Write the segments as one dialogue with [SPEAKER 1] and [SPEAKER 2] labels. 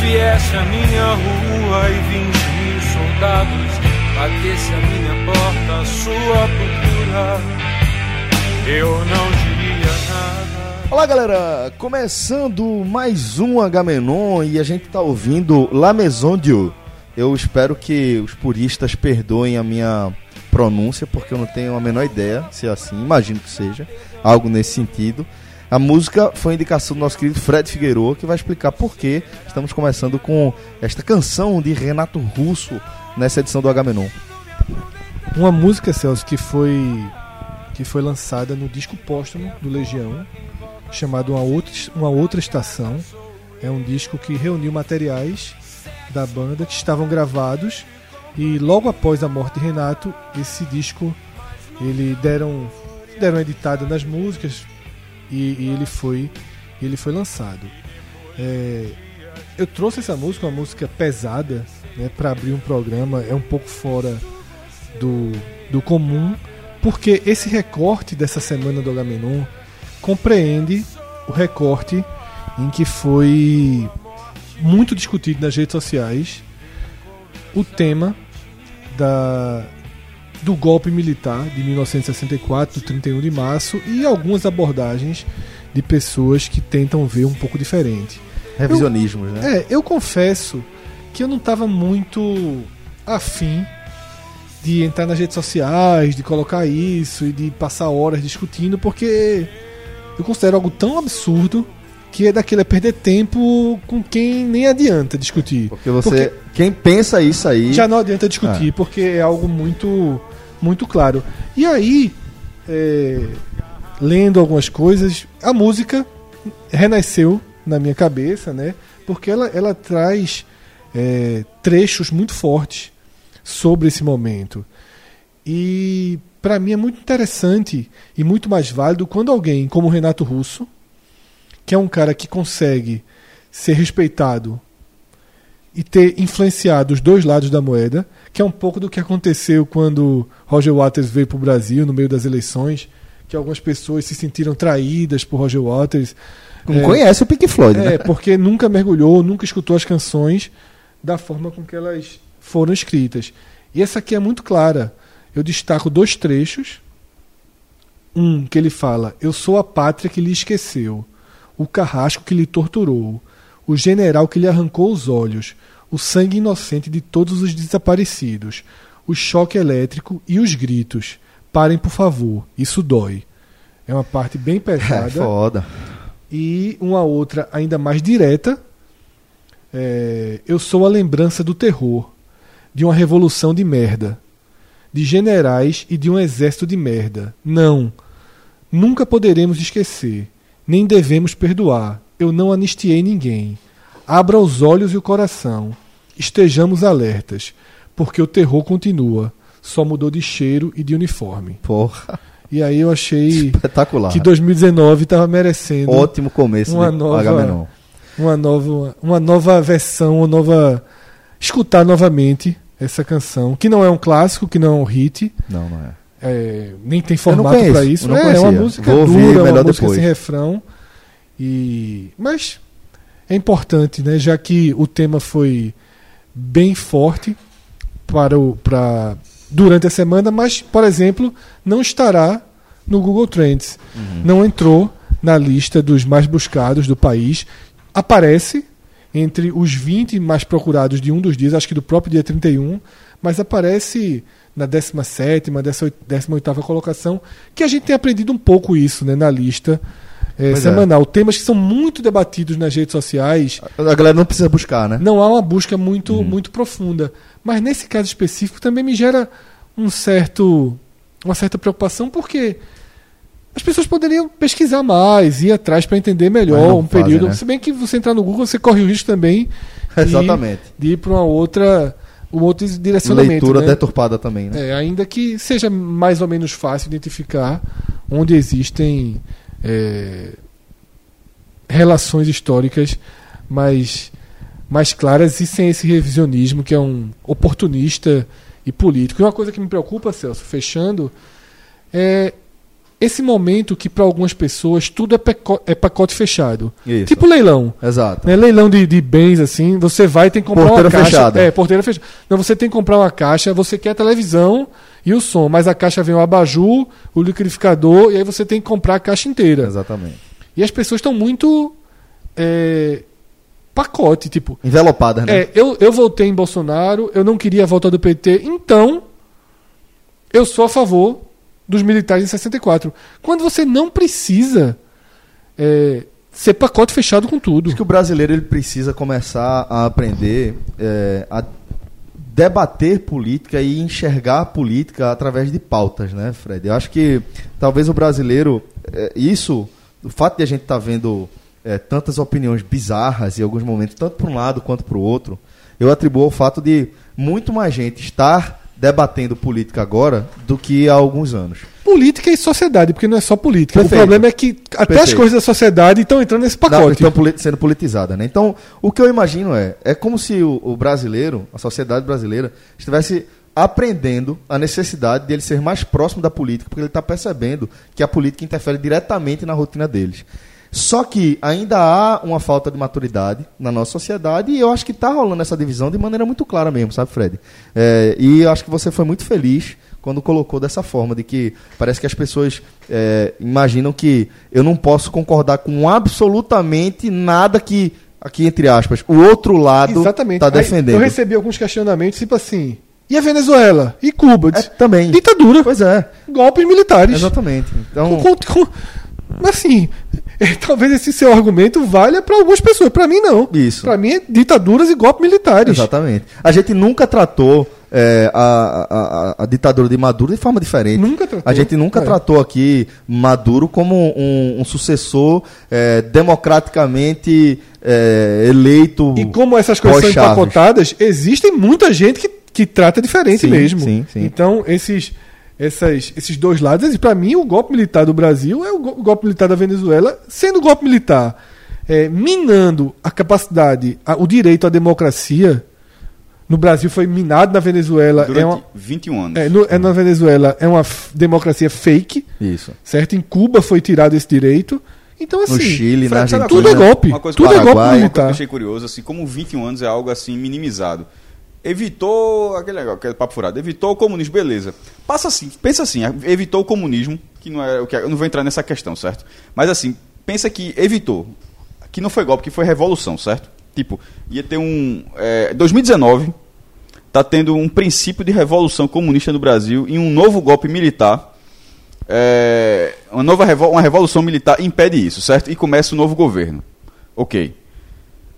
[SPEAKER 1] viesse a minha rua e vinte mil soldados batesse a minha porta à sua procura, eu não diria nada.
[SPEAKER 2] Olá galera, começando mais um Agamenon e a gente tá ouvindo La Maison Dieu. Eu espero que os puristas perdoem a minha pronúncia, porque eu não tenho a menor ideia se é assim, imagino que seja, algo nesse sentido. A música foi indicação do nosso querido Fred Figueiredo, que vai explicar por que estamos começando com esta canção de Renato Russo nessa edição do Agamenon.
[SPEAKER 3] Uma música, Celso, que foi que foi lançada no disco póstumo do Legião, chamado Uma Outra, Uma Outra Estação. É um disco que reuniu materiais da banda que estavam gravados e logo após a morte de Renato, esse disco ele deram deram uma editada nas músicas e, e ele foi ele foi lançado. É, eu trouxe essa música, uma música pesada, né, para abrir um programa, é um pouco fora do, do comum, porque esse recorte dessa semana do Agamenon compreende o recorte em que foi muito discutido nas redes sociais o tema da, do golpe militar de 1964, do 31 de março, e algumas abordagens de pessoas que tentam ver um pouco diferente.
[SPEAKER 2] Revisionismos, né?
[SPEAKER 3] É, eu confesso que eu não estava muito afim de entrar nas redes sociais, de colocar isso e de passar horas discutindo, porque eu considero algo tão absurdo que é daquele é perder tempo com quem nem adianta discutir.
[SPEAKER 2] Porque você, quem pensa isso aí,
[SPEAKER 3] Já não adianta discutir, porque é algo muito, muito claro. E aí, é, lendo algumas coisas, a música renasceu na minha cabeça, né? Porque ela, ela traz é, trechos muito fortes sobre esse momento. E para mim é muito interessante e muito mais válido quando alguém como o Renato Russo, que é um cara que consegue ser respeitado e ter influenciado os dois lados da moeda, que é um pouco do que aconteceu quando Roger Waters veio para o Brasil no meio das eleições, que algumas pessoas se sentiram traídas por Roger Waters.
[SPEAKER 2] não
[SPEAKER 3] É,
[SPEAKER 2] conhece o Pink Floyd,
[SPEAKER 3] é,
[SPEAKER 2] né?
[SPEAKER 3] porque nunca mergulhou, nunca escutou as canções da forma com que elas foram escritas. E essa aqui é muito clara. Eu destaco dois trechos. Um que ele fala: Eu sou a pátria que lhe esqueceu, o carrasco que lhe torturou, o general que lhe arrancou os olhos, o sangue inocente de todos os desaparecidos, o choque elétrico e os gritos. Parem, por favor, isso dói. É uma parte bem pesada
[SPEAKER 2] É, foda.
[SPEAKER 3] e uma outra ainda mais direta. é, eu sou a lembrança do terror, de uma revolução de merda, de generais e de um exército de merda. Não, nunca poderemos esquecer, nem devemos perdoar. Eu não anistiei ninguém. Abra os olhos e o coração. Estejamos alertas, porque o terror continua. Só mudou de cheiro e de uniforme.
[SPEAKER 2] Porra,
[SPEAKER 3] E aí eu achei
[SPEAKER 2] espetacular.
[SPEAKER 3] que 2019 estava merecendo
[SPEAKER 2] Ótimo começo
[SPEAKER 3] Uma
[SPEAKER 2] de
[SPEAKER 3] nova-
[SPEAKER 2] Agamenon.
[SPEAKER 3] uma nova, uma nova versão, uma nova. escutar novamente essa canção, que não é um clássico, que não é um hit,
[SPEAKER 2] Não, não é.
[SPEAKER 3] é, nem tem formato
[SPEAKER 2] conheço,
[SPEAKER 3] para isso.
[SPEAKER 2] eu não
[SPEAKER 3] é, é uma
[SPEAKER 2] conhecia.
[SPEAKER 3] música
[SPEAKER 2] Vou ouvir
[SPEAKER 3] dura, uma
[SPEAKER 2] melhor
[SPEAKER 3] música
[SPEAKER 2] depois.
[SPEAKER 3] sem refrão. E mas é importante, né, já que o tema foi bem forte para o para durante a semana, mas por exemplo, não estará no Google Trends.
[SPEAKER 2] Uhum.
[SPEAKER 3] Não entrou na lista dos mais buscados do país. Aparece entre os 20 mais procurados de um dos dias, acho que do próprio dia 31, mas aparece na 17, 18 colocação, que a gente tem aprendido um pouco isso né, na lista eh,
[SPEAKER 2] Pois é.
[SPEAKER 3] semanal. Temas que são muito debatidos nas redes sociais,
[SPEAKER 2] A galera não precisa buscar, né?
[SPEAKER 3] não há uma busca muito,
[SPEAKER 2] Uhum.
[SPEAKER 3] muito profunda. Mas nesse caso específico também me gera um certo, uma certa preocupação, porque as pessoas poderiam pesquisar mais, ir atrás para entender
[SPEAKER 2] Mas
[SPEAKER 3] melhor
[SPEAKER 2] não
[SPEAKER 3] um
[SPEAKER 2] fazem,
[SPEAKER 3] período.
[SPEAKER 2] né?
[SPEAKER 3] Se bem que você entrar no Google, você corre o risco também de-
[SPEAKER 2] Exatamente.
[SPEAKER 3] de ir para uma outra, um outro direcionamento.
[SPEAKER 2] Leitura
[SPEAKER 3] né?
[SPEAKER 2] deturpada também, né?
[SPEAKER 3] É, ainda que seja mais ou menos fácil identificar onde existem é, relações históricas mais, mais claras e sem esse revisionismo que é um oportunista e político. E uma coisa que me preocupa, Celso, fechando, é esse momento que para algumas pessoas tudo é, peco- é pacote fechado.
[SPEAKER 2] Isso.
[SPEAKER 3] Tipo leilão.
[SPEAKER 2] Exato.
[SPEAKER 3] Né, leilão de, de bens, assim, você vai e tem que comprar
[SPEAKER 2] Porteira
[SPEAKER 3] uma caixa.
[SPEAKER 2] fechada.
[SPEAKER 3] É, porteira fechada. Não, você tem que comprar uma caixa, você quer a televisão e o som, mas a caixa vem o abajur, o liquidificador, e aí você tem que comprar a caixa
[SPEAKER 2] É.
[SPEAKER 3] inteira.
[SPEAKER 2] Exatamente.
[SPEAKER 3] E as pessoas estão muito. é, pacote, tipo.
[SPEAKER 2] Envelopadas, né?
[SPEAKER 3] É, eu, eu votei em Bolsonaro, eu não queria a volta do PT, então eu sou a favor dos militares em 64. Quando você não precisa é, ser pacote fechado com tudo.
[SPEAKER 2] Acho que o brasileiro ele precisa começar a aprender é, a debater política e enxergar a política através de pautas, né, Fred? Eu acho que talvez o brasileiro, é, isso, o fato de a gente estar vendo é, tantas opiniões bizarras em alguns momentos, tanto para um lado quanto para o outro, eu atribuo ao fato de muito mais gente estar debatendo política agora do que há alguns anos.
[SPEAKER 3] Política e sociedade, porque não é só política.
[SPEAKER 2] Perfeito.
[SPEAKER 3] O problema é que até as
[SPEAKER 2] Perfeito.
[SPEAKER 3] coisas da sociedade estão entrando nesse
[SPEAKER 2] Não,
[SPEAKER 3] pacote.
[SPEAKER 2] então poli- sendo politizada, né? Então, o que eu imagino é, é como se o, o brasileiro, a sociedade brasileira, estivesse aprendendo a necessidade dele ser mais próximo da política, porque ele está percebendo que a política interfere diretamente na rotina deles. Só que ainda há uma falta de maturidade na nossa sociedade e eu acho que está rolando essa divisão de maneira muito clara mesmo, sabe, Fred? É, e eu acho que você foi muito feliz quando colocou dessa forma, de que parece que as pessoas é, imaginam que eu não posso concordar com absolutamente nada que, aqui entre aspas, o outro lado
[SPEAKER 3] Exatamente.
[SPEAKER 2] está
[SPEAKER 3] Aí
[SPEAKER 2] tá defendendo.
[SPEAKER 3] Eu recebi alguns questionamentos, tipo assim. E a Venezuela? E Cuba? Eu
[SPEAKER 2] É,
[SPEAKER 3] disse,
[SPEAKER 2] também.
[SPEAKER 3] Ditadura.
[SPEAKER 2] Pois é,
[SPEAKER 3] Golpes militares.
[SPEAKER 2] exatamente. Então,
[SPEAKER 3] Com- com- com- mas assim, talvez esse seu argumento valha para algumas pessoas, para mim não.
[SPEAKER 2] Isso.
[SPEAKER 3] Para mim é ditaduras e golpes militares.
[SPEAKER 2] exatamente. A gente nunca tratou é, a, a- a- a ditadura de Maduro de forma diferente.
[SPEAKER 3] Nunca tratou.
[SPEAKER 2] A gente nunca
[SPEAKER 3] É.
[SPEAKER 2] tratou aqui Maduro como um, um sucessor é, democraticamente é, eleito.
[SPEAKER 3] E como essas coisas são
[SPEAKER 2] Pós-Chaves.
[SPEAKER 3] empacotadas, existem muita gente que, que trata diferente
[SPEAKER 2] Sim,
[SPEAKER 3] mesmo.
[SPEAKER 2] sim, sim.
[SPEAKER 3] Então, esses essas, esses dois lados, para mim, o golpe militar do Brasil é o go- o golpe militar da Venezuela, sendo o golpe militar é, minando a capacidade, a- o direito à democracia. No Brasil foi minado, na Venezuela
[SPEAKER 4] Durante
[SPEAKER 3] é uma,
[SPEAKER 4] 21 anos.
[SPEAKER 3] É, no- é na Venezuela é uma f- democracia fake,
[SPEAKER 2] Isso.
[SPEAKER 3] certo? Em Cuba foi tirado esse direito. Então, assim.
[SPEAKER 2] Chile,
[SPEAKER 3] Fred,
[SPEAKER 2] na
[SPEAKER 3] sabe,
[SPEAKER 2] Argentina.
[SPEAKER 3] Tudo é golpe.
[SPEAKER 4] Uma coisa
[SPEAKER 3] Tudo
[SPEAKER 4] que
[SPEAKER 3] é
[SPEAKER 4] o
[SPEAKER 3] golpe
[SPEAKER 2] Paraguai-
[SPEAKER 4] Uma coisa que eu
[SPEAKER 3] militar.
[SPEAKER 4] achei curioso, assim, como 21 anos é algo assim minimizado. Evitou aquele, negócio, aquele papo furado, evitou o comunismo, beleza. Passa assim, pensa assim, evitou o comunismo, que não é o que é- eu não vou entrar nessa questão, certo? Mas assim, pensa que evitou, que não foi golpe, que foi revolução, certo? Tipo, ia ter um é, 2019 tá tendo um princípio de revolução comunista no Brasil e um novo golpe militar. É, uma nova revol- uma revolução militar impede isso, certo? E começa um novo governo. Ok.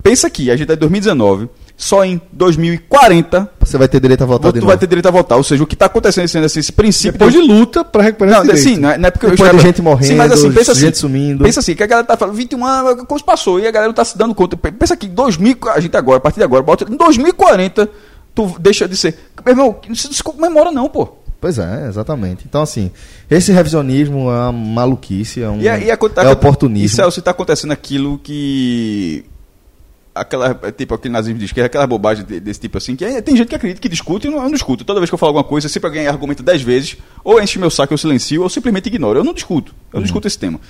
[SPEAKER 4] Pensa aqui, a gente tá em 2019, só em 2040
[SPEAKER 2] Você vai ter direito a votar de
[SPEAKER 4] tu
[SPEAKER 2] novo.
[SPEAKER 4] vai ter direito a votar. Ou seja, o que está acontecendo sendo assim, esse princípio.
[SPEAKER 3] Depois de luta para recuperar
[SPEAKER 4] Não,
[SPEAKER 3] esse direito.
[SPEAKER 4] assim, não é, não é porque
[SPEAKER 2] Depois
[SPEAKER 4] eu
[SPEAKER 2] de
[SPEAKER 4] espero-
[SPEAKER 2] gente morrendo,
[SPEAKER 4] Sim, mas assim, pensa assim,
[SPEAKER 2] gente sumindo.
[SPEAKER 4] Pensa assim, que a galera tá falando, 21 anos, a coisa passou, e a galera não tá se dando conta. P- Pensa que em 2000, a gente agora, a partir de agora, bota, em 2040, tu deixa de ser. Meu irmão, isso não se comemora não, pô.
[SPEAKER 2] Pois é, exatamente. Então, assim, esse revisionismo é uma maluquice, é um
[SPEAKER 4] E, a- e a,
[SPEAKER 2] é oportunismo.
[SPEAKER 4] E Celso, tá acontecendo aquilo que. Aquela, tipo, aquele nazismo de esquerda, aquela bobagem de- desse tipo assim, que é- tem gente que acredita que discute e não- eu não discuto. Toda vez que eu falo alguma coisa, sempre alguém argumenta dez vezes, ou enche meu saco, eu silencio, ou simplesmente ignoro. Eu não discuto, eu não
[SPEAKER 2] Uhum.
[SPEAKER 4] discuto esse tema.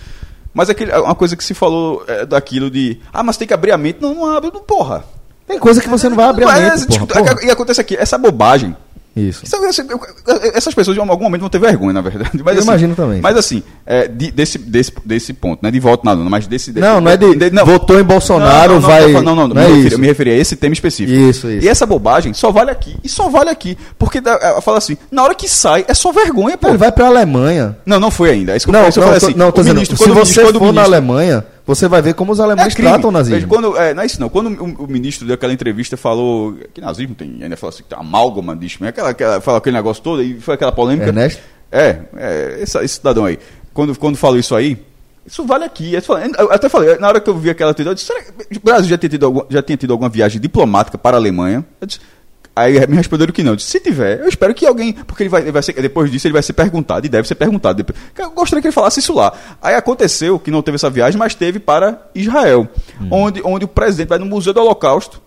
[SPEAKER 4] Mas aquele, é uma coisa que se falou é, daquilo de, ah, mas tem que abrir a mente. Não, não abre, não, porra.
[SPEAKER 2] Tem coisa que você não vai abrir a
[SPEAKER 4] é,
[SPEAKER 2] mente, porra,
[SPEAKER 4] discuto-
[SPEAKER 2] porra.
[SPEAKER 4] E acontece aqui, essa bobagem,
[SPEAKER 2] Isso.
[SPEAKER 4] isso- é isso- assim, essas pessoas em algum momento vão ter vergonha, na verdade. Mas,
[SPEAKER 2] Eu
[SPEAKER 4] assim,
[SPEAKER 2] imagino também.
[SPEAKER 4] Mas assim, é, de- desse, desse, desse ponto, né? De volta na lona, mas desse.
[SPEAKER 2] Não, não é de,
[SPEAKER 4] não.
[SPEAKER 2] votou em Bolsonaro,
[SPEAKER 4] Não, não, não,
[SPEAKER 2] vai...
[SPEAKER 4] Não, não, não,
[SPEAKER 2] é
[SPEAKER 4] me, referi,
[SPEAKER 2] isso.
[SPEAKER 4] me referi a esse tema específico.
[SPEAKER 2] Isso, isso.
[SPEAKER 4] E essa bobagem só vale aqui. E só vale aqui. Porque da- ela fala assim, na hora que sai, é só vergonha, pô.
[SPEAKER 2] Ele vai pra Alemanha.
[SPEAKER 4] Não, não foi ainda. É isso que eu
[SPEAKER 2] Não,
[SPEAKER 4] falei, isso eu
[SPEAKER 2] não,
[SPEAKER 4] falei
[SPEAKER 2] tô-
[SPEAKER 4] assim,
[SPEAKER 2] não, tô
[SPEAKER 4] o
[SPEAKER 2] dizendo,
[SPEAKER 4] ministro-
[SPEAKER 2] se
[SPEAKER 4] quando o
[SPEAKER 2] você
[SPEAKER 4] ministro- quando o
[SPEAKER 2] for na
[SPEAKER 4] ministro- É
[SPEAKER 2] Alemanha, você vai ver como os alemães
[SPEAKER 4] crime.
[SPEAKER 2] tratam o nazismo.
[SPEAKER 4] Veja, Quando, é, não é isso não. Quando o, o ministro deu aquela entrevista falou que nazismo tem, ainda falou assim, que tem amálgama disso, né? aquela, aquela, fala aquele negócio todo e foi aquela polêmica.
[SPEAKER 2] Ernesto?
[SPEAKER 4] É, é esse, esse cidadão aí. Quando, quando falou isso aí, isso vale aqui. Eu falei- eu até falei, na hora que eu vi aquela tweet, eu disse, será que o Brasil já tinha tido, algum- já tinha tido alguma viagem diplomática para a Alemanha? Eu disse, Aí me responderam que não. Eu disse, se tiver, eu espero que alguém. Porque ele vai, ele vai ser, depois disso ele vai ser perguntado e deve ser perguntado. Depois- Eu gostaria que ele falasse isso lá. Aí aconteceu que não teve essa viagem, mas teve para Israel, onde, onde o presidente vai no Museu do Holocausto.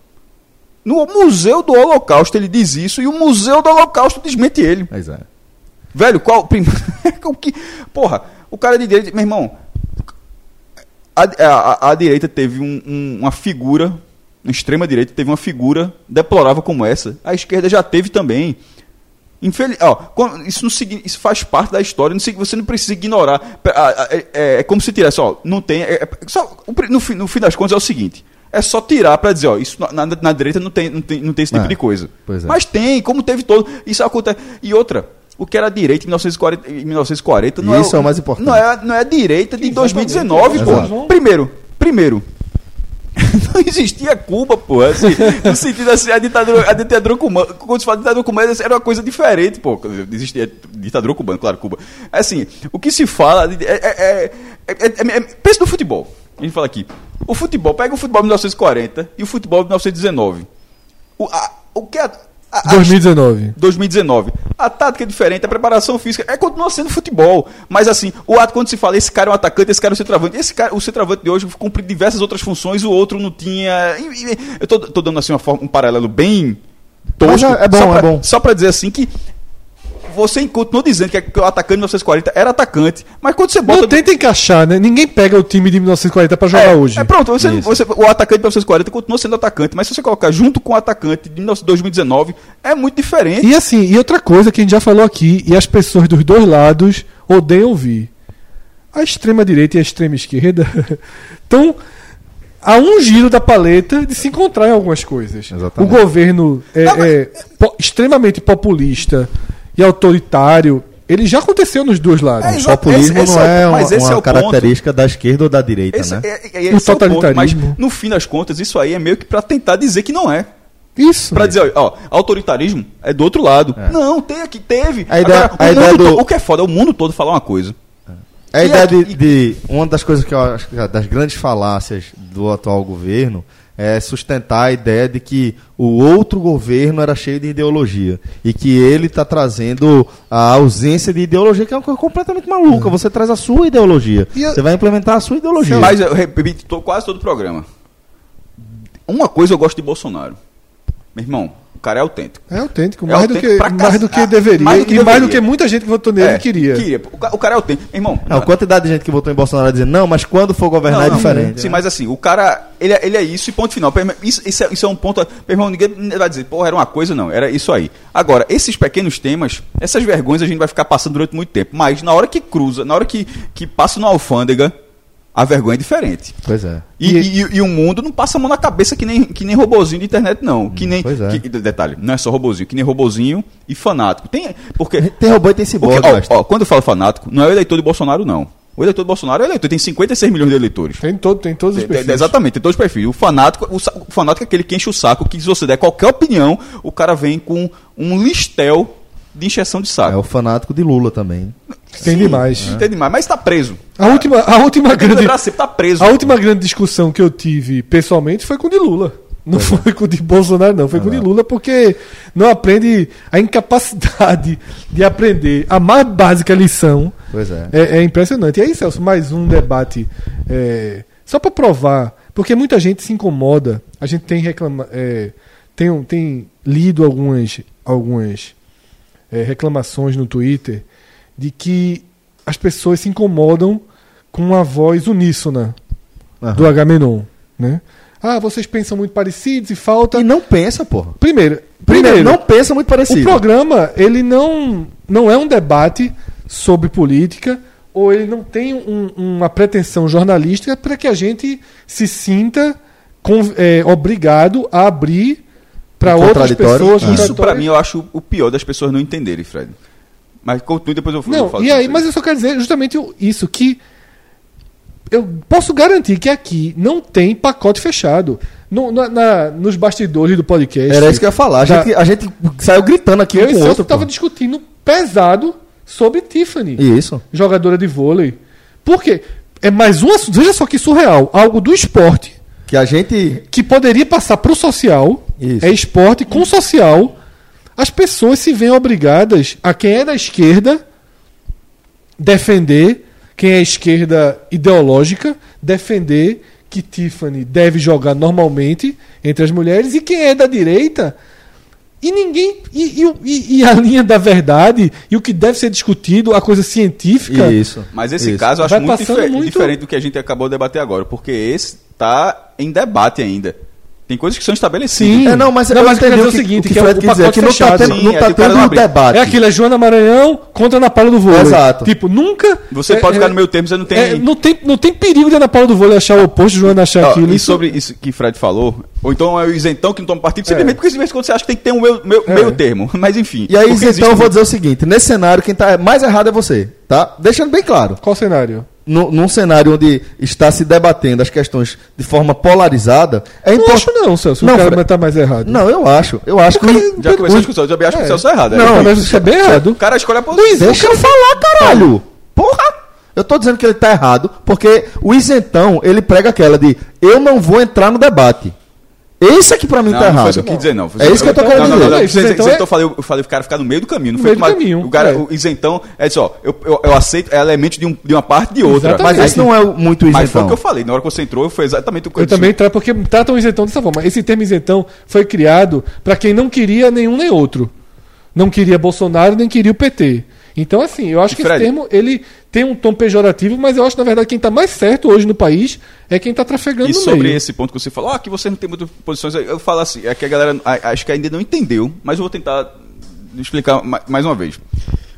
[SPEAKER 4] No Museu do Holocausto ele diz isso e o Museu do Holocausto desmente ele.
[SPEAKER 2] Pois é.
[SPEAKER 4] Velho, qual. prim- o que, porra, o cara de direita. Meu irmão, a, a- a- a direita teve um- um- uma figura, na extrema direita teve uma figura deplorável como essa. A esquerda já teve também. Infeli ó, quando- isso, não signi- isso faz parte da história, não sig- você não precisa ignorar. Pe- a- a- É, é como se tirasse, ó, não tem. é- é- só- o pri- no, fi- no fim das contas é o seguinte: é só tirar pra dizer, ó, isso na, na- na direita não tem, não tem, não tem esse tipo
[SPEAKER 2] É,
[SPEAKER 4] de coisa.
[SPEAKER 2] pois é.
[SPEAKER 4] Mas tem, como teve todo. Isso acontece. E outra, o que era direita em 1940, em 1940 não
[SPEAKER 2] Isso é o mais importante.
[SPEAKER 4] Não é, não é a direita de
[SPEAKER 3] Exatamente.
[SPEAKER 4] 2019, pô.
[SPEAKER 2] Exato.
[SPEAKER 4] Primeiro, primeiro. Não existia Cuba, pô. Assim, no sentido assim, a ditadura, a ditadura cubana. Quando se fala de ditadura cubana, era uma coisa diferente, pô. Quer dizer, Existia ditadura cubana, claro, Cuba. Assim, o que se fala. de- É, é- é- é- é- é- pensa no futebol. A gente fala aqui. O futebol, pega o futebol de 1940 e o futebol de 1919. O, a- o que a- a- a
[SPEAKER 3] 2019.
[SPEAKER 4] 2019. A tática é diferente, a preparação física é continua sendo futebol, mas assim, o ato quando se fala esse cara é um atacante, esse cara é um centroavante, esse cara, o centroavante de hoje cumpre diversas outras funções, o outro não tinha. e- e- Eu tô, tô dando assim uma forma- um paralelo bem tosco.
[SPEAKER 2] Mas é- é bom,
[SPEAKER 4] só pra,
[SPEAKER 2] é bom.
[SPEAKER 4] Só pra dizer assim que você continua dizendo que, que o atacante de 1940 era atacante, mas quando você bota
[SPEAKER 3] Não tenta encaixar, né? Ninguém pega o time de 1940 pra jogar
[SPEAKER 4] é,
[SPEAKER 3] hoje.
[SPEAKER 4] É pronto, você,
[SPEAKER 2] Isso.
[SPEAKER 4] você- o atacante de 1940 continua sendo atacante, mas se você colocar junto com o atacante de 19- 2019, é muito diferente.
[SPEAKER 3] E assim, e outra coisa que a gente já falou aqui, e as pessoas dos dois lados odeiam ouvir. A extrema direita e a extrema esquerda estão a um giro da paleta de se encontrar em algumas coisas.
[SPEAKER 2] Exatamente.
[SPEAKER 3] O governo é,
[SPEAKER 4] Não, mas-
[SPEAKER 3] é po- extremamente populista e autoritário. Ele já aconteceu nos dois lados.
[SPEAKER 4] É,
[SPEAKER 2] O
[SPEAKER 4] exato.
[SPEAKER 2] populismo
[SPEAKER 4] Esse- esse
[SPEAKER 2] não
[SPEAKER 4] é o-
[SPEAKER 2] é, uma,
[SPEAKER 4] mas esse
[SPEAKER 2] uma
[SPEAKER 4] é o ponto.
[SPEAKER 2] característica da esquerda ou da direita,
[SPEAKER 4] Esse,
[SPEAKER 2] né?
[SPEAKER 4] é, é- é-
[SPEAKER 3] O
[SPEAKER 4] esse é o ponto, mas
[SPEAKER 3] totalitarismo.
[SPEAKER 4] no fim das contas, isso aí é meio que pra tentar dizer que não é.
[SPEAKER 3] Isso.
[SPEAKER 4] Pra dizer, ó, ó, autoritarismo é do outro lado. Não, tem aqui, teve.
[SPEAKER 2] A ideia-
[SPEAKER 4] Agora, o,
[SPEAKER 2] a
[SPEAKER 4] mundo
[SPEAKER 2] ideia do-
[SPEAKER 4] to- o que é foda é o mundo todo falar uma coisa.
[SPEAKER 2] É A
[SPEAKER 4] E
[SPEAKER 2] ideia
[SPEAKER 4] aqui-
[SPEAKER 2] de, de- Uma das coisas que eu acho que é das grandes falácias do atual governo é sustentar a ideia de que o outro governo era cheio de ideologia e que ele está trazendo a ausência de ideologia, que é uma coisa completamente
[SPEAKER 4] É.
[SPEAKER 2] maluca. Você traz a sua ideologia.
[SPEAKER 3] E eu-
[SPEAKER 2] Você vai implementar a sua ideologia.
[SPEAKER 4] Mas eu repito tô quase todo o programa. Uma coisa eu gosto de Bolsonaro. Meu irmão, o cara é autêntico.
[SPEAKER 3] É autêntico,
[SPEAKER 4] É
[SPEAKER 3] mais,
[SPEAKER 4] autêntico
[SPEAKER 3] do que,
[SPEAKER 4] pra
[SPEAKER 3] mais do que
[SPEAKER 4] cacete.
[SPEAKER 3] deveria.
[SPEAKER 4] Mais do que
[SPEAKER 3] e mais do
[SPEAKER 4] deveria.
[SPEAKER 3] que muita gente que votou nele
[SPEAKER 4] É,
[SPEAKER 3] queria.
[SPEAKER 4] O, ca- o cara é autêntico. Meu irmão,
[SPEAKER 2] Não, a quantidade de gente que votou em Bolsonaro dizendo, não, mas quando for governar é
[SPEAKER 4] Não, não,
[SPEAKER 2] diferente.
[SPEAKER 4] Sim,
[SPEAKER 2] né?
[SPEAKER 4] mas assim, o cara, ele, é- ele é isso e ponto final. Meu irmão, Isso, isso é, isso é um ponto. Meu irmão, ninguém vai dizer, porra, era uma coisa, não, era isso aí. Agora, esses pequenos temas, essas vergonhas a gente vai ficar passando durante muito tempo. Mas na hora que cruza, na hora que, que passa na alfândega, a vergonha é diferente.
[SPEAKER 2] Pois é.
[SPEAKER 4] E, e, e- e o mundo não passa a mão na cabeça que nem, que nem robozinho de internet, não. Que nem.
[SPEAKER 2] pois é.
[SPEAKER 4] que- detalhe, não é só robozinho, que nem robozinho e fanático. Tem, porque,
[SPEAKER 2] Tem robô e tem ciborgue,
[SPEAKER 4] porque, ó,
[SPEAKER 2] Gastão.
[SPEAKER 4] ó, quando eu falo fanático, não é o eleitor de Bolsonaro, não. O eleitor de Bolsonaro é o eleitor, tem 56 milhões de eleitores.
[SPEAKER 3] Tem, todo, tem todos os
[SPEAKER 4] Tem- tem-
[SPEAKER 3] perfis.
[SPEAKER 4] Exatamente, tem dois perfis. O fanático, o, sa- o fanático é aquele que enche o saco, que se você der qualquer opinião, o cara vem com um listel de injeção de
[SPEAKER 2] É o
[SPEAKER 4] saco.
[SPEAKER 2] fanático de Lula também.
[SPEAKER 3] Tem demais.
[SPEAKER 4] Entende mais? Mas tá preso.
[SPEAKER 3] A última, a última
[SPEAKER 4] Tem que
[SPEAKER 3] grande.
[SPEAKER 4] lembrar sempre, tá preso.
[SPEAKER 3] A última grande discussão que eu tive pessoalmente foi com o de Lula. Não
[SPEAKER 2] é.
[SPEAKER 3] foi com o de Bolsonaro, não. Foi com o de Lula, porque não aprende a incapacidade de aprender a mais básica lição.
[SPEAKER 2] Pois é.
[SPEAKER 3] É, é impressionante. E aí, Celso, mais um debate. é, só para provar, porque muita gente se incomoda. A gente tem reclama, é, tem, um- tem lido algumas, algumas é, reclamações no Twitter de que as pessoas se incomodam com a voz uníssona
[SPEAKER 2] Aham.
[SPEAKER 3] do Agamenon, né? Ah, vocês pensam muito parecidos e falta.
[SPEAKER 2] E não pensa, porra.
[SPEAKER 3] Primeiro,
[SPEAKER 2] Primeiro,
[SPEAKER 3] primeiro,
[SPEAKER 2] não pensa muito parecido.
[SPEAKER 3] o programa ele não não é um debate sobre política ou ele não tem um- uma pretensão jornalística para que a gente se sinta con- é, obrigado a abrir para
[SPEAKER 2] Um
[SPEAKER 3] outras
[SPEAKER 2] contraditório.
[SPEAKER 3] pessoas.
[SPEAKER 2] Ah.
[SPEAKER 4] Isso pra
[SPEAKER 3] contraditórias.
[SPEAKER 4] mim eu acho o pior das pessoas não entenderem, Fred. Mas continue, depois eu eu
[SPEAKER 3] Não,
[SPEAKER 4] falo
[SPEAKER 3] e
[SPEAKER 4] com
[SPEAKER 3] aí,
[SPEAKER 4] você.
[SPEAKER 3] mas eu só quero dizer justamente o- isso, que eu posso garantir que aqui não tem pacote fechado. No- na- na- nos bastidores do podcast.
[SPEAKER 2] Era isso que eu ia falar. A
[SPEAKER 3] Da-
[SPEAKER 2] gente, a gente saiu gritando aqui um
[SPEAKER 3] eu e
[SPEAKER 2] com o
[SPEAKER 3] Celso
[SPEAKER 2] outro.
[SPEAKER 3] tava
[SPEAKER 2] pô.
[SPEAKER 3] discutindo pesado sobre Tiffany.
[SPEAKER 2] Isso.
[SPEAKER 3] jogadora de vôlei. Por quê? É mais um assunto, veja só que surreal, algo do esporte
[SPEAKER 2] Que a gente.
[SPEAKER 3] que poderia passar pro social,
[SPEAKER 2] Isso.
[SPEAKER 3] é esporte com social, as pessoas se veem obrigadas a quem é da esquerda defender, quem é esquerda ideológica, defender que Tiffany deve jogar normalmente entre as mulheres e quem é da direita E ninguém. E, e- e- e a linha da verdade e o que deve ser discutido, a coisa científica.
[SPEAKER 2] Isso.
[SPEAKER 4] Mas esse
[SPEAKER 2] Isso.
[SPEAKER 4] caso eu acho
[SPEAKER 3] Vai
[SPEAKER 4] muito,
[SPEAKER 3] passando
[SPEAKER 4] dife-
[SPEAKER 3] muito-
[SPEAKER 4] diferente do que a gente acabou de debater agora, porque esse tá em debate ainda. Tem coisas que são estabelecidas.
[SPEAKER 3] Sim.
[SPEAKER 2] É, não, mas,
[SPEAKER 3] Não,
[SPEAKER 2] eu
[SPEAKER 3] mas eu quero
[SPEAKER 2] entendi
[SPEAKER 3] dizer
[SPEAKER 2] o
[SPEAKER 3] o
[SPEAKER 2] seguinte,
[SPEAKER 3] seguinte,
[SPEAKER 2] que,
[SPEAKER 3] que é
[SPEAKER 2] o
[SPEAKER 3] o
[SPEAKER 2] Fred quer dizer,
[SPEAKER 3] pacote
[SPEAKER 2] que não tá
[SPEAKER 3] fechado,
[SPEAKER 2] tendo,
[SPEAKER 4] sim,
[SPEAKER 2] não
[SPEAKER 4] é
[SPEAKER 2] tá
[SPEAKER 4] de cara
[SPEAKER 2] tendo
[SPEAKER 4] não
[SPEAKER 2] um
[SPEAKER 4] abrir.
[SPEAKER 2] debate.
[SPEAKER 3] É aquilo, é Joana Maranhão contra Ana Paula do Vôlei.
[SPEAKER 2] Exato.
[SPEAKER 3] Tipo, nunca.
[SPEAKER 4] Você
[SPEAKER 3] é-
[SPEAKER 4] pode
[SPEAKER 3] é-
[SPEAKER 4] ficar no meio termo, você não tem.
[SPEAKER 3] é, não tem. Não tem perigo de Ana Paula do Vôlei achar o oposto, Joana achar
[SPEAKER 4] Ó,
[SPEAKER 3] aquilo.
[SPEAKER 4] e
[SPEAKER 3] Isso-
[SPEAKER 4] sobre isso que Fred falou, ou então é o isentão que não toma partido, simplesmente porque de vez em quando você acha que tem que ter um meio, meio,
[SPEAKER 3] É.
[SPEAKER 4] meio termo. Mas enfim.
[SPEAKER 2] E aí,
[SPEAKER 4] porque existe um-
[SPEAKER 2] então, eu vou
[SPEAKER 4] muito-
[SPEAKER 2] dizer o seguinte: nesse cenário, quem tá mais errado é você, tá? Deixando bem claro.
[SPEAKER 3] Qual cenário?
[SPEAKER 2] No, num cenário onde está se debatendo as questões de forma polarizada, é
[SPEAKER 3] Não
[SPEAKER 2] importante.
[SPEAKER 3] acho não, Celso.
[SPEAKER 2] Não,
[SPEAKER 3] o cara
[SPEAKER 2] Fred.
[SPEAKER 3] tá mais errado.
[SPEAKER 2] Não, eu acho. Eu acho que.
[SPEAKER 4] Já começou a
[SPEAKER 2] Os-
[SPEAKER 4] discussão, eu também acho que
[SPEAKER 3] É.
[SPEAKER 4] o Celso é errado.
[SPEAKER 2] Não,
[SPEAKER 4] é.
[SPEAKER 3] mas isso é bem errado.
[SPEAKER 4] o cara escolhe a posição.
[SPEAKER 2] Luiz, deixa eu falar, caralho! Porra! Eu tô dizendo que ele tá errado, porque o isentão, ele prega aquela de eu não vou entrar no debate. Esse aqui pra mim
[SPEAKER 4] Não,
[SPEAKER 2] tá
[SPEAKER 4] não
[SPEAKER 2] errado.
[SPEAKER 4] foi isso que eu quis dizer, não. Foi
[SPEAKER 2] É isso que eu tô
[SPEAKER 4] não,
[SPEAKER 2] querendo
[SPEAKER 4] não,
[SPEAKER 2] dizer.
[SPEAKER 4] Não, não,
[SPEAKER 3] É
[SPEAKER 4] não.
[SPEAKER 3] isso,
[SPEAKER 4] Isentão,
[SPEAKER 3] então
[SPEAKER 4] eu, falei, eu falei o cara ficar no meio do caminho. Não
[SPEAKER 3] No
[SPEAKER 4] foi
[SPEAKER 3] meio do
[SPEAKER 4] tomar-
[SPEAKER 3] caminho,
[SPEAKER 4] O, cara,
[SPEAKER 3] é.
[SPEAKER 4] o isentão, é só, eu, eu, eu aceito elementos de, um- de uma parte e de outra.
[SPEAKER 3] Exatamente.
[SPEAKER 2] Mas
[SPEAKER 4] Mas,
[SPEAKER 2] esse não é o- muito isentão.
[SPEAKER 4] mas foi o que eu falei. Na hora que você entrou, foi exatamente o que
[SPEAKER 3] Eu também trato, porque tratam o isentão dessa forma. Esse termo isentão foi criado para quem não queria nenhum nem outro. Não queria Bolsonaro, nem queria o PT. Então, assim, eu acho
[SPEAKER 4] E
[SPEAKER 3] que
[SPEAKER 4] Fred?
[SPEAKER 3] esse termo ele tem um tom pejorativo, mas eu acho, na verdade, quem tá mais certo hoje no país é quem tá trafegando
[SPEAKER 4] E
[SPEAKER 3] no
[SPEAKER 4] sobre
[SPEAKER 3] meio.
[SPEAKER 4] esse ponto que você falou, ah, que você não tem muitas posições, eu falo assim, é que a galera a- acho que ainda não entendeu, mas eu vou tentar explicar ma- mais uma vez.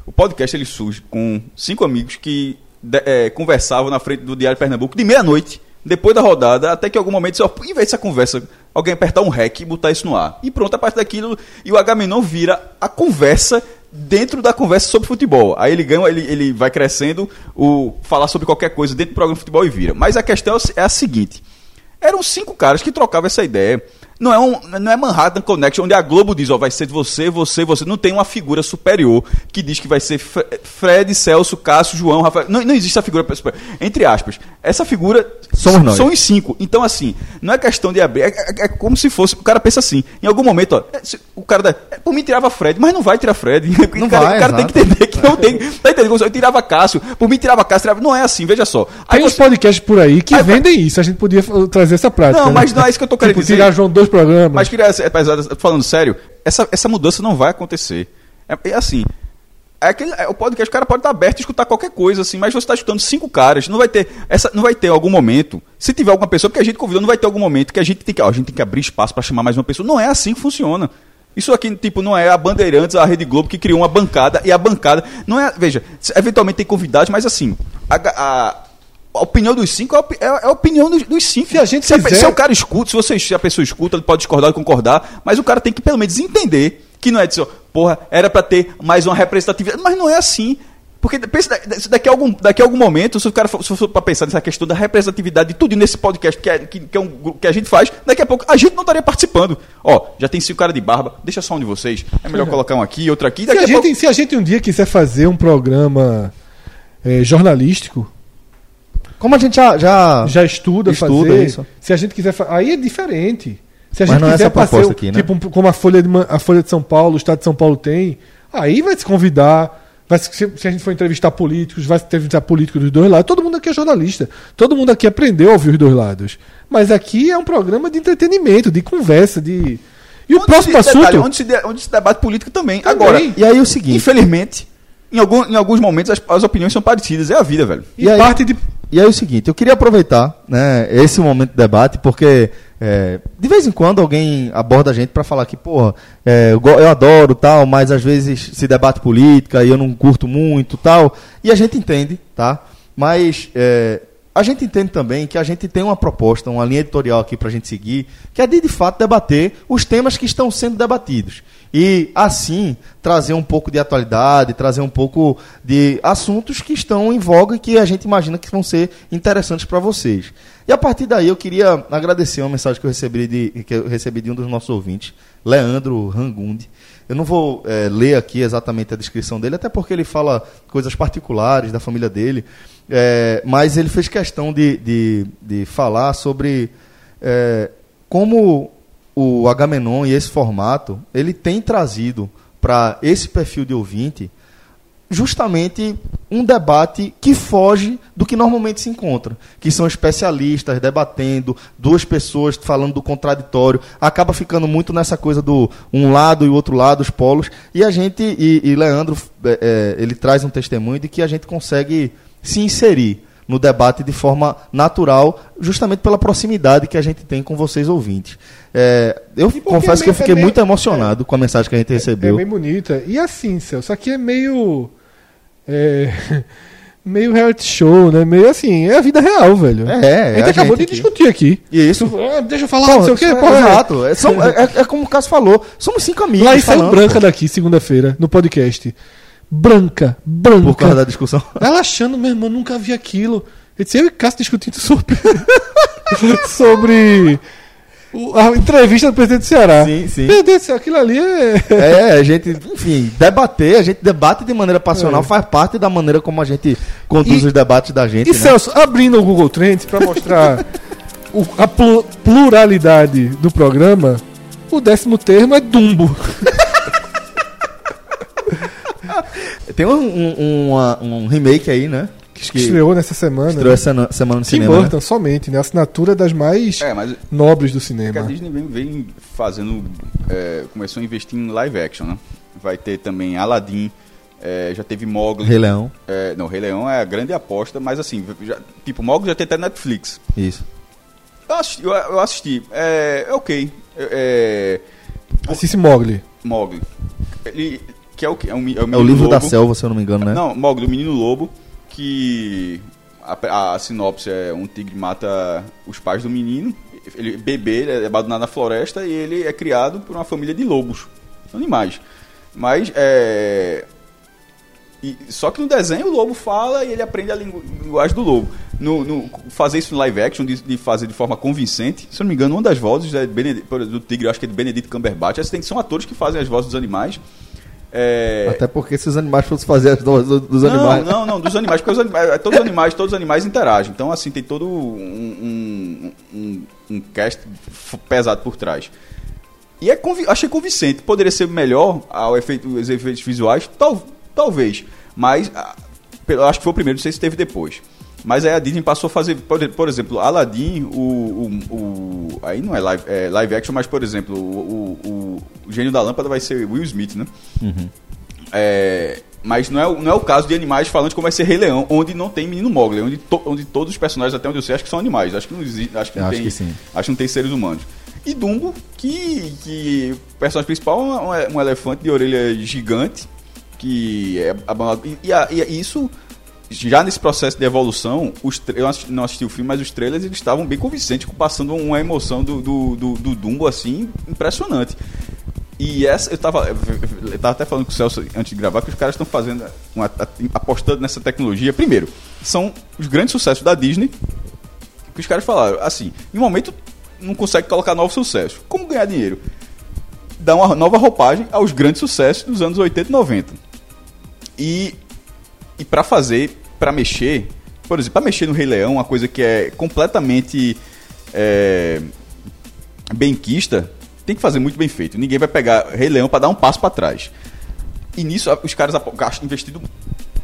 [SPEAKER 4] O podcast ele surge com cinco amigos que de- eh, conversavam na frente do Diário Pernambuco de meia-noite, depois da rodada, até que em algum momento, só, em vez dessa conversa, alguém apertar um rec e botar isso no ar. E pronto, a partir daquilo, e o Agamenon vira a conversa dentro da conversa sobre futebol. Aí ele ganha, ele, ele vai crescendo, o falar sobre qualquer coisa dentro do programa de futebol e vira. Mas a questão é o se- é a seguinte. Eram cinco caras que trocavam essa ideia. Não é, um, não é Manhattan Connection, onde a Globo diz, ó, vai ser você, você, você. Não tem uma figura superior que diz que vai ser Fre- Fred, Celso, Cássio, João, Rafael. Não, não existe essa figura superior. Entre aspas, essa figura
[SPEAKER 2] Somos nós.
[SPEAKER 4] são os cinco. Então, assim, não é questão de abrir. É, é- é como se fosse. O cara pensa assim, em algum momento, ó, é, se- o cara da. é, Por mim tirava Fred, mas não vai tirar Fred.
[SPEAKER 2] Não
[SPEAKER 4] o cara,
[SPEAKER 2] vai,
[SPEAKER 4] o cara tem
[SPEAKER 2] exato.
[SPEAKER 4] que entender que não tem. Tá entendendo? Como se Eu tirava Cássio, por mim tirava Cássio, tirava. Não é assim, veja só.
[SPEAKER 3] Tem uns
[SPEAKER 4] você-
[SPEAKER 3] podcasts por aí que
[SPEAKER 4] Aí-
[SPEAKER 3] vendem isso. A gente podia uh, trazer essa prática.
[SPEAKER 4] Não,
[SPEAKER 3] né?
[SPEAKER 4] mas não é isso que eu tô querendo
[SPEAKER 3] tipo,
[SPEAKER 4] dizer.
[SPEAKER 3] tirar João dois programas.
[SPEAKER 4] Mas, queria, é, apesar de- falando sério, essa, essa mudança não vai acontecer. É, é assim. É aquele, é o podcast, o cara pode estar aberto e escutar qualquer coisa, assim, mas você está escutando cinco caras. Não vai ter. Essa, não vai ter algum momento. Se tiver alguma pessoa, porque a gente convidou, não vai ter algum momento que a gente tem que. ó, a gente tem que abrir espaço para chamar mais uma pessoa. Não é assim que funciona. Isso aqui, tipo, não é a Bandeirantes, a Rede Globo que criou uma bancada e a bancada. Não é. Veja, se- eventualmente tem convidados, mas assim. A, a- a opinião dos cinco é a, opi- é a- é a opinião dos, dos cinco.
[SPEAKER 3] Se a gente
[SPEAKER 4] se, pe-
[SPEAKER 3] fizer-
[SPEAKER 4] se o cara escuta, se você se a pessoa escuta, ele pode discordar e concordar, mas o cara tem que pelo menos entender que não é disso, porra, era pra ter mais uma representatividade, mas não é assim. Porque pensa, da- da- daqui a algum, daqui a algum momento, se o cara for, se for pra pensar nessa questão da representatividade de tudo nesse podcast que, é, que, que é um, gru- que a gente faz, daqui a pouco a gente não estaria participando. Ó, já tem cinco caras de barba, deixa só um de vocês. É melhor colocar um aqui, outro aqui.
[SPEAKER 3] Se
[SPEAKER 4] Daqui
[SPEAKER 3] a,
[SPEAKER 4] a pouco...
[SPEAKER 3] gente, se a gente um dia quiser fazer um programa eh, jornalístico,
[SPEAKER 2] Como a gente já. já...
[SPEAKER 3] já estuda,
[SPEAKER 2] Ah, Estuda
[SPEAKER 3] fazer.
[SPEAKER 2] isso.
[SPEAKER 3] Se a gente quiser fa- aí é diferente. Se a
[SPEAKER 2] Mas
[SPEAKER 3] gente
[SPEAKER 2] não é
[SPEAKER 3] quiser
[SPEAKER 2] essa a
[SPEAKER 3] fazer,
[SPEAKER 2] proposta
[SPEAKER 3] o-
[SPEAKER 2] aqui, né?
[SPEAKER 3] tipo, um- como a Folha, de, Ma- a Folha de São Paulo, o Estado de São Paulo tem, aí vai se convidar. Vai se, se se a gente for entrevistar políticos, vai se entrevistar políticos dos dois lados. Todo mundo aqui é jornalista. Todo mundo aqui aprendeu a ouvir os dois lados. Mas aqui é um programa de entretenimento, de conversa, de. E o
[SPEAKER 4] Onde
[SPEAKER 3] próximo
[SPEAKER 4] se-
[SPEAKER 3] assunto.
[SPEAKER 4] detalhe, onde, se de- onde se debate política também.
[SPEAKER 3] Também.
[SPEAKER 4] Agora, é
[SPEAKER 2] E aí, o seguinte.
[SPEAKER 4] infelizmente, em, algum- em alguns momentos as, as opiniões são parecidas. É a vida, velho.
[SPEAKER 3] E,
[SPEAKER 2] E aí-
[SPEAKER 3] parte de.
[SPEAKER 2] E aí é o seguinte, eu queria aproveitar né, esse momento de debate, porque é, de vez em quando alguém aborda a gente para falar que, porra, é, eu, go- eu adoro tal, mas às vezes se debate política e eu não curto muito tal. E a gente entende, tá? Mas é, a gente entende também que a gente tem uma proposta, uma linha editorial aqui para a gente seguir, que é de, de fato debater os temas que estão sendo debatidos. E assim trazer um pouco de atualidade, trazer um pouco de assuntos que estão em voga e que a gente imagina que vão ser interessantes para vocês. E a partir daí eu queria agradecer uma mensagem que eu recebi de, que eu recebi de um dos nossos ouvintes, Leandro Rangundi. Eu não vou eh, ler aqui exatamente a descrição dele, até porque ele fala coisas particulares da família dele, eh, mas ele fez questão de, de, de falar sobre eh, como o Agamenon e esse formato ele tem trazido para esse perfil de ouvinte justamente um debate que foge do que normalmente se encontra, que são especialistas debatendo, duas pessoas falando do contraditório, acaba ficando muito nessa coisa do um lado e o outro lado, os polos, e a gente, e, e Leandro, é, é, ele traz um testemunho de que a gente consegue se inserir no debate de forma natural, justamente pela proximidade que a gente tem com vocês ouvintes. É, eu
[SPEAKER 3] E porque
[SPEAKER 2] confesso
[SPEAKER 3] é
[SPEAKER 2] que eu
[SPEAKER 3] meio- é
[SPEAKER 2] fiquei
[SPEAKER 3] meio-
[SPEAKER 2] muito emocionado com a mensagem que a gente
[SPEAKER 3] É
[SPEAKER 2] recebeu.
[SPEAKER 3] bem bonita. E assim, Celso, aqui é meio. É, meio reality show, né? Meio assim, é a vida real, velho.
[SPEAKER 2] É,
[SPEAKER 3] a
[SPEAKER 2] é
[SPEAKER 3] gente
[SPEAKER 2] a
[SPEAKER 3] acabou
[SPEAKER 2] gente
[SPEAKER 3] de
[SPEAKER 2] aqui.
[SPEAKER 3] discutir aqui.
[SPEAKER 2] E é isso
[SPEAKER 3] Ah, Deixa eu falar,
[SPEAKER 2] Porra,
[SPEAKER 3] não sei o quê,
[SPEAKER 2] é,
[SPEAKER 3] porra.
[SPEAKER 2] Exato. É, são- é- é- é como o Cássio falou. Somos cinco amigos.
[SPEAKER 3] Lá em saiu
[SPEAKER 2] falando,
[SPEAKER 3] branca daqui, segunda-feira, no podcast. Branca, branca.
[SPEAKER 2] Por causa da discussão.
[SPEAKER 3] Ela achando, meu irmão, nunca vi aquilo. Eu disse, eu e Cássio discutindo sobre. sobre. o- A entrevista do presidente do Ceará.
[SPEAKER 2] Sim, sim.
[SPEAKER 3] Meu Deus do céu, aquilo ali é.
[SPEAKER 2] É, a gente, enfim, debater, a gente debate de maneira passional,
[SPEAKER 3] É.
[SPEAKER 2] faz parte da maneira como a gente conduz
[SPEAKER 3] E-
[SPEAKER 2] os debates da gente.
[SPEAKER 3] E
[SPEAKER 2] né?
[SPEAKER 3] Celso, abrindo o Google Trends para mostrar o- a plu- pluralidade do programa, o décimo termo é Dumbo.
[SPEAKER 2] Tem um, um- uma- um remake aí, né?
[SPEAKER 3] Que, estreou nessa semana.
[SPEAKER 2] estreou essa no- semana no
[SPEAKER 3] Tim
[SPEAKER 2] cinema. né?
[SPEAKER 3] Burton, somente, né? A assinatura das mais
[SPEAKER 4] É, mas
[SPEAKER 3] nobres do
[SPEAKER 4] É que a
[SPEAKER 3] cinema.
[SPEAKER 4] Disney vem, vem fazendo. é, começou a investir em live action, né? Vai ter também Aladdin, é, já teve Mogli.
[SPEAKER 2] Rei Leão.
[SPEAKER 4] É, não, Rei Leão é a grande aposta, mas assim, já, tipo, Mogli já tem até Netflix.
[SPEAKER 2] Isso.
[SPEAKER 4] Eu assisti, eu, eu assisti. É, é ok. É,
[SPEAKER 3] Assiste Mogli.
[SPEAKER 4] é, Mogli. Ele- que é o que? É, o mi-
[SPEAKER 2] É o livro da
[SPEAKER 4] Lobo.
[SPEAKER 2] selva, se eu não me engano, né?
[SPEAKER 4] Não, Mogli, o menino lobo, que a, a sinopse é um tigre mata os pais do menino, ele bebê, ele é abandonado na floresta e ele é criado por uma família de lobos, são animais. Mas é e- só que no desenho o lobo fala e ele aprende a lingu- linguagem do lobo. No, no- fazer isso no live action, de, de fazer de forma convincente, se eu não me engano, uma das vozes é Benedi- por exemplo, do Tigre, eu acho que é de Benedito Cumberbatch. Esses tem- São atores que fazem as vozes dos animais. É,
[SPEAKER 2] Até porque se os animais fossem fazer as doses do- dos animais.
[SPEAKER 4] não, não, não, dos animais, porque os animais, todos os animais, todos os animais interagem. Então, assim, tem todo um, um, um, um cast f- pesado por trás. E é convi- achei convincente. Poderia ser melhor ao efeito, os efeitos visuais? Tal, talvez. Mas ah, pelo- acho que foi o primeiro, não sei se teve depois. Mas aí a Disney passou a fazer, por, por exemplo, Aladdin, o, o, o- Aí não é live, é live action, mas por exemplo, o, o, o- o Gênio da Lâmpada vai ser Will Smith, né? É, mas não é, o- não é o caso de animais falantes como vai ser Rei Leão, onde não tem menino Mogli, onde, to- onde todos os personagens, até onde eu sei, acho que são animais. Acho que não existe. Acho que não
[SPEAKER 2] Acho
[SPEAKER 4] tem,
[SPEAKER 2] que sim.
[SPEAKER 4] Acho que não tem seres humanos. E Dumbo, que, que o personagem principal é um- é um, elefante de orelha gigante, que é abandonado. E, e a- e a- isso, já nesse processo de evolução, os tra- eu assisti- não assisti o filme, mas os trailers eles estavam bem convincentes, passando uma emoção do, do, do, do Dumbo assim, impressionante. E essa, eu tava, eu tava até falando com o Celso antes de gravar que os caras estão fazendo, uma- apostando nessa tecnologia. Primeiro, são os grandes sucessos da Disney, que os caras falaram, assim, em um momento não consegue colocar novos sucessos. Como ganhar dinheiro? Dá uma nova roupagem aos grandes sucessos dos anos 80 e 90. E, e para fazer, para mexer, por exemplo, para mexer no Rei Leão, uma coisa que é completamente é, benquista, tem que fazer muito bem feito. Ninguém vai pegar Rei Leão para dar um passo para trás. E nisso a- os caras apo- gastam investido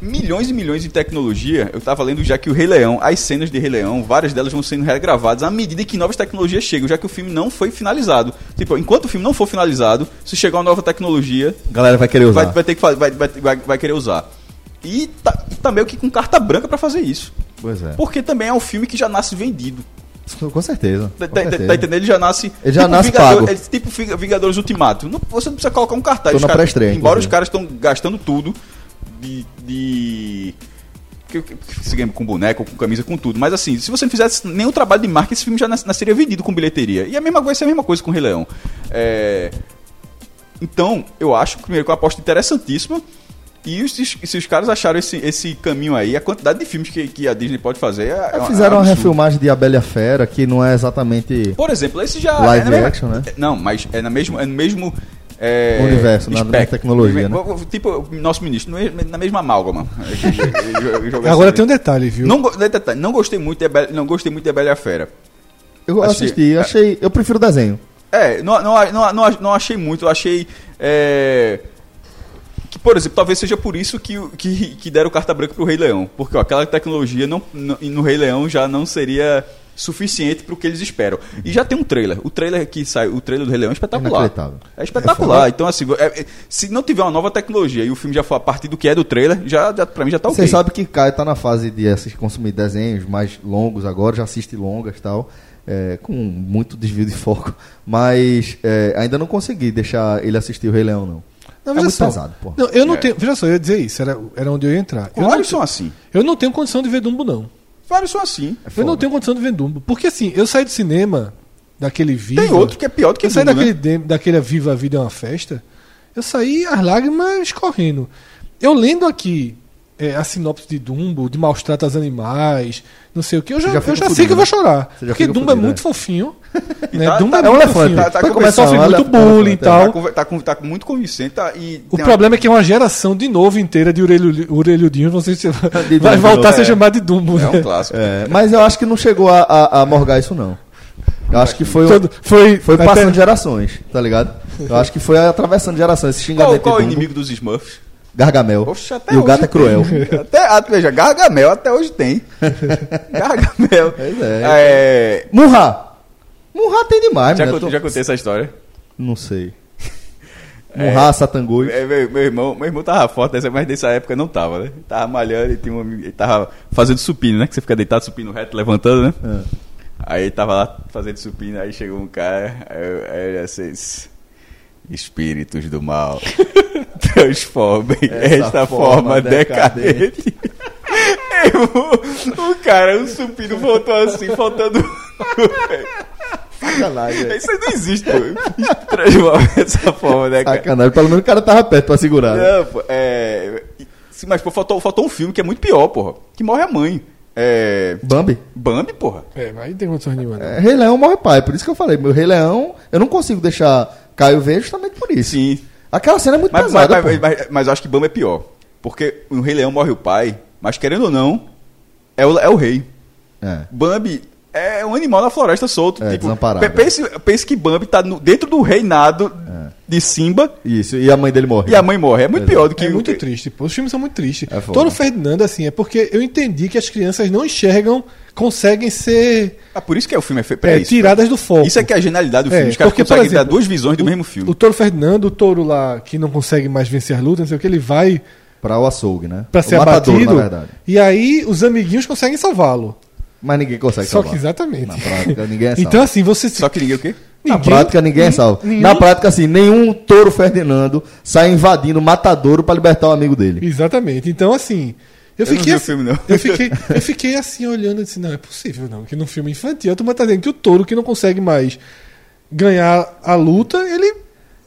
[SPEAKER 4] milhões e milhões em tecnologia. Eu tava lendo já que o Rei Leão, as cenas de Rei Leão, várias delas vão sendo regravadas à medida que novas tecnologias chegam, já que o filme não foi finalizado. Tipo, enquanto o filme não for finalizado, se chegar uma nova tecnologia,
[SPEAKER 2] Galera vai querer usar.
[SPEAKER 4] vai, vai ter que fa- vai, vai, vai, vai querer usar. E tá, e tá meio que com carta branca pra fazer isso.
[SPEAKER 2] Pois é.
[SPEAKER 4] Porque também é um filme que já nasce vendido.
[SPEAKER 2] Com certeza.
[SPEAKER 4] Tá,
[SPEAKER 2] com
[SPEAKER 4] tá-
[SPEAKER 2] certeza.
[SPEAKER 4] tá entendendo? Ele já nasce.
[SPEAKER 2] Ele já nasce
[SPEAKER 4] Vingador-
[SPEAKER 2] pago.
[SPEAKER 4] é tipo Ving- Vingadores Ultimato. Não- você não precisa colocar um cartaz.
[SPEAKER 2] Tô
[SPEAKER 4] Os
[SPEAKER 2] na
[SPEAKER 4] caras-
[SPEAKER 2] pré-estreia,
[SPEAKER 4] Embora os
[SPEAKER 2] inclusive.
[SPEAKER 4] caras estão gastando tudo de. de... que- que- que- Esse game com boneco, com camisa, com tudo. Mas assim, se você não fizesse nenhum trabalho de marca, esse filme já nas- nasceria vendido com bilheteria. E a mesma coisa, vai ser a mesma coisa com o Rei Leão. É, Então, eu acho, primeiro, que é uma aposta interessantíssima. E os- se, se os caras acharam esse, esse caminho aí, a quantidade de filmes que, que a Disney pode fazer é, é,
[SPEAKER 2] É, Fizeram
[SPEAKER 4] um- é um
[SPEAKER 2] uma
[SPEAKER 4] absurdo.
[SPEAKER 2] refilmagem de A Bela e a Fera, que não é exatamente.
[SPEAKER 4] Por exemplo, esse já.
[SPEAKER 2] Live
[SPEAKER 4] é na mesma-
[SPEAKER 2] action, né?
[SPEAKER 4] Não, mas é, na mesmo, é no mesmo. é,
[SPEAKER 2] Universo, na- na
[SPEAKER 4] espectro.
[SPEAKER 2] tecnologia, né?
[SPEAKER 4] Tipo, o nosso ministro, no mesmo- na mesma amálgama.
[SPEAKER 3] Agora tem um detalhe, viu?
[SPEAKER 4] Não, go- detalhe, não gostei muito de Bela, não gostei muito de Bela e a Fera.
[SPEAKER 2] Eu
[SPEAKER 4] Achei-
[SPEAKER 2] assisti, eu achei. Eu prefiro o desenho.
[SPEAKER 4] É, não, não, não, não, não achei muito, eu achei. é, Que, por exemplo, talvez seja por isso que, o- que, que deram carta branca pro Rei Leão. Porque ó, aquela tecnologia não, não- no Rei Leão já não seria suficiente pro que eles esperam. E já tem um trailer. O trailer que sai, o trailer do Rei Leão é espetacular.
[SPEAKER 2] Inacreditável.
[SPEAKER 4] É espetacular. Então, assim, é- é- se não tiver uma nova tecnologia e o filme já for a partir do que é do trailer, já, já pra mim já tá ok.
[SPEAKER 2] Você sabe que Caio tá na fase de assistir, consumir desenhos mais longos agora, já assiste longas e tal, é, com muito desvio de foco, mas é, ainda não consegui deixar ele assistir o Rei Leão, não.
[SPEAKER 3] Não,
[SPEAKER 2] É
[SPEAKER 3] veja
[SPEAKER 2] muito
[SPEAKER 3] só.
[SPEAKER 2] pesado, pô.
[SPEAKER 3] Não, eu não
[SPEAKER 4] É.
[SPEAKER 3] tenho. Veja só, eu ia dizer isso, era, era onde eu ia entrar. Eu não,
[SPEAKER 4] Vários são assim.
[SPEAKER 3] eu não tenho condição de ver Dumbo, não.
[SPEAKER 4] Vários são assim.
[SPEAKER 2] É
[SPEAKER 3] Eu não
[SPEAKER 2] foda.
[SPEAKER 3] tenho condição de ver Dumbo. Porque assim, eu saí do cinema, daquele vídeo.
[SPEAKER 4] Tem outro que é pior do que
[SPEAKER 3] eu saí
[SPEAKER 4] Dumbo,
[SPEAKER 3] daquele, de- daquele Viva a Vida é uma Festa, eu saí as lágrimas escorrendo. Eu lendo aqui é, a sinopse de Dumbo, de maus tratos aos animais, não sei o que, eu já,
[SPEAKER 2] já
[SPEAKER 3] eu
[SPEAKER 2] fica
[SPEAKER 3] já sei
[SPEAKER 2] fudido,
[SPEAKER 3] que eu vou
[SPEAKER 2] né?
[SPEAKER 3] chorar.
[SPEAKER 2] Você já
[SPEAKER 3] Porque
[SPEAKER 2] fica
[SPEAKER 3] Dumbo é
[SPEAKER 2] fudido,
[SPEAKER 3] muito
[SPEAKER 2] é.
[SPEAKER 3] fofinho.
[SPEAKER 4] E
[SPEAKER 3] né?
[SPEAKER 4] tá-
[SPEAKER 3] Dumbo
[SPEAKER 4] tá-
[SPEAKER 3] é
[SPEAKER 4] é um
[SPEAKER 3] muito
[SPEAKER 4] elefante,
[SPEAKER 3] fofinho.
[SPEAKER 4] tá- tá
[SPEAKER 3] Vai começar a
[SPEAKER 2] começando,
[SPEAKER 3] sofrer
[SPEAKER 2] é um
[SPEAKER 3] muito
[SPEAKER 2] elefante, é um
[SPEAKER 3] bullying e
[SPEAKER 2] elefante, é um
[SPEAKER 3] tal.
[SPEAKER 4] Tá, com- tá, com- tá com muito convincente. Tá, e
[SPEAKER 3] O
[SPEAKER 4] tem uma-
[SPEAKER 3] problema é que é uma geração de novo inteira de orelhu- orelhudinhos. Não sei se vai-
[SPEAKER 2] De
[SPEAKER 3] vai
[SPEAKER 2] Dumbo,
[SPEAKER 3] voltar a
[SPEAKER 4] é.
[SPEAKER 3] ser chamado de Dumbo.
[SPEAKER 4] É
[SPEAKER 3] né?
[SPEAKER 4] um clássico.
[SPEAKER 2] É, mas eu acho que não chegou a, a- a morgar isso, não. Eu acho que foi,
[SPEAKER 3] Todo- foi,
[SPEAKER 2] foi
[SPEAKER 3] até-
[SPEAKER 2] passando gerações, tá ligado? Eu acho que foi atravessando gerações, esse
[SPEAKER 4] Qual,
[SPEAKER 2] xingamento
[SPEAKER 4] qual é o
[SPEAKER 2] de Dumbo,
[SPEAKER 4] inimigo dos Smurfs?
[SPEAKER 2] Gargamel.
[SPEAKER 4] Poxa, até
[SPEAKER 2] e o
[SPEAKER 4] hoje
[SPEAKER 2] gato é
[SPEAKER 4] tem.
[SPEAKER 2] cruel.
[SPEAKER 4] Até, ah, veja, Gargamel até hoje tem. Gargamel.
[SPEAKER 2] Pois é.
[SPEAKER 4] É,
[SPEAKER 2] Murra! Murra tem demais,
[SPEAKER 4] já,
[SPEAKER 2] né?
[SPEAKER 4] cont-
[SPEAKER 2] Tô-
[SPEAKER 4] já contei essa história.
[SPEAKER 2] Não sei. Murra, Satangoi.
[SPEAKER 4] É, meu, meu irmão, meu irmão tava forte, dessa- mas nessa época não tava, né? Tava malhando e tinha um amigo- ele tava fazendo supino, né? Que você fica deitado, supino reto, levantando, né?
[SPEAKER 2] Ah.
[SPEAKER 4] Aí ele tava lá fazendo supino, aí chegou um cara, aí eu- aí ele assim, "S- espíritos do mal, transformem
[SPEAKER 2] Essa
[SPEAKER 4] esta
[SPEAKER 2] forma
[SPEAKER 4] forma decadente. Eu- o cara, o supino voltou assim, faltando...
[SPEAKER 2] Sacanagem. é.
[SPEAKER 4] Isso aí não existe, pô. Transforma essa forma decadente.
[SPEAKER 2] Sacanagem. Pelo menos o cara tava perto pra segurar. né?
[SPEAKER 4] Não, pô, é. Sim, mas pô, faltou, faltou um filme que é muito pior, porra. Que morre a mãe. É.
[SPEAKER 2] Bambi?
[SPEAKER 4] Bambi, porra.
[SPEAKER 3] É, mas aí não tem condições nenhuma. Né?
[SPEAKER 2] É, Rei Leão morre pai. Por isso que eu falei. Meu Rei Leão, eu não consigo deixar Caio ver justamente por isso.
[SPEAKER 4] Sim.
[SPEAKER 2] Aquela cena é muito
[SPEAKER 4] Mas, mas,
[SPEAKER 2] pesada,
[SPEAKER 4] mas,
[SPEAKER 2] pô.
[SPEAKER 4] mas, mas eu acho que Bambi é pior. Porque o Rei Leão morre o pai, mas querendo ou não, é o, é o rei.
[SPEAKER 2] É.
[SPEAKER 4] Bambi é um animal na floresta solto.
[SPEAKER 2] É,
[SPEAKER 4] tipo,
[SPEAKER 2] desamparado,
[SPEAKER 4] pe- pense, pense que Bambi tá no- dentro do reinado de Simba
[SPEAKER 2] Isso. E a mãe dele morre.
[SPEAKER 4] e a mãe morre. É muito
[SPEAKER 2] É. Pois é.
[SPEAKER 4] pior do que.
[SPEAKER 3] é
[SPEAKER 4] o-
[SPEAKER 3] muito triste. Pô. Os filmes são muito tristes.
[SPEAKER 2] É foda.
[SPEAKER 3] Tô no Ferdinando, assim, é porque eu entendi que as crianças não enxergam, conseguem ser
[SPEAKER 4] Ah, por isso que é o filme é feito pra
[SPEAKER 3] é,
[SPEAKER 2] tipo-
[SPEAKER 4] isso.
[SPEAKER 3] tiradas do foco.
[SPEAKER 4] Isso é que é a genialidade do
[SPEAKER 3] É,
[SPEAKER 4] filme. Os caras
[SPEAKER 3] porque, por
[SPEAKER 4] conseguem dar
[SPEAKER 3] exemplo,
[SPEAKER 4] duas visões do
[SPEAKER 3] o,
[SPEAKER 4] mesmo filme.
[SPEAKER 3] O touro Ferdinando, o touro lá que não consegue mais vencer as lutas, não sei o que, ele vai
[SPEAKER 2] Pra o açougue, né?
[SPEAKER 3] pra
[SPEAKER 2] O
[SPEAKER 3] ser
[SPEAKER 2] matador,
[SPEAKER 3] abatido.
[SPEAKER 2] na verdade.
[SPEAKER 3] E aí os amiguinhos conseguem salvá-lo.
[SPEAKER 2] Mas ninguém consegue
[SPEAKER 3] Só
[SPEAKER 2] salvar.
[SPEAKER 3] que exatamente.
[SPEAKER 2] Na prática, ninguém é salvo.
[SPEAKER 3] Então, assim, você se.
[SPEAKER 4] Só que ninguém o quê?
[SPEAKER 2] Na
[SPEAKER 3] ninguém-
[SPEAKER 2] prática, ninguém é salvo.
[SPEAKER 3] nenhum-
[SPEAKER 2] Na prática, assim, nenhum touro Ferdinando sai invadindo o matadouro pra libertar o amigo dele.
[SPEAKER 3] Exatamente. Então, assim. Eu,
[SPEAKER 4] Eu não vi
[SPEAKER 3] fiquei,
[SPEAKER 4] o
[SPEAKER 3] assim,
[SPEAKER 4] filme, não.
[SPEAKER 3] Eu fiquei, eu fiquei assim olhando e disse: não, é possível não, que num filme infantil a turma tá dizendo que o touro que não consegue mais ganhar a luta, ele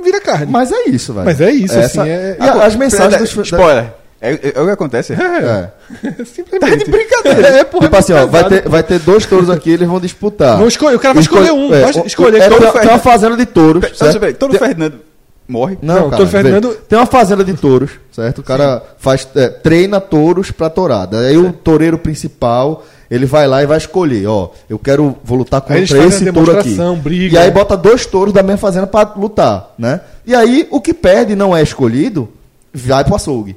[SPEAKER 3] vira carne.
[SPEAKER 2] Mas é isso, velho.
[SPEAKER 3] Mas é isso,
[SPEAKER 2] Essa...
[SPEAKER 3] assim, é-
[SPEAKER 2] E a- as
[SPEAKER 4] Pera,
[SPEAKER 2] mensagens dos...
[SPEAKER 4] Spoiler. É, é- é o que acontece?
[SPEAKER 2] É.
[SPEAKER 3] Simplesmente.
[SPEAKER 4] Tá de brincadeira.
[SPEAKER 3] É, porra,
[SPEAKER 2] tipo
[SPEAKER 3] é
[SPEAKER 2] assim, ó,
[SPEAKER 3] pesado.
[SPEAKER 2] vai ter, vai ter dois touros aqui, eles vão disputar.
[SPEAKER 3] Vão escolher- o cara vai escolher um, vai tá,
[SPEAKER 2] é,
[SPEAKER 3] escolher touro
[SPEAKER 2] tem uma-
[SPEAKER 4] Fernando.
[SPEAKER 2] Tem uma fazenda de touros.
[SPEAKER 4] Pera,
[SPEAKER 2] certo?
[SPEAKER 4] só peraí, todo
[SPEAKER 2] Tem-
[SPEAKER 4] Fernando morre.
[SPEAKER 2] Não,
[SPEAKER 3] Não, o
[SPEAKER 2] cara,
[SPEAKER 3] touro
[SPEAKER 2] vê,
[SPEAKER 3] Fernando-
[SPEAKER 2] Tem uma fazenda de touros, certo? O cara faz, é, treina touros pra tourada. Aí o toureiro principal, ele vai lá e vai escolher, ó, eu quero, vou lutar
[SPEAKER 3] Aí eles
[SPEAKER 2] contra
[SPEAKER 3] fazem
[SPEAKER 2] esse
[SPEAKER 3] a
[SPEAKER 2] touro aqui.
[SPEAKER 3] demonstração, briga.
[SPEAKER 2] E aí bota dois touros da mesma fazenda pra lutar, né? E aí o que perde e não é escolhido, vai pro açougue.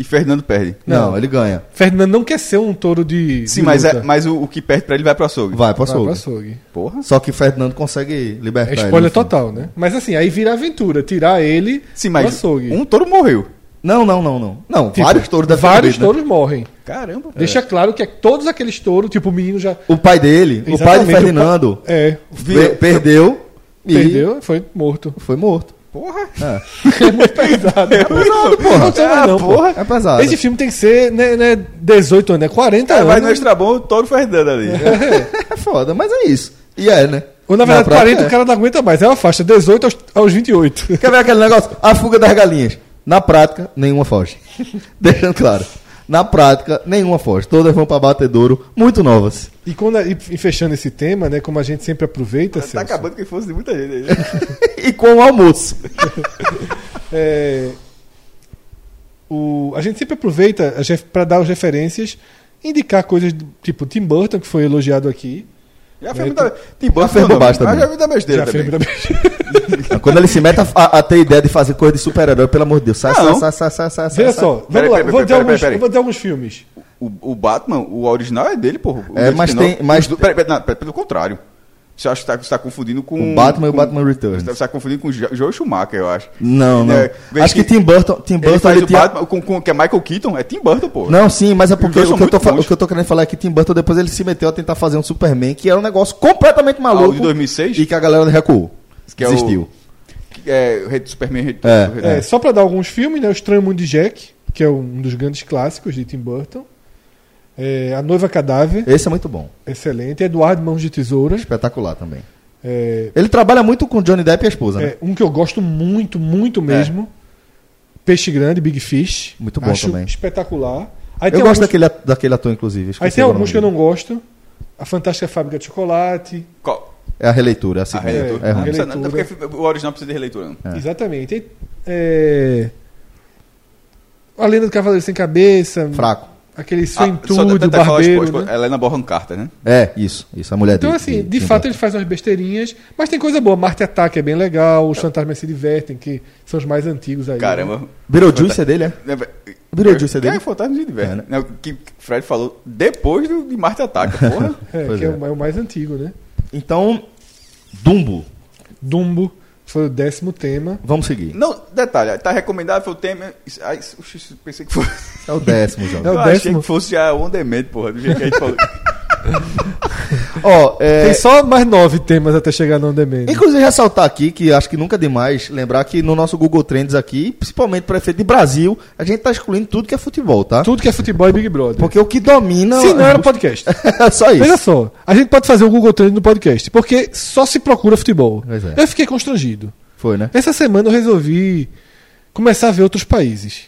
[SPEAKER 4] E Fernando perde.
[SPEAKER 2] Não,
[SPEAKER 3] Não.
[SPEAKER 2] ele ganha.
[SPEAKER 3] Fernando não quer ser um touro de.
[SPEAKER 4] Sim,
[SPEAKER 3] de
[SPEAKER 4] mas, é-
[SPEAKER 3] luta.
[SPEAKER 4] mas o, o que perde pra ele vai pro açougue.
[SPEAKER 2] Vai pro
[SPEAKER 3] Vai
[SPEAKER 2] açougue.
[SPEAKER 3] pro açougue.
[SPEAKER 4] Porra.
[SPEAKER 2] Só que Fernando consegue libertar
[SPEAKER 3] É
[SPEAKER 2] ele,
[SPEAKER 3] spoiler
[SPEAKER 2] enfim.
[SPEAKER 3] total, né? Mas assim, aí vira aventura, tirar ele
[SPEAKER 4] Sim,
[SPEAKER 3] do
[SPEAKER 4] mas
[SPEAKER 3] açougue.
[SPEAKER 4] um touro morreu.
[SPEAKER 2] Não, não, não, não. Não,
[SPEAKER 3] Tipo,
[SPEAKER 2] vários touros devem ter
[SPEAKER 3] Vários
[SPEAKER 2] morrido, né?
[SPEAKER 3] touros morrem.
[SPEAKER 4] Caramba.
[SPEAKER 3] Deixa claro que é todos aqueles touros, tipo, o menino já.
[SPEAKER 2] O pai dele, o pai de
[SPEAKER 3] Exatamente,
[SPEAKER 2] Fernando,
[SPEAKER 3] pa- É.
[SPEAKER 2] pe- perdeu e
[SPEAKER 3] Perdeu, foi morto.
[SPEAKER 2] foi morto.
[SPEAKER 4] Porra.
[SPEAKER 3] É muito pesado. É pesado, porra. Não tem mais não, porra.
[SPEAKER 2] É pesado.
[SPEAKER 3] Esse filme tem que ser, né, né 18 anos, né? 40
[SPEAKER 4] Tá,
[SPEAKER 3] anos.
[SPEAKER 4] vai no extra bom o touro Fernando ali.
[SPEAKER 2] É foda, mas é isso. E é, né?
[SPEAKER 3] Ou na verdade,
[SPEAKER 2] prática,
[SPEAKER 3] 40
[SPEAKER 2] é.
[SPEAKER 3] o cara não aguenta mais. É uma faixa, 18 aos, aos 28.
[SPEAKER 2] Quer ver aquele negócio? A fuga das galinhas. Na prática, nenhuma foge. Deixando claro. Na prática, nenhuma foge. Todas vão pra batedouro, muito novas.
[SPEAKER 3] E, quando, a- e e fechando esse tema, né? Como a gente sempre aproveita,
[SPEAKER 4] Tá
[SPEAKER 3] Celso,
[SPEAKER 4] acabando que fosse de muita gente aí.
[SPEAKER 2] e com o almoço.
[SPEAKER 3] é, o, a gente sempre aproveita para dar as referências, indicar coisas do- tipo Tim Burton, que foi elogiado aqui.
[SPEAKER 4] Já fez muita. Tem
[SPEAKER 2] Já fez bobagem
[SPEAKER 4] também.
[SPEAKER 2] também.
[SPEAKER 4] Já fez muita besteira
[SPEAKER 3] Já fez
[SPEAKER 4] também.
[SPEAKER 3] muita besteira.
[SPEAKER 2] Ah, Quando ele se mete a, a- a ter ideia de fazer coisa de super-herói, pelo amor de Deus, sai, sai,
[SPEAKER 4] Não.
[SPEAKER 2] sai, sai, sai, sai, sai.
[SPEAKER 3] Veja
[SPEAKER 2] sai.
[SPEAKER 3] só,
[SPEAKER 4] Peraí,
[SPEAKER 3] vamos lá, vou
[SPEAKER 4] peraí, peraí,
[SPEAKER 3] ter
[SPEAKER 4] peraí,
[SPEAKER 3] alguns-
[SPEAKER 4] peraí.
[SPEAKER 3] eu vou ter alguns filmes.
[SPEAKER 4] O, o Batman, o original é dele, porra. O
[SPEAKER 2] É,
[SPEAKER 4] Batman
[SPEAKER 2] mas
[SPEAKER 4] não.
[SPEAKER 2] tem- mas-
[SPEAKER 4] Os do- Pera, pera, não, pera, pelo contrário. Você acha que está tá confundindo com.
[SPEAKER 2] O Batman e o
[SPEAKER 4] com-
[SPEAKER 2] Batman Returns.
[SPEAKER 4] Você está confundindo com o Jo- Joel Schumacher, eu acho.
[SPEAKER 2] Não, não.
[SPEAKER 4] É,
[SPEAKER 2] Acho que, Tim Burton, Tim
[SPEAKER 4] Ele
[SPEAKER 2] Burton
[SPEAKER 4] faz
[SPEAKER 2] ele
[SPEAKER 4] o
[SPEAKER 2] tinha-
[SPEAKER 4] Batman com, com, que é Michael Keaton, é Tim Burton, porra.
[SPEAKER 2] Não, sim, mas é porque
[SPEAKER 4] dois
[SPEAKER 2] o
[SPEAKER 4] são
[SPEAKER 2] que, eu tô,
[SPEAKER 4] muito
[SPEAKER 2] fa-
[SPEAKER 4] bons.
[SPEAKER 2] o que eu tô querendo falar é que Tim Burton depois ele se meteu a tentar fazer um Superman, que era um negócio completamente maluco.
[SPEAKER 4] Ah, o de 2006?
[SPEAKER 2] E que a galera recuou.
[SPEAKER 4] Que é o-
[SPEAKER 2] desistiu.
[SPEAKER 4] Que É, o Rei do Superman. Rei do-
[SPEAKER 2] É,
[SPEAKER 4] Rei do-
[SPEAKER 3] É, só pra dar alguns filmes, né? O Estranho Mundo de Jack, que é um dos grandes clássicos de Tim Burton. É, a Noiva Cadáver,
[SPEAKER 2] Esse é muito bom.
[SPEAKER 3] excelente. Eduardo Mãos de Tesoura.
[SPEAKER 2] Espetacular também.
[SPEAKER 3] É,
[SPEAKER 2] Ele trabalha muito com Johnny Depp e a esposa, né? É.
[SPEAKER 3] é, um que eu gosto muito, muito mesmo. Peixe Grande, Big Fish.
[SPEAKER 2] Muito bom
[SPEAKER 3] Acho
[SPEAKER 2] também.
[SPEAKER 3] espetacular. Aí
[SPEAKER 2] Eu
[SPEAKER 3] tem
[SPEAKER 2] gosto
[SPEAKER 3] alguns-
[SPEAKER 2] daquele, né? at- daquele ator, inclusive.
[SPEAKER 3] Aí
[SPEAKER 2] esqueci
[SPEAKER 3] tem
[SPEAKER 2] agora
[SPEAKER 3] alguns
[SPEAKER 2] o
[SPEAKER 3] que eu
[SPEAKER 2] nome
[SPEAKER 3] não gosto. A Fantástica Fábrica de Chocolate.
[SPEAKER 4] Qual?
[SPEAKER 2] dele. É a releitura, é a
[SPEAKER 4] A
[SPEAKER 3] Ah,
[SPEAKER 2] segunda.
[SPEAKER 4] releitura.
[SPEAKER 2] É
[SPEAKER 4] não,
[SPEAKER 2] ruim.
[SPEAKER 4] precisa, não,
[SPEAKER 3] Releitura.
[SPEAKER 4] porque o original precisa de releitura. Não.
[SPEAKER 2] É.
[SPEAKER 3] Exatamente. E, é, A Lenda do Cavaleiro Sem Cabeça.
[SPEAKER 2] Fraco.
[SPEAKER 3] Aquele sonho é em
[SPEAKER 4] Ah, só
[SPEAKER 3] tudo,
[SPEAKER 4] até falar
[SPEAKER 3] barbeiro.
[SPEAKER 4] spoiler,
[SPEAKER 3] né?
[SPEAKER 4] Helena Bonham Carter, né?
[SPEAKER 2] É, isso. Isso, a mulher
[SPEAKER 3] Então,
[SPEAKER 2] dele.
[SPEAKER 3] assim,
[SPEAKER 2] Tim
[SPEAKER 3] de fato
[SPEAKER 2] Burton.
[SPEAKER 3] eles fazem umas besteirinhas, mas tem coisa boa. Marte Ataque é bem legal, os fantasmas se divertem, que são os mais antigos aí. né?
[SPEAKER 4] Caramba.
[SPEAKER 2] Beetlejuice é dele, é?
[SPEAKER 3] um
[SPEAKER 2] Beetlejuice é
[SPEAKER 4] é,
[SPEAKER 2] dele?
[SPEAKER 4] é fantasma de diverso.
[SPEAKER 2] É, né?
[SPEAKER 4] Não, que Fred falou depois do, de Marte Ataca, porra.
[SPEAKER 3] É,
[SPEAKER 2] Pois
[SPEAKER 3] que é.
[SPEAKER 2] é.
[SPEAKER 3] o é o mais antigo, né?
[SPEAKER 2] Então, Dumbo.
[SPEAKER 3] Dumbo foi o décimo tema.
[SPEAKER 2] Vamos seguir.
[SPEAKER 4] Não, detalhe, tá recomendado, foi o tema. isso- ai, isso- isso, pensei que fosse.
[SPEAKER 2] É o décimo, já.
[SPEAKER 3] É o
[SPEAKER 4] eu achei
[SPEAKER 3] décimo?
[SPEAKER 4] que fosse já on demand, porra, do jeito que a gente falou.
[SPEAKER 2] Ó, é...
[SPEAKER 3] Tem só mais nove temas até chegar no né? On Demand.
[SPEAKER 2] Inclusive, ressaltar aqui, que acho que nunca é demais, lembrar que no nosso Google Trends aqui, principalmente para efeito de Brasil, a gente tá excluindo tudo que é futebol, tá?
[SPEAKER 3] Tudo que é futebol e Big Brother.
[SPEAKER 2] Porque é o que domina.
[SPEAKER 3] Se não era podcast.
[SPEAKER 2] é só
[SPEAKER 3] Veja
[SPEAKER 2] isso.
[SPEAKER 3] só, a gente pode fazer o Google Trend no podcast, porque só se procura futebol.
[SPEAKER 2] Pois é.
[SPEAKER 3] Eu fiquei constrangido.
[SPEAKER 2] Foi, né?
[SPEAKER 3] Essa semana eu resolvi começar a ver outros países.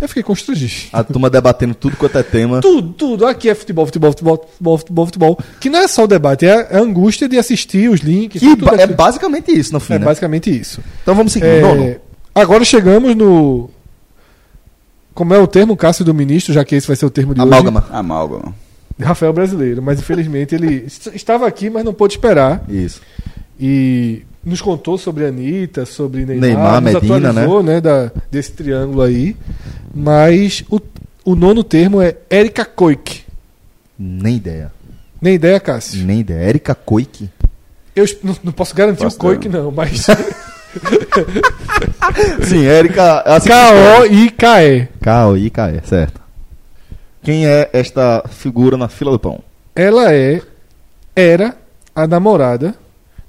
[SPEAKER 3] Eu fiquei constrangido.
[SPEAKER 2] A turma debatendo tudo quanto é tema.
[SPEAKER 3] Tudo, tudo. Aqui é futebol, futebol, futebol, futebol, futebol, futebol. Que não é só o debate, é a- é a angústia de assistir os links.
[SPEAKER 2] Que
[SPEAKER 3] tudo
[SPEAKER 2] ba- é
[SPEAKER 3] aquilo.
[SPEAKER 2] basicamente isso, no fim,
[SPEAKER 3] É
[SPEAKER 2] né?
[SPEAKER 3] basicamente isso.
[SPEAKER 2] Então vamos seguir.
[SPEAKER 3] É,
[SPEAKER 2] Nono.
[SPEAKER 3] Agora chegamos no. Como é o termo, Cássio do Ministro, já que esse vai ser o termo de
[SPEAKER 2] Amálgama.
[SPEAKER 4] Amálgama.
[SPEAKER 3] hoje. Rafael Brasileiro, mas infelizmente ele est- estava aqui, mas não pôde esperar.
[SPEAKER 2] Isso.
[SPEAKER 3] e nos contou sobre a Anitta, sobre Neymar,
[SPEAKER 2] Neymar,
[SPEAKER 3] nos
[SPEAKER 2] Medina,
[SPEAKER 3] atualizou, né, da, desse triângulo aí. Mas o, o nono termo é Erika Koik.
[SPEAKER 2] Nem ideia.
[SPEAKER 3] Nem ideia, Cássio.
[SPEAKER 2] Nem ideia. Erika Koik.
[SPEAKER 3] Eu es- não, não posso garantir
[SPEAKER 4] Posso
[SPEAKER 3] o Koik, não, mas
[SPEAKER 2] Sim, Erika.
[SPEAKER 3] K-O-I-K-E.
[SPEAKER 2] K-O-I-K-E, certo. Quem é esta figura na fila do pão?
[SPEAKER 3] Ela é era a namorada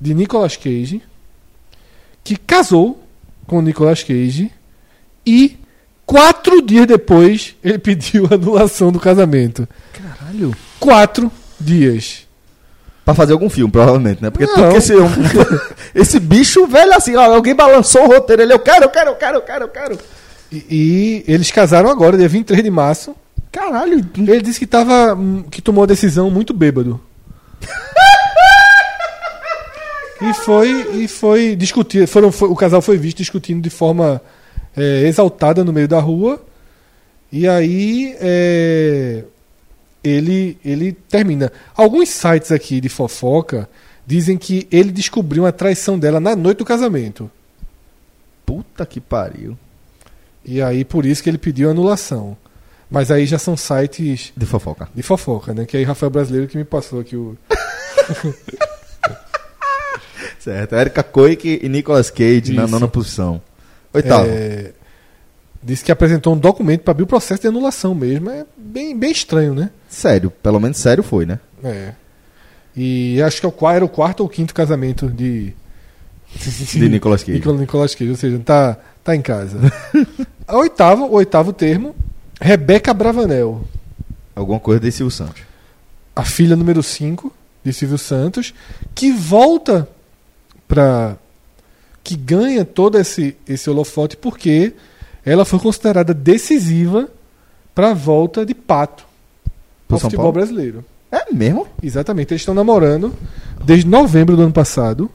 [SPEAKER 3] de Nicolas Cage, que casou com o Nicolas Cage e quatro dias depois ele pediu a anulação do casamento.
[SPEAKER 2] Caralho.
[SPEAKER 3] Quatro dias.
[SPEAKER 2] Pra fazer algum filme, provavelmente, né? Porque tudo
[SPEAKER 3] Não.
[SPEAKER 2] que esse, esse bicho velho assim, ó, alguém balançou o roteiro, ele, eu quero, eu quero, eu quero, eu quero, eu quero.
[SPEAKER 3] E, e eles casaram agora, dia 23 de março.
[SPEAKER 2] Caralho.
[SPEAKER 3] Ele disse que tava, hum, que tomou a decisão muito bêbado. e foi e foi discutir, foram foi- o casal foi visto discutindo de forma é, exaltada no meio da rua. E aí é, ele ele termina. Alguns sites aqui de fofoca dizem que ele descobriu a traição dela na noite do casamento.
[SPEAKER 2] Puta que pariu.
[SPEAKER 3] E aí por isso que ele pediu anulação. Mas aí já são sites
[SPEAKER 2] De fofoca.
[SPEAKER 3] de fofoca, né? Que aí Rafael Brasileiro que me passou aqui o.
[SPEAKER 2] Certo. Erika Koik e Nicolas Cage na
[SPEAKER 3] Isso.
[SPEAKER 2] nona posição. Oitavo.
[SPEAKER 3] é, disse que apresentou um documento para abrir o processo de anulação mesmo. É bem, bem estranho, né?
[SPEAKER 2] Sério, pelo menos sério foi, né?
[SPEAKER 3] É. E acho que é o, qua- era o quarto ou quinto casamento de.
[SPEAKER 2] De Nicolas Cage.
[SPEAKER 3] Nicolas, Nicolas Cage, ou seja, tá, tá em casa. a oitava, o oitavo termo, Rebeca Bravanel.
[SPEAKER 2] Alguma coisa desse Silvio Santos.
[SPEAKER 3] a filha número 5 de Silvio Santos, que volta para que ganha todo esse esse holofote porque ela foi considerada decisiva para a volta de Pato
[SPEAKER 2] Pro
[SPEAKER 3] ao
[SPEAKER 2] São
[SPEAKER 3] futebol
[SPEAKER 2] Paulo?
[SPEAKER 3] brasileiro.
[SPEAKER 2] É mesmo?
[SPEAKER 3] Exatamente, eles estão namorando desde novembro do ano passado,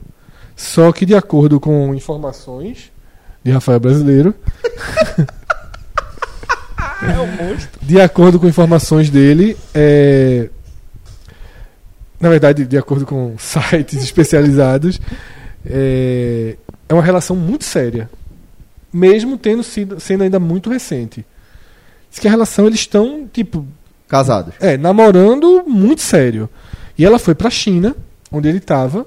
[SPEAKER 3] só que de acordo com informações de Rafael Brasileiro,
[SPEAKER 4] É um monstro.
[SPEAKER 3] de acordo com informações dele, é, na verdade, de acordo com sites especializados, é, é uma relação muito séria. Mesmo tendo sido, sendo ainda muito recente. Diz que a relação, eles estão, tipo,
[SPEAKER 2] Casados.
[SPEAKER 3] é, namorando muito sério. E ela foi pra China, onde ele tava,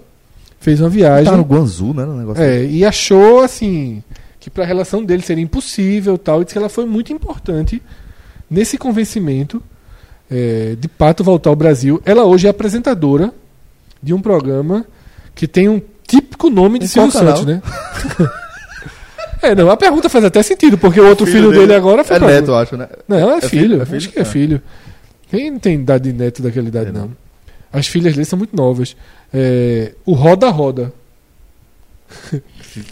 [SPEAKER 3] fez uma viagem.
[SPEAKER 2] Tá no Guangzhou, né? No negócio.
[SPEAKER 3] É, e achou assim que para a relação dele seria impossível, tal, e disse que ela foi muito importante nesse convencimento é, de Pato voltar ao Brasil. Ela hoje é apresentadora de um programa que tem um típico nome de
[SPEAKER 2] Em
[SPEAKER 3] Silvio
[SPEAKER 2] qual canal?
[SPEAKER 3] Santos, né? é, não, a pergunta faz até sentido, porque o outro
[SPEAKER 4] Filho
[SPEAKER 3] filho, dele,
[SPEAKER 4] dele
[SPEAKER 3] agora foi
[SPEAKER 2] É
[SPEAKER 3] pra-
[SPEAKER 2] neto, eu acho, né?
[SPEAKER 3] Não, é,
[SPEAKER 2] fi-
[SPEAKER 3] filho,
[SPEAKER 2] é filho?
[SPEAKER 3] acho que é,
[SPEAKER 2] Ah.
[SPEAKER 3] filho. Quem não tem idade de neto daquela idade,
[SPEAKER 2] É,
[SPEAKER 3] não. As filhas dele são muito novas. É, o Roda Roda.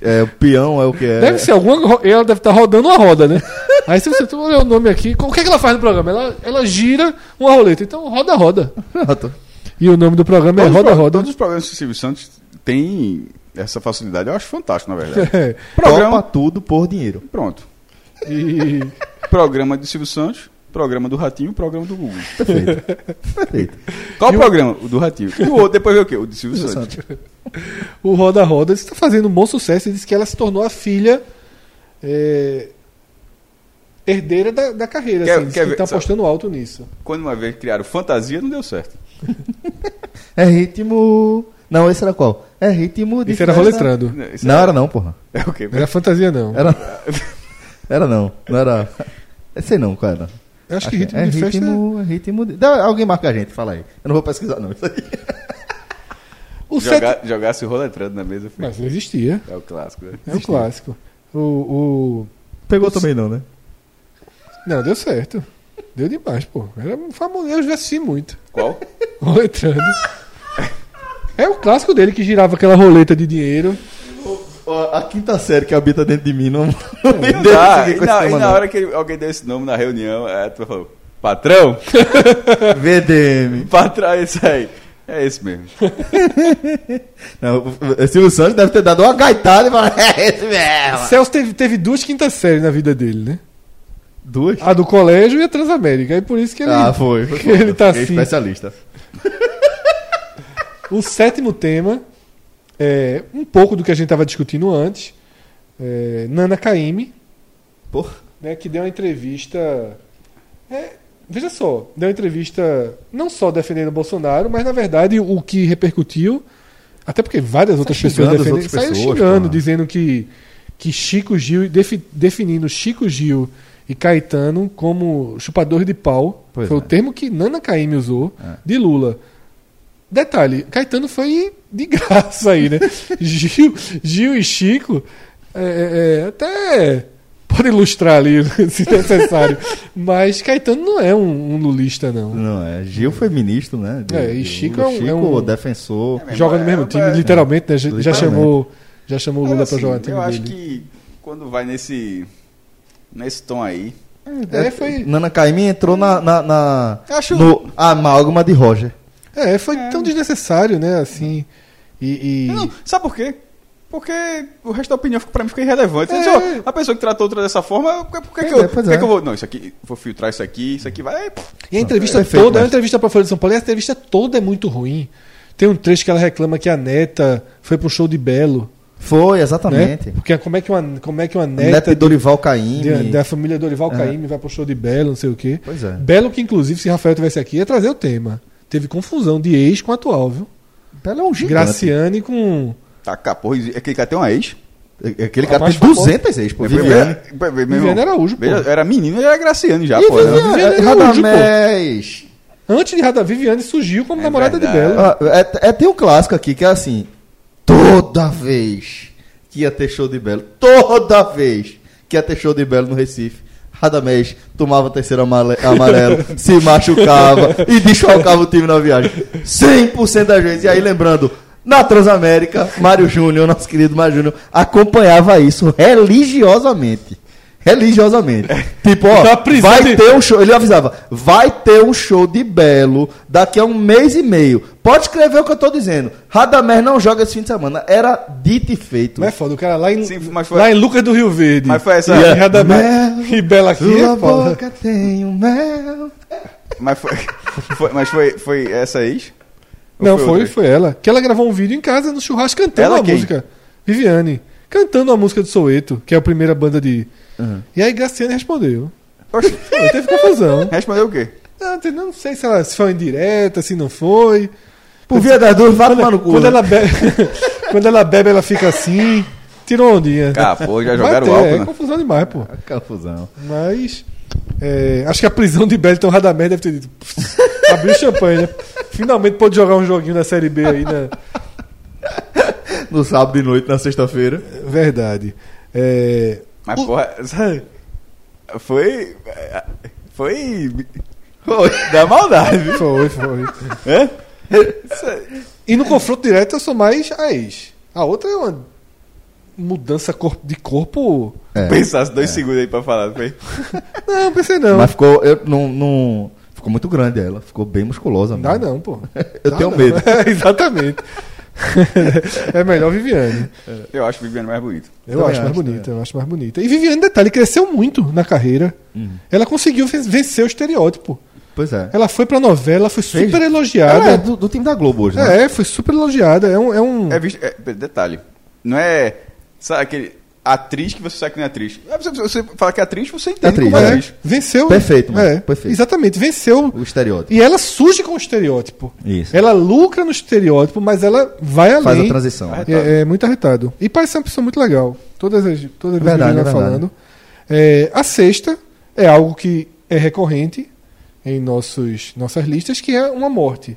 [SPEAKER 2] É, o peão é o que é.
[SPEAKER 3] Deve ser alguma. ro- Ela deve estar rodando uma roda, né? Aí se você olhar o nome aqui, o que, é que ela faz no programa? Ela, ela gira uma roleta. Então roda, roda.
[SPEAKER 2] Pronto.
[SPEAKER 3] E o nome do programa é
[SPEAKER 4] Todos os
[SPEAKER 3] Roda,
[SPEAKER 4] pro-
[SPEAKER 3] Roda.
[SPEAKER 4] Todos os programas do Silvio Santos têm essa facilidade. Eu acho fantástico, na verdade.
[SPEAKER 3] É.
[SPEAKER 4] Programa.
[SPEAKER 2] Topa tudo por dinheiro.
[SPEAKER 4] Pronto.
[SPEAKER 3] E
[SPEAKER 4] Programa de Silvio Santos, programa do Ratinho, programa do Google.
[SPEAKER 2] Perfeito. Perfeito.
[SPEAKER 4] Qual programa? O do Ratinho. E o outro depois veio o quê? O de Silvio Santos.
[SPEAKER 3] o Roda, Roda está fazendo um bom sucesso. E diz que ela se tornou a filha. é, herdeira da, da carreira.
[SPEAKER 4] Quer-
[SPEAKER 3] assim, diz
[SPEAKER 4] quer
[SPEAKER 3] que
[SPEAKER 4] ver-
[SPEAKER 3] está
[SPEAKER 4] sabe-
[SPEAKER 3] apostando alto nisso.
[SPEAKER 4] Quando uma vez criaram Fantasia, não deu certo.
[SPEAKER 2] É ritmo. Não, esse era qual? É ritmo de.
[SPEAKER 3] Isso era
[SPEAKER 2] festa.
[SPEAKER 3] roletrando.
[SPEAKER 4] Isso
[SPEAKER 2] Não,
[SPEAKER 4] é-
[SPEAKER 2] era não, porra.
[SPEAKER 4] É o quê?
[SPEAKER 3] Não era fantasia, não.
[SPEAKER 2] Era. Era não. Não era. Eu sei não, cara.
[SPEAKER 3] Eu acho que
[SPEAKER 2] Acho-
[SPEAKER 3] ritmo
[SPEAKER 2] é
[SPEAKER 3] de festa.
[SPEAKER 2] ritmo, é ritmo de... Dá- alguém marca a gente, fala aí. Eu não vou pesquisar, não. Isso aí.
[SPEAKER 3] é O set...
[SPEAKER 4] Jogar, Jogasse o roletrando na mesa foi.
[SPEAKER 3] Mas não existia.
[SPEAKER 4] É o clássico, né?
[SPEAKER 3] É um clássico. O- o...
[SPEAKER 2] Pegou também, não, né?
[SPEAKER 3] Não, deu certo. Deu demais, pô. Era um famoso, eu já assisti muito.
[SPEAKER 4] Qual?
[SPEAKER 3] Roletrando. É o clássico dele que girava aquela roleta de dinheiro.
[SPEAKER 2] Ó, A quinta série que habita dentro de mim não, não me
[SPEAKER 4] Não
[SPEAKER 2] deixa
[SPEAKER 4] dá.
[SPEAKER 2] seguir
[SPEAKER 4] E
[SPEAKER 2] com
[SPEAKER 4] na,
[SPEAKER 2] esse
[SPEAKER 4] e
[SPEAKER 2] tema,
[SPEAKER 4] na
[SPEAKER 2] não.
[SPEAKER 4] hora que ele- alguém deu esse nome na reunião, a tu falou: Patrão?
[SPEAKER 2] VDM.
[SPEAKER 4] Patrão, é isso aí. É esse mesmo.
[SPEAKER 2] Não, o- o Silvio Santos deve ter dado uma gaitada e falado, é esse mesmo.
[SPEAKER 3] Celso teve, teve duas quintas séries na vida dele, né?
[SPEAKER 2] Duas?
[SPEAKER 3] A do colégio e a Transamérica. E por isso que ele.
[SPEAKER 2] Ah, foi. foi
[SPEAKER 3] que ele tá
[SPEAKER 2] Fiquei
[SPEAKER 3] assim.
[SPEAKER 2] Especialista.
[SPEAKER 3] é O sétimo tema é um pouco do que a gente estava discutindo antes. É, Nana Caymmi,
[SPEAKER 2] Porra.
[SPEAKER 3] né, que deu uma entrevista. é, veja só, deu uma entrevista não só defendendo o Bolsonaro, mas na verdade o que repercutiu, até porque várias outras pessoas
[SPEAKER 2] xingando as
[SPEAKER 3] defendem,
[SPEAKER 2] outras
[SPEAKER 3] saíram
[SPEAKER 2] pessoas,
[SPEAKER 3] xingando,
[SPEAKER 2] porra.
[SPEAKER 3] dizendo que, que Chico Gil, defi- definindo Chico Gil e Caetano como chupador de pau,
[SPEAKER 2] Pois
[SPEAKER 3] foi
[SPEAKER 2] é.
[SPEAKER 3] o termo que Nana Caymmi usou,
[SPEAKER 2] É.
[SPEAKER 3] de Lula. Detalhe, Caetano foi de graça aí, né? Gil, Gil e Chico é, é, é, até podem ilustrar ali, se necessário. Mas Caetano não é um, um lulista, não.
[SPEAKER 2] Não, é. Gil foi ministro, né? de-
[SPEAKER 3] É, e
[SPEAKER 2] de-
[SPEAKER 3] Chico
[SPEAKER 2] o
[SPEAKER 3] é um- é um-
[SPEAKER 2] defensor.
[SPEAKER 4] É,
[SPEAKER 3] Joga no
[SPEAKER 4] é,
[SPEAKER 3] mesmo
[SPEAKER 4] é,
[SPEAKER 3] time,
[SPEAKER 4] é.
[SPEAKER 3] literalmente, né? Já- Já
[SPEAKER 2] Literalmente.
[SPEAKER 3] chamou, já chamou o Lula
[SPEAKER 4] Mas,
[SPEAKER 3] pra
[SPEAKER 4] assim,
[SPEAKER 3] jogar no time
[SPEAKER 4] Eu acho
[SPEAKER 3] dele.
[SPEAKER 4] que quando vai nesse. Nesse tom aí.
[SPEAKER 3] É, foi,
[SPEAKER 2] Nana Caymmi entrou na, na, na-
[SPEAKER 4] Acho-
[SPEAKER 2] no amálgama de Roger.
[SPEAKER 3] é, foi tão desnecessário, né? Assim. E. e-
[SPEAKER 4] Não, sabe por quê? Porque o resto da opinião fica- pra mim fica irrelevante.
[SPEAKER 3] É.
[SPEAKER 4] Então, a pessoa que tratou outra dessa forma, por que, por que,
[SPEAKER 2] é,
[SPEAKER 4] que, eu, por
[SPEAKER 2] pois
[SPEAKER 4] que
[SPEAKER 2] é.
[SPEAKER 4] que eu vou. Não, isso aqui, vou filtrar isso aqui, isso aqui vai.
[SPEAKER 3] E a entrevista
[SPEAKER 2] Perfeito,
[SPEAKER 3] toda, a
[SPEAKER 2] mestre.
[SPEAKER 3] entrevista pra Folha de São Paulo, e a entrevista toda é muito ruim. Tem um trecho que ela reclama que a neta foi pro show de Belo.
[SPEAKER 2] Foi,
[SPEAKER 3] Né?
[SPEAKER 2] exatamente.
[SPEAKER 3] Porque como é que uma, como é que uma
[SPEAKER 2] Neto
[SPEAKER 3] neta
[SPEAKER 2] e Dorival Caymmi.
[SPEAKER 3] de- da família Dorival
[SPEAKER 2] É.
[SPEAKER 3] Caymmi vai pro show de Belo, não sei o quê.
[SPEAKER 2] Pois é.
[SPEAKER 3] Belo que, inclusive, se Rafael tivesse aqui, ia trazer o tema. Teve confusão de ex com atual, viu?
[SPEAKER 2] Belo é um gigante.
[SPEAKER 3] Graciane com...
[SPEAKER 4] Tá, cá, porra, aquele cara tem uma ex.
[SPEAKER 2] É, Aquele cara
[SPEAKER 3] Rapaz,
[SPEAKER 2] tem 200 ex, pô. Viviane.
[SPEAKER 4] Foi- foi- meu
[SPEAKER 3] Viviane
[SPEAKER 4] irmão,
[SPEAKER 3] Araújo, pô.
[SPEAKER 4] veja, era menino e era Graciane já,
[SPEAKER 3] E
[SPEAKER 4] pô. né?
[SPEAKER 3] Viviane? Viviane um
[SPEAKER 2] É,
[SPEAKER 3] Araújo, pô.
[SPEAKER 2] Radamés.
[SPEAKER 3] Antes de Rada Viviane surgiu como
[SPEAKER 4] É
[SPEAKER 3] namorada de
[SPEAKER 4] verdade.
[SPEAKER 3] Belo.
[SPEAKER 2] Ah, é, é- tem um clássico aqui que é assim: toda vez que ia ter show de Belo, toda vez que ia ter show de Belo no Recife, Radamés tomava terceiro amale- amarelo, se machucava e desfalcava o time na viagem. 100% das vezes. E aí, lembrando, na Transamérica, Mário Júnior, nosso querido Mário Júnior, acompanhava isso religiosamente. Religiosamente. Tipo, ó,
[SPEAKER 3] Da É. prisão
[SPEAKER 2] vai
[SPEAKER 3] de-
[SPEAKER 2] ter um show. Ele avisava: vai ter um show de Belo daqui a um mês e meio. Pode escrever o que eu tô dizendo. Radamés não joga esse fim de semana. Era dito e feito.
[SPEAKER 3] Não é foda, o cara lá em,
[SPEAKER 4] Sim, mas foi-
[SPEAKER 3] lá em Lucas do Rio Verde.
[SPEAKER 4] Mas foi essa-
[SPEAKER 3] E Radamés-
[SPEAKER 2] Mel,
[SPEAKER 3] E Belo aqui é
[SPEAKER 2] Tua
[SPEAKER 3] foda.
[SPEAKER 2] boca tem um mel.
[SPEAKER 4] Mas foi, foi- mas foi, foi essa ex? Ou
[SPEAKER 3] Não, foi,
[SPEAKER 4] outra?
[SPEAKER 3] foi ela. Que ela gravou um vídeo em casa no churrasco cantando
[SPEAKER 4] Ela
[SPEAKER 3] a
[SPEAKER 4] quem?
[SPEAKER 3] música. Viviane. Cantando a música do Soweto, que é a primeira banda de.
[SPEAKER 2] Uhum.
[SPEAKER 3] E aí Graciane respondeu.
[SPEAKER 4] Oxe,
[SPEAKER 3] Aí teve confusão.
[SPEAKER 4] respondeu o quê?
[SPEAKER 3] É, Não, tem- não sei se, ela, se foi uma indireta, se não foi.
[SPEAKER 2] Por via das dúvidas, vai tomar no cu.
[SPEAKER 3] Quando
[SPEAKER 2] né?
[SPEAKER 3] ela, bebe, quando ela bebe, ela fica assim. Tirou ondinha.
[SPEAKER 4] Ah, pô, já
[SPEAKER 3] Vai
[SPEAKER 4] jogaram
[SPEAKER 3] ter,
[SPEAKER 4] álcool,
[SPEAKER 3] é
[SPEAKER 4] né?
[SPEAKER 3] confusão demais, pô.
[SPEAKER 2] Confusão.
[SPEAKER 3] Mas. é, acho que a prisão de Belton Radamés deve ter dito. Abriu o champanhe, né? Finalmente pôde jogar um joguinho na Série B aí, né?
[SPEAKER 2] No sábado de noite, na sexta-feira.
[SPEAKER 3] Verdade. É,
[SPEAKER 4] Mas, porra, sabe? foi. é, Foi.
[SPEAKER 2] Oi.
[SPEAKER 4] Da maldade, viu?
[SPEAKER 3] foi, foi.
[SPEAKER 4] Hã?
[SPEAKER 3] E no confronto direto eu sou mais a ex. A outra é uma mudança cor- de corpo.
[SPEAKER 2] É.
[SPEAKER 4] Pensasse dois segundos aí pra falar, foi.
[SPEAKER 3] Não, pensei não.
[SPEAKER 2] Mas ficou. Eu, não, não- ficou muito grande ela. Ficou bem musculosa.
[SPEAKER 3] Dá
[SPEAKER 2] mesmo.
[SPEAKER 3] não, pô.
[SPEAKER 2] Eu
[SPEAKER 3] Dá
[SPEAKER 2] tenho
[SPEAKER 3] não.
[SPEAKER 2] medo.
[SPEAKER 3] É, exatamente. é melhor Viviane.
[SPEAKER 4] Eu acho o Viviane mais bonito.
[SPEAKER 3] Eu
[SPEAKER 2] Também
[SPEAKER 3] acho mais
[SPEAKER 2] acho, né?
[SPEAKER 3] bonita, eu acho mais bonita. E Viviane, detalhe, cresceu muito na carreira. Ela conseguiu ven- vencer o estereótipo.
[SPEAKER 2] Pois Uhum. é.
[SPEAKER 3] Ela foi pra novela, foi
[SPEAKER 2] Fez-
[SPEAKER 3] super
[SPEAKER 2] Ela é
[SPEAKER 3] elogiada.
[SPEAKER 2] do, do time da Globo hoje, né?
[SPEAKER 3] É, foi super elogiada. É um. É um...
[SPEAKER 4] É visto. é, pera, detalhe. Não é. Sabe aquele. Atriz que você sabe que não é atriz. É, Você, você fala que é atriz, você entende
[SPEAKER 2] Atriz,
[SPEAKER 4] como é
[SPEAKER 2] é.
[SPEAKER 4] atriz.
[SPEAKER 3] Venceu.
[SPEAKER 2] Perfeito, mano.
[SPEAKER 3] é,
[SPEAKER 2] Perfeito.
[SPEAKER 3] Exatamente, venceu.
[SPEAKER 2] O estereótipo.
[SPEAKER 3] E ela surge com o estereótipo.
[SPEAKER 2] Isso.
[SPEAKER 3] Ela lucra no estereótipo, mas ela vai além.
[SPEAKER 2] Faz a transição. né?
[SPEAKER 4] Vai.
[SPEAKER 3] É, é muito arretado. E parece ser uma pessoa muito legal. Todas as todas as vezes que
[SPEAKER 2] Verdade,
[SPEAKER 3] eu
[SPEAKER 2] é verdade.
[SPEAKER 3] falando. É, a sexta é algo que é recorrente em nossos, nossas listas, que é uma morte.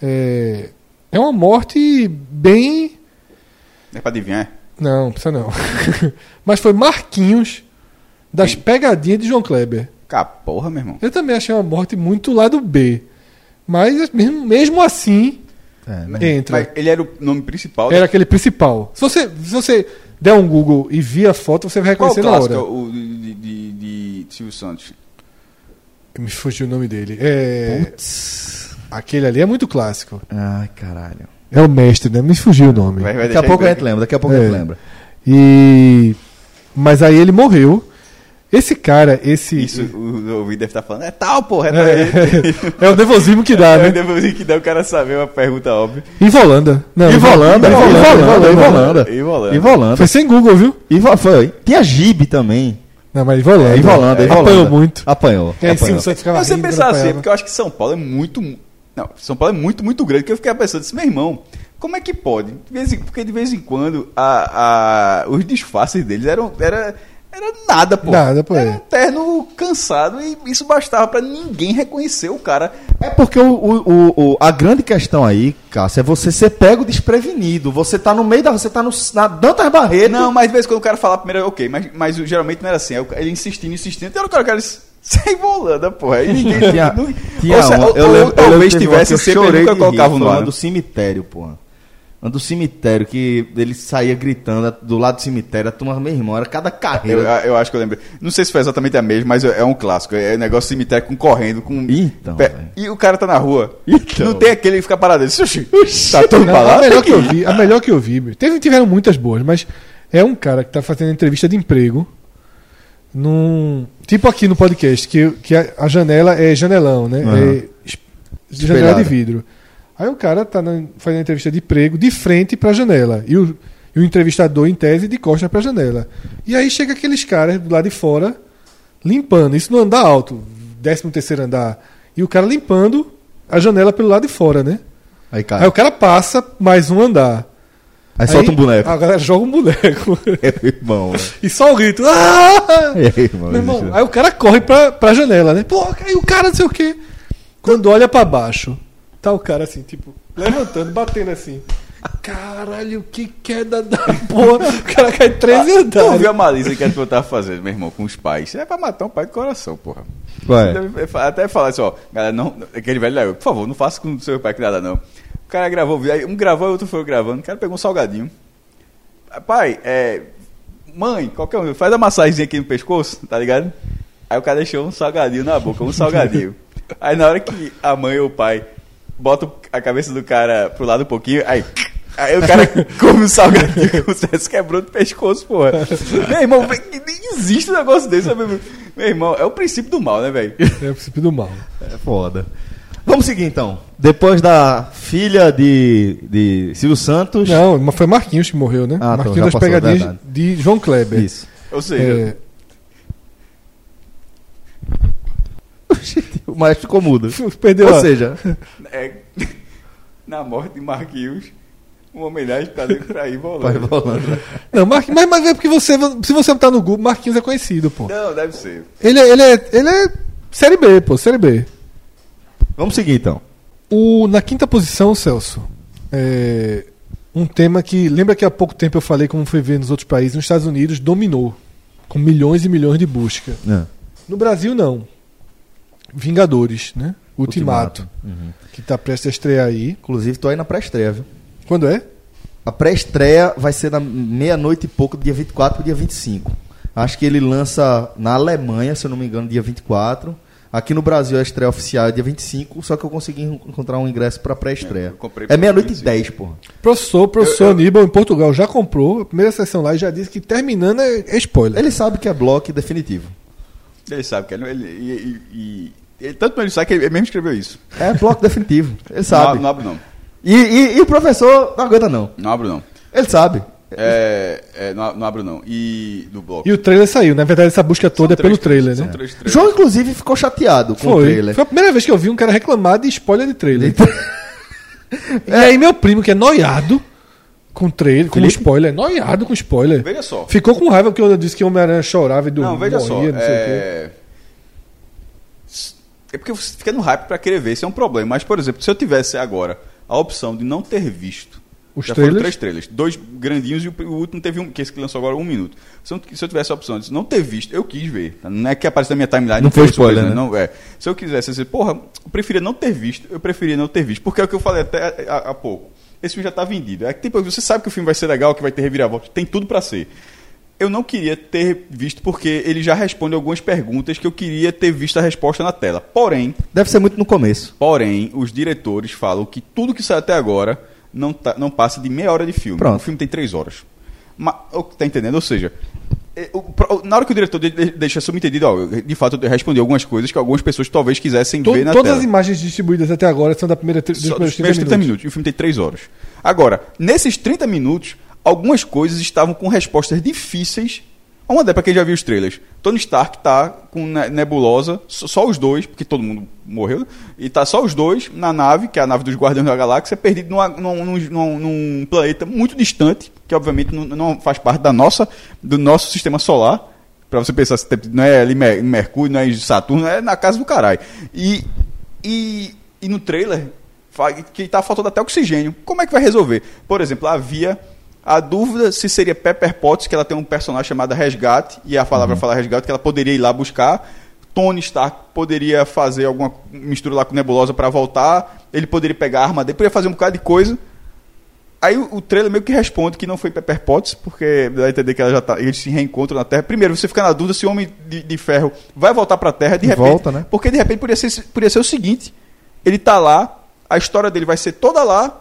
[SPEAKER 3] É, é uma morte bem.
[SPEAKER 4] É pra adivinhar.
[SPEAKER 3] Não, precisa não. Mas foi Marquinhos das pegadinhas de João Kleber.
[SPEAKER 4] Cá, porra, meu irmão.
[SPEAKER 3] Eu também achei uma morte muito lado B. Mas mesmo, mesmo assim,
[SPEAKER 2] É, né?
[SPEAKER 3] entra.
[SPEAKER 4] Mas ele era o nome principal. da-
[SPEAKER 3] Era aquele principal. Se você, se você der um Google e vir a foto, você vai
[SPEAKER 4] Qual o
[SPEAKER 3] reconhecer na
[SPEAKER 4] clássico?
[SPEAKER 3] hora.
[SPEAKER 4] O de, de, de, de Silvio Santos.
[SPEAKER 3] Me fugiu o nome dele. É...
[SPEAKER 2] Putz.
[SPEAKER 3] Aquele ali é muito clássico.
[SPEAKER 2] Ai, caralho.
[SPEAKER 3] É o mestre, né? Me fugiu o nome.
[SPEAKER 4] Vai- vai
[SPEAKER 2] Daqui a
[SPEAKER 4] deixar
[SPEAKER 2] pouco a
[SPEAKER 4] em-
[SPEAKER 2] gente lembra, daqui a pouco a
[SPEAKER 3] É.
[SPEAKER 2] gente lembra.
[SPEAKER 3] E. Mas aí ele morreu. Esse cara, esse.
[SPEAKER 4] Isso, o ouvido deve estar falando. É tal, porra. É, tal.
[SPEAKER 3] É, é o nervosismo que dá,
[SPEAKER 4] Aí
[SPEAKER 3] né?
[SPEAKER 4] depois que dá o cara saber uma pergunta óbvia.
[SPEAKER 3] Ivolanda. Não,
[SPEAKER 2] é Ivolanda, Ivolanda, Ivolanda.
[SPEAKER 4] Ivolanda.
[SPEAKER 2] Ivolanda.
[SPEAKER 3] Foi sem Google, viu?
[SPEAKER 2] Ivo, foi. Tinha Gibe também.
[SPEAKER 3] Não, mas Ivolanda.
[SPEAKER 2] É, Ivolanda, Ivolanda.
[SPEAKER 3] Apanhou muito.
[SPEAKER 2] Apanhou.
[SPEAKER 3] É, sim,
[SPEAKER 2] apanhou.
[SPEAKER 3] você ficava
[SPEAKER 4] Eu sempre
[SPEAKER 3] rindo,
[SPEAKER 4] pensava assim,
[SPEAKER 3] apanhava.
[SPEAKER 4] porque eu acho que São Paulo é muito. Não, São Paulo é muito, muito grande. Porque eu fiquei pensando assim, meu irmão, como é que pode? De vez em- porque de vez em quando a, a- os disfarces deles eram. Era, era nada, pô.
[SPEAKER 3] Nada, pô,
[SPEAKER 4] Era
[SPEAKER 3] é.
[SPEAKER 4] um terno cansado e isso bastava pra ninguém reconhecer o cara.
[SPEAKER 2] É porque o, o- o- o- a grande questão aí, Cássio, é você ser pego desprevenido. Você tá no meio da. Você tá no, na Dantas Barreto.
[SPEAKER 4] Não, mas de vez em quando o cara falava primeiro, ok, mas, mas geralmente não era assim. Aí o cara- Ele insistindo, insistindo, até o cara, o cara disse, sem volanda, porra. E ninguém.
[SPEAKER 2] Tinha-
[SPEAKER 4] não-
[SPEAKER 2] tinha
[SPEAKER 4] ou se-
[SPEAKER 2] uma-
[SPEAKER 4] ou-
[SPEAKER 2] eu lembro- eu
[SPEAKER 4] ou
[SPEAKER 2] lembro
[SPEAKER 4] talvez
[SPEAKER 2] que teve uma que
[SPEAKER 4] tivesse,
[SPEAKER 2] eu
[SPEAKER 4] sempre
[SPEAKER 2] chorei
[SPEAKER 4] nunca
[SPEAKER 2] de rir,
[SPEAKER 4] colocava um
[SPEAKER 2] foi
[SPEAKER 4] no
[SPEAKER 2] uma
[SPEAKER 4] ar.
[SPEAKER 2] do cemitério, porra. Uma do cemitério, que ele saía gritando do lado do cemitério, a turma, meu irmão, era cada
[SPEAKER 4] Eu,
[SPEAKER 2] carreira.
[SPEAKER 4] eu acho que eu lembro. Não sei se foi exatamente a mesma, mas é é um clássico. É negócio de cemitério com correndo, com.
[SPEAKER 2] Então,
[SPEAKER 4] pé.
[SPEAKER 2] velho.
[SPEAKER 4] E o cara tá na rua.
[SPEAKER 2] Então.
[SPEAKER 4] Não tem aquele que fica parado. Ele, Sushi, tá tudo
[SPEAKER 3] Não, a
[SPEAKER 4] parado.
[SPEAKER 3] melhor que eu vi, a melhor que eu vi, meu. teve tiveram muitas boas, mas é um cara que tá fazendo entrevista de emprego num tipo aqui no podcast que que a, a janela é janelão, né?
[SPEAKER 2] Aham.
[SPEAKER 3] É es- janela
[SPEAKER 2] Espelhada.
[SPEAKER 3] de vidro. Aí o cara tá na- fazendo entrevista de emprego de frente pra janela e o, e o entrevistador em tese de costas pra janela. E aí chega aqueles caras do lado de fora limpando, isso no andar alto, 13 terceiro andar, e o cara limpando a janela pelo lado de fora, né?
[SPEAKER 2] Aí,
[SPEAKER 3] Aí
[SPEAKER 2] cara,
[SPEAKER 3] o cara passa mais um andar.
[SPEAKER 2] Ah. aí solta um boneco.
[SPEAKER 3] A galera joga um boneco.
[SPEAKER 2] É, irmão, né?
[SPEAKER 3] e só o grito. "Ah!"
[SPEAKER 2] É, irmão,
[SPEAKER 3] Meu irmão,
[SPEAKER 2] existe-
[SPEAKER 3] aí o cara corre pra, pra janela, né? Pô, aí o cara não sei o quê. Quando olha pra baixo, tá o cara assim, tipo, levantando, batendo assim. Caralho, que queda da porra. O cara cai
[SPEAKER 2] é Ah,
[SPEAKER 3] 13
[SPEAKER 4] ah,
[SPEAKER 2] então,
[SPEAKER 4] Tu viu
[SPEAKER 3] andares.
[SPEAKER 4] a malícia que a tua tava fazendo, meu irmão, com os pais. É pra matar um pai de coração, porra.
[SPEAKER 2] Vai.
[SPEAKER 4] Deve- Até falar assim, ó, galera, não. Aquele velho lá, eu, por favor, não faça com o seu pai que nada, não. O cara gravou o vídeo, aí um gravou e outro foi gravando. O cara pegou um salgadinho. Pai, é. Mãe, qualquer um, faz a massagenzinha aqui no pescoço, tá ligado? Aí o cara deixou um salgadinho na boca, um salgadinho. Aí na hora que a mãe ou o pai bota a cabeça do cara pro lado um pouquinho, aí. Aí o cara come o salgadinho como se tivesse quebrando o pescoço, porra. Meu irmão, vê que nem existe um negócio desse, sabe? Meu irmão, é o princípio do mal, né, velho?
[SPEAKER 3] É o princípio do mal.
[SPEAKER 2] É foda. Vamos seguir então. Depois da filha de, de Silvio Santos.
[SPEAKER 3] Não, mas foi Marquinhos que morreu, né?
[SPEAKER 2] Ah, tá,
[SPEAKER 3] Marquinhos
[SPEAKER 2] já
[SPEAKER 3] das
[SPEAKER 2] passou,
[SPEAKER 3] pegadinhas
[SPEAKER 2] verdade.
[SPEAKER 3] de João Kleber.
[SPEAKER 2] Isso.
[SPEAKER 4] Ou seja,
[SPEAKER 3] É,
[SPEAKER 2] O maestro ficou mudo.
[SPEAKER 3] perdeu
[SPEAKER 2] Ou
[SPEAKER 3] a-
[SPEAKER 2] seja,
[SPEAKER 4] é- na morte de Marquinhos, uma homenagem tá dentro pra
[SPEAKER 2] vai
[SPEAKER 4] ir volando.
[SPEAKER 2] volando.
[SPEAKER 3] Não, Marquinhos, mas, mas é porque você. Se você botar no Google, Marquinhos é conhecido, pô.
[SPEAKER 4] Não, deve ser.
[SPEAKER 3] Ele, é- ele, é, ele é Série B, pô, Série B.
[SPEAKER 2] Vamos seguir então.
[SPEAKER 3] O, na quinta posição, Celso, é um tema que. Lembra que há pouco tempo eu falei como foi ver nos outros países? Nos Estados Unidos dominou, com milhões e milhões de busca.
[SPEAKER 2] É.
[SPEAKER 3] No Brasil, não. Vingadores, né? Ultimato,
[SPEAKER 2] Uhum.
[SPEAKER 3] que tá prestes a estrear aí.
[SPEAKER 2] Inclusive, tô aí na pré-estreia, viu?
[SPEAKER 3] Quando é?
[SPEAKER 2] A pré-estreia vai ser na meia-noite e pouco, do dia 24 pro dia 25. Acho que ele lança na Alemanha, se eu não me engano, dia 24. Aqui no Brasil a estreia oficial é dia 25, só que eu consegui en- encontrar um ingresso pra
[SPEAKER 4] É,
[SPEAKER 2] pré-estreia.
[SPEAKER 4] eu comprei
[SPEAKER 2] É
[SPEAKER 4] pro
[SPEAKER 2] meia-noite e
[SPEAKER 4] 25.
[SPEAKER 2] 10, porra.
[SPEAKER 3] Professor, professor Aníbal, em Portugal, já comprou a primeira sessão lá e já disse que terminando é é spoiler.
[SPEAKER 2] Ele sabe que é bloco definitivo.
[SPEAKER 4] Ele sabe que ele. ele- e- e- e- ele- tanto ele sabe que ele mesmo escreveu isso.
[SPEAKER 2] É bloco definitivo. Ele
[SPEAKER 4] Não,
[SPEAKER 2] sabe.
[SPEAKER 4] não abro, não.
[SPEAKER 2] E, e- e o professor não aguenta, não.
[SPEAKER 4] Não abro, não.
[SPEAKER 2] Ele sabe.
[SPEAKER 4] É, é, não, não abro, não. E do bloco.
[SPEAKER 3] E o trailer saiu. Na verdade, essa busca toda é
[SPEAKER 4] São
[SPEAKER 3] pelo
[SPEAKER 4] três-
[SPEAKER 3] trailer,
[SPEAKER 4] são
[SPEAKER 3] né?
[SPEAKER 4] três trailers.
[SPEAKER 2] João, inclusive, ficou chateado com o
[SPEAKER 3] Foi.
[SPEAKER 2] trailer.
[SPEAKER 3] Foi a primeira vez que eu vi um cara reclamar de spoiler de trailer. E
[SPEAKER 2] É.
[SPEAKER 3] aí meu primo, que é noiado com trailer, com
[SPEAKER 2] Felipe?
[SPEAKER 3] spoiler, noiado com spoiler.
[SPEAKER 4] Veja só.
[SPEAKER 3] Ficou com raiva porque eu disse que Homem-Aranha chorava e dormia,
[SPEAKER 4] Não, veja só.
[SPEAKER 3] não sei o quê.
[SPEAKER 4] é... é porque você fica no hype pra querer ver, isso é um problema. Mas, por exemplo, se eu tivesse agora a opção de não ter visto.
[SPEAKER 3] Os
[SPEAKER 4] já
[SPEAKER 3] trailers?
[SPEAKER 4] foram três trailers. Dois grandinhos e o, o último teve um, que esse que lançou agora um minuto. Se eu, se eu tivesse a opção de não ter visto, eu quis ver. Não é que apareceu na minha timeline.
[SPEAKER 2] Não foi spoiler, né?
[SPEAKER 4] surpresa, Não, é. Se eu quisesse dizer, porra, eu preferia não ter visto, eu preferia não ter visto. Porque é o que eu falei até há há pouco. Esse filme já tá vendido. É que tipo, você sabe que o filme vai ser legal, que vai ter reviravolta, tem tudo pra ser. Eu não queria ter visto porque ele já responde algumas perguntas que eu queria ter visto a resposta na tela. Porém,
[SPEAKER 2] Deve ser muito no começo.
[SPEAKER 4] Porém, os diretores falam que tudo que saiu até agora não, tá- não passa de meia hora de filme.
[SPEAKER 2] Pronto.
[SPEAKER 4] O filme tem três horas. Mas, o que tá entendendo? Ou seja, é, o- pro- na hora que o diretor de- de- deixa subentendido, ó, eu, de fato eu respondi algumas coisas que algumas pessoas talvez quisessem
[SPEAKER 3] To-
[SPEAKER 4] ver na
[SPEAKER 3] todas
[SPEAKER 4] tela.
[SPEAKER 3] as imagens distribuídas até agora são da primeira tri- dos
[SPEAKER 4] Só
[SPEAKER 3] primeiros
[SPEAKER 4] dos
[SPEAKER 3] 30
[SPEAKER 4] primeiros 30
[SPEAKER 3] minutos.
[SPEAKER 4] minutos. E o filme tem 3 horas. Agora, nesses 30 minutos, algumas coisas estavam com respostas difíceis. Uma é pra quem já viu os trailers. Tony Stark tá com ne- nebulosa, só só os dois, porque todo mundo morreu, né? e tá só os dois na nave, que é a nave dos Guardiões da Galáxia, perdido numa- num, num- num- num planeta muito distante, que obviamente não, não faz parte da nossa, do nosso sistema solar. Pra você pensar, se tem- não é ali Mer- Mercúrio, não é Saturno, é na casa do caralho. E, e, e no trailer, fa- que tá faltando até oxigênio. Como é que vai resolver? Por exemplo, havia a dúvida se seria Pepper Potts, que ela tem um personagem chamado Resgate, e a palavra falar Resgate, que ela poderia ir lá buscar. Tony Stark poderia fazer alguma mistura lá com Nebulosa pra voltar. Ele poderia pegar a arma dele, poderia fazer um bocado de coisa. Aí o, o trailer meio que responde que não foi Pepper Potts, porque dá a entender que ela já tá, eles se reencontram na Terra. Primeiro, você fica na dúvida se o Homem de, de Ferro vai voltar pra Terra de
[SPEAKER 2] E
[SPEAKER 4] repente.
[SPEAKER 2] volta, né?
[SPEAKER 4] Porque de repente podia ser, podia ser o seguinte: ele tá lá, a história dele vai ser toda lá,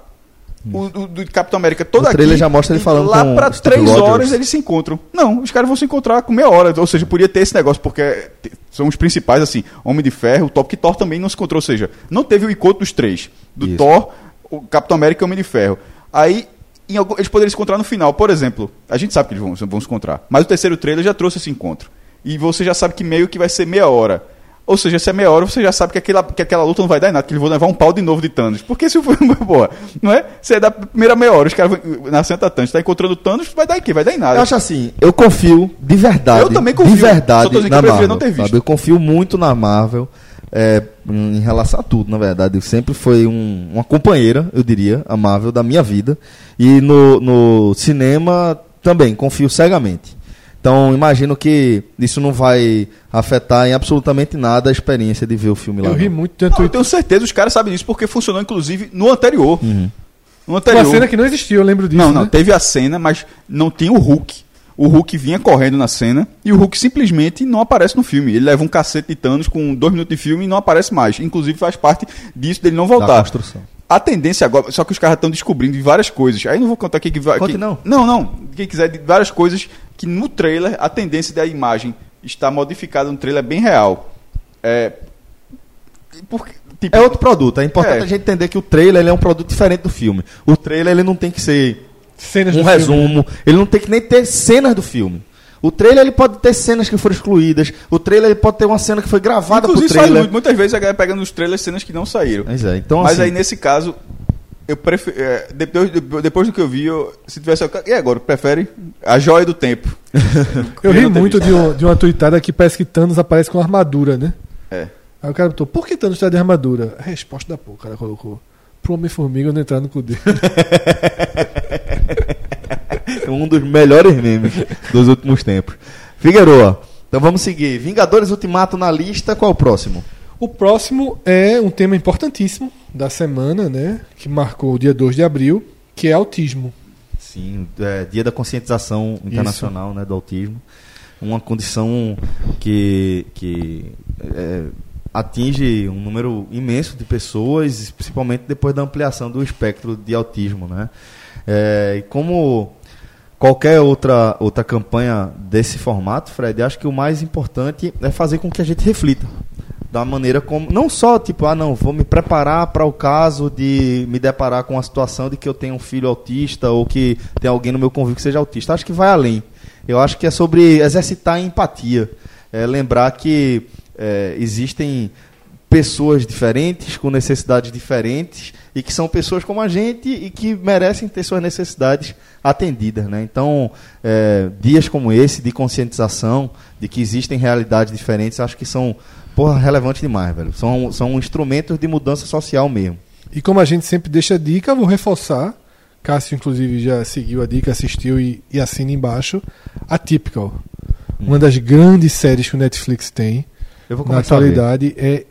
[SPEAKER 4] o do, do Capitão América toda
[SPEAKER 2] O trailer
[SPEAKER 4] aqui,
[SPEAKER 2] já mostra ele
[SPEAKER 4] e
[SPEAKER 2] falando
[SPEAKER 4] lá
[SPEAKER 2] com
[SPEAKER 4] pra
[SPEAKER 2] o Steve
[SPEAKER 4] três
[SPEAKER 2] Rogers.
[SPEAKER 4] horas eles se encontram. Não, os caras vão se encontrar com meia hora. Ou seja, podia ter esse negócio, porque te- são os principais, assim, Homem de Ferro, o Top que Thor também não se encontrou. Ou seja, não teve o encontro dos três. Do
[SPEAKER 2] Isso.
[SPEAKER 4] Thor, o Capitão América e o Homem de Ferro. Aí, em algum- eles poderiam se encontrar no final. Por exemplo, a gente sabe que eles vão, vão se encontrar. Mas o terceiro trailer já trouxe esse encontro. E você já sabe que meio que vai ser meia hora. Ou seja, se é meia hora, você já sabe que aquela, que aquela luta não vai dar em nada, que eles vão levar um pau de novo de Thanos. Porque se for boa, não é? Se é da primeira meia hora, os caras vão na Santa Thanos, tá encontrando Thanos, vai dar em quê? Vai dar em nada.
[SPEAKER 2] Eu acho assim, eu confio de verdade.
[SPEAKER 4] Eu também confio.
[SPEAKER 2] De verdade
[SPEAKER 4] Só tô dizendo que
[SPEAKER 2] na
[SPEAKER 4] eu
[SPEAKER 2] Marvel.
[SPEAKER 4] prefiro não ter visto.
[SPEAKER 2] sabe? Eu confio muito na Marvel. é, em relação a tudo, na verdade. Eu sempre foi um- uma companheira, eu diria, a Marvel, da minha vida. E no, no cinema também, confio cegamente. Então, imagino que isso não vai afetar em absolutamente nada a experiência de ver o filme lá.
[SPEAKER 3] Eu ri
[SPEAKER 2] não.
[SPEAKER 3] muito dentro
[SPEAKER 4] Não, eu
[SPEAKER 3] do
[SPEAKER 4] tenho certeza os caras sabem disso, porque funcionou, inclusive, no anterior. No
[SPEAKER 3] Uma
[SPEAKER 4] anterior.
[SPEAKER 3] cena que não existia, eu lembro disso.
[SPEAKER 4] Não, não,
[SPEAKER 3] né?
[SPEAKER 4] teve a cena, mas não tem o Hulk. O Hulk vinha correndo na cena e o Hulk simplesmente não aparece no filme. Ele leva um cacete de Thanos com dois minutos de filme e não aparece mais. Inclusive faz parte disso dele não
[SPEAKER 3] tá?
[SPEAKER 2] Da
[SPEAKER 4] voltar.
[SPEAKER 2] construção.
[SPEAKER 4] A tendência agora, só que os caras estão descobrindo de várias coisas. Aí não vou contar aqui que vai.
[SPEAKER 2] Conte
[SPEAKER 4] que-
[SPEAKER 2] não.
[SPEAKER 4] Não, não. Quem quiser de várias coisas que no trailer a tendência da um imagem está modificada no trailer é bem real. É, porque, tipo,
[SPEAKER 2] É outro produto. É importante
[SPEAKER 4] É.
[SPEAKER 2] a gente entender que o trailer ele é um produto diferente do filme. O trailer ele não tem que ser
[SPEAKER 3] Cenas
[SPEAKER 2] um
[SPEAKER 3] do filme.
[SPEAKER 2] resumo, ele não tem que nem ter cenas do filme. O trailer ele pode ter cenas que foram excluídas, o trailer ele pode ter uma cena que foi gravada pro
[SPEAKER 4] inclusive faz
[SPEAKER 2] trailer.
[SPEAKER 4] muito. Muitas vezes a galera pega nos trailers cenas que não saíram.
[SPEAKER 2] Mas é, então
[SPEAKER 4] Mas
[SPEAKER 2] assim,
[SPEAKER 4] aí, nesse caso, eu prefiro. depois, depois do que eu vi, eu, se tivesse. E agora? Prefere a joia do tempo.
[SPEAKER 3] Eu
[SPEAKER 4] Queria
[SPEAKER 3] ri
[SPEAKER 4] não ter
[SPEAKER 3] muito
[SPEAKER 4] visto.
[SPEAKER 3] de, um- de uma tuitada que parece que Thanos aparece com armadura, né?
[SPEAKER 4] É.
[SPEAKER 3] Aí o cara botou, por que Thanos tá de armadura? A resposta da porra, o cara colocou. Pro Homem-Formiga não entrar no cu dele.
[SPEAKER 2] é um dos melhores memes dos últimos tempos. Figueroa, então vamos seguir. Vingadores Ultimato na lista, qual é o próximo?
[SPEAKER 3] O próximo é um tema importantíssimo da semana, né? Que marcou o dia 2 de abril, que é autismo.
[SPEAKER 2] Sim, é, Dia da Conscientização Internacional né, do Autismo. Uma condição que, que é, atinge um número imenso de pessoas, principalmente depois da ampliação do espectro de autismo. Né? É, e como qualquer outra, outra campanha desse formato, Fred, acho que o mais importante é fazer com que a gente reflita. Da maneira como. Não só tipo, ah, não, vou me preparar para o caso de me deparar com a situação de que eu tenho um filho autista ou que tem alguém no meu convívio que seja autista. Acho que vai além. Eu acho que é sobre exercitar a empatia. É lembrar que é, existem pessoas diferentes, com necessidades diferentes, e que são pessoas como a gente e que merecem ter suas necessidades atendidas. Né? Então, é, dias como esse de conscientização, de que existem realidades diferentes, acho que são porra, relevantes demais, velho. São, são instrumentos de mudança social mesmo.
[SPEAKER 3] E como a gente sempre deixa a dica, vou reforçar. Cássio, inclusive, já seguiu a dica, assistiu e, e assina embaixo. A Typical. Uma das grandes séries que o Netflix tem.
[SPEAKER 2] Eu vou
[SPEAKER 3] na
[SPEAKER 2] começar a ver.
[SPEAKER 3] atualidade é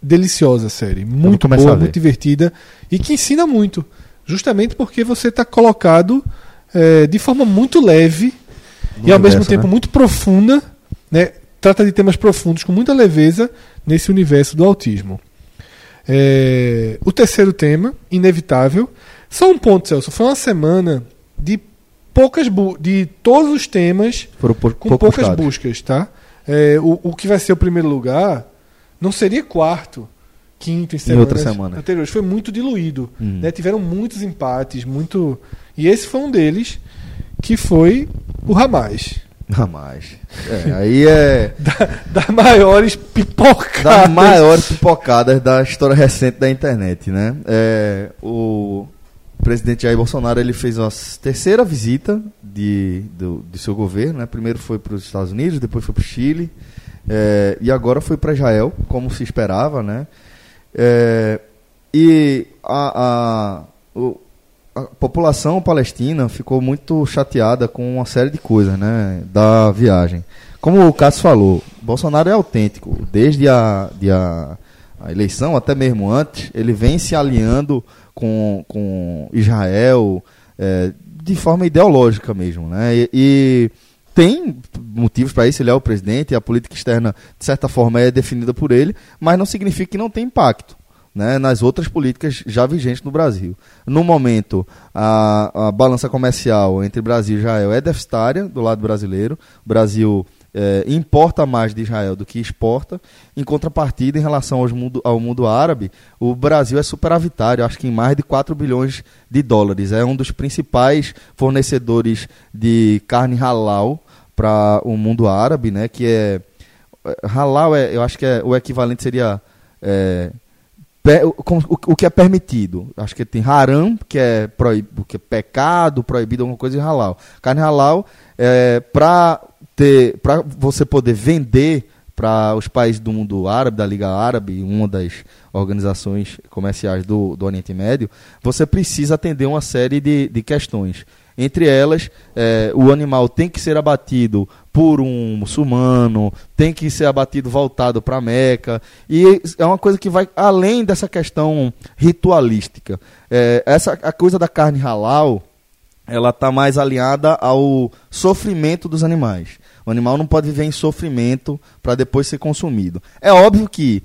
[SPEAKER 3] deliciosa a série, muito
[SPEAKER 2] começar a
[SPEAKER 3] boa,
[SPEAKER 2] ver.
[SPEAKER 3] muito divertida e que ensina muito, justamente porque você está colocado eh, de forma muito leve
[SPEAKER 2] No
[SPEAKER 3] e ao mesmo
[SPEAKER 2] universo,
[SPEAKER 3] tempo
[SPEAKER 2] né?
[SPEAKER 3] muito profunda, né? Trata de temas profundos com muita leveza nesse universo do autismo. Eh, o terceiro tema, inevitável, só um ponto, Celso. Foi uma semana de poucas bu- de todos os temas
[SPEAKER 2] Foram pou-
[SPEAKER 3] com
[SPEAKER 2] poucos
[SPEAKER 3] poucas
[SPEAKER 2] dados.
[SPEAKER 3] buscas, tá? É, o, o que vai ser o primeiro lugar não seria quarto, quinto e semanas
[SPEAKER 2] outra semana.
[SPEAKER 3] anteriores. Foi muito diluído.
[SPEAKER 2] Hum.
[SPEAKER 3] né? Tiveram muitos empates, muito. E esse foi um deles, que foi o Ramais.
[SPEAKER 2] Jamais. É, aí é
[SPEAKER 3] Das maiores pipocadas.
[SPEAKER 2] das maiores pipocadas da história recente da internet, né? É, o presidente Jair Bolsonaro ele fez a terceira visita de, do, do seu governo, né? Primeiro foi para os Estados Unidos, depois foi para o Chile é, e agora foi para Israel, como se esperava, né? É, e a, a, o- a população palestina ficou muito chateada com uma série de coisas né, da viagem. Como o Cássio falou, Bolsonaro é autêntico. Desde a, de a, a eleição, até mesmo antes, ele vem se aliando com, com Israel é, de forma ideológica mesmo. Né? E- e tem motivos para isso, ele é o presidente, e a política externa, de certa forma, é definida por ele, mas não significa que não tem impacto né, nas outras políticas já vigentes no Brasil. No momento, a, a balança comercial entre Brasil e Israel é deficitária do lado brasileiro. O Brasil eh, importa mais de Israel do que exporta. Em contrapartida, em relação aos mundo, ao mundo árabe, o Brasil é superavitário, acho que em mais de 4 bilhões de dólares. É um dos principais fornecedores de carne halal para o mundo árabe, né? Que é halal é, eu acho que é, o equivalente seria é, pe- o, com- o- o que é permitido. Acho que tem haram, que é, proib, que é pecado, proibido, alguma coisa, e halal. Carne halal, é, para você poder vender para os países do mundo árabe, da Liga Árabe, uma das organizações comerciais do, do Oriente Médio, você precisa atender uma série de, de questões. Entre elas, é, o animal tem que ser abatido por um muçulmano, tem que ser abatido voltado para Meca. E é uma coisa que vai além dessa questão ritualística. É, essa, a coisa da carne halal, ela está mais alinhada ao sofrimento dos animais. O animal não pode viver em sofrimento para depois ser consumido. É óbvio que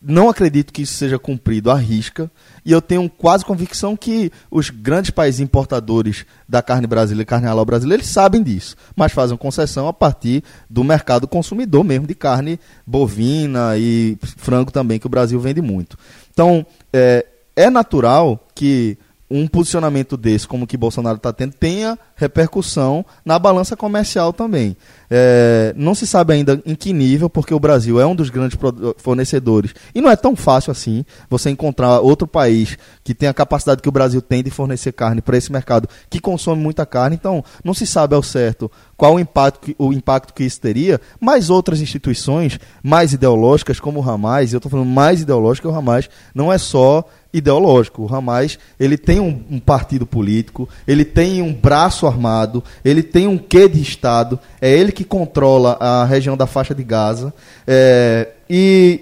[SPEAKER 2] não acredito que isso seja cumprido à risca. E eu tenho quase convicção que os grandes países importadores da carne brasileira, carne halal brasileira, eles sabem disso. Mas fazem concessão a partir do mercado consumidor mesmo de carne bovina e frango também, que o Brasil vende muito. Então, é, é natural que um posicionamento desse, como o que Bolsonaro está tendo, tenha repercussão na balança comercial também. É, não se sabe ainda em que nível, porque o Brasil é um dos grandes fornecedores. E não é tão fácil assim você encontrar outro país que tenha a capacidade que o Brasil tem de fornecer carne para esse mercado, que consome muita carne. Então, não se sabe ao certo qual o impacto, que, o impacto que isso teria, mas outras instituições mais ideológicas, como o Hamas, eu estou falando mais ideológico, o Hamas não é só ideológico. O Hamas ele tem um, um, partido político, ele tem um braço armado, ele tem um quê de Estado. É ele que controla a região da faixa de Gaza. É, e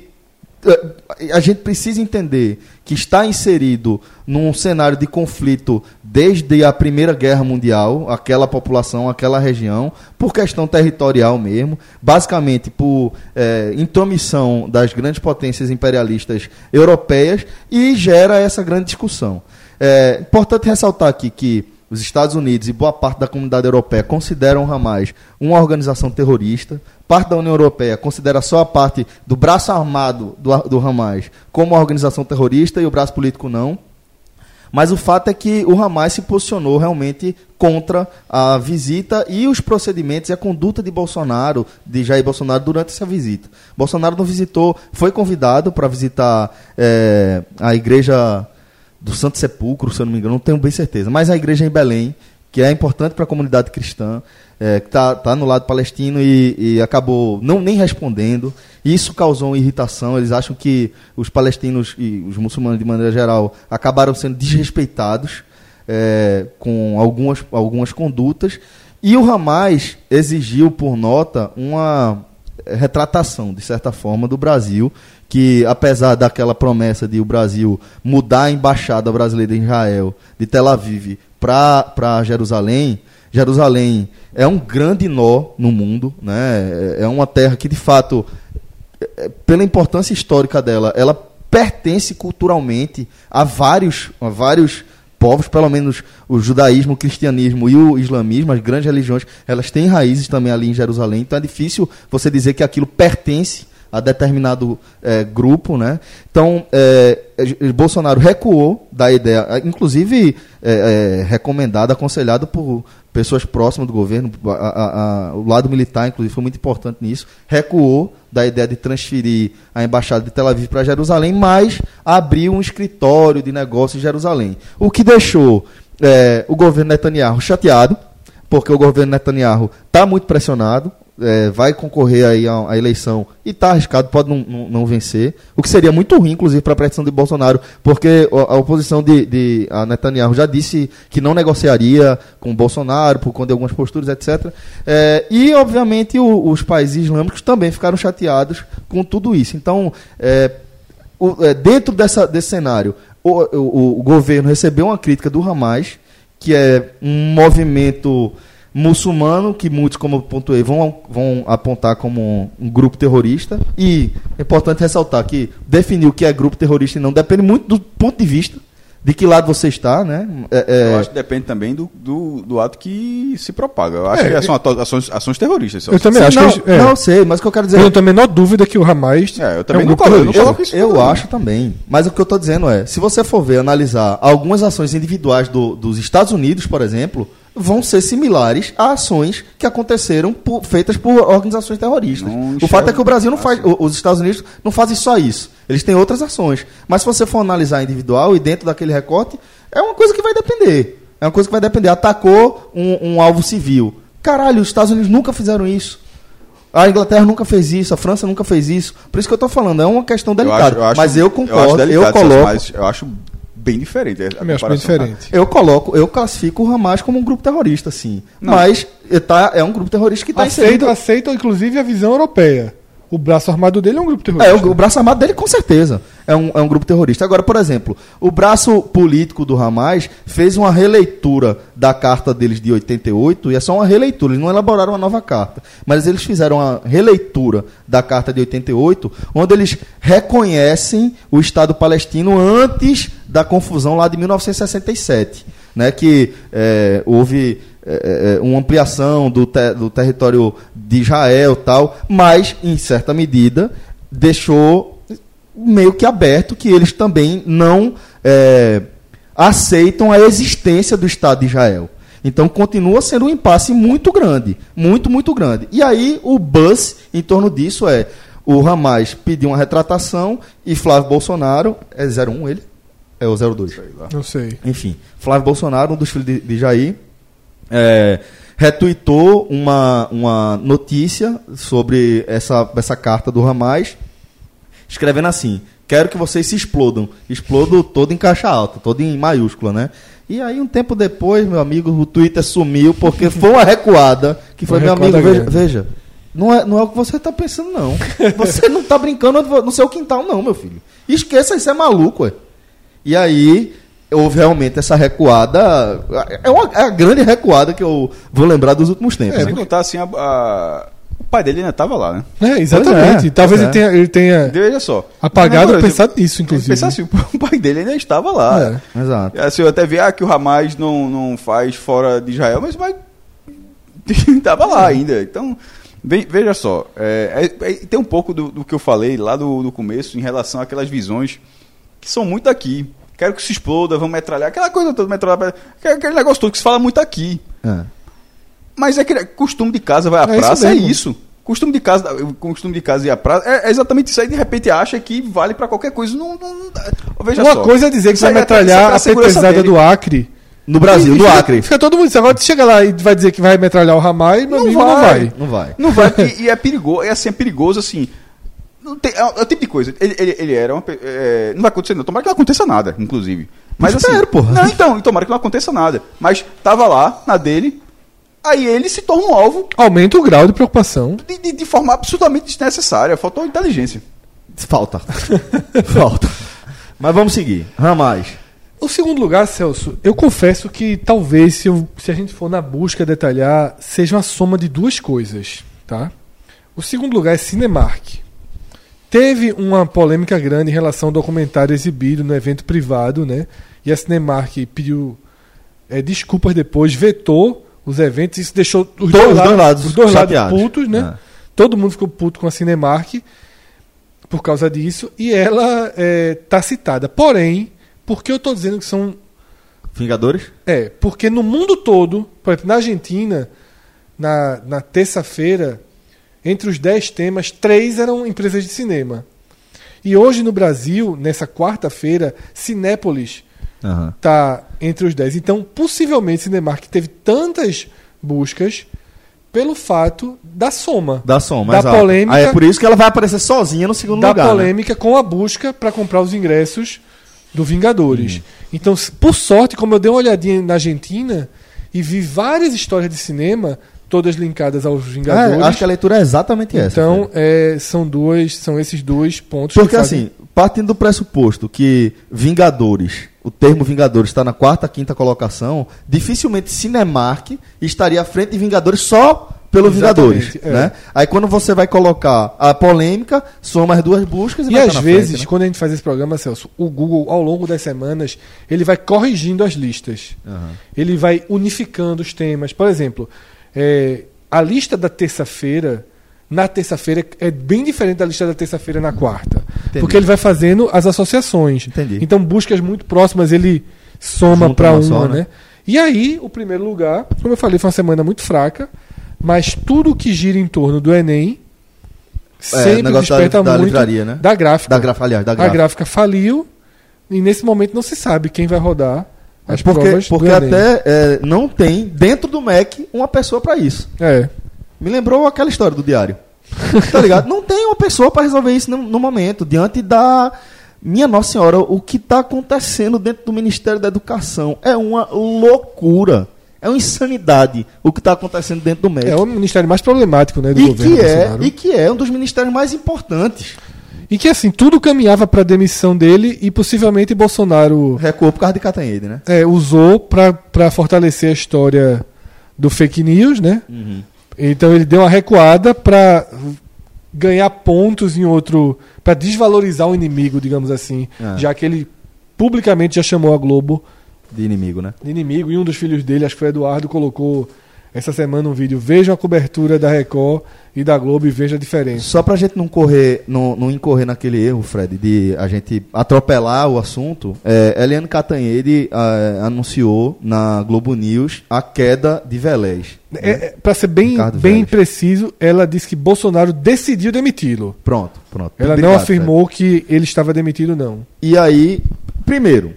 [SPEAKER 2] É, a gente precisa entender que está inserido num cenário de conflito desde a Primeira Guerra Mundial, aquela população, aquela região, por questão territorial mesmo, basicamente por é, intromissão das grandes potências imperialistas europeias, e gera essa grande discussão. É importante ressaltar aqui que os Estados Unidos e boa parte da comunidade europeia consideram o Hamas uma organização terrorista. Parte da União Europeia considera só a parte do braço armado do, do Hamas como uma organização terrorista e o braço político não. Mas o fato é que o Hamas se posicionou realmente contra a visita e os procedimentos e a conduta de Bolsonaro, de Jair Bolsonaro, durante essa visita. Bolsonaro não visitou, foi convidado para visitar é, a igreja do Santo Sepulcro, se eu não me engano, não tenho bem certeza, mas a igreja em Belém, que é importante para a comunidade cristã, é, que está tá no lado palestino e, e, acabou não nem respondendo. Isso causou irritação. Eles acham que os palestinos e os muçulmanos, de maneira geral, acabaram sendo desrespeitados é, com algumas, algumas condutas. E o Hamas exigiu, por nota, uma retratação, de certa forma, do Brasil, que apesar daquela promessa de o Brasil mudar a embaixada brasileira em Israel de Tel Aviv para Jerusalém, Jerusalém é um grande nó no mundo, né? é uma terra que de fato, é, pela importância histórica dela, ela pertence culturalmente a vários, a vários povos, pelo menos o judaísmo, o cristianismo e o islamismo, as grandes religiões, elas têm raízes também ali em Jerusalém, então é difícil você dizer que aquilo pertence a determinado é, grupo, né? Então, é, Bolsonaro recuou da ideia, inclusive é, recomendado, aconselhado por pessoas próximas do governo, a, a, a, o lado militar, inclusive, foi muito importante nisso, recuou da ideia de transferir a embaixada de Tel Aviv para Jerusalém, mas abriu um escritório de negócios em Jerusalém, o que deixou é, o governo Netanyahu chateado, porque o governo Netanyahu está muito pressionado, é, vai concorrer aí à, à eleição e está arriscado, pode não, não, não, vencer, o que seria muito ruim, inclusive, para a pretensão de Bolsonaro, porque a, a oposição de, de Netanyahu já disse que não negociaria com Bolsonaro por conta de algumas posturas, etc. É, e, obviamente, o, os países islâmicos também ficaram chateados com tudo isso. Então, é, o, é, dentro dessa, desse cenário, o, o, o governo recebeu uma crítica do Hamas, que é um movimento muçulmano, que muitos, como eu pontuei, vão, vão apontar como um, um, grupo terrorista. E é importante ressaltar que definir o que é grupo terrorista e não depende muito do ponto de vista de que lado você está, né?
[SPEAKER 4] É, é... Eu acho que depende também do, do, do, ato que se propaga. Eu acho é, que são ações, ações terroristas. assim.
[SPEAKER 3] Eu também
[SPEAKER 2] Sim,
[SPEAKER 3] acho
[SPEAKER 2] não,
[SPEAKER 3] que. Eles,
[SPEAKER 2] Não sei, mas o que eu quero dizer.
[SPEAKER 3] Eu não tenho a menor dúvida que o Hamas.
[SPEAKER 4] É, eu também
[SPEAKER 3] um
[SPEAKER 4] não
[SPEAKER 3] grupo
[SPEAKER 4] coloco- eu não
[SPEAKER 3] terrorista.
[SPEAKER 4] coloco isso é
[SPEAKER 2] Eu acho também. Mas o que eu estou dizendo é, se você for ver, analisar algumas ações individuais do- dos Estados Unidos, por exemplo, vão ser similares a ações que aconteceram por- feitas por organizações terroristas.
[SPEAKER 4] Não
[SPEAKER 2] o
[SPEAKER 4] enxergo assim.
[SPEAKER 2] fato é que o Brasil não faz, o- os Estados Unidos não fazem só isso. Eles têm outras ações. Mas se você for analisar individual e dentro daquele recorte, é uma coisa que vai depender. É uma coisa que vai depender. Atacou um, um alvo civil. Caralho, os Estados Unidos nunca fizeram isso. A Inglaterra nunca fez isso, a França nunca fez isso. Por isso que eu estou falando, é uma questão
[SPEAKER 4] Eu
[SPEAKER 2] delicada.
[SPEAKER 4] acho- eu acho-
[SPEAKER 2] mas eu
[SPEAKER 4] acho
[SPEAKER 2] concordo, eu,
[SPEAKER 4] delicado,
[SPEAKER 2] coloco,
[SPEAKER 4] Mas eu acho bem diferente. a
[SPEAKER 3] Também acho
[SPEAKER 4] comparação, tá?
[SPEAKER 3] bem diferente.
[SPEAKER 2] eu coloco, eu classifico o Hamas como um grupo terrorista, sim.
[SPEAKER 4] Não.
[SPEAKER 2] Mas eh, tá, é um grupo terrorista que está
[SPEAKER 3] Aceito,
[SPEAKER 2] inserido.
[SPEAKER 3] aceitam, inclusive, a visão europeia. O braço armado dele é um grupo terrorista.
[SPEAKER 2] É, o, o braço armado dele, com certeza, é um, é um grupo terrorista. Agora, por exemplo, o braço político do Hamas fez uma releitura da carta deles de 88, e é só uma releitura, eles não elaboraram uma nova carta, mas eles fizeram uma releitura da carta de 88, onde eles reconhecem o Estado palestino antes da confusão lá de 1967, né, que é, houve é, é, uma ampliação do, te- do território de Israel tal, mas, em certa medida, deixou meio que aberto que eles também não é, aceitam a existência do Estado de Israel. Então continua sendo um impasse muito grande, muito, muito grande. E aí o buzz em torno disso é o Hamas pediu uma retratação e Flávio Bolsonaro, é 01 ele? É o 02.
[SPEAKER 3] Não sei.
[SPEAKER 2] Enfim, Flávio Bolsonaro, um dos filhos de, de Jair, é, retuitou uma, uma notícia sobre essa, essa carta do Ramais, escrevendo assim: Quero que vocês se explodam. Explodo todo em caixa alta, todo em maiúscula, né? E aí, um tempo depois, meu amigo, o Twitter sumiu, porque foi uma recuada. Que
[SPEAKER 3] Uma
[SPEAKER 2] foi, meu
[SPEAKER 3] recuada
[SPEAKER 2] amigo, veja,
[SPEAKER 3] grande.
[SPEAKER 2] veja, não, é, não é o que você tá pensando, não. Você não tá brincando no seu quintal, não, meu filho. Esqueça, isso é maluco, ué. E aí houve realmente essa recuada. É, uma, é a grande recuada que eu vou lembrar dos últimos tempos. né?
[SPEAKER 4] Sem contar assim, a- a- o pai dele ainda estava lá, né?
[SPEAKER 3] É, exatamente.
[SPEAKER 2] é, pois
[SPEAKER 3] Talvez ele
[SPEAKER 2] é.
[SPEAKER 3] tenha, ele tenha
[SPEAKER 4] Veja só.
[SPEAKER 3] apagado
[SPEAKER 4] Não,
[SPEAKER 3] ou
[SPEAKER 4] eu-
[SPEAKER 3] pensado nisso, inclusive.
[SPEAKER 4] Pensar assim, o pai dele ainda estava lá.
[SPEAKER 3] É.
[SPEAKER 2] Exato.
[SPEAKER 4] Assim, eu até vi ah, que o Hamas não, não faz fora de Israel, mas, mas tava lá ainda. Então, ve- veja só, é, é- é- tem um pouco do, do que eu falei lá do, do começo em relação àquelas visões que são muito aqui. Quero que se exploda, vamos metralhar, aquela coisa toda, metralhar, aquele aquele negócio todo que se fala muito aqui.
[SPEAKER 2] É.
[SPEAKER 4] Mas é aquele costume de casa vai à
[SPEAKER 3] É isso
[SPEAKER 4] praça, é
[SPEAKER 3] mesmo.
[SPEAKER 4] isso. Costume de casa, costume de casa e à praça, é, é exatamente isso aí, de repente acha que vale pra qualquer coisa. Não, não- não- veja
[SPEAKER 3] Uma
[SPEAKER 4] só.
[SPEAKER 3] coisa é dizer que
[SPEAKER 4] Isso
[SPEAKER 3] vai
[SPEAKER 4] aí é pra- isso é
[SPEAKER 3] metralhar
[SPEAKER 4] pra
[SPEAKER 3] a
[SPEAKER 4] segurança
[SPEAKER 3] petezada
[SPEAKER 4] dele.
[SPEAKER 3] do Acre.
[SPEAKER 2] No Brasil,
[SPEAKER 3] E
[SPEAKER 2] do
[SPEAKER 3] fica-
[SPEAKER 2] Acre.
[SPEAKER 3] Fica todo mundo. Agora tu chega lá e vai dizer que vai metralhar o Ramai, meu
[SPEAKER 4] Não
[SPEAKER 3] amigo, não
[SPEAKER 4] vai.
[SPEAKER 3] vai.
[SPEAKER 2] Não vai.
[SPEAKER 4] Não vai, porque- e é perigoso, é assim, é perigoso assim. Não tem, é, o- é o tipo de coisa. Ele, ele, ele era uma. pe- é, não vai acontecer, não. Tomara que não aconteça nada, inclusive. Mas assim.
[SPEAKER 2] Espero, porra.
[SPEAKER 4] Não, então, e tomara que não aconteça nada. Mas tava lá, na dele, aí ele se torna um alvo
[SPEAKER 3] Aumenta o grau de preocupação.
[SPEAKER 4] de, de- de forma absolutamente desnecessária. Faltou inteligência.
[SPEAKER 2] Falta. Falta. Mas vamos seguir. Ramais.
[SPEAKER 3] O segundo lugar, Celso, eu confesso que talvez, se, eu- se a gente for na busca detalhar, seja uma soma de duas coisas, tá? O segundo lugar é Cinemark. Teve uma polêmica grande em relação ao documentário exibido no evento privado, né? E a Cinemark pediu eh, desculpas depois, vetou os eventos, isso deixou os
[SPEAKER 2] Todos
[SPEAKER 3] dois,
[SPEAKER 2] os dois
[SPEAKER 3] lados,
[SPEAKER 2] lados
[SPEAKER 3] os dois lados
[SPEAKER 2] chateados.
[SPEAKER 3] putos, né?
[SPEAKER 2] É.
[SPEAKER 3] Todo mundo ficou puto com a Cinemark por causa disso, e ela está citada. Porém, por que eu estou dizendo que são
[SPEAKER 2] Vingadores?
[SPEAKER 3] é, porque no mundo todo, por exemplo, na Argentina, na, na terça-feira, entre os 10 temas, três eram empresas de cinema. E hoje no Brasil, nessa quarta-feira, Cinépolis
[SPEAKER 2] Aham.
[SPEAKER 3] está entre os 10. Então, possivelmente, Cinemark teve tantas buscas pelo fato da soma.
[SPEAKER 2] Da som,
[SPEAKER 3] Da
[SPEAKER 2] mas exato.
[SPEAKER 3] polêmica.
[SPEAKER 2] Aí é por isso que ela vai aparecer sozinha no segundo
[SPEAKER 3] da
[SPEAKER 2] lugar. né?
[SPEAKER 3] polêmica com a busca para comprar os ingressos do Vingadores. Então, s- por sorte, como eu dei uma olhadinha na Argentina e vi várias histórias de cinema, todas linkadas aos
[SPEAKER 2] É,
[SPEAKER 3] Vingadores.
[SPEAKER 2] acho que a leitura é exatamente essa.
[SPEAKER 3] então,
[SPEAKER 2] cara.
[SPEAKER 3] é, são duas, são esses dois pontos.
[SPEAKER 2] Porque
[SPEAKER 3] que fazem-
[SPEAKER 2] assim, partindo do pressuposto que Vingadores, o termo Vingadores está na quarta, quinta colocação, dificilmente Cinemark estaria à frente de Vingadores só pelo
[SPEAKER 3] Exatamente,
[SPEAKER 2] Vingadores,
[SPEAKER 3] é.
[SPEAKER 2] né? Aí quando você vai colocar a polêmica, soma as duas buscas e,
[SPEAKER 3] E
[SPEAKER 2] vai
[SPEAKER 3] às
[SPEAKER 2] tá na
[SPEAKER 3] vezes,
[SPEAKER 2] frente,
[SPEAKER 3] quando a gente faz esse programa, Celso, o Google, ao longo das semanas, ele vai corrigindo as listas. Ele vai unificando os temas. Por exemplo, é, a lista da terça-feira, na terça-feira, é bem diferente da lista da terça-feira na quarta.
[SPEAKER 2] Entendi.
[SPEAKER 3] Porque ele vai fazendo as associações.
[SPEAKER 2] Entendi.
[SPEAKER 3] Então, buscas muito próximas, ele soma
[SPEAKER 2] Junta
[SPEAKER 3] para uma,
[SPEAKER 2] uma só,
[SPEAKER 3] né?
[SPEAKER 2] né?
[SPEAKER 3] E aí, o primeiro lugar, como eu falei, foi uma semana muito fraca, mas tudo que gira em torno do Enem sempre
[SPEAKER 2] É, negócio da-
[SPEAKER 3] desperta
[SPEAKER 2] da
[SPEAKER 3] muito
[SPEAKER 2] livraria, né?
[SPEAKER 3] da gráfica.
[SPEAKER 2] Da gráfica, aliás, da
[SPEAKER 3] A gráfica faliu e nesse momento não se sabe quem vai rodar
[SPEAKER 2] Mas
[SPEAKER 3] as
[SPEAKER 2] É porque
[SPEAKER 3] provas
[SPEAKER 2] porque
[SPEAKER 3] do Enem.
[SPEAKER 2] até é, não tem dentro do MEC uma pessoa para isso.
[SPEAKER 3] É.
[SPEAKER 2] Me lembrou aquela história do diário. tá ligado? Não tem uma pessoa pra resolver isso no, no momento, diante da. Minha Nossa Senhora, o que tá acontecendo dentro do Ministério da Educação é uma loucura. É uma insanidade o que está acontecendo dentro do MEC.
[SPEAKER 3] É o ministério mais problemático né, do
[SPEAKER 2] e,
[SPEAKER 3] governo
[SPEAKER 2] que é,
[SPEAKER 3] Bolsonaro.
[SPEAKER 2] e que é um dos ministérios mais importantes.
[SPEAKER 3] E que assim, tudo caminhava para demissão dele e possivelmente Bolsonaro
[SPEAKER 2] Recuou por causa de Catanhede, né?
[SPEAKER 3] é, usou para fortalecer a história do fake news, né? Então ele deu uma recuada para ganhar pontos em outro, para desvalorizar o inimigo, digamos assim,
[SPEAKER 2] É.
[SPEAKER 3] já que ele publicamente já chamou a Globo
[SPEAKER 2] De inimigo, né?
[SPEAKER 3] de inimigo e um dos filhos dele, acho que foi Eduardo, colocou essa semana um vídeo, vejam a cobertura da Record e da Globo e veja a diferença.
[SPEAKER 2] Só pra gente não correr, não, não incorrer naquele erro, Fred, de a gente atropelar o assunto, é, Eliane Catanhede ah, anunciou na Globo News a queda de Velés.
[SPEAKER 3] É, para ser bem,
[SPEAKER 2] Ricardo
[SPEAKER 3] bem
[SPEAKER 2] Vélez.
[SPEAKER 3] preciso, ela disse que Bolsonaro decidiu demiti-lo.
[SPEAKER 2] Pronto, pronto.
[SPEAKER 3] Ela não
[SPEAKER 2] Obrigado, Fred.
[SPEAKER 3] afirmou que ele estava demitido, não.
[SPEAKER 2] E aí, primeiro,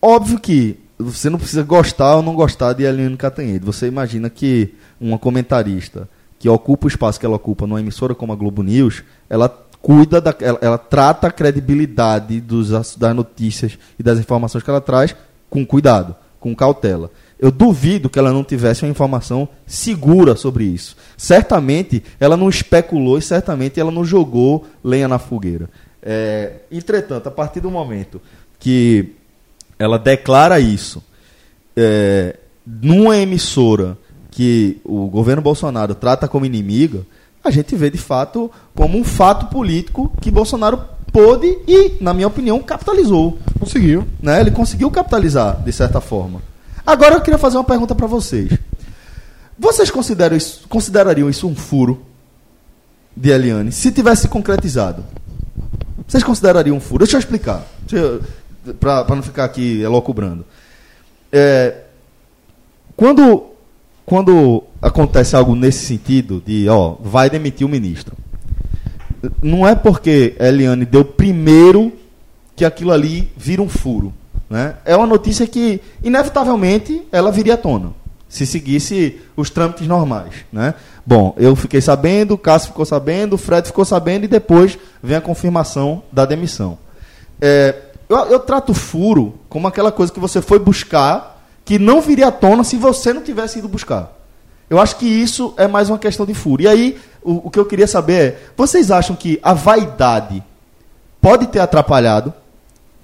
[SPEAKER 2] óbvio que você não precisa gostar ou não gostar de Eliane Catanhede. Você imagina que uma comentarista que ocupa o espaço que ela ocupa numa emissora como a Globo News, ela cuida da, ela, ela trata a credibilidade dos, ass- das notícias e das informações que ela traz com cuidado, com cautela. Eu duvido que ela não tivesse uma informação segura sobre isso. Certamente ela não especulou e certamente ela não jogou lenha na fogueira. É, entretanto, a partir do momento que ela declara isso é, numa emissora que o governo Bolsonaro trata como inimiga, a gente vê de fato como um fato político que Bolsonaro pôde e, na minha opinião, capitalizou
[SPEAKER 3] Conseguiu.
[SPEAKER 2] né? Ele conseguiu capitalizar de certa forma. Agora eu queria fazer uma pergunta para vocês. Vocês consideram isso- considerariam isso um furo de Eliane se tivesse se concretizado? Vocês considerariam um furo? Deixa eu explicar, para não ficar aqui elocubrando. É, quando quando acontece algo nesse sentido de, ó, vai demitir o ministro. Não é porque Eliane deu primeiro que aquilo ali vira um furo. Né? É uma notícia que, inevitavelmente, ela viria à tona, se seguisse os trâmites normais. Né? Bom, eu fiquei sabendo, o Cássio ficou sabendo, o Fred ficou sabendo e depois vem a confirmação da demissão. É, eu, eu trato o furo como aquela coisa que você foi buscar que não viria à tona se você não tivesse ido buscar. Eu acho que isso é mais uma questão de furo. E aí, o, o que eu queria saber é: vocês acham que a vaidade pode ter atrapalhado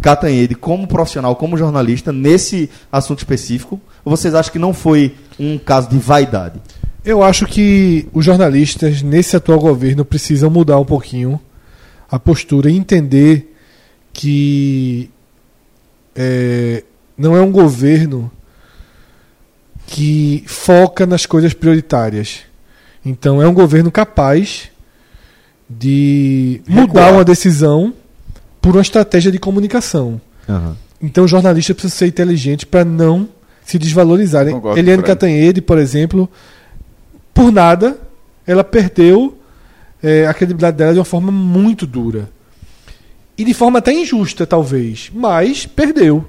[SPEAKER 2] Catanhede como profissional, como jornalista, nesse assunto específico? Ou vocês acham que não foi um caso de vaidade?
[SPEAKER 3] Eu acho que os jornalistas nesse atual governo precisam mudar um pouquinho a postura e entender que é, não é um governo que foca nas coisas prioritárias. Então é um governo capaz de mudar
[SPEAKER 2] Recuar.
[SPEAKER 3] uma decisão por uma estratégia de comunicação. Então, o jornalista precisa ser inteligente para não se desvalorizar. hein?
[SPEAKER 4] Concordo,
[SPEAKER 3] Eliane
[SPEAKER 4] Fred.
[SPEAKER 3] Catanhede, por exemplo, por nada, ela perdeu eh, a credibilidade dela de uma forma muito dura. E de forma até injusta, talvez. Mas perdeu.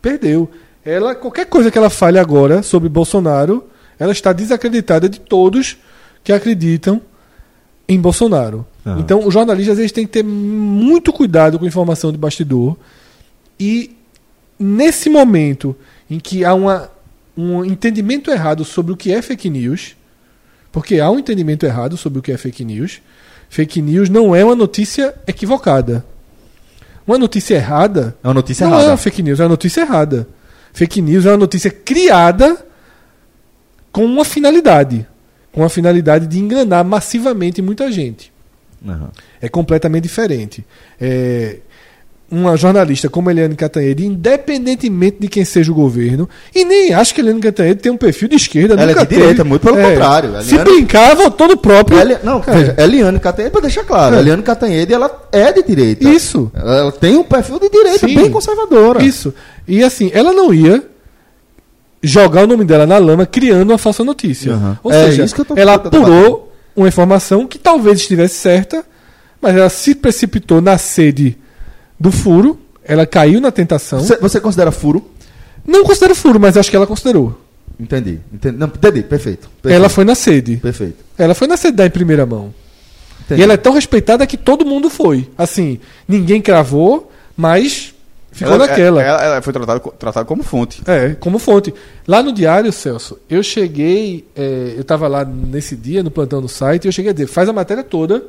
[SPEAKER 3] Perdeu. Ela, qualquer coisa que ela fale agora sobre Bolsonaro, ela está desacreditada de todos que acreditam em Bolsonaro.
[SPEAKER 2] Aham.
[SPEAKER 3] Então, os jornalistas eles têm que ter muito cuidado com informação de bastidor. E nesse momento em que há uma, um entendimento errado sobre o que é fake news, porque há um entendimento errado sobre o que é fake news, fake news não é uma notícia equivocada. Uma notícia errada
[SPEAKER 2] É uma notícia
[SPEAKER 3] não é uma
[SPEAKER 2] errada.
[SPEAKER 3] fake news, é uma notícia errada. Fake news é uma notícia criada com uma finalidade. Com a finalidade de enganar massivamente muita gente.
[SPEAKER 2] Aham.
[SPEAKER 3] É completamente diferente. É, uma jornalista como Eliane Cantanhede, independentemente de quem seja o governo, e nem acho que Eliane Cantanhede tem um perfil de esquerda.
[SPEAKER 2] Ela é
[SPEAKER 3] nunca
[SPEAKER 2] de direita,
[SPEAKER 3] teve-
[SPEAKER 2] muito pelo contrário. é
[SPEAKER 3] Se
[SPEAKER 2] Eliane-
[SPEAKER 3] brincar, votou no próprio.
[SPEAKER 2] Eli- não,
[SPEAKER 3] Cara,
[SPEAKER 2] veja, Eliane Catanhede, para deixar claro,
[SPEAKER 3] É.
[SPEAKER 2] Eliane Catanhede ela é de direita.
[SPEAKER 3] Isso.
[SPEAKER 2] Ela ela tem um perfil de direita
[SPEAKER 3] Sim.
[SPEAKER 2] bem conservadora.
[SPEAKER 3] Isso. E assim, ela não ia jogar o nome dela na lama criando uma falsa notícia.
[SPEAKER 2] Aham.
[SPEAKER 3] Ou
[SPEAKER 2] É
[SPEAKER 3] seja,
[SPEAKER 2] isso que eu tô
[SPEAKER 3] ela
[SPEAKER 2] tentando
[SPEAKER 3] apurou uma informação que talvez estivesse certa, mas ela se precipitou na sede do furo, ela caiu na tentação.
[SPEAKER 2] Você, você considera furo?
[SPEAKER 3] Não considero furo, mas acho que ela considerou.
[SPEAKER 2] Entendi. entendi. Não, entendi, perfeito. perfeito.
[SPEAKER 3] Ela foi na sede.
[SPEAKER 2] Perfeito.
[SPEAKER 3] Ela foi na sede da em primeira mão. é
[SPEAKER 2] Entendi.
[SPEAKER 3] E ela é tão respeitada que todo mundo foi. Assim, ninguém cravou, mas Ficou
[SPEAKER 4] Ela-
[SPEAKER 3] naquela.
[SPEAKER 4] Ela, ela foi tratada, co- tratada como fonte.
[SPEAKER 3] É, como fonte. Lá no diário, Celso, eu cheguei, é, eu estava lá nesse dia, no plantão do site, e eu cheguei a dizer, faz a matéria toda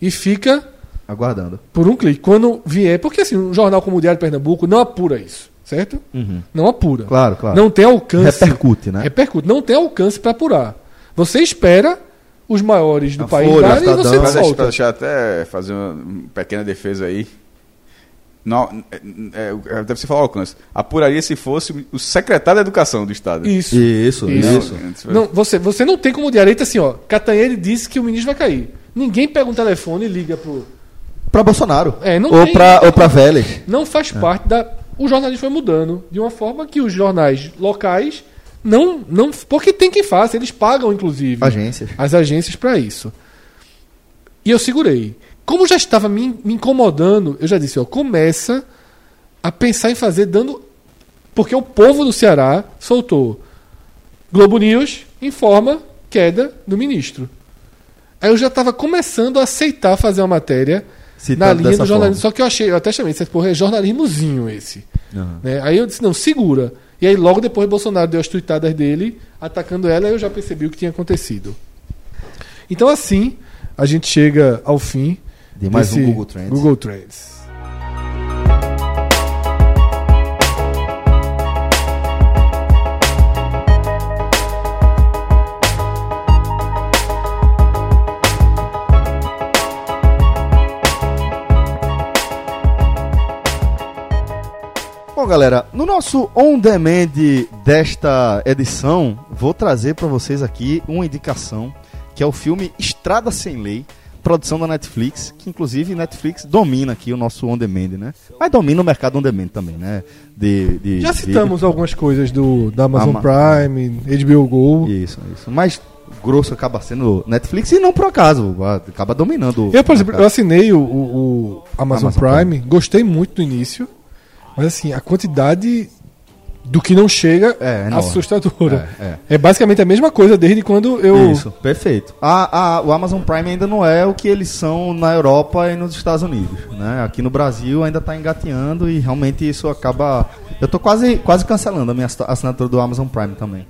[SPEAKER 3] e fica
[SPEAKER 2] Aguardando.
[SPEAKER 3] por um clique. Quando vier, porque assim, um jornal como o Diário de Pernambuco não apura isso, certo? Não apura.
[SPEAKER 2] Claro, claro.
[SPEAKER 3] Não tem alcance.
[SPEAKER 2] Repercute, né?
[SPEAKER 3] Repercute. Não tem alcance para apurar. Você espera os maiores do
[SPEAKER 2] A
[SPEAKER 3] país
[SPEAKER 2] Folha,
[SPEAKER 3] darem e
[SPEAKER 2] Estadão.
[SPEAKER 3] você
[SPEAKER 4] Pra
[SPEAKER 2] Mas
[SPEAKER 4] deixar, pra
[SPEAKER 3] solta.
[SPEAKER 4] deixar até fazer uma um pequena defesa aí. Não, é, é, deve se falar alcance. Apuraria se fosse o secretário da Educação do Estado.
[SPEAKER 3] Isso.
[SPEAKER 2] Isso,
[SPEAKER 3] Isso.
[SPEAKER 2] isso.
[SPEAKER 3] Não, você, você não tem como direito assim, ó. Catanheira disse que o ministro vai cair. Ninguém pega um telefone e liga pro.
[SPEAKER 2] Pra Bolsonaro.
[SPEAKER 3] É, não
[SPEAKER 2] ou,
[SPEAKER 3] tem-
[SPEAKER 2] pra, ou pra Vélez.
[SPEAKER 3] Não faz
[SPEAKER 2] É.
[SPEAKER 3] parte da. O jornalismo foi mudando de uma forma que os jornais locais não. não porque tem quem faça, eles pagam, inclusive,
[SPEAKER 2] Agências.
[SPEAKER 3] as agências para isso. E eu segurei. Como já estava me, me incomodando, eu já disse, ó, começa a pensar em fazer dando. Porque o povo do Ceará soltou. Globo News informa queda do ministro. Aí eu já estava começando a aceitar fazer uma matéria
[SPEAKER 2] Citando
[SPEAKER 3] na linha
[SPEAKER 2] dessa
[SPEAKER 3] do jornalismo.
[SPEAKER 2] forma.
[SPEAKER 3] Só que eu achei, eu até chamei, disse, porra, é jornalismozinho esse.
[SPEAKER 2] Aham.
[SPEAKER 3] Né? Aí eu disse, não, segura. E aí logo depois Bolsonaro deu as tuitadas dele, atacando ela, e eu já percebi o que tinha acontecido. Então assim, a gente chega ao fim
[SPEAKER 2] De mais
[SPEAKER 3] desse
[SPEAKER 2] um Google Trends.
[SPEAKER 3] Google Trends.
[SPEAKER 2] Bom, galera, no nosso On Demand desta edição, vou trazer pra vocês aqui uma indicação, que é o filme Estrada Sem Lei, produção da Netflix, que inclusive Netflix domina aqui o nosso On Demand, né? Mas domina o mercado On Demand também, né? De, de-
[SPEAKER 3] Já
[SPEAKER 2] de-
[SPEAKER 3] citamos algumas coisas do, da Amazon
[SPEAKER 2] Ama-
[SPEAKER 3] Prime, HBO Go.
[SPEAKER 2] Isso, isso. Mas grosso acaba sendo Netflix e não por acaso, acaba dominando. o
[SPEAKER 3] Eu, por exemplo, eu
[SPEAKER 2] mercado.
[SPEAKER 3] assinei o, o- o Amazon,
[SPEAKER 2] Amazon
[SPEAKER 3] Prime, gostei muito do início, mas assim, a quantidade do que não chega
[SPEAKER 2] É,
[SPEAKER 3] é,
[SPEAKER 2] enorme.
[SPEAKER 3] assustadora. É,
[SPEAKER 2] É, é.
[SPEAKER 3] basicamente a mesma coisa desde quando eu.
[SPEAKER 2] Isso, perfeito. A, a- o Amazon Prime ainda não é o que eles são na Europa e nos Estados Unidos, né? Aqui no Brasil ainda tá engatinhando e realmente isso acaba... Eu tô quase, quase cancelando a minha assi- assinatura do Amazon Prime também.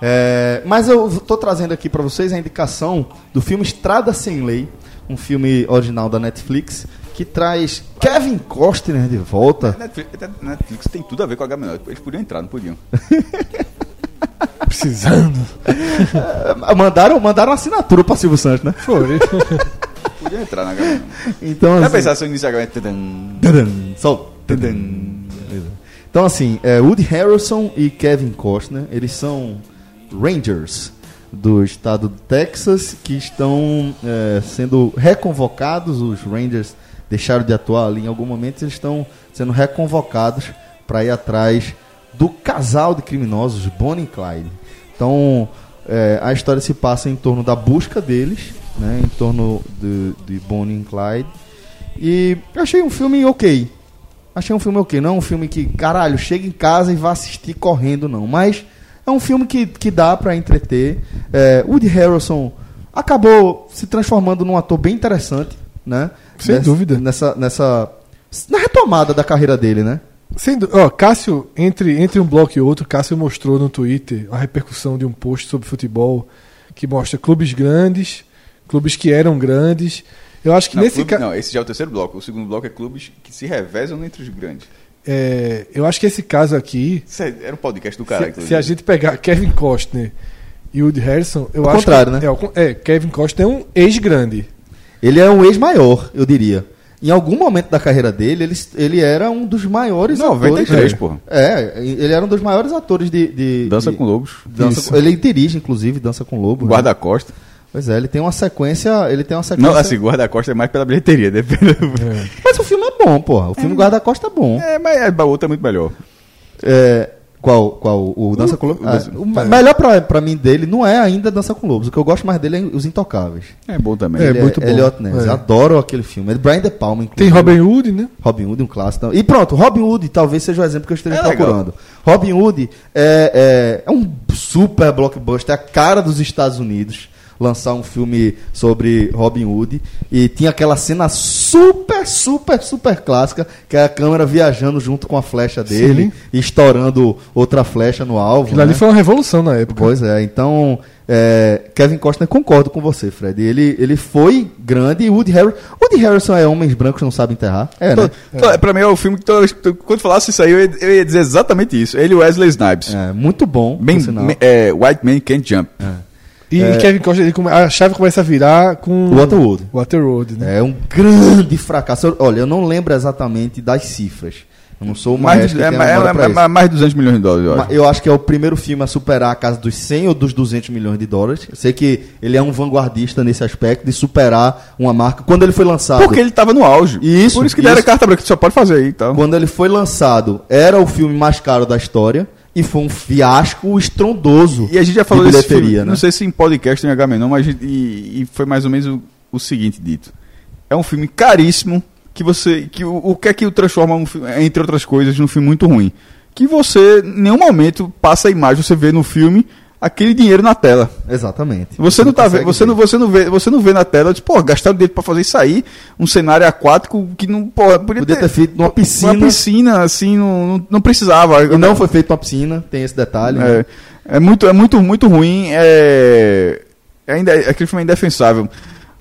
[SPEAKER 2] É, mas eu tô trazendo aqui para vocês a indicação do filme Estrada Sem Lei, um filme original da Netflix, que traz Kevin Costner de volta.
[SPEAKER 4] É Netflix, Netflix tem tudo a ver com a Gaminal. Eles podiam entrar, não podiam.
[SPEAKER 3] Precisando.
[SPEAKER 2] É, Mandaram, mandaram assinatura pra Silvio Santos, né?
[SPEAKER 3] Foi.
[SPEAKER 4] Podiam entrar na Gaminal.
[SPEAKER 2] Então,
[SPEAKER 4] Já
[SPEAKER 2] assim-
[SPEAKER 4] pensaram se eu iniciar a Gaminal? Tadam.
[SPEAKER 2] Tadam, Sol. Tadam. Então, assim, é, Woody Harrelson e Kevin Costner, eles são Rangers do estado do Texas que estão é, sendo reconvocados. Os Rangers deixaram de atuar ali em algum momento, eles estão sendo reconvocados para ir atrás do casal de criminosos Bonnie e Clyde. Então, é, a história se passa em torno da busca deles, né, em torno de, de Bonnie e Clyde. E eu achei um filme ok. Achei um filme ok. Não é um filme que, caralho, chega em casa e vá assistir correndo, não. Mas é um filme que, que dá pra entreter. É, Woody Harrelson acabou se transformando num ator bem interessante, né?
[SPEAKER 3] Sem
[SPEAKER 2] Nessa-
[SPEAKER 3] dúvida.
[SPEAKER 2] Nessa, nessa. Na retomada da carreira dele, né?
[SPEAKER 3] Sem dú- ó, Cássio, entre, entre um bloco e outro, Cássio mostrou no Twitter a repercussão de um post sobre futebol que mostra clubes grandes, clubes que eram grandes. Eu acho que
[SPEAKER 4] Não,
[SPEAKER 3] nesse
[SPEAKER 4] clube-
[SPEAKER 3] caso.
[SPEAKER 4] não, esse já é o terceiro bloco. O segundo bloco é clubes que se revezam entre os grandes.
[SPEAKER 3] é, eu acho que esse caso aqui.
[SPEAKER 4] Isso é- era um podcast do
[SPEAKER 3] se-
[SPEAKER 4] caralho.
[SPEAKER 3] se,
[SPEAKER 4] inclusive.
[SPEAKER 3] a gente pegar Kevin Costner e Woody Harrison, eu
[SPEAKER 2] Ao
[SPEAKER 3] acho.
[SPEAKER 2] contrário,
[SPEAKER 3] que,
[SPEAKER 2] né?
[SPEAKER 3] é, o con- É, Kevin Costner é um ex-grande.
[SPEAKER 2] Ele é um ex-maior, eu diria. Em algum momento da carreira dele, ele, ele era um dos maiores
[SPEAKER 4] 93,
[SPEAKER 2] atores.
[SPEAKER 4] porra.
[SPEAKER 2] É, ele era um dos maiores atores de. de
[SPEAKER 4] Dança
[SPEAKER 2] de-
[SPEAKER 4] com Lobos.
[SPEAKER 2] Dança
[SPEAKER 3] Isso.
[SPEAKER 2] com- ele dirige, inclusive, Dança com Lobo. né?
[SPEAKER 4] Guarda-costa.
[SPEAKER 2] Pois é, ele tem uma sequência. Ele tem uma sequência.
[SPEAKER 4] Não, assim, guarda-costa é mais pela bilheteria. Depende.
[SPEAKER 2] Mas o filme é bom, porra. O filme Guarda-Costa é bom.
[SPEAKER 4] É, mas a outra é muito melhor.
[SPEAKER 2] É, qual, qual? O Dança com Lobos?
[SPEAKER 4] o Dança-
[SPEAKER 2] Ah, o me- melhor pra, pra mim dele não é ainda Dança com Lobos. O que eu gosto mais dele é Os Intocáveis.
[SPEAKER 4] É bom também.
[SPEAKER 3] É,
[SPEAKER 2] Ele
[SPEAKER 3] muito bom.
[SPEAKER 2] Elliot Ness.
[SPEAKER 3] É.
[SPEAKER 2] Adoro aquele filme. É de Brian De Palma,
[SPEAKER 3] Tem
[SPEAKER 2] inclusive.
[SPEAKER 3] Robin Hood, né?
[SPEAKER 2] Robin Hood, um clássico. E pronto, Robin Hood talvez seja o exemplo que eu esteja
[SPEAKER 4] É legal.
[SPEAKER 2] procurando. Robin Hood é, é, é um super blockbuster, é a cara dos Estados Unidos. lançar um filme sobre Robin Hood. E tinha aquela cena super, super, super clássica, que é a câmera viajando junto com a flecha dele,
[SPEAKER 3] Sim.
[SPEAKER 2] e estourando outra flecha no alvo.
[SPEAKER 3] Aquilo ali
[SPEAKER 2] né?
[SPEAKER 3] foi uma revolução na época.
[SPEAKER 2] Pois é, então é, Kevin Costner concordo com você, Fred. Ele, ele foi grande e Woody Harrelson. Woody Harrelson é homens brancos não sabem enterrar. É,
[SPEAKER 3] Então,
[SPEAKER 2] né?
[SPEAKER 4] Tô- Pra mim é o filme que tô- tô- quando falasse isso aí, eu ia, eu ia dizer exatamente isso. Ele e Wesley Snipes.
[SPEAKER 2] É, muito bom. por
[SPEAKER 4] Bem,
[SPEAKER 2] sinal.
[SPEAKER 4] me- é, White Man Can't Jump.
[SPEAKER 3] E Kevin Costa, ele come- a chave começa a virar com.
[SPEAKER 2] É.
[SPEAKER 4] um
[SPEAKER 2] Waterworld.
[SPEAKER 3] Waterworld, né?
[SPEAKER 2] É um grande fracasso. Eu- Olha, eu não lembro exatamente das cifras. Eu não sou o
[SPEAKER 4] Mais,
[SPEAKER 2] maestro
[SPEAKER 4] de- é,
[SPEAKER 2] que tem
[SPEAKER 4] é-
[SPEAKER 2] a memória pra
[SPEAKER 4] é-
[SPEAKER 2] isso.
[SPEAKER 4] é mais de 200 milhões de dólares, eu acho.
[SPEAKER 2] Ma- Eu acho que é o primeiro filme a superar a casa dos 100 ou dos 200 milhões de dólares. Eu sei que ele é um vanguardista nesse aspecto de superar uma marca. Quando ele foi lançado,
[SPEAKER 4] Porque ele tava no auge.
[SPEAKER 2] Isso,
[SPEAKER 4] Por isso que
[SPEAKER 2] isso.
[SPEAKER 4] deram carta branca, que só pode fazer aí então. e tal.
[SPEAKER 2] quando ele foi lançado, era o filme mais caro da história e foi um fiasco estrondoso.
[SPEAKER 4] E a gente já falou
[SPEAKER 2] de
[SPEAKER 4] desse filme,
[SPEAKER 2] bilheteria, né?
[SPEAKER 4] não sei se em podcast ou em HM não, mas a gente- e, e foi mais ou menos o, o seguinte dito. É um filme caríssimo que você que o, o que é que o transforma um filme, entre outras coisas num filme muito ruim, que você em nenhum momento passa a imagem você vê no filme aquele dinheiro na tela.
[SPEAKER 2] Exatamente.
[SPEAKER 4] é- Você não, tá vendo,
[SPEAKER 2] Tipo, consegue
[SPEAKER 4] você não, você não vê, você não vê na tela, diz, pô, gastaram dinheiro pra fazer isso aí, um cenário aquático que não, pô, podia,
[SPEAKER 2] Podia ter feito numa piscina.
[SPEAKER 4] uma piscina assim, não, não, não precisava.
[SPEAKER 2] E não foi feito uma piscina, tem esse detalhe. né?
[SPEAKER 4] É, é muito, é muito, muito ruim. É, é ainda, aquele filme é indefensável.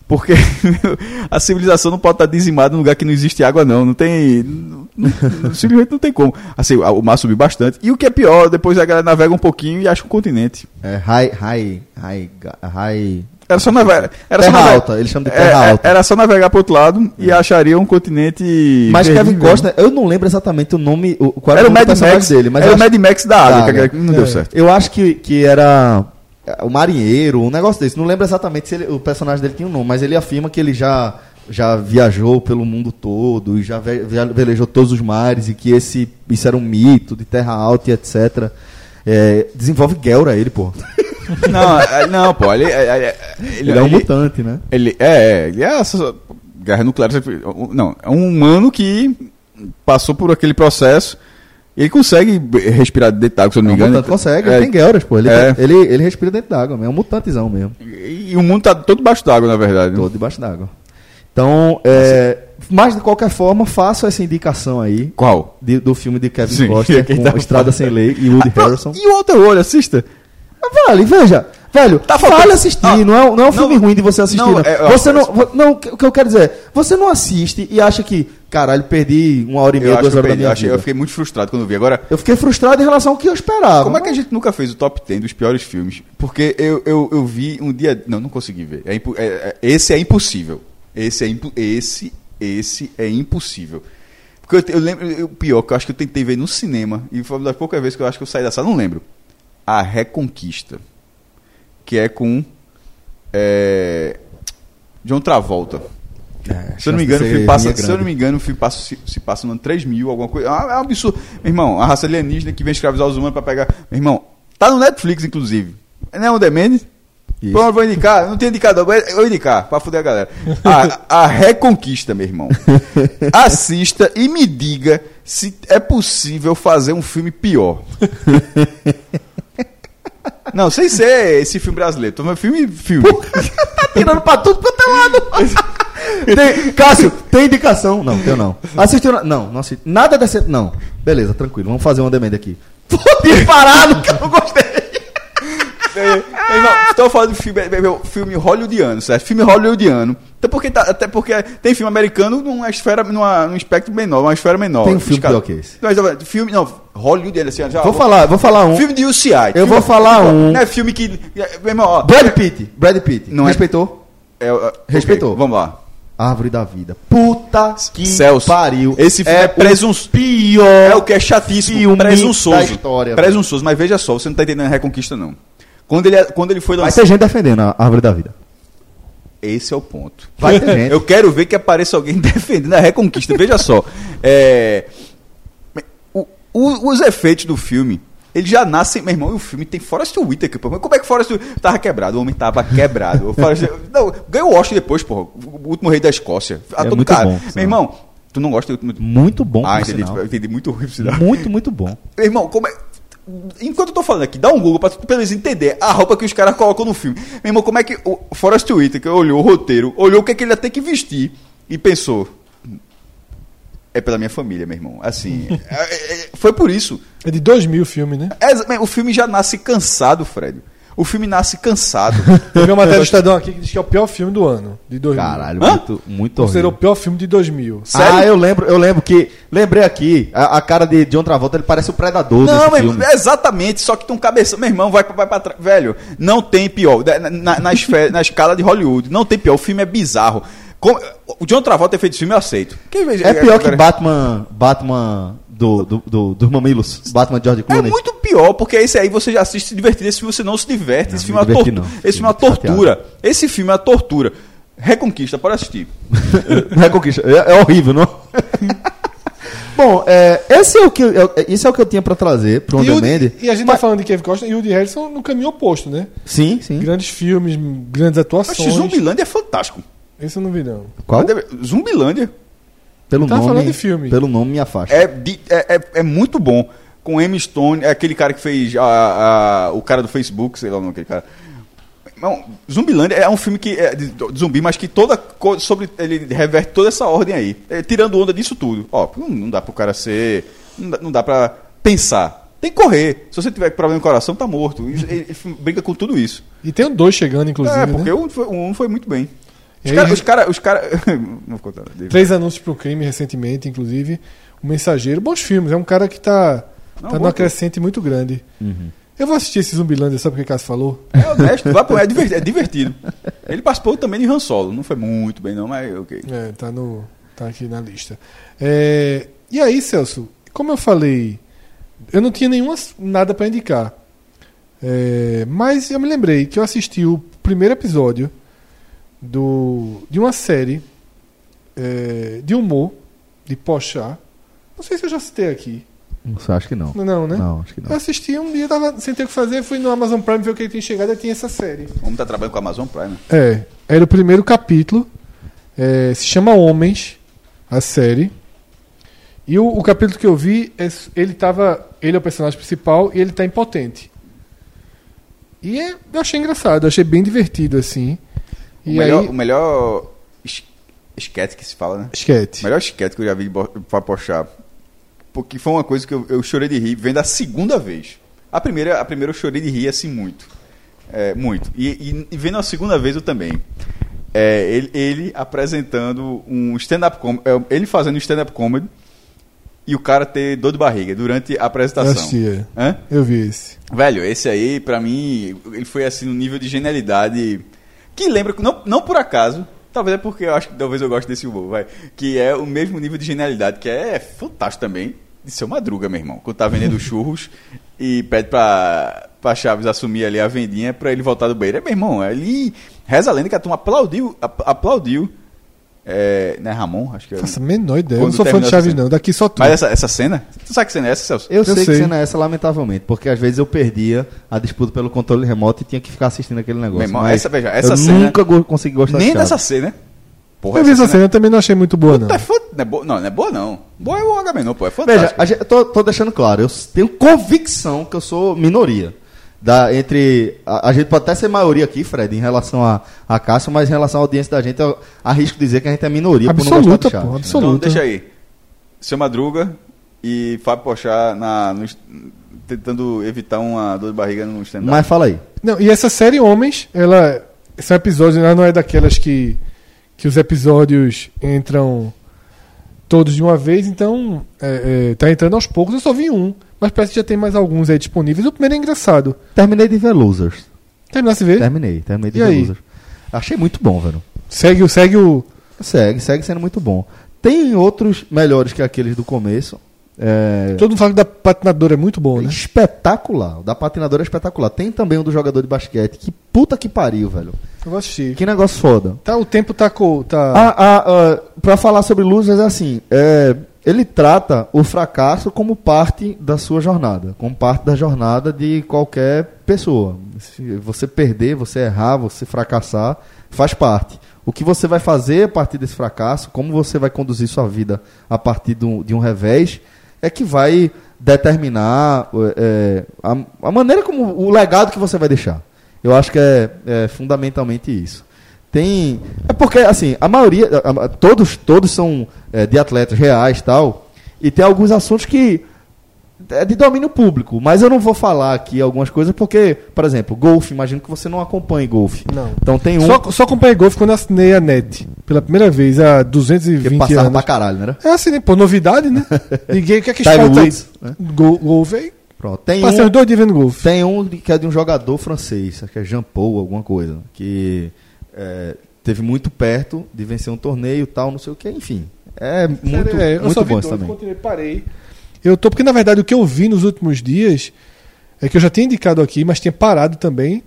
[SPEAKER 4] Porque a civilização não pode estar dizimada num lugar que não existe água, não. Não tem. não- não- simplesmente não tem como. Assim, o mar subiu bastante. E o que é pior, depois a galera navega um pouquinho e acha um continente.
[SPEAKER 2] É, high, high, high, ga- high.
[SPEAKER 4] Era só navegar. Era só
[SPEAKER 2] Terra
[SPEAKER 4] navegar-
[SPEAKER 2] alta, eles chamam de terra
[SPEAKER 4] É, é,
[SPEAKER 2] alta. É.
[SPEAKER 4] Era só navegar pro outro lado e acharia um continente.
[SPEAKER 2] Mas
[SPEAKER 4] verde
[SPEAKER 2] Kevin
[SPEAKER 4] mesmo.
[SPEAKER 2] Costner, eu não lembro exatamente o nome, o, qual
[SPEAKER 4] Era o
[SPEAKER 2] nome
[SPEAKER 4] Mad
[SPEAKER 2] do personagem
[SPEAKER 4] Max
[SPEAKER 2] dele, mas
[SPEAKER 4] Era
[SPEAKER 2] eu
[SPEAKER 4] o Mad Max da
[SPEAKER 2] Da
[SPEAKER 4] água, que-
[SPEAKER 2] água.
[SPEAKER 4] que não deu
[SPEAKER 3] É.
[SPEAKER 4] certo.
[SPEAKER 2] Eu acho que, que era é, o marinheiro, um negócio desse. Não lembro exatamente se ele- o personagem dele tinha um nome, mas ele afirma que ele já, já viajou pelo mundo todo e já ve- via- velejou todos os mares e que esse, isso era um mito de terra alta e etc. É, desenvolve Gelra ele, pô.
[SPEAKER 4] Não, é- não, pô, ele, é- é-
[SPEAKER 2] Ele, é um mutante, né?
[SPEAKER 4] Ele é, é, ele é essa- guerra nuclear. sempre- um- Não, é um humano que passou por aquele processo. Ele consegue b- respirar dentro d'água, se eu não
[SPEAKER 2] É
[SPEAKER 4] me
[SPEAKER 2] um
[SPEAKER 4] engano.
[SPEAKER 2] mutante consegue,
[SPEAKER 4] É,
[SPEAKER 2] ele tem Gelras, pô. Ele, tá-
[SPEAKER 4] É.
[SPEAKER 2] ele, ele respira dentro d'água, mesmo, é um mutantezão mesmo.
[SPEAKER 4] E o mundo tá todo baixo d'água, na verdade.
[SPEAKER 2] Todo debaixo d'água. Então, é, mas de qualquer forma, faço essa indicação aí
[SPEAKER 4] Qual?
[SPEAKER 2] de- do filme de Kevin
[SPEAKER 4] Sim,
[SPEAKER 2] Costner
[SPEAKER 4] quem
[SPEAKER 2] com
[SPEAKER 4] tava
[SPEAKER 2] Estrada Sem Lei e Woody Harrelson.
[SPEAKER 4] Ah, E o outro olho, assista.
[SPEAKER 2] Mas Vale, veja. Velho,
[SPEAKER 4] Tá faltando-
[SPEAKER 2] vale assistir,
[SPEAKER 4] Ah,
[SPEAKER 2] não é, não é um filme
[SPEAKER 4] não,
[SPEAKER 2] ruim de você assistir.
[SPEAKER 4] não,
[SPEAKER 2] Não,
[SPEAKER 4] é, ó,
[SPEAKER 2] você não, vo- não, o que o que eu quero dizer é, você não assiste e acha que, caralho, perdi uma hora e
[SPEAKER 4] Eu,
[SPEAKER 2] meia,
[SPEAKER 4] acho
[SPEAKER 2] duas
[SPEAKER 4] que eu,
[SPEAKER 2] horas da
[SPEAKER 4] perdi,
[SPEAKER 2] minha
[SPEAKER 4] eu, achei-
[SPEAKER 2] vida.
[SPEAKER 4] eu fiquei muito frustrado quando eu vi. Agora,
[SPEAKER 2] Eu fiquei frustrado em relação ao que eu esperava.
[SPEAKER 4] Como é que a gente nunca fez o top 10 dos piores filmes? Porque eu, eu, eu vi um dia. Não, não consegui ver. É impo- é- é- esse é impossível. Esse é impo- esse, esse é impossível. Porque eu, te- eu lembro. eu- O pior, que eu acho que eu tentei ver no cinema. E foi uma das poucas vezes que eu acho que eu saí da sala. Não lembro. A Reconquista. Que é com. É, John Travolta.
[SPEAKER 2] É,
[SPEAKER 4] Se eu não me
[SPEAKER 2] chance
[SPEAKER 4] engano, o
[SPEAKER 2] de
[SPEAKER 4] filme
[SPEAKER 2] ser
[SPEAKER 4] passa,
[SPEAKER 2] minha
[SPEAKER 4] se eu
[SPEAKER 2] grande.
[SPEAKER 4] não me engano, o filme passa, se, se passa no ano 3000, alguma coisa. Ah, É um absurdo. Meu irmão, a raça alienígena que vem escravizar os humanos pra pegar. Meu irmão, tá no Netflix, inclusive. Não é um demand?
[SPEAKER 2] Isso.
[SPEAKER 4] Pronto, vou indicar. Não tinha indicado, agora eu vou indicar, pra fuder a galera. A, a Reconquista, meu irmão. Assista e me diga se é possível fazer um filme pior. Não, sem ser esse filme brasileiro. Tô falando filme, filme.
[SPEAKER 2] tá tirando pra tudo quanto é lado. Tem- Cássio, tem indicação? Não, tenho não. Assistiu? na- Não, não assisti. Nada dessa. Não. Beleza, tranquilo. Vamos fazer uma demanda aqui. Tô disparado que eu não gostei.
[SPEAKER 4] Meu É, irmão, estou falando de filme, meu, meu, filme hollywoodiano, certo? Filme hollywoodiano. Até porque, tá- até porque tem filme americano numa esfera, numa, num espectro menor, uma esfera menor.
[SPEAKER 2] Tem um filme
[SPEAKER 4] Escala-
[SPEAKER 2] pior que esse.
[SPEAKER 4] Mas, ó, filme, não, hollywoodiano, assim, ó, já,
[SPEAKER 2] Vou falar, vou falar um.
[SPEAKER 4] Filme de UCI.
[SPEAKER 2] Eu vou falar um.
[SPEAKER 4] Não é filme que... é, Meu irmão, ó...
[SPEAKER 2] Brad Pitt. Brad Pitt.
[SPEAKER 4] Não é-
[SPEAKER 2] Respeitou?
[SPEAKER 4] é, ó, ok,
[SPEAKER 2] Respeitou.
[SPEAKER 4] vamos lá.
[SPEAKER 2] Árvore da Vida. Puta que
[SPEAKER 4] Celso,
[SPEAKER 2] pariu.
[SPEAKER 4] esse filme é presunço-
[SPEAKER 2] O pior.
[SPEAKER 4] É o que é chatíssimo,
[SPEAKER 2] filme
[SPEAKER 4] presunçoso.
[SPEAKER 2] da história, velho.
[SPEAKER 4] presunçoso, mas veja só, você não tá entendendo a Reconquista, não. Quando ele, é, quando ele foi
[SPEAKER 2] Vai
[SPEAKER 4] lançado...
[SPEAKER 2] ter gente defendendo a Árvore da Vida.
[SPEAKER 4] Esse é o ponto.
[SPEAKER 2] Vai ter gente.
[SPEAKER 4] Eu quero ver que apareça alguém defendendo a Reconquista. Veja só. é, o- o- os efeitos do filme. Ele já nasce, meu irmão, e o filme tem Forrest Whitaker, pô. Mas como é que Forrest Whitaker... Tava quebrado, o homem tava quebrado. O Forrest... Não, ganhou o Oscar depois, porra. O último rei da Escócia. Ator
[SPEAKER 2] É
[SPEAKER 4] do
[SPEAKER 2] muito
[SPEAKER 4] cara.
[SPEAKER 2] bom,
[SPEAKER 4] meu
[SPEAKER 2] sinal.
[SPEAKER 4] irmão, tu não gosta do último...
[SPEAKER 2] Muito bom,
[SPEAKER 4] ah,
[SPEAKER 2] por
[SPEAKER 4] entendi,
[SPEAKER 2] sinal.
[SPEAKER 4] entendi. Muito ruim, por sinal.
[SPEAKER 2] Muito, muito bom.
[SPEAKER 4] Meu irmão, como é. Enquanto eu tô falando aqui, dá um Google pra tu pelo menos entender a roupa que os caras colocam no filme. Meu irmão, como é que. O Forrest Whitaker olhou o roteiro, olhou o que, é que ele ia ter que vestir e pensou. É pela minha família, meu irmão. Assim. é- é- foi por isso.
[SPEAKER 3] É de 2000 o filme, né?
[SPEAKER 4] É, mas o filme já nasce cansado, Fred. O filme nasce cansado.
[SPEAKER 3] Teve uma matéria do Estadão aqui que diz que é o pior filme do ano, de 2000.
[SPEAKER 2] Caralho,
[SPEAKER 4] Hã?
[SPEAKER 2] muito, muito
[SPEAKER 3] Considerou o
[SPEAKER 2] horrível.
[SPEAKER 3] pior filme de 2000.
[SPEAKER 4] Sério?
[SPEAKER 2] Ah, eu lembro, eu lembro que. Lembrei aqui, a, a cara de John Travolta, ele parece o Predador
[SPEAKER 4] Não, é,
[SPEAKER 2] desse
[SPEAKER 4] meu
[SPEAKER 2] filme.
[SPEAKER 4] irmão, exatamente, só que tem um cabeção. Meu irmão, vai, pra- vai pra trás. Velho, não tem pior. Na, na- na esfe- na escala de Hollywood, não tem pior. O filme é bizarro. Com- o John Travolta ter feito esse filme, eu aceito. Quem fez-
[SPEAKER 2] É pior que
[SPEAKER 4] agora-
[SPEAKER 2] Batman. Batman do, do, do- dos mamilos. Batman de George
[SPEAKER 4] É
[SPEAKER 2] Clooney.
[SPEAKER 4] muito pior, porque esse aí você já assiste se divertido. Esse filme você não se diverte. esse
[SPEAKER 2] me
[SPEAKER 4] filme é uma,
[SPEAKER 2] diverti,
[SPEAKER 4] tortu-
[SPEAKER 2] não.
[SPEAKER 4] esse filme é uma
[SPEAKER 2] Fiquei muito
[SPEAKER 4] tortura. Esse filme é uma tortura. Reconquista, pode assistir.
[SPEAKER 2] Reconquista. É, é horrível, não? Bom, é, esse é o que eu, é- isso é o que eu tinha pra trazer pro On
[SPEAKER 3] E, o-
[SPEAKER 2] Demand.
[SPEAKER 3] e a gente tá falando de Kevin Costner e o de Harrison no caminho oposto, né?
[SPEAKER 2] Sim,
[SPEAKER 4] Hum?
[SPEAKER 2] sim.
[SPEAKER 3] Grandes filmes, grandes
[SPEAKER 4] Acho
[SPEAKER 3] atuações.
[SPEAKER 4] que Zumbilândia é fantástico.
[SPEAKER 3] Esse eu não vi, não.
[SPEAKER 2] Qual?
[SPEAKER 4] Zumbilândia
[SPEAKER 2] Pelo
[SPEAKER 3] Tá
[SPEAKER 2] nome.
[SPEAKER 3] falando de filme.
[SPEAKER 2] Pelo nome me afasta.
[SPEAKER 4] é, de- é, é- é muito bom. Com M. Stone, é aquele cara que fez a- a- o cara do Facebook, sei lá o nome daquele cara. Não, Zumbilândia é um filme que é de, de zumbi, mas que toda co- sobre ele reverte toda essa ordem aí, É, tirando onda disso tudo. Ó, não, não dá pro cara ser, não dá, não dá para pensar. Tem que correr. Se você tiver problema no coração, tá morto. Isso- Ele, ele brinca com tudo isso.
[SPEAKER 3] E tem um dois chegando, inclusive.
[SPEAKER 4] é, porque
[SPEAKER 3] né?
[SPEAKER 4] o um foi, o um foi muito bem.
[SPEAKER 3] E
[SPEAKER 4] Os
[SPEAKER 3] aí,
[SPEAKER 4] caras,
[SPEAKER 3] re-
[SPEAKER 4] os caras, os caras, não vou contar.
[SPEAKER 3] Três anúncios pro crime recentemente, inclusive. O Mensageiro, bons filmes. É um cara que tá, tá
[SPEAKER 4] Não, bom
[SPEAKER 3] numa
[SPEAKER 4] filme. Uhum.
[SPEAKER 3] crescente muito grande. Eu vou assistir esse Zumbilândia, sabe o que o Cássio falou?
[SPEAKER 4] É honesto, vai pro- é, divertido, é divertido. Ele participou também de Han Solo. Não foi muito bem, não, mas ok.
[SPEAKER 3] É, tá, no, tá aqui na lista. É, e aí, Celso, como eu falei, eu não tinha nenhuma, nada pra indicar. É, mas eu me lembrei que eu assisti o primeiro episódio do, de uma série é, de humor, de Pochá. Não sei se eu já citei aqui.
[SPEAKER 2] Não, acho que não.
[SPEAKER 3] Não, né?
[SPEAKER 2] Não, acho que não.
[SPEAKER 3] Eu assisti um dia, tava sem ter o que fazer, fui no Amazon Prime ver o que ele tinha chegado e tinha essa série.
[SPEAKER 4] O homem tá trabalhando com a Amazon Prime. né?
[SPEAKER 3] É, era o primeiro capítulo. é, se chama Homens, a série. E o, o capítulo que eu vi, é s- ele tava. Ele é o personagem principal e ele tá impotente. E é- eu achei engraçado, eu achei bem divertido, assim.
[SPEAKER 4] O
[SPEAKER 3] E
[SPEAKER 4] melhor,
[SPEAKER 3] aí.
[SPEAKER 4] o melhor es- esquete que se fala, né?
[SPEAKER 3] Esquete.
[SPEAKER 4] O melhor esquete que eu já vi de bo- pra pochar. Porque foi uma coisa que eu, eu chorei de rir vendo a segunda vez. A primeira, a primeira eu chorei de rir assim muito. É, muito. E, e- e vendo a segunda vez eu também. É, ele, ele apresentando um stand-up comedy. Ele fazendo um stand-up comedy e o cara ter dor de barriga durante a
[SPEAKER 3] Eu
[SPEAKER 4] apresentação.
[SPEAKER 3] assisti, é.
[SPEAKER 4] Hã?
[SPEAKER 3] Eu vi esse.
[SPEAKER 4] Velho, esse aí, pra mim, ele foi assim no nível de genialidade. Que lembra, não, não por acaso, talvez é porque eu acho que talvez eu goste desse humor, vai. Que é o mesmo nível de genialidade, que é fantástico também. De seu madruga, meu irmão. Quando tá vendendo churros e pede pra, pra Chaves assumir ali a vendinha pra ele voltar do banheiro. É, meu irmão, ali reza a lenda que a turma aplaudiu. ap- aplaudiu. É, né, Ramon? Acho que é.
[SPEAKER 3] Nossa, a menor ideia. eu
[SPEAKER 4] Quando
[SPEAKER 3] não sou fã de
[SPEAKER 4] terminou
[SPEAKER 3] Chaves,
[SPEAKER 4] essa-
[SPEAKER 3] não. Daqui só tu.
[SPEAKER 4] Mas é assim, essa, essa cena? Tu sabe que cena é essa, Celso?
[SPEAKER 2] Eu, sei,
[SPEAKER 3] sei.
[SPEAKER 2] que cena é essa, lamentavelmente, porque às vezes eu perdia a disputa pelo controle remoto e tinha que ficar assistindo aquele negócio.
[SPEAKER 4] Meu irmão,
[SPEAKER 2] mas
[SPEAKER 4] essa- veja, essa
[SPEAKER 2] eu
[SPEAKER 4] cena-
[SPEAKER 2] nunca go consegui gostar
[SPEAKER 4] Nem
[SPEAKER 2] de Chaves.
[SPEAKER 4] dessa cena. Porra,
[SPEAKER 3] eu vi essa
[SPEAKER 4] cena- é
[SPEAKER 3] cena, eu também não achei muito boa, não.
[SPEAKER 4] Tá fã- Não é boa, não, não é boa não. Boa é o Agamenon, pô, é
[SPEAKER 2] Veja,
[SPEAKER 4] fantástico.
[SPEAKER 2] a gente- eu tô, tô deixando claro, eu s- tenho convicção que eu sou minoria. Da, entre a, a gente pode até ser maioria aqui, Fred, em relação a, a Cássio, mas em relação à audiência da gente, eu arrisco dizer que a gente é minoria
[SPEAKER 3] Absoluta,
[SPEAKER 2] por não
[SPEAKER 3] pô,
[SPEAKER 2] gostar de Chaves.
[SPEAKER 4] então
[SPEAKER 3] absoluta.
[SPEAKER 4] deixa aí. Seu Madruga e Fábio Pochá na, no est- tentando evitar uma dor de barriga no stand-up.
[SPEAKER 2] né? Mas fala aí.
[SPEAKER 3] Não, e essa série Homens, ela. São episódios, ela não é daquelas que. que os episódios entram todos de uma vez, então. É, é, tá entrando aos poucos, eu só vi um. Mas parece que já tem mais alguns aí disponíveis. O primeiro é engraçado.
[SPEAKER 2] Terminei de ver Losers.
[SPEAKER 3] Terminasse de ver?
[SPEAKER 2] Terminei, terminei de
[SPEAKER 3] E
[SPEAKER 2] ver
[SPEAKER 3] aí?
[SPEAKER 2] Losers. Achei muito bom, velho.
[SPEAKER 3] Segue, o- segue o.
[SPEAKER 2] Segue, segue sendo muito bom. Tem outros melhores que aqueles do começo. É...
[SPEAKER 3] Todo mundo fala que da patinadora é muito bom, né?
[SPEAKER 2] Espetacular. O da patinadora é espetacular. Tem também um do jogador de basquete. Que puta que pariu, velho.
[SPEAKER 3] Eu vou assistir.
[SPEAKER 2] Que negócio foda.
[SPEAKER 3] Tá, o tempo tá. co- tá...
[SPEAKER 2] Ah, ah, ah, pra falar sobre Losers, é assim: é, ele trata o fracasso como parte da sua jornada, como parte da jornada de qualquer pessoa. Se você perder, você errar, você fracassar, faz parte. O que você vai fazer a partir desse fracasso, como você vai conduzir sua vida a partir de um, de um revés, é que vai determinar é, a, a maneira como o legado que você vai deixar. Eu acho que é, é fundamentalmente isso. Tem é porque assim a maioria, a- a- todos todos são é, de atletas reais tal e tem alguns assuntos que é de domínio público, mas eu não vou falar aqui algumas coisas porque, por exemplo, golfe, imagino que você não acompanhe golfe.
[SPEAKER 3] Não.
[SPEAKER 2] Então tem um
[SPEAKER 3] Só, só acompanhei golfe quando assinei a NET. Pela primeira vez, há
[SPEAKER 2] que
[SPEAKER 3] 220
[SPEAKER 2] passava pra
[SPEAKER 3] anos.
[SPEAKER 2] caralho, né?
[SPEAKER 3] É assim, né? pô, novidade, né? Liguei, o que é que
[SPEAKER 2] Tiger
[SPEAKER 3] falta aí?
[SPEAKER 2] Woods, né?
[SPEAKER 3] Go- Golfe aí.
[SPEAKER 2] Pronto. Tem
[SPEAKER 3] Passei
[SPEAKER 2] um,
[SPEAKER 3] uns dois dias vendo golfe.
[SPEAKER 2] Tem um de- que é de um jogador francês, acho que é Jean Paul, alguma coisa, que é, teve muito perto de vencer um torneio tal, não sei o que, enfim. É muito,
[SPEAKER 3] É, eu
[SPEAKER 2] muito
[SPEAKER 3] só vi
[SPEAKER 2] bom isso
[SPEAKER 3] dois,
[SPEAKER 2] também.
[SPEAKER 3] Continuei, parei. Eu tô, porque na verdade o que eu vi nos últimos dias é que eu já tinha indicado aqui, mas tinha parado também.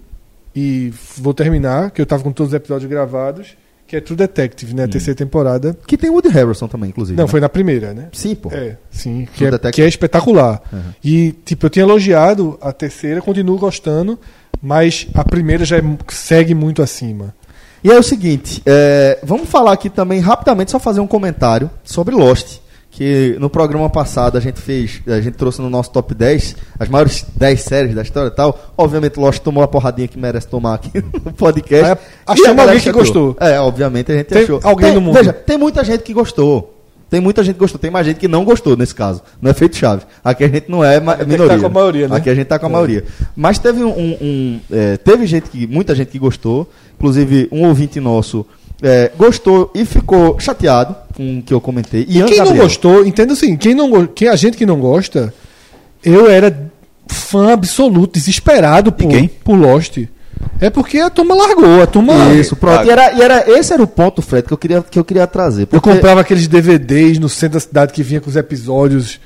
[SPEAKER 3] E vou terminar, que eu tava com todos os episódios gravados, que é True Detective, né? A terceira temporada.
[SPEAKER 2] Que tem Woody Harrelson também, inclusive.
[SPEAKER 3] Não,
[SPEAKER 2] né?
[SPEAKER 3] foi na primeira, né?
[SPEAKER 2] Sim, pô.
[SPEAKER 3] É, sim, que
[SPEAKER 2] True
[SPEAKER 3] é,
[SPEAKER 2] Detective.
[SPEAKER 3] que é espetacular.
[SPEAKER 2] Uhum.
[SPEAKER 3] E, tipo, eu tinha elogiado a terceira, continuo gostando, mas a primeira já é mu- segue muito acima.
[SPEAKER 2] E é o seguinte, é, vamos falar aqui também rapidamente, só fazer um comentário sobre Lost. Que no programa passado a gente fez, a gente trouxe no nosso top 10 as maiores 10 séries da história e tal. Obviamente, Lost tomou a porradinha que merece tomar aqui no podcast.
[SPEAKER 3] É,
[SPEAKER 2] E a
[SPEAKER 3] achamos
[SPEAKER 2] galera
[SPEAKER 3] alguém que
[SPEAKER 2] chateou.
[SPEAKER 3] gostou.
[SPEAKER 2] É, obviamente a gente
[SPEAKER 3] Tem
[SPEAKER 2] achou.
[SPEAKER 3] alguém
[SPEAKER 2] Tem-
[SPEAKER 3] no mundo.
[SPEAKER 2] Veja, tem muita gente que gostou. Tem muita gente que gostou, tem mais gente que não gostou nesse caso. Não é feito chave. Aqui a gente não é ma-
[SPEAKER 3] Tem que
[SPEAKER 2] minoria.
[SPEAKER 3] tá com a maioria, né?
[SPEAKER 2] Aqui a gente tá com a
[SPEAKER 3] É.
[SPEAKER 2] maioria. Mas teve um, um- um, é, teve gente que muita gente que gostou, inclusive um ouvinte nosso é, gostou e ficou chateado com o que eu comentei. E,
[SPEAKER 3] E quem não gostou, entenda assim, quem não go- quem a gente que não gosta, eu era fã absoluto, desesperado por,
[SPEAKER 4] quem?
[SPEAKER 3] por Lost. É porque a turma largou, a turma.
[SPEAKER 2] Isso, pronto. E era, e era- esse era o ponto, Fred, que eu queria que eu queria trazer.
[SPEAKER 3] Eu
[SPEAKER 2] Porque
[SPEAKER 3] comprava aqueles DVDs no centro da cidade que vinha com os episódios.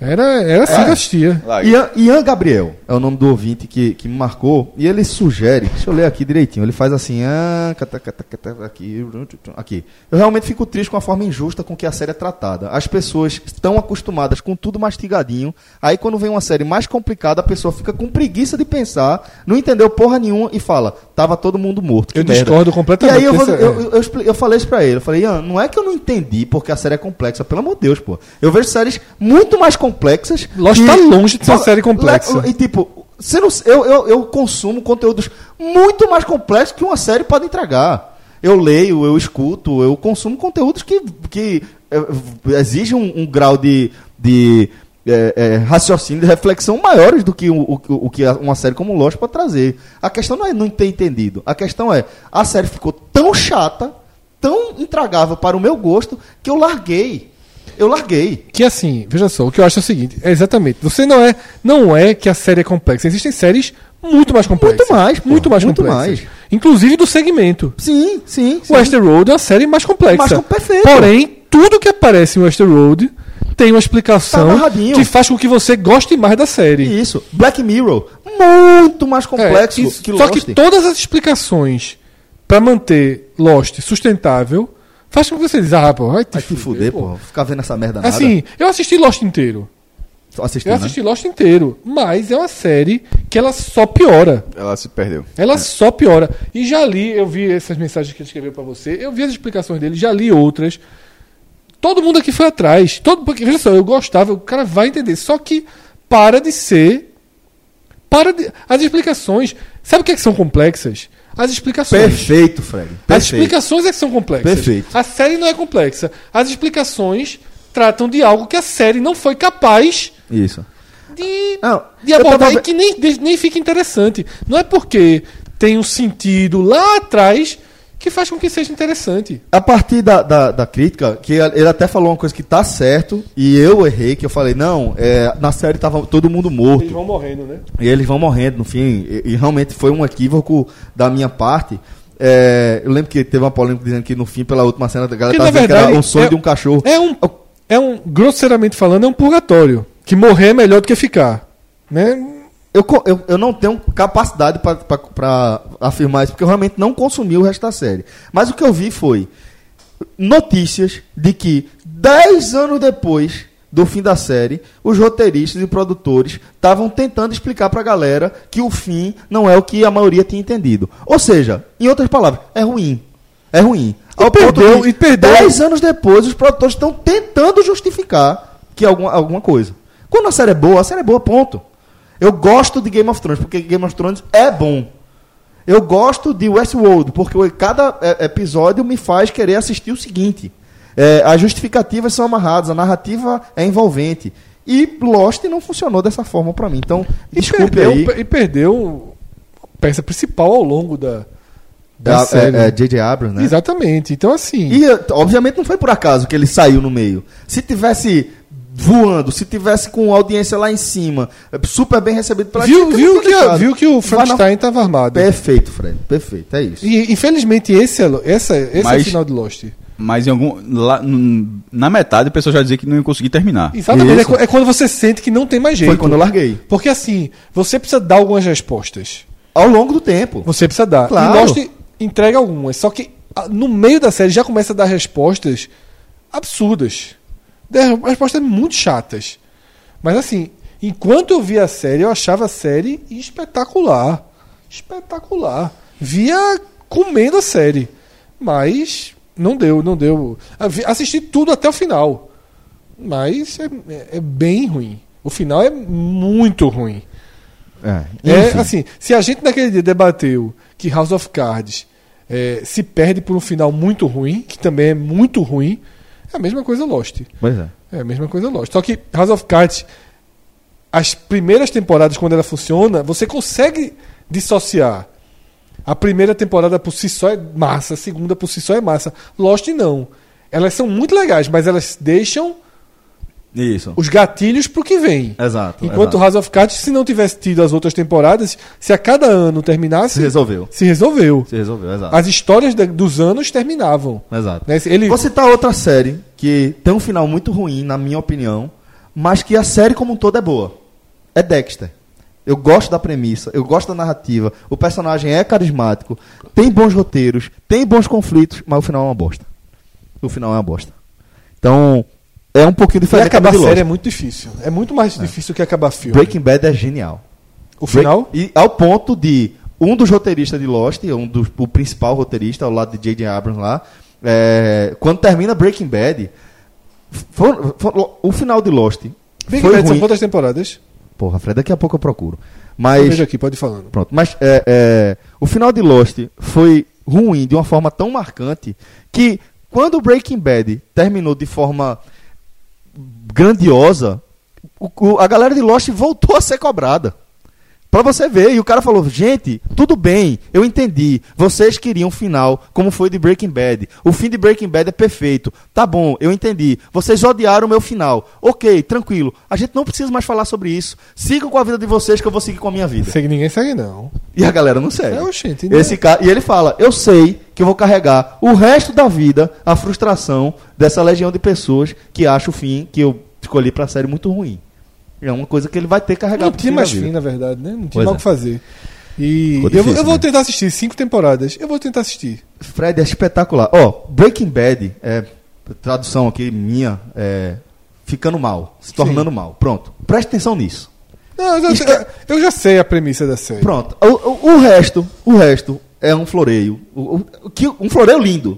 [SPEAKER 3] Era, era assim
[SPEAKER 2] É.
[SPEAKER 3] que eu assistia.
[SPEAKER 4] Lá,
[SPEAKER 2] Ian, Ian Gabriel é o nome do ouvinte que, que me marcou e ele sugere, deixa eu ler aqui direitinho, ele faz assim, ah, cata, cata, cata, aqui, ru, tu, tu, aqui. Eu realmente fico triste com a forma injusta com que a série é tratada. As pessoas estão acostumadas com tudo mastigadinho, aí quando vem uma série mais complicada, a pessoa fica com preguiça de pensar, não entendeu porra nenhuma e fala, tava todo mundo morto. que
[SPEAKER 3] Eu
[SPEAKER 2] merda."
[SPEAKER 3] discordo completamente,
[SPEAKER 2] E aí eu, vou-
[SPEAKER 3] porque é-
[SPEAKER 2] eu,
[SPEAKER 3] essa-
[SPEAKER 2] eu, eu expli- eu falei isso pra ele. Eu falei, Ian, não é que eu não entendi porque a série é complexa, pelo amor de Deus, pô. Eu vejo séries muito mais complexas.
[SPEAKER 3] Lost
[SPEAKER 2] que-
[SPEAKER 3] tá longe de ser uma série complexa.
[SPEAKER 2] Le- E tipo, você não- eu, eu, eu consumo conteúdos muito mais complexos que uma série pode entregar. Eu leio, eu escuto, eu consumo conteúdos que, que eh, exigem um, um grau de, de eh, eh, raciocínio, de reflexão maiores do que, o, o- o que a- uma série como Lost pode trazer. A questão não é não ter entendido. A questão é, a série ficou tão chata, tão intragável para o meu gosto, que eu larguei. Eu larguei.
[SPEAKER 3] Que assim, veja só, o que eu acho é o seguinte, é exatamente, você não é, não é que a série é complexa, existem séries muito mais complexas.
[SPEAKER 2] Muito mais, pô,
[SPEAKER 3] muito mais
[SPEAKER 2] muito
[SPEAKER 3] complexas.
[SPEAKER 2] mais.
[SPEAKER 3] Inclusive do segmento.
[SPEAKER 2] Sim, sim. sim.
[SPEAKER 3] Westworld é uma série mais complexa.
[SPEAKER 2] Mais com- perfeito.
[SPEAKER 3] Porém, tudo que aparece em Westworld tem uma explicação
[SPEAKER 2] Tá amarradinho.
[SPEAKER 3] que faz com que você goste mais da série.
[SPEAKER 2] Isso. Black Mirror, muito mais complexo
[SPEAKER 3] É, isso-
[SPEAKER 2] que
[SPEAKER 3] só
[SPEAKER 2] Lost.
[SPEAKER 3] que todas as explicações pra manter Lost sustentável faz com que você diz, ah, pô, vai te,
[SPEAKER 2] Vai te fuder, pô. Ficar vendo essa merda nada. né?
[SPEAKER 3] Assim, eu assisti Lost inteiro.
[SPEAKER 2] Só assistir,
[SPEAKER 3] Eu assisti Lost inteiro, mas é uma série que ela só piora.
[SPEAKER 4] ela se perdeu.
[SPEAKER 3] Ela só piora. E já li, eu vi essas mensagens que ele escreveu pra você, eu vi as explicações dele, já li outras. Todo mundo aqui foi atrás. Todo, porque, veja só, eu gostava, o cara vai entender. Só que para de ser. Para de. As explicações. Sabe o que, é que são complexas? As explicações.
[SPEAKER 2] Perfeito, Fred.
[SPEAKER 3] As
[SPEAKER 2] Perfeito.
[SPEAKER 3] explicações é que são complexas.
[SPEAKER 2] Perfeito.
[SPEAKER 3] A série não é complexa. As explicações tratam de algo que a série não foi capaz
[SPEAKER 2] Isso.
[SPEAKER 3] de
[SPEAKER 2] Não,
[SPEAKER 3] de
[SPEAKER 2] eu
[SPEAKER 3] abordar
[SPEAKER 2] tava
[SPEAKER 3] e é que nem, de- nem fica interessante. Não é porque tem um sentido lá atrás que faz com que seja interessante.
[SPEAKER 2] A partir da, da, da crítica, que ele até falou uma coisa que tá certo, e eu errei, que eu falei, não, é, na série tava todo mundo morto.
[SPEAKER 3] vão morrendo, né?
[SPEAKER 2] E eles vão morrendo, no fim. E, e realmente foi um equívoco da minha parte. É, eu lembro que teve uma polêmica dizendo que no fim, pela última cena, a galera
[SPEAKER 3] Porque,
[SPEAKER 2] tava
[SPEAKER 3] na
[SPEAKER 2] dizendo que
[SPEAKER 3] verdade,
[SPEAKER 2] era um sonho
[SPEAKER 3] é-
[SPEAKER 2] de um cachorro.
[SPEAKER 3] É um, é um, grosseiramente falando, é um purgatório. Que morrer é melhor do que ficar. Né?
[SPEAKER 2] Eu, co- eu, eu não tenho capacidade pra- pra pra afirmar isso, porque eu realmente não consumi o resto da série. Mas o que eu vi foi notícias de que 10 anos depois do fim da série, os roteiristas e produtores estavam tentando explicar pra galera que o fim não é o que a maioria tinha entendido. Ou seja, em outras palavras, é ruim. É ruim.
[SPEAKER 3] E perdeu- e perdeu-
[SPEAKER 2] 10 anos depois, os produtores estão tentando justificar que alguma, alguma coisa. Quando a série é boa, a série é boa, ponto. Eu gosto de Game of Thrones, porque Game of Thrones é bom. Eu gosto de Westworld, porque cada é, episódio me faz querer assistir o seguinte. É, as justificativas são amarradas, a narrativa é envolvente. E Lost não funcionou dessa forma pra mim. Então, desculpe
[SPEAKER 3] perdeu,
[SPEAKER 2] aí.
[SPEAKER 3] E perdeu a peça principal ao longo da, da
[SPEAKER 2] Da-
[SPEAKER 3] série.
[SPEAKER 2] é, é, J.J. Abrams, né?
[SPEAKER 3] Exatamente. Então, assim.
[SPEAKER 2] E eh, obviamente não foi por acaso que ele saiu no meio. Se tivesse voando, se tivesse com audiência lá em cima, eh, super bem recebido pela
[SPEAKER 3] viu,
[SPEAKER 2] crítica,
[SPEAKER 3] viu,
[SPEAKER 2] não
[SPEAKER 3] que,
[SPEAKER 2] tinha
[SPEAKER 3] a-
[SPEAKER 2] deixado.
[SPEAKER 3] viu que
[SPEAKER 2] Vai
[SPEAKER 3] o
[SPEAKER 2] na-
[SPEAKER 3] Frankenstein estava armado.
[SPEAKER 2] Perfeito, Fred. Perfeito, é isso.
[SPEAKER 3] E infelizmente esse é, lo- essa, esse é o
[SPEAKER 4] Mas-
[SPEAKER 3] final de Lost.
[SPEAKER 4] Mas em algum. lá- n- na metade, o pessoal já dizia que não ia conseguir terminar.
[SPEAKER 3] Exatamente. É,
[SPEAKER 2] Isso.
[SPEAKER 3] qu- é quando você sente que não tem mais jeito.
[SPEAKER 2] Foi quando eu larguei.
[SPEAKER 3] Porque assim, você precisa dar algumas respostas.
[SPEAKER 2] Ao longo do tempo.
[SPEAKER 3] Você precisa dar.
[SPEAKER 2] Claro.
[SPEAKER 3] E Lost entrega algumas. Só que ah, no meio da série já começa a dar respostas absurdas. Dá Respostas muito chatas. Mas assim, enquanto eu via a série, eu achava a série espetacular. Espetacular. Via comendo a série. Mas não deu, não deu. Ah, vi- Assisti tudo até o final. Mas é- é- é bem ruim. O final é muito ruim.
[SPEAKER 2] É,
[SPEAKER 3] É,
[SPEAKER 2] assim,
[SPEAKER 3] assim, se a gente naquele dia debateu que House of Cards é, se perde por um final muito ruim, que também é muito ruim, é a mesma coisa Lost.
[SPEAKER 2] pois é.
[SPEAKER 3] É a mesma coisa Lost. Só que House of Cards, as primeiras temporadas, quando ela funciona, você consegue dissociar. A primeira temporada por si só é massa, a segunda por si só é massa. Lost não. Elas são muito legais, mas elas deixam
[SPEAKER 2] Isso.
[SPEAKER 3] os gatilhos pro que vem.
[SPEAKER 2] Exato.
[SPEAKER 3] Enquanto
[SPEAKER 2] exato.
[SPEAKER 3] House of Cards, se não tivesse tido as outras temporadas, se a cada ano terminasse,
[SPEAKER 2] se resolveu.
[SPEAKER 3] se resolveu.
[SPEAKER 2] Se resolveu, exato.
[SPEAKER 3] As histórias da- dos anos terminavam.
[SPEAKER 2] Exato.
[SPEAKER 3] né? Ele,
[SPEAKER 2] Vou citar outra série que tem um final muito ruim, na minha opinião, mas que a série como um todo é boa. É Dexter. Eu gosto da premissa, eu gosto da narrativa, o personagem é carismático, tem bons roteiros, tem bons conflitos, mas o final é uma bosta. O final é uma bosta. Então, é um pouquinho
[SPEAKER 3] e
[SPEAKER 2] diferente
[SPEAKER 3] acabar
[SPEAKER 2] do Lost.
[SPEAKER 3] série é muito difícil. É muito mais difícil que acabar filme.
[SPEAKER 2] Breaking Bad é genial.
[SPEAKER 3] o final?
[SPEAKER 2] E ao ponto de um dos roteiristas de Lost, um dos, o principal roteirista, ao lado de J.J. Abrams lá, é, quando termina Breaking Bad, for- for- o final de Lost
[SPEAKER 3] Big
[SPEAKER 2] foi
[SPEAKER 3] Bad são
[SPEAKER 2] ruim.
[SPEAKER 3] quantas temporadas?
[SPEAKER 2] Porra, Fred, daqui a pouco eu procuro.
[SPEAKER 3] Eu
[SPEAKER 2] Mas
[SPEAKER 3] vejo aqui, pode ir falando.
[SPEAKER 2] Pronto. Mas é, é, o final de Lost foi ruim de uma forma tão marcante que quando o Breaking Bad terminou de forma grandiosa, o- o- a galera de Lost voltou a ser cobrada. Pra você ver, e o cara falou: gente, tudo bem, eu entendi. Vocês queriam um final como foi de Breaking Bad. O fim de Breaking Bad é perfeito. Tá bom, eu entendi. Vocês odiaram o meu final. Ok, tranquilo. A gente não precisa mais falar sobre isso. Sigam com a vida de vocês que eu vou seguir com a minha vida.
[SPEAKER 3] Segue, ninguém segue, não.
[SPEAKER 2] E a galera não segue.
[SPEAKER 3] É, oxente, né?
[SPEAKER 2] Esse cara, e ele fala: "Eu sei que eu vou carregar o resto da vida a frustração dessa legião de pessoas que acha o fim que eu escolhi pra série muito ruim". É uma coisa que ele vai ter que carregar
[SPEAKER 3] Não
[SPEAKER 2] pro
[SPEAKER 3] tinha
[SPEAKER 2] fim
[SPEAKER 3] mais
[SPEAKER 2] da vida.
[SPEAKER 3] fim, na verdade, Um né? Não tinha
[SPEAKER 2] Pois
[SPEAKER 3] mais o
[SPEAKER 2] é.
[SPEAKER 3] que fazer. E
[SPEAKER 2] Ficou
[SPEAKER 3] eu, vou-
[SPEAKER 2] difícil,
[SPEAKER 3] eu vou
[SPEAKER 2] né?
[SPEAKER 3] tentar assistir cinco temporadas. Eu vou tentar assistir.
[SPEAKER 2] Fred é espetacular. Ó, Breaking Bad é tradução aqui minha é ficando mal, se tornando mal. Pronto. Presta atenção nisso.
[SPEAKER 3] Não, eu,
[SPEAKER 2] Isso
[SPEAKER 3] já, eu já sei a premissa da série.
[SPEAKER 2] Pronto. O, o- o resto, o resto é um floreio. O- o- o que- um floreio lindo.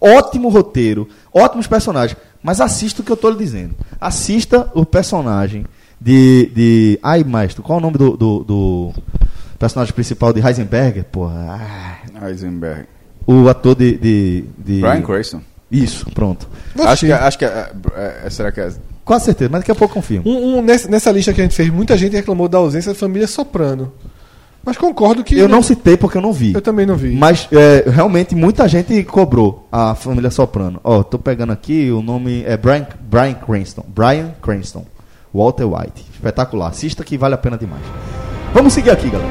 [SPEAKER 2] Ótimo roteiro, ótimos personagens. Mas assista o que eu tô lhe dizendo. Assista o personagem de. de... Ai, maestro, qual é o nome do, do, do personagem principal de Heisenberg? Porra. ah,
[SPEAKER 4] Heisenberg.
[SPEAKER 2] o ator de. de, de...
[SPEAKER 4] Brian Cranston.
[SPEAKER 2] Isso, pronto.
[SPEAKER 3] Oxi.
[SPEAKER 4] Acho que, acho que é, é- é- Será que é.
[SPEAKER 2] Quase certeza, mas daqui a pouco eu confirmo.
[SPEAKER 3] Um- um- nessa, nessa lista que a gente fez, muita gente reclamou da ausência da família Soprano. Mas concordo que.
[SPEAKER 2] Eu não citei porque eu não vi.
[SPEAKER 3] Eu também não vi.
[SPEAKER 2] Mas é, realmente muita gente cobrou a família Soprano. Ó, tô pegando aqui, o nome é Brian, Brian Cranston. Brian Cranston. Walter White. Espetacular. Assista que vale a pena demais. Vamos seguir aqui, galera.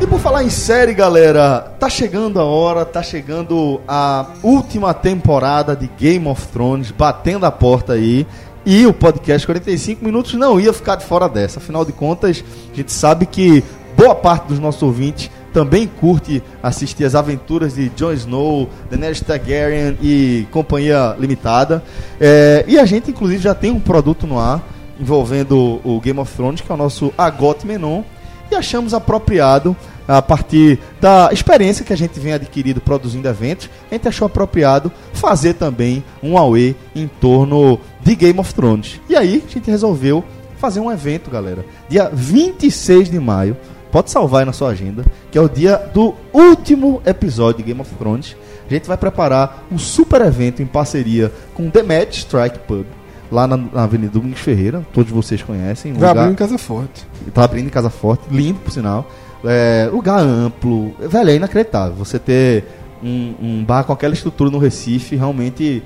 [SPEAKER 2] E por falar em série, galera, tá chegando a hora, tá chegando a última temporada de Game of Thrones batendo a porta aí. E o podcast 45 minutos não ia ficar de fora dessa. Afinal de contas, a gente sabe que boa parte dos nossos ouvintes também curte assistir as aventuras de Jon Snow, Daenerys Targaryen e Companhia Limitada. É, e a gente, inclusive, já tem um produto no ar envolvendo o Game of Thrones, que é o nosso Agote Menon, e achamos apropriado a partir da experiência que a gente vem adquirindo produzindo eventos, a gente achou apropriado fazer também um AOE em torno de Game of Thrones. E aí a gente resolveu fazer um evento, galera. Dia 26 de maio, pode salvar aí na sua agenda, que é o dia do último episódio de Game of Thrones. A gente vai preparar um super evento em parceria com The Match Strike Pub. Lá na, na Avenida Domingos Ferreira, todos vocês conhecem. um
[SPEAKER 3] Vai
[SPEAKER 2] lugar-
[SPEAKER 3] abrir em Casa Forte.
[SPEAKER 2] Tá abrindo em Casa Forte, lindo por sinal. É, lugar amplo. Velho, é inacreditável. Você ter um, um bar com aquela estrutura no Recife, realmente.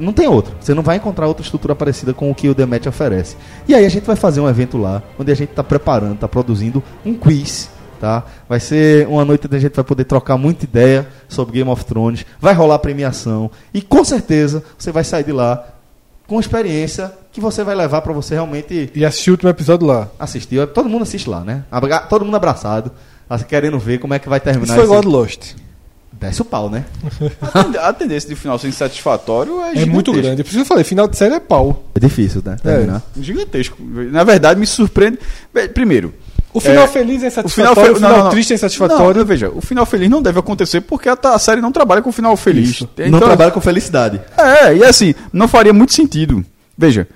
[SPEAKER 2] Não tem outro. Você não vai encontrar outra estrutura parecida com o que o Demet oferece. E aí a gente vai fazer um evento lá, onde a gente tá preparando, tá produzindo um quiz. Tá? Vai ser uma noite onde a gente vai poder trocar muita ideia sobre Game of Thrones. Vai rolar premiação. E com certeza você vai sair de lá com uma experiência que você vai levar pra você realmente
[SPEAKER 3] E assisti o último episódio lá.
[SPEAKER 2] assistiu. Todo mundo assiste lá, né? Abra- Todo mundo abraçado, assim, querendo ver como é que vai terminar.
[SPEAKER 3] Isso foi
[SPEAKER 2] esse-
[SPEAKER 3] igual a do Lost.
[SPEAKER 2] Desce o pau, né?
[SPEAKER 4] A tende- A tendência de final ser insatisfatório é
[SPEAKER 3] É muito
[SPEAKER 4] gigantesca.
[SPEAKER 3] grande. Por isso que eu falei, final de série é pau.
[SPEAKER 2] É difícil, né? Terminar.
[SPEAKER 4] Gigantesco. Na verdade, me surpreende. Bem, Primeiro.
[SPEAKER 3] O final
[SPEAKER 4] é,
[SPEAKER 3] feliz é
[SPEAKER 4] o final,
[SPEAKER 3] insatisfatório, o final,
[SPEAKER 4] fe- não, não, não.
[SPEAKER 3] triste é insatisfatório.
[SPEAKER 4] Não, veja, o final feliz não deve acontecer porque a, ta- a série não trabalha com final feliz.
[SPEAKER 3] Isso.
[SPEAKER 4] Então,
[SPEAKER 2] Não trabalha com felicidade.
[SPEAKER 4] É, e assim, não faria muito sentido. Veja,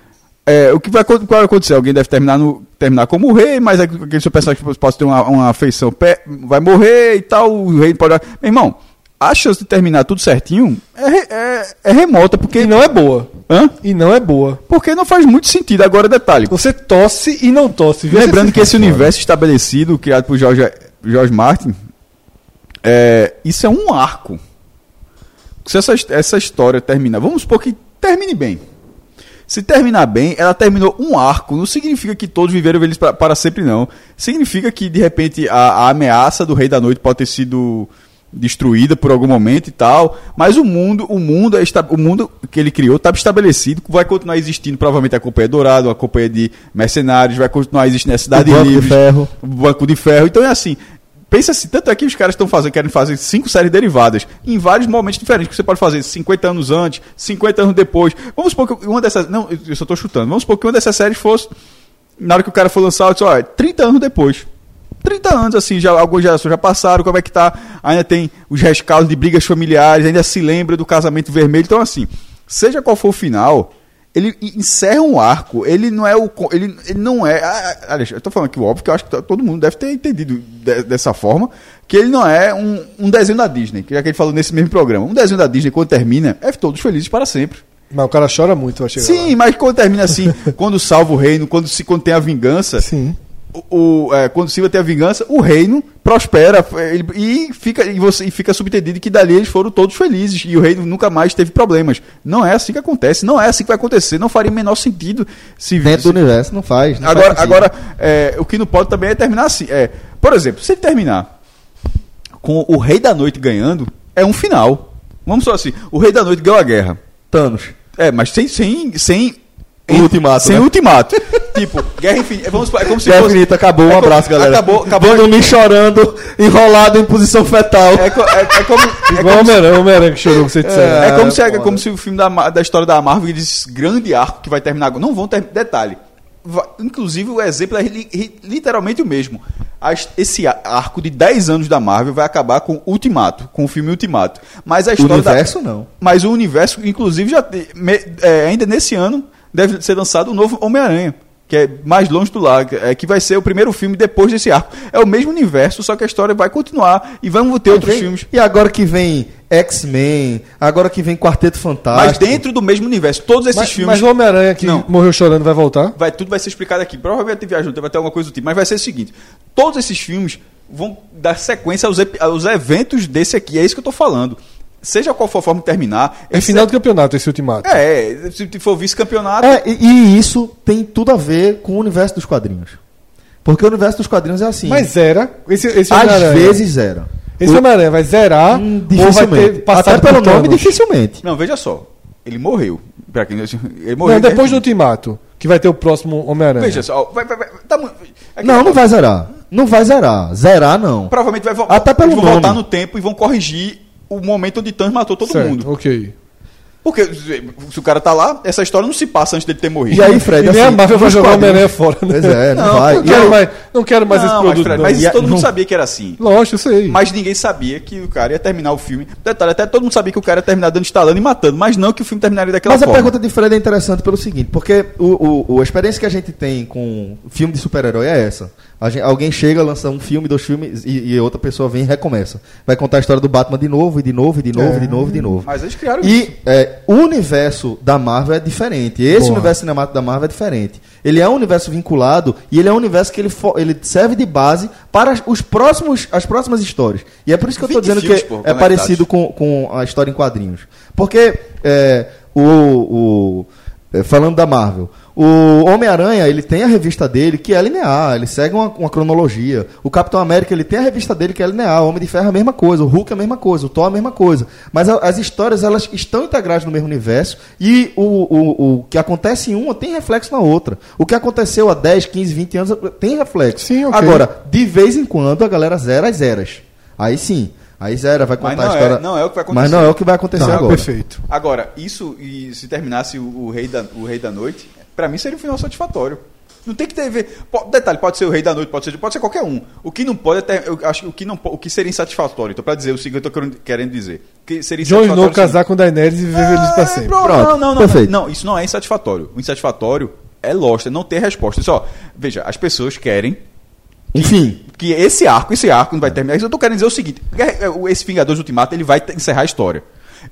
[SPEAKER 4] é, o que vai, acon- vai acontecer? Alguém deve terminar, no, terminar como rei, mas aí aquele seu personagem que pode ter uma, uma afeição, pé- vai morrer e tal, o rei pode. Meu irmão, a chance de terminar tudo certinho é, re- é- é remota,
[SPEAKER 3] E
[SPEAKER 4] porque.
[SPEAKER 3] não é boa.
[SPEAKER 4] Hã?
[SPEAKER 3] E não é boa.
[SPEAKER 4] Porque não faz muito sentido. Agora, detalhe.
[SPEAKER 3] Você tosse e não tosse. viu?
[SPEAKER 4] Lembrando que esse
[SPEAKER 3] Você-
[SPEAKER 4] universo estabelecido, criado por George, George Martin, é, isso é um arco. Se essa, essa história terminar, vamos supor que termine bem. Se terminar bem, ela terminou um arco. Não significa que todos viveram eles pra- para sempre, não. Significa que, de repente, a, a ameaça do Rei da Noite pode ter sido destruída por algum momento e tal. Mas o mundo, o mundo, é esta- o mundo que ele criou está estabelecido. Vai continuar existindo, provavelmente, a Companhia Dourado, a Companhia de Mercenários, vai continuar existindo a Cidade
[SPEAKER 2] O Banco de
[SPEAKER 4] Livre,
[SPEAKER 2] Ferro.
[SPEAKER 4] o Banco de Ferro. Então é assim. Pensa assim, tanto é que os caras estão fazendo, querem fazer cinco séries derivadas em vários momentos diferentes, que você pode fazer 50 anos antes, 50 anos depois. Vamos supor que uma dessas. Não, eu só tô chutando. Vamos supor que uma dessas séries fosse. Na hora que o cara for lançar, eu disse, olha, 30 anos depois. 30 anos, assim, já, algumas gerações já passaram, como é que tá? Ainda tem os rescaldos de brigas familiares, ainda se lembra do casamento vermelho. Então, assim, seja qual for o final, ele en- encerra um arco. Ele não é o. co- Ele, ele não é. ah, ah, Alex, eu tô falando aqui óbvio, que eu acho que to- todo mundo deve ter entendido de- dessa forma. Que ele não é um, um desenho da Disney, que é que ele falou nesse mesmo programa. Um desenho da Disney, quando termina, é todos felizes para sempre.
[SPEAKER 3] Mas o cara chora muito, eu achei.
[SPEAKER 4] Sim, mas quando termina assim, quando salva o reino, quando, se, quando tem a vingança,
[SPEAKER 3] Sim.
[SPEAKER 4] o, o, é, quando Silva tem a vingança, o reino prospera é, ele- e, fica, e, você, e fica subentendido que dali eles foram todos felizes e o reino nunca mais teve problemas. Não é assim que acontece, não é assim que vai acontecer, não faria o menor sentido se
[SPEAKER 2] Dentro
[SPEAKER 4] se-
[SPEAKER 2] do universo não faz. não
[SPEAKER 4] agora,
[SPEAKER 2] faz sentido.
[SPEAKER 4] agora é, o que não pode também é terminar assim. É, por exemplo, se ele terminar com o Rei da Noite ganhando, é um final. Vamos só assim, o Rei da Noite ganhou a guerra.
[SPEAKER 2] Thanos.
[SPEAKER 4] É, mas sem. sem, sem
[SPEAKER 2] O ultimato,
[SPEAKER 4] Sem
[SPEAKER 2] né?
[SPEAKER 4] ultimato. tipo, guerra infinita. Vamos, supor, é como se
[SPEAKER 2] Guerra
[SPEAKER 4] fosse-
[SPEAKER 2] Infinita, acabou.
[SPEAKER 4] é
[SPEAKER 2] Um
[SPEAKER 4] como-
[SPEAKER 2] abraço, galera.
[SPEAKER 4] Acabou, acabou.
[SPEAKER 2] Dormi chorando, enrolado em posição fetal.
[SPEAKER 4] É, co- é- é como. É
[SPEAKER 3] Igual o
[SPEAKER 4] como se-
[SPEAKER 3] Homem-Aranha, o Homem-Aranha que chorou, que você disseram.
[SPEAKER 4] é como se, é
[SPEAKER 2] foda.
[SPEAKER 4] como se o filme da, Ma- da história da Marvel, esse grande arco que vai terminar agora. Não vão ter. Detalhe. Va- inclusive, o exemplo é li- ri- literalmente o mesmo. As- esse a- arco de 10 anos da Marvel vai acabar com Ultimato, com o filme Ultimato. Mas a
[SPEAKER 2] O
[SPEAKER 4] história. da-
[SPEAKER 2] universo não.
[SPEAKER 4] Mas o universo, inclusive, já te- me- é, ainda nesse ano deve ser lançado o novo Homem-Aranha, que é mais longe do lar, que- é, que vai ser o primeiro filme depois desse arco. É o mesmo universo, só que a história vai continuar e vamos ter outros
[SPEAKER 2] Vem-
[SPEAKER 4] filmes.
[SPEAKER 2] E agora que vem X-Men, agora que vem Quarteto Fantástico.
[SPEAKER 4] Mas dentro do mesmo universo, todos esses
[SPEAKER 3] Mas,
[SPEAKER 4] filmes.
[SPEAKER 3] mas o Homem-Aranha que
[SPEAKER 4] Não.
[SPEAKER 3] morreu chorando vai voltar?
[SPEAKER 4] vai, tudo vai ser explicado aqui. Provavelmente viajou, vai ter alguma coisa do tipo. Mas vai ser o seguinte: todos esses filmes vão dar sequência aos, epi- aos eventos desse aqui. É isso que eu tô falando. Seja qual for a forma de terminar.
[SPEAKER 3] É
[SPEAKER 4] esse-
[SPEAKER 3] final do campeonato esse ultimato.
[SPEAKER 4] É, se for vice-campeonato.
[SPEAKER 2] É, e, e isso tem tudo a ver com o universo dos quadrinhos. Porque o universo dos quadrinhos é assim.
[SPEAKER 3] Mas era. Esse, esse
[SPEAKER 2] às
[SPEAKER 3] Homem-Aranha-
[SPEAKER 2] vezes era.
[SPEAKER 3] Esse Homem-Aranha vai zerar
[SPEAKER 2] Hum,
[SPEAKER 3] ou vai
[SPEAKER 2] dificilmente.
[SPEAKER 3] ter passado
[SPEAKER 2] Até pelo
[SPEAKER 3] por Thanos?
[SPEAKER 2] nome, dificilmente.
[SPEAKER 4] Não, veja só. Ele morreu. Pra quem ele morreu.
[SPEAKER 3] Não,
[SPEAKER 4] né?
[SPEAKER 3] depois do ultimato. Que vai ter o próximo Homem-Aranha.
[SPEAKER 4] Veja só, vai, vai, vai, tá mu- é que-
[SPEAKER 2] Não, não vai zerar. Não vai zerar. Zerar não.
[SPEAKER 4] Provavelmente vai vo-
[SPEAKER 2] Até pelo
[SPEAKER 4] eles vão voltar
[SPEAKER 2] nome.
[SPEAKER 4] no tempo e vão corrigir o momento onde Thanos matou todo
[SPEAKER 3] Certo,
[SPEAKER 4] mundo.
[SPEAKER 3] Ok.
[SPEAKER 4] Porque se o cara tá lá, essa história não se passa antes dele ter morrido.
[SPEAKER 2] E aí, Fred,
[SPEAKER 3] e nem
[SPEAKER 2] assim,
[SPEAKER 3] a Marvel vai
[SPEAKER 2] nos
[SPEAKER 3] jogar o
[SPEAKER 2] quadrinhos-
[SPEAKER 3] Homem-Aranha fora, né?
[SPEAKER 2] Pois é, não,
[SPEAKER 4] Não,
[SPEAKER 2] vai.
[SPEAKER 3] Não
[SPEAKER 2] E
[SPEAKER 3] quero,
[SPEAKER 2] aí-
[SPEAKER 3] mais, não quero mais esse
[SPEAKER 4] não, mas,
[SPEAKER 3] produto.
[SPEAKER 4] Fred,
[SPEAKER 3] não.
[SPEAKER 4] mas
[SPEAKER 2] E
[SPEAKER 4] isso
[SPEAKER 2] a-
[SPEAKER 4] todo mundo
[SPEAKER 2] não-
[SPEAKER 4] sabia que era assim.
[SPEAKER 3] Lógico, eu sei.
[SPEAKER 4] Mas ninguém sabia que o cara ia terminar o filme. Detalhe, até todo mundo sabia que o cara ia terminar dando estalando e matando, mas não que o filme terminaria daquela
[SPEAKER 2] Mas a
[SPEAKER 4] forma.
[SPEAKER 2] pergunta de Fred é interessante pelo seguinte, porque o, o- o- a experiência que a gente tem com filme de super-herói é essa. A gen- alguém chega, lança um filme, dois filmes, e, e outra pessoa vem e recomeça. Vai contar a história do Batman de novo, e de novo, e de novo, e de novo, e de novo.
[SPEAKER 4] Mas eles criaram isso.
[SPEAKER 2] E é, o universo da Marvel é diferente. Esse
[SPEAKER 3] Porra.
[SPEAKER 2] universo cinemático da Marvel é diferente. Ele é um universo vinculado e ele é um universo que ele, fo- ele serve de base para os próximos, as próximas histórias. E é por isso que eu estou
[SPEAKER 4] 20
[SPEAKER 2] dizendo
[SPEAKER 4] filmes,
[SPEAKER 2] que
[SPEAKER 4] porra,
[SPEAKER 2] é
[SPEAKER 4] conectados.
[SPEAKER 2] parecido com, com a história em quadrinhos. Porque é, o, o- é, falando da Marvel, o Homem-Aranha ele tem a revista dele que é linear, ele segue uma, uma cronologia. O Capitão América ele tem a revista dele que é linear, o Homem de Ferro é a mesma coisa, o Hulk é a mesma coisa, o Thor é a mesma coisa. Mas a- as histórias elas estão integradas no mesmo universo e o, o, o que acontece em uma tem reflexo na outra. O que aconteceu há 10, 15, 20 anos tem reflexo.
[SPEAKER 3] Sim, ok.
[SPEAKER 2] Agora, de vez em quando a galera zera as eras. Aí sim. Aí zera, vai
[SPEAKER 4] Mas
[SPEAKER 2] contar a
[SPEAKER 4] não é-
[SPEAKER 2] história.
[SPEAKER 4] não é o que vai
[SPEAKER 2] Mas não é o que vai acontecer
[SPEAKER 3] Tá,
[SPEAKER 2] agora.
[SPEAKER 3] perfeito.
[SPEAKER 4] Agora, isso, e se terminasse o, o rei, da, o rei da Noite, pra mim seria um final satisfatório. Não tem que ter ver. po- Detalhe, pode ser o Rei da Noite, pode ser, pode ser qualquer um. O que não pode é ter, eu acho que o que não po- o que seria insatisfatório. Então, pra dizer o seguinte, eu tô querendo- querendo dizer. Que seria
[SPEAKER 3] Jon Snow
[SPEAKER 4] insatisfatório, é sim. É,
[SPEAKER 3] casar com Daenerys e viver feliz pra sempre.
[SPEAKER 4] Pronto,
[SPEAKER 2] Pronto,
[SPEAKER 4] não, não, não,
[SPEAKER 2] perfeito.
[SPEAKER 4] não, isso não é insatisfatório. O insatisfatório é Lost, é não ter resposta. Só, veja, as pessoas querem
[SPEAKER 2] Enfim.
[SPEAKER 4] que esse arco, esse arco não vai terminar. Isso eu tô querendo dizer o seguinte: é, é, o- esse Vingadores Ultimato ele vai te- encerrar a história.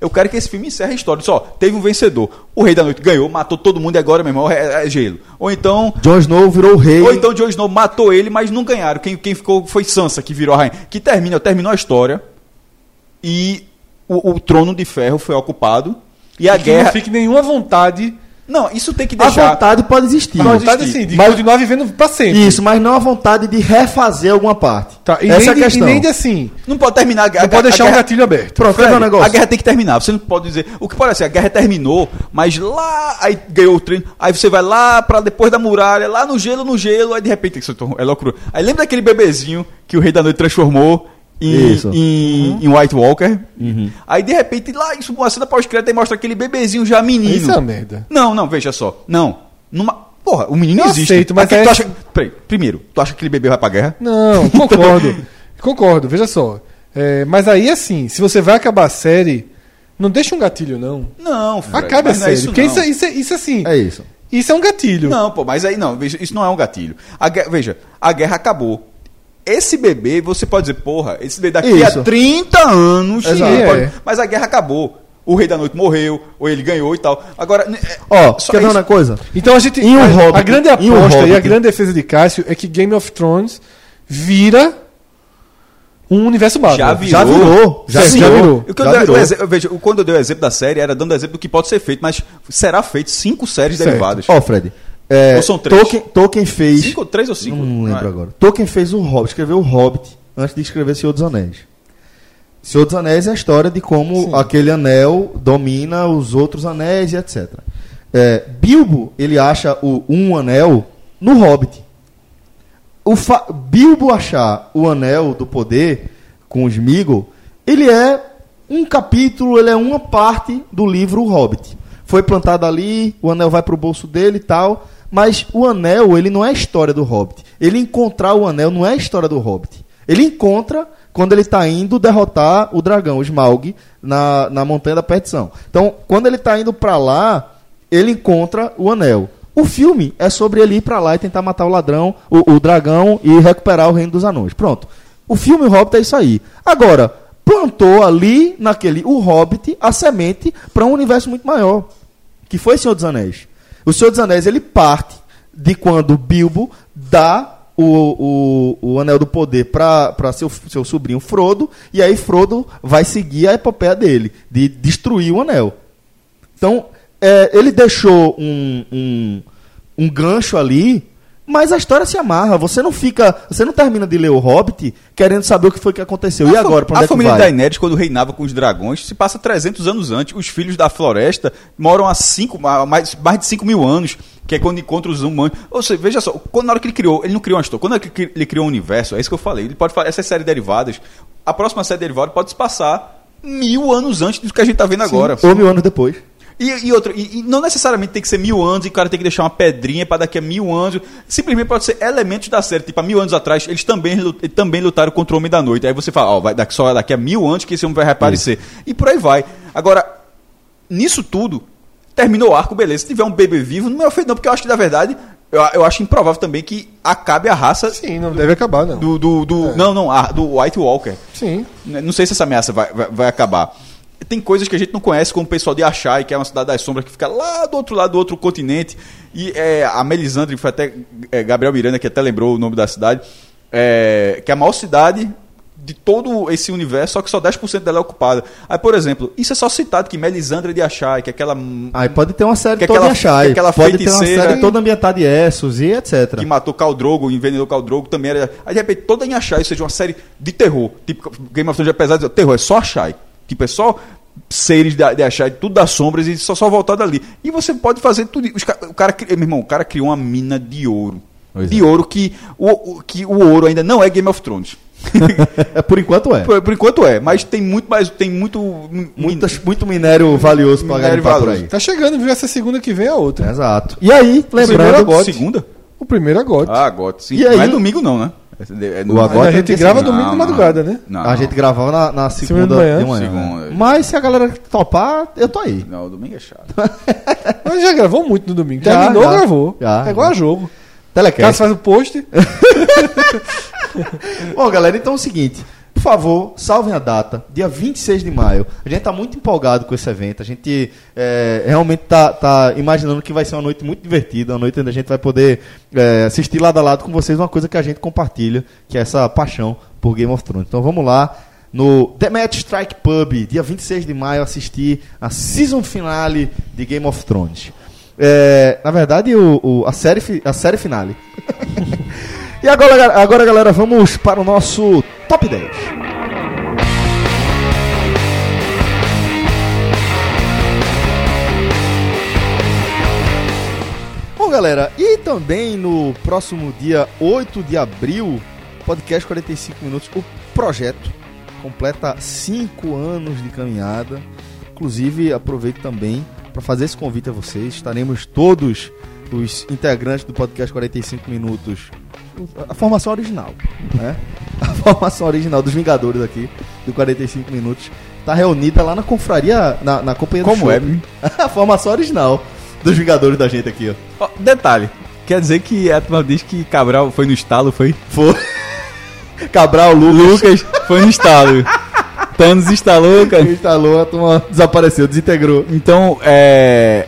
[SPEAKER 4] Eu quero que esse filme encerre a história. Só, teve um vencedor. O Rei da Noite ganhou, matou todo mundo e agora, meu irmão, é, é gelo. Ou então.
[SPEAKER 2] Jon Snow virou o rei.
[SPEAKER 4] Ou então Jon Snow matou ele, mas não ganharam. Quem, quem ficou foi Sansa, que virou a rainha. Que termina, terminou a história. E o, o trono de ferro foi ocupado. E a
[SPEAKER 3] que
[SPEAKER 4] guerra.
[SPEAKER 3] não fique nenhuma vontade.
[SPEAKER 4] Não, isso tem que
[SPEAKER 2] a
[SPEAKER 4] deixar.
[SPEAKER 2] vontade pode existir.
[SPEAKER 3] A vontade,
[SPEAKER 4] existir.
[SPEAKER 3] assim, de
[SPEAKER 2] Mas-
[SPEAKER 3] continuar vivendo pra sempre.
[SPEAKER 2] Isso, mas não a vontade de refazer alguma parte.
[SPEAKER 3] Tá, e,
[SPEAKER 2] Essa é a
[SPEAKER 3] nem de, e
[SPEAKER 2] questão.
[SPEAKER 3] nem de assim.
[SPEAKER 4] Não pode terminar a guerra.
[SPEAKER 3] Não pode deixar
[SPEAKER 4] a
[SPEAKER 3] um
[SPEAKER 4] guerra-
[SPEAKER 3] gatilho um aberto.
[SPEAKER 2] Pronto,
[SPEAKER 4] Fred, um
[SPEAKER 2] leva o negócio.
[SPEAKER 4] A guerra tem que terminar. Você não pode dizer. O que pode ser? A guerra terminou, mas lá. Aí ganhou o treino. Aí você vai lá pra depois da muralha, lá no gelo, no gelo. Aí de repente. Isso é loucura. Aí lembra daquele bebezinho que o Rei da Noite transformou em,
[SPEAKER 2] Isso.
[SPEAKER 4] em,
[SPEAKER 3] Uhum.
[SPEAKER 4] em White Walker? Aí de repente lá, isso uma cena pós-crédito e mostra aquele bebezinho já menino.
[SPEAKER 3] Isso é uma merda.
[SPEAKER 4] Não, não, veja só. Não. Numa. Porra, o menino
[SPEAKER 3] Eu
[SPEAKER 4] existe.
[SPEAKER 3] aceito, mas é
[SPEAKER 4] Aqui
[SPEAKER 3] aí-
[SPEAKER 4] tu acha... Peraí, primeiro, tu acha que aquele bebê vai pra guerra?
[SPEAKER 3] Não, concordo. Então, concordo, veja só. É, mas aí, assim, se você vai acabar a série, não deixa um gatilho, não.
[SPEAKER 4] Não, Fred,
[SPEAKER 3] Acaba a
[SPEAKER 4] mas não é
[SPEAKER 3] série.
[SPEAKER 4] isso,
[SPEAKER 3] porque
[SPEAKER 4] não.
[SPEAKER 3] isso, é- isso, é- isso é assim.
[SPEAKER 2] É isso.
[SPEAKER 3] Isso é um gatilho.
[SPEAKER 4] Não, pô, mas aí não, veja, isso não é um gatilho. A guerra- veja, a guerra acabou. Esse bebê, você pode dizer, porra, esse bebê daqui
[SPEAKER 2] Isso.
[SPEAKER 4] a 30 anos.
[SPEAKER 3] Exato.
[SPEAKER 4] ele pode-
[SPEAKER 3] É.
[SPEAKER 4] Mas a guerra acabou. O Rei da Noite morreu, ou ele ganhou e tal. Agora. né, é-
[SPEAKER 2] Ó,
[SPEAKER 4] só
[SPEAKER 2] quer ver
[SPEAKER 4] isso.
[SPEAKER 2] uma coisa?
[SPEAKER 3] Então a gente.
[SPEAKER 2] E o
[SPEAKER 3] a,
[SPEAKER 2] Hobbit?
[SPEAKER 3] a grande
[SPEAKER 2] E o
[SPEAKER 3] aposta e, a
[SPEAKER 2] Hobbit?
[SPEAKER 3] grande defesa de Cássio é que Game of Thrones vira um universo Marvel.
[SPEAKER 4] Já virou.
[SPEAKER 2] Já virou. Já
[SPEAKER 3] Sim,
[SPEAKER 2] virou.
[SPEAKER 3] já virou.
[SPEAKER 4] O que eu
[SPEAKER 2] Já
[SPEAKER 4] dei-
[SPEAKER 2] virou.
[SPEAKER 4] o exe- eu vejo, o- quando eu dei o exemplo da série, era dando exemplo do que pode ser feito, mas será feito cinco séries
[SPEAKER 3] Certo.
[SPEAKER 4] derivadas.
[SPEAKER 2] Ó, Fred. é,
[SPEAKER 4] Ou são três?
[SPEAKER 2] Tolkien, Tolkien fez.
[SPEAKER 4] Cinco, três ou cinco?
[SPEAKER 2] Não lembro
[SPEAKER 4] é.
[SPEAKER 2] agora. Tolkien fez o Hobbit, escreveu o Hobbit antes de escrever Senhor dos Anéis. Senhor dos Anéis é a história de como
[SPEAKER 3] Sim.
[SPEAKER 2] aquele anel domina os outros anéis e etc. É, Bilbo, ele acha o um anel no Hobbit. O fa- Bilbo achar o anel do poder com os Sméagol, ele é um capítulo, ele é uma parte do livro O Hobbit. Foi plantado ali, o anel vai pro bolso dele e tal, mas o anel, ele não é a história do Hobbit. Ele encontrar o anel não é a história do Hobbit. Ele encontra quando ele tá indo derrotar o dragão, o Smaug, na, na Montanha da Perdição. Então, quando ele tá indo pra lá, ele encontra o anel. O filme é sobre ele ir pra lá e tentar matar o ladrão, o, o dragão e recuperar o reino dos anões. Pronto. O filme Hobbit é isso aí. Agora, plantou ali naquele o Hobbit a semente pra um universo muito maior, que foi Senhor dos Anéis. O Senhor dos Anéis ele parte de quando Bilbo dá o, o, o Anel do Poder para seu, seu sobrinho Frodo, e aí Frodo vai seguir a epopeia dele, de destruir o anel. Então, é, ele deixou um, um, um gancho ali Mas a história se amarra, você não fica. Você não termina de ler o Hobbit querendo saber o que foi que aconteceu. e
[SPEAKER 4] A fa-
[SPEAKER 2] agora, pra onde
[SPEAKER 4] a
[SPEAKER 2] é que
[SPEAKER 4] família
[SPEAKER 2] vai?
[SPEAKER 4] Daenerys, quando reinava com os dragões, se passa 300 anos antes. Os filhos da floresta moram há cinco, há mais, mais de 5 mil anos, que é quando encontra os humanos. Ou seja, veja só, quando, na hora que ele criou, ele não criou uma história. Quando ele cri- ele criou um universo, é isso que eu falei. Ele pode falar, essas séries derivadas, a próxima série derivada pode se passar mil anos antes do que a gente tá vendo agora.
[SPEAKER 2] Ou mil anos um depois.
[SPEAKER 4] E, e outro, e, e não necessariamente tem que ser mil anos e o cara tem que deixar uma pedrinha para daqui a mil anos. Simplesmente pode ser elementos da série. Tipo, há mil anos atrás, eles também, lu- eles também lutaram contra o Homem da Noite. Aí você fala, ó, vai daqui, só daqui a mil anos que esse homem vai reaparecer. E por aí vai. Agora, nisso tudo, terminou o arco, beleza. Se tiver um bebê vivo, não é ofendido, não, porque eu acho que, na verdade, eu, eu acho improvável também que acabe a raça
[SPEAKER 3] Sim, não deve acabar, não.
[SPEAKER 4] do. do, do- Não, não, a- do White Walker.
[SPEAKER 3] Sim.
[SPEAKER 4] Né, Não sei se essa ameaça vai, vai, vai acabar. Tem coisas que a gente não conhece, como o pessoal de Achai, que é uma cidade das sombras que fica lá do outro lado do outro continente. E é, a Melisandre, foi até é, Gabriel Miranda, que até lembrou o nome da cidade, é, que é a maior cidade de todo esse universo, só que só 10% dela é ocupada. Aí, por exemplo, isso é só citado que Melisandre de Achai, que é aquela hum,
[SPEAKER 2] Aí pode ter uma série
[SPEAKER 4] Que
[SPEAKER 2] toda
[SPEAKER 4] aquela-
[SPEAKER 2] em Achai,
[SPEAKER 4] que aquela
[SPEAKER 2] pode ter uma
[SPEAKER 4] feiticeira-
[SPEAKER 2] série toda ambientada em Essos e etc.
[SPEAKER 4] que matou Caldrogo, envenenou Caldrogo, também era. Aí de repente toda em Achai, ou seja, uma série de terror. Tipo, Game of Thrones é pesado, terror, é só Achai. Tipo, é só seres de, de Achai, tudo das sombras e só, só voltar dali. E você pode fazer tudo. isso. Os ca- o cara, cri- meu irmão, o cara criou uma mina de ouro. de ouro que o, o- que o ouro ainda não é Game of Thrones.
[SPEAKER 2] É, por enquanto é.
[SPEAKER 4] por, por enquanto é, mas tem muito mais. Tem muito.
[SPEAKER 2] Muitas, muito minério valioso pra
[SPEAKER 4] Minério
[SPEAKER 2] garimpar por
[SPEAKER 4] valioso.
[SPEAKER 2] aí.
[SPEAKER 3] Tá chegando, viu? Essa segunda que vem é a outra.
[SPEAKER 2] Exato. E aí, lembrando.
[SPEAKER 3] Primeiro
[SPEAKER 4] Agora,
[SPEAKER 3] agora.
[SPEAKER 4] segunda?
[SPEAKER 3] O primeiro é agora.
[SPEAKER 4] é Ah, agora. Sim.
[SPEAKER 2] E aí-
[SPEAKER 4] Não é domingo, não, né? É, é no-
[SPEAKER 2] O agora
[SPEAKER 3] a gente
[SPEAKER 2] tem que
[SPEAKER 3] grava
[SPEAKER 2] ser-
[SPEAKER 3] domingo de madrugada, né?
[SPEAKER 4] Não,
[SPEAKER 2] a gente gravava na, na segunda
[SPEAKER 3] Segunda
[SPEAKER 2] de
[SPEAKER 3] de manhã.
[SPEAKER 2] manhã.
[SPEAKER 4] Segunda.
[SPEAKER 2] Mas se a galera topar, eu tô aí.
[SPEAKER 4] Não, domingo é chato.
[SPEAKER 3] Mas já gravou muito no domingo.
[SPEAKER 2] Já,
[SPEAKER 3] Terminou,
[SPEAKER 2] já.
[SPEAKER 3] gravou.
[SPEAKER 2] Já,
[SPEAKER 3] é igual
[SPEAKER 2] já.
[SPEAKER 3] a jogo. O cara
[SPEAKER 2] Telecast.
[SPEAKER 3] faz o post.
[SPEAKER 2] Bom, galera, então é o seguinte. Por favor, salvem a data, dia 26 de maio. A gente tá muito empolgado com esse evento. A gente é, realmente tá, tá imaginando que vai ser uma noite muito divertida, uma noite onde a gente vai poder é, assistir lado a lado com vocês uma coisa que a gente compartilha, que é essa paixão por Game of Thrones. Então vamos lá no The Match Strike Pub, dia 26 de maio, assistir a season finale de Game of Thrones. É, na verdade, o, o- a, série, fi- a série finale. E agora, ga- agora, galera, vamos para o nosso top 10. Bom, galera, e também no próximo dia 8 de abril, podcast 45 minutos, o projeto completa 5 anos de caminhada. Inclusive, aproveito também para fazer esse convite a vocês. Estaremos todos os integrantes do podcast 45 minutos a formação original, né? A formação original dos Vingadores aqui, do 45 Minutos, tá reunida lá na confraria, na, na companhia
[SPEAKER 4] Como
[SPEAKER 2] do
[SPEAKER 4] é,
[SPEAKER 2] shopping. A formação original dos Vingadores da gente aqui, ó.
[SPEAKER 4] Ó, detalhe. Quer dizer que a turma diz que Cabral foi no estalo, foi?
[SPEAKER 2] Foi. Cabral, Lucas,
[SPEAKER 4] Lucas foi no estalo. Thanos instalou, cara.
[SPEAKER 2] instalou, a turma desapareceu, desintegrou.
[SPEAKER 4] Então, é...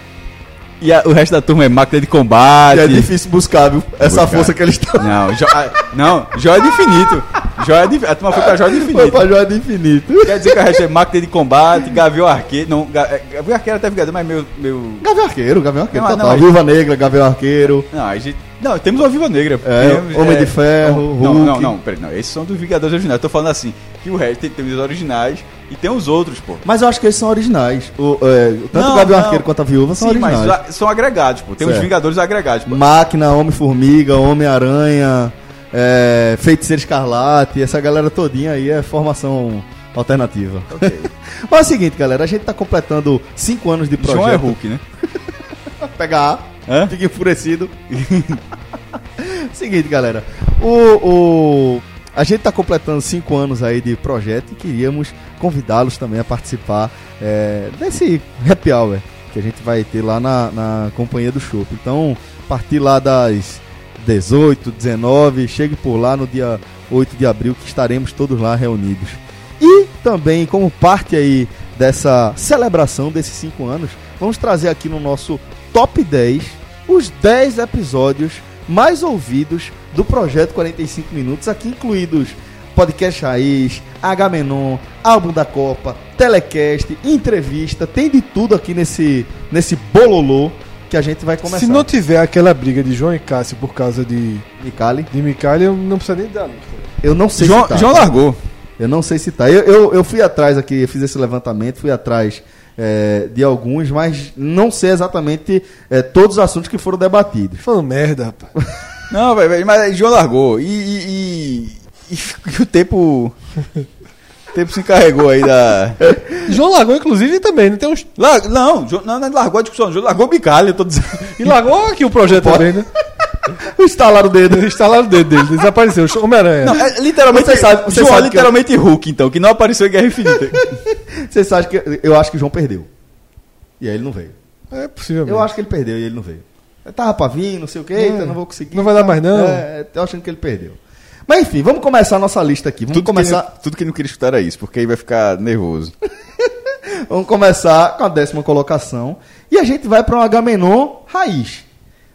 [SPEAKER 4] E a- o resto da turma é máquina de
[SPEAKER 2] E
[SPEAKER 4] combate.
[SPEAKER 2] é difícil buscar, viu? Essa
[SPEAKER 4] Buscar.
[SPEAKER 2] força que eles estão.
[SPEAKER 4] Não, jo... ah, não, joia do infinito. Joia de... A turma foi pra joia do
[SPEAKER 2] Foi pra
[SPEAKER 4] infinito.
[SPEAKER 2] joia do infinito.
[SPEAKER 4] Quer dizer que o resto é máquina de combate, Gavião Arqueiro... Não, Ga- é, Gavião Arqueiro até Vingador, mas meu... meu...
[SPEAKER 2] Gavião Arqueiro, Gavião Arqueiro,
[SPEAKER 4] Não,
[SPEAKER 2] total.
[SPEAKER 4] não,
[SPEAKER 2] Viúva Negra, Gavião Arqueiro.
[SPEAKER 4] Não, a gente... Não, temos uma Viva Negra.
[SPEAKER 2] É,
[SPEAKER 4] Temos,
[SPEAKER 2] Homem de Ferro,
[SPEAKER 4] não, Não,
[SPEAKER 2] Hulk.
[SPEAKER 4] não, não, peraí, não. Esses são dos Vingadores originais. Eu tô falando assim, que o resto tem, tem os originais e tem os outros, pô.
[SPEAKER 2] Mas eu acho que eles são originais. O, é, tanto
[SPEAKER 4] Não,
[SPEAKER 2] o Gavião
[SPEAKER 4] não.
[SPEAKER 2] Arqueiro quanto a Viúva são
[SPEAKER 4] Sim,
[SPEAKER 2] originais.
[SPEAKER 4] mas a- são agregados, pô. Tem os
[SPEAKER 2] Certo. Hum,
[SPEAKER 4] Vingadores agregados, pô.
[SPEAKER 2] Máquina, Homem-Formiga, Homem-Aranha, é, Feiticeiro Escarlate, essa galera todinha aí é formação alternativa.
[SPEAKER 4] Ok.
[SPEAKER 2] Mas é o seguinte, galera, a gente tá completando 5 anos de projeto.
[SPEAKER 4] João é Hulk, né?
[SPEAKER 2] Pega A,
[SPEAKER 4] Hã?
[SPEAKER 2] fica enfurecido. seguinte, galera, o, o- a gente tá completando 5 anos aí de projeto e queríamos convidá-los também a participar é, desse happy hour que a gente vai ter lá na, na companhia do show. Então, partir lá das 18, 19, chegue por lá no dia 8 de abril que estaremos todos lá reunidos. E também, como parte aí dessa celebração desses 5 anos, vamos trazer aqui no nosso top 10 os 10 episódios mais ouvidos do Projeto 45 Minutos, aqui incluídos Podcast Raiz, Agamenon, Álbum da Copa, Telecast, Entrevista, tem de tudo aqui nesse, nesse bololô que a gente vai começar.
[SPEAKER 3] Se não tiver aquela briga de João e Cássio por causa de,
[SPEAKER 2] Micali,
[SPEAKER 3] de Micali, eu não precisa nem dar. Não
[SPEAKER 2] eu não sei
[SPEAKER 4] João,
[SPEAKER 2] se tá.
[SPEAKER 4] João largou.
[SPEAKER 2] Eu não sei se tá. Eu, eu, eu fui atrás aqui, eu fiz esse levantamento, fui atrás é, de alguns, mas não sei exatamente é, todos os assuntos que foram debatidos.
[SPEAKER 3] Falando merda, rapaz.
[SPEAKER 4] Não, velho, velho, mas João largou. E, e- e- e o tempo. O tempo se encarregou aí da.
[SPEAKER 3] João Lagoa, inclusive, também. Não tem uns...
[SPEAKER 4] La- Não, João- não, não largou a discussão, João largou o bicalho, eu tô dizendo.
[SPEAKER 3] E Lagoa aqui o projeto também, né?
[SPEAKER 2] Instalaram o dedo.
[SPEAKER 3] Instalaram o dedo dele, desapareceu. Homem-Aranha.
[SPEAKER 4] Não, é literalmente.
[SPEAKER 2] Você sabe- você
[SPEAKER 4] João
[SPEAKER 2] sabe
[SPEAKER 4] é
[SPEAKER 2] que
[SPEAKER 4] literalmente Hulk, então, que não apareceu em Guerra Infinita.
[SPEAKER 2] Vocês acham que. Eu acho que o João perdeu. E aí ele não veio.
[SPEAKER 3] É possível.
[SPEAKER 2] Eu acho que ele perdeu e ele não veio. Eu tava pra vir, não sei o que,
[SPEAKER 3] É.
[SPEAKER 2] então não vou conseguir.
[SPEAKER 3] Não vai dar mais, não.
[SPEAKER 2] É, tô achando que ele perdeu. Mas enfim, vamos começar a nossa lista aqui. Vamos
[SPEAKER 4] tudo,
[SPEAKER 2] começar.
[SPEAKER 4] que ele, tudo que ele não queria escutar era isso, porque aí vai ficar nervoso.
[SPEAKER 2] Vamos começar com a décima colocação. E a gente vai para um Agamenon raiz.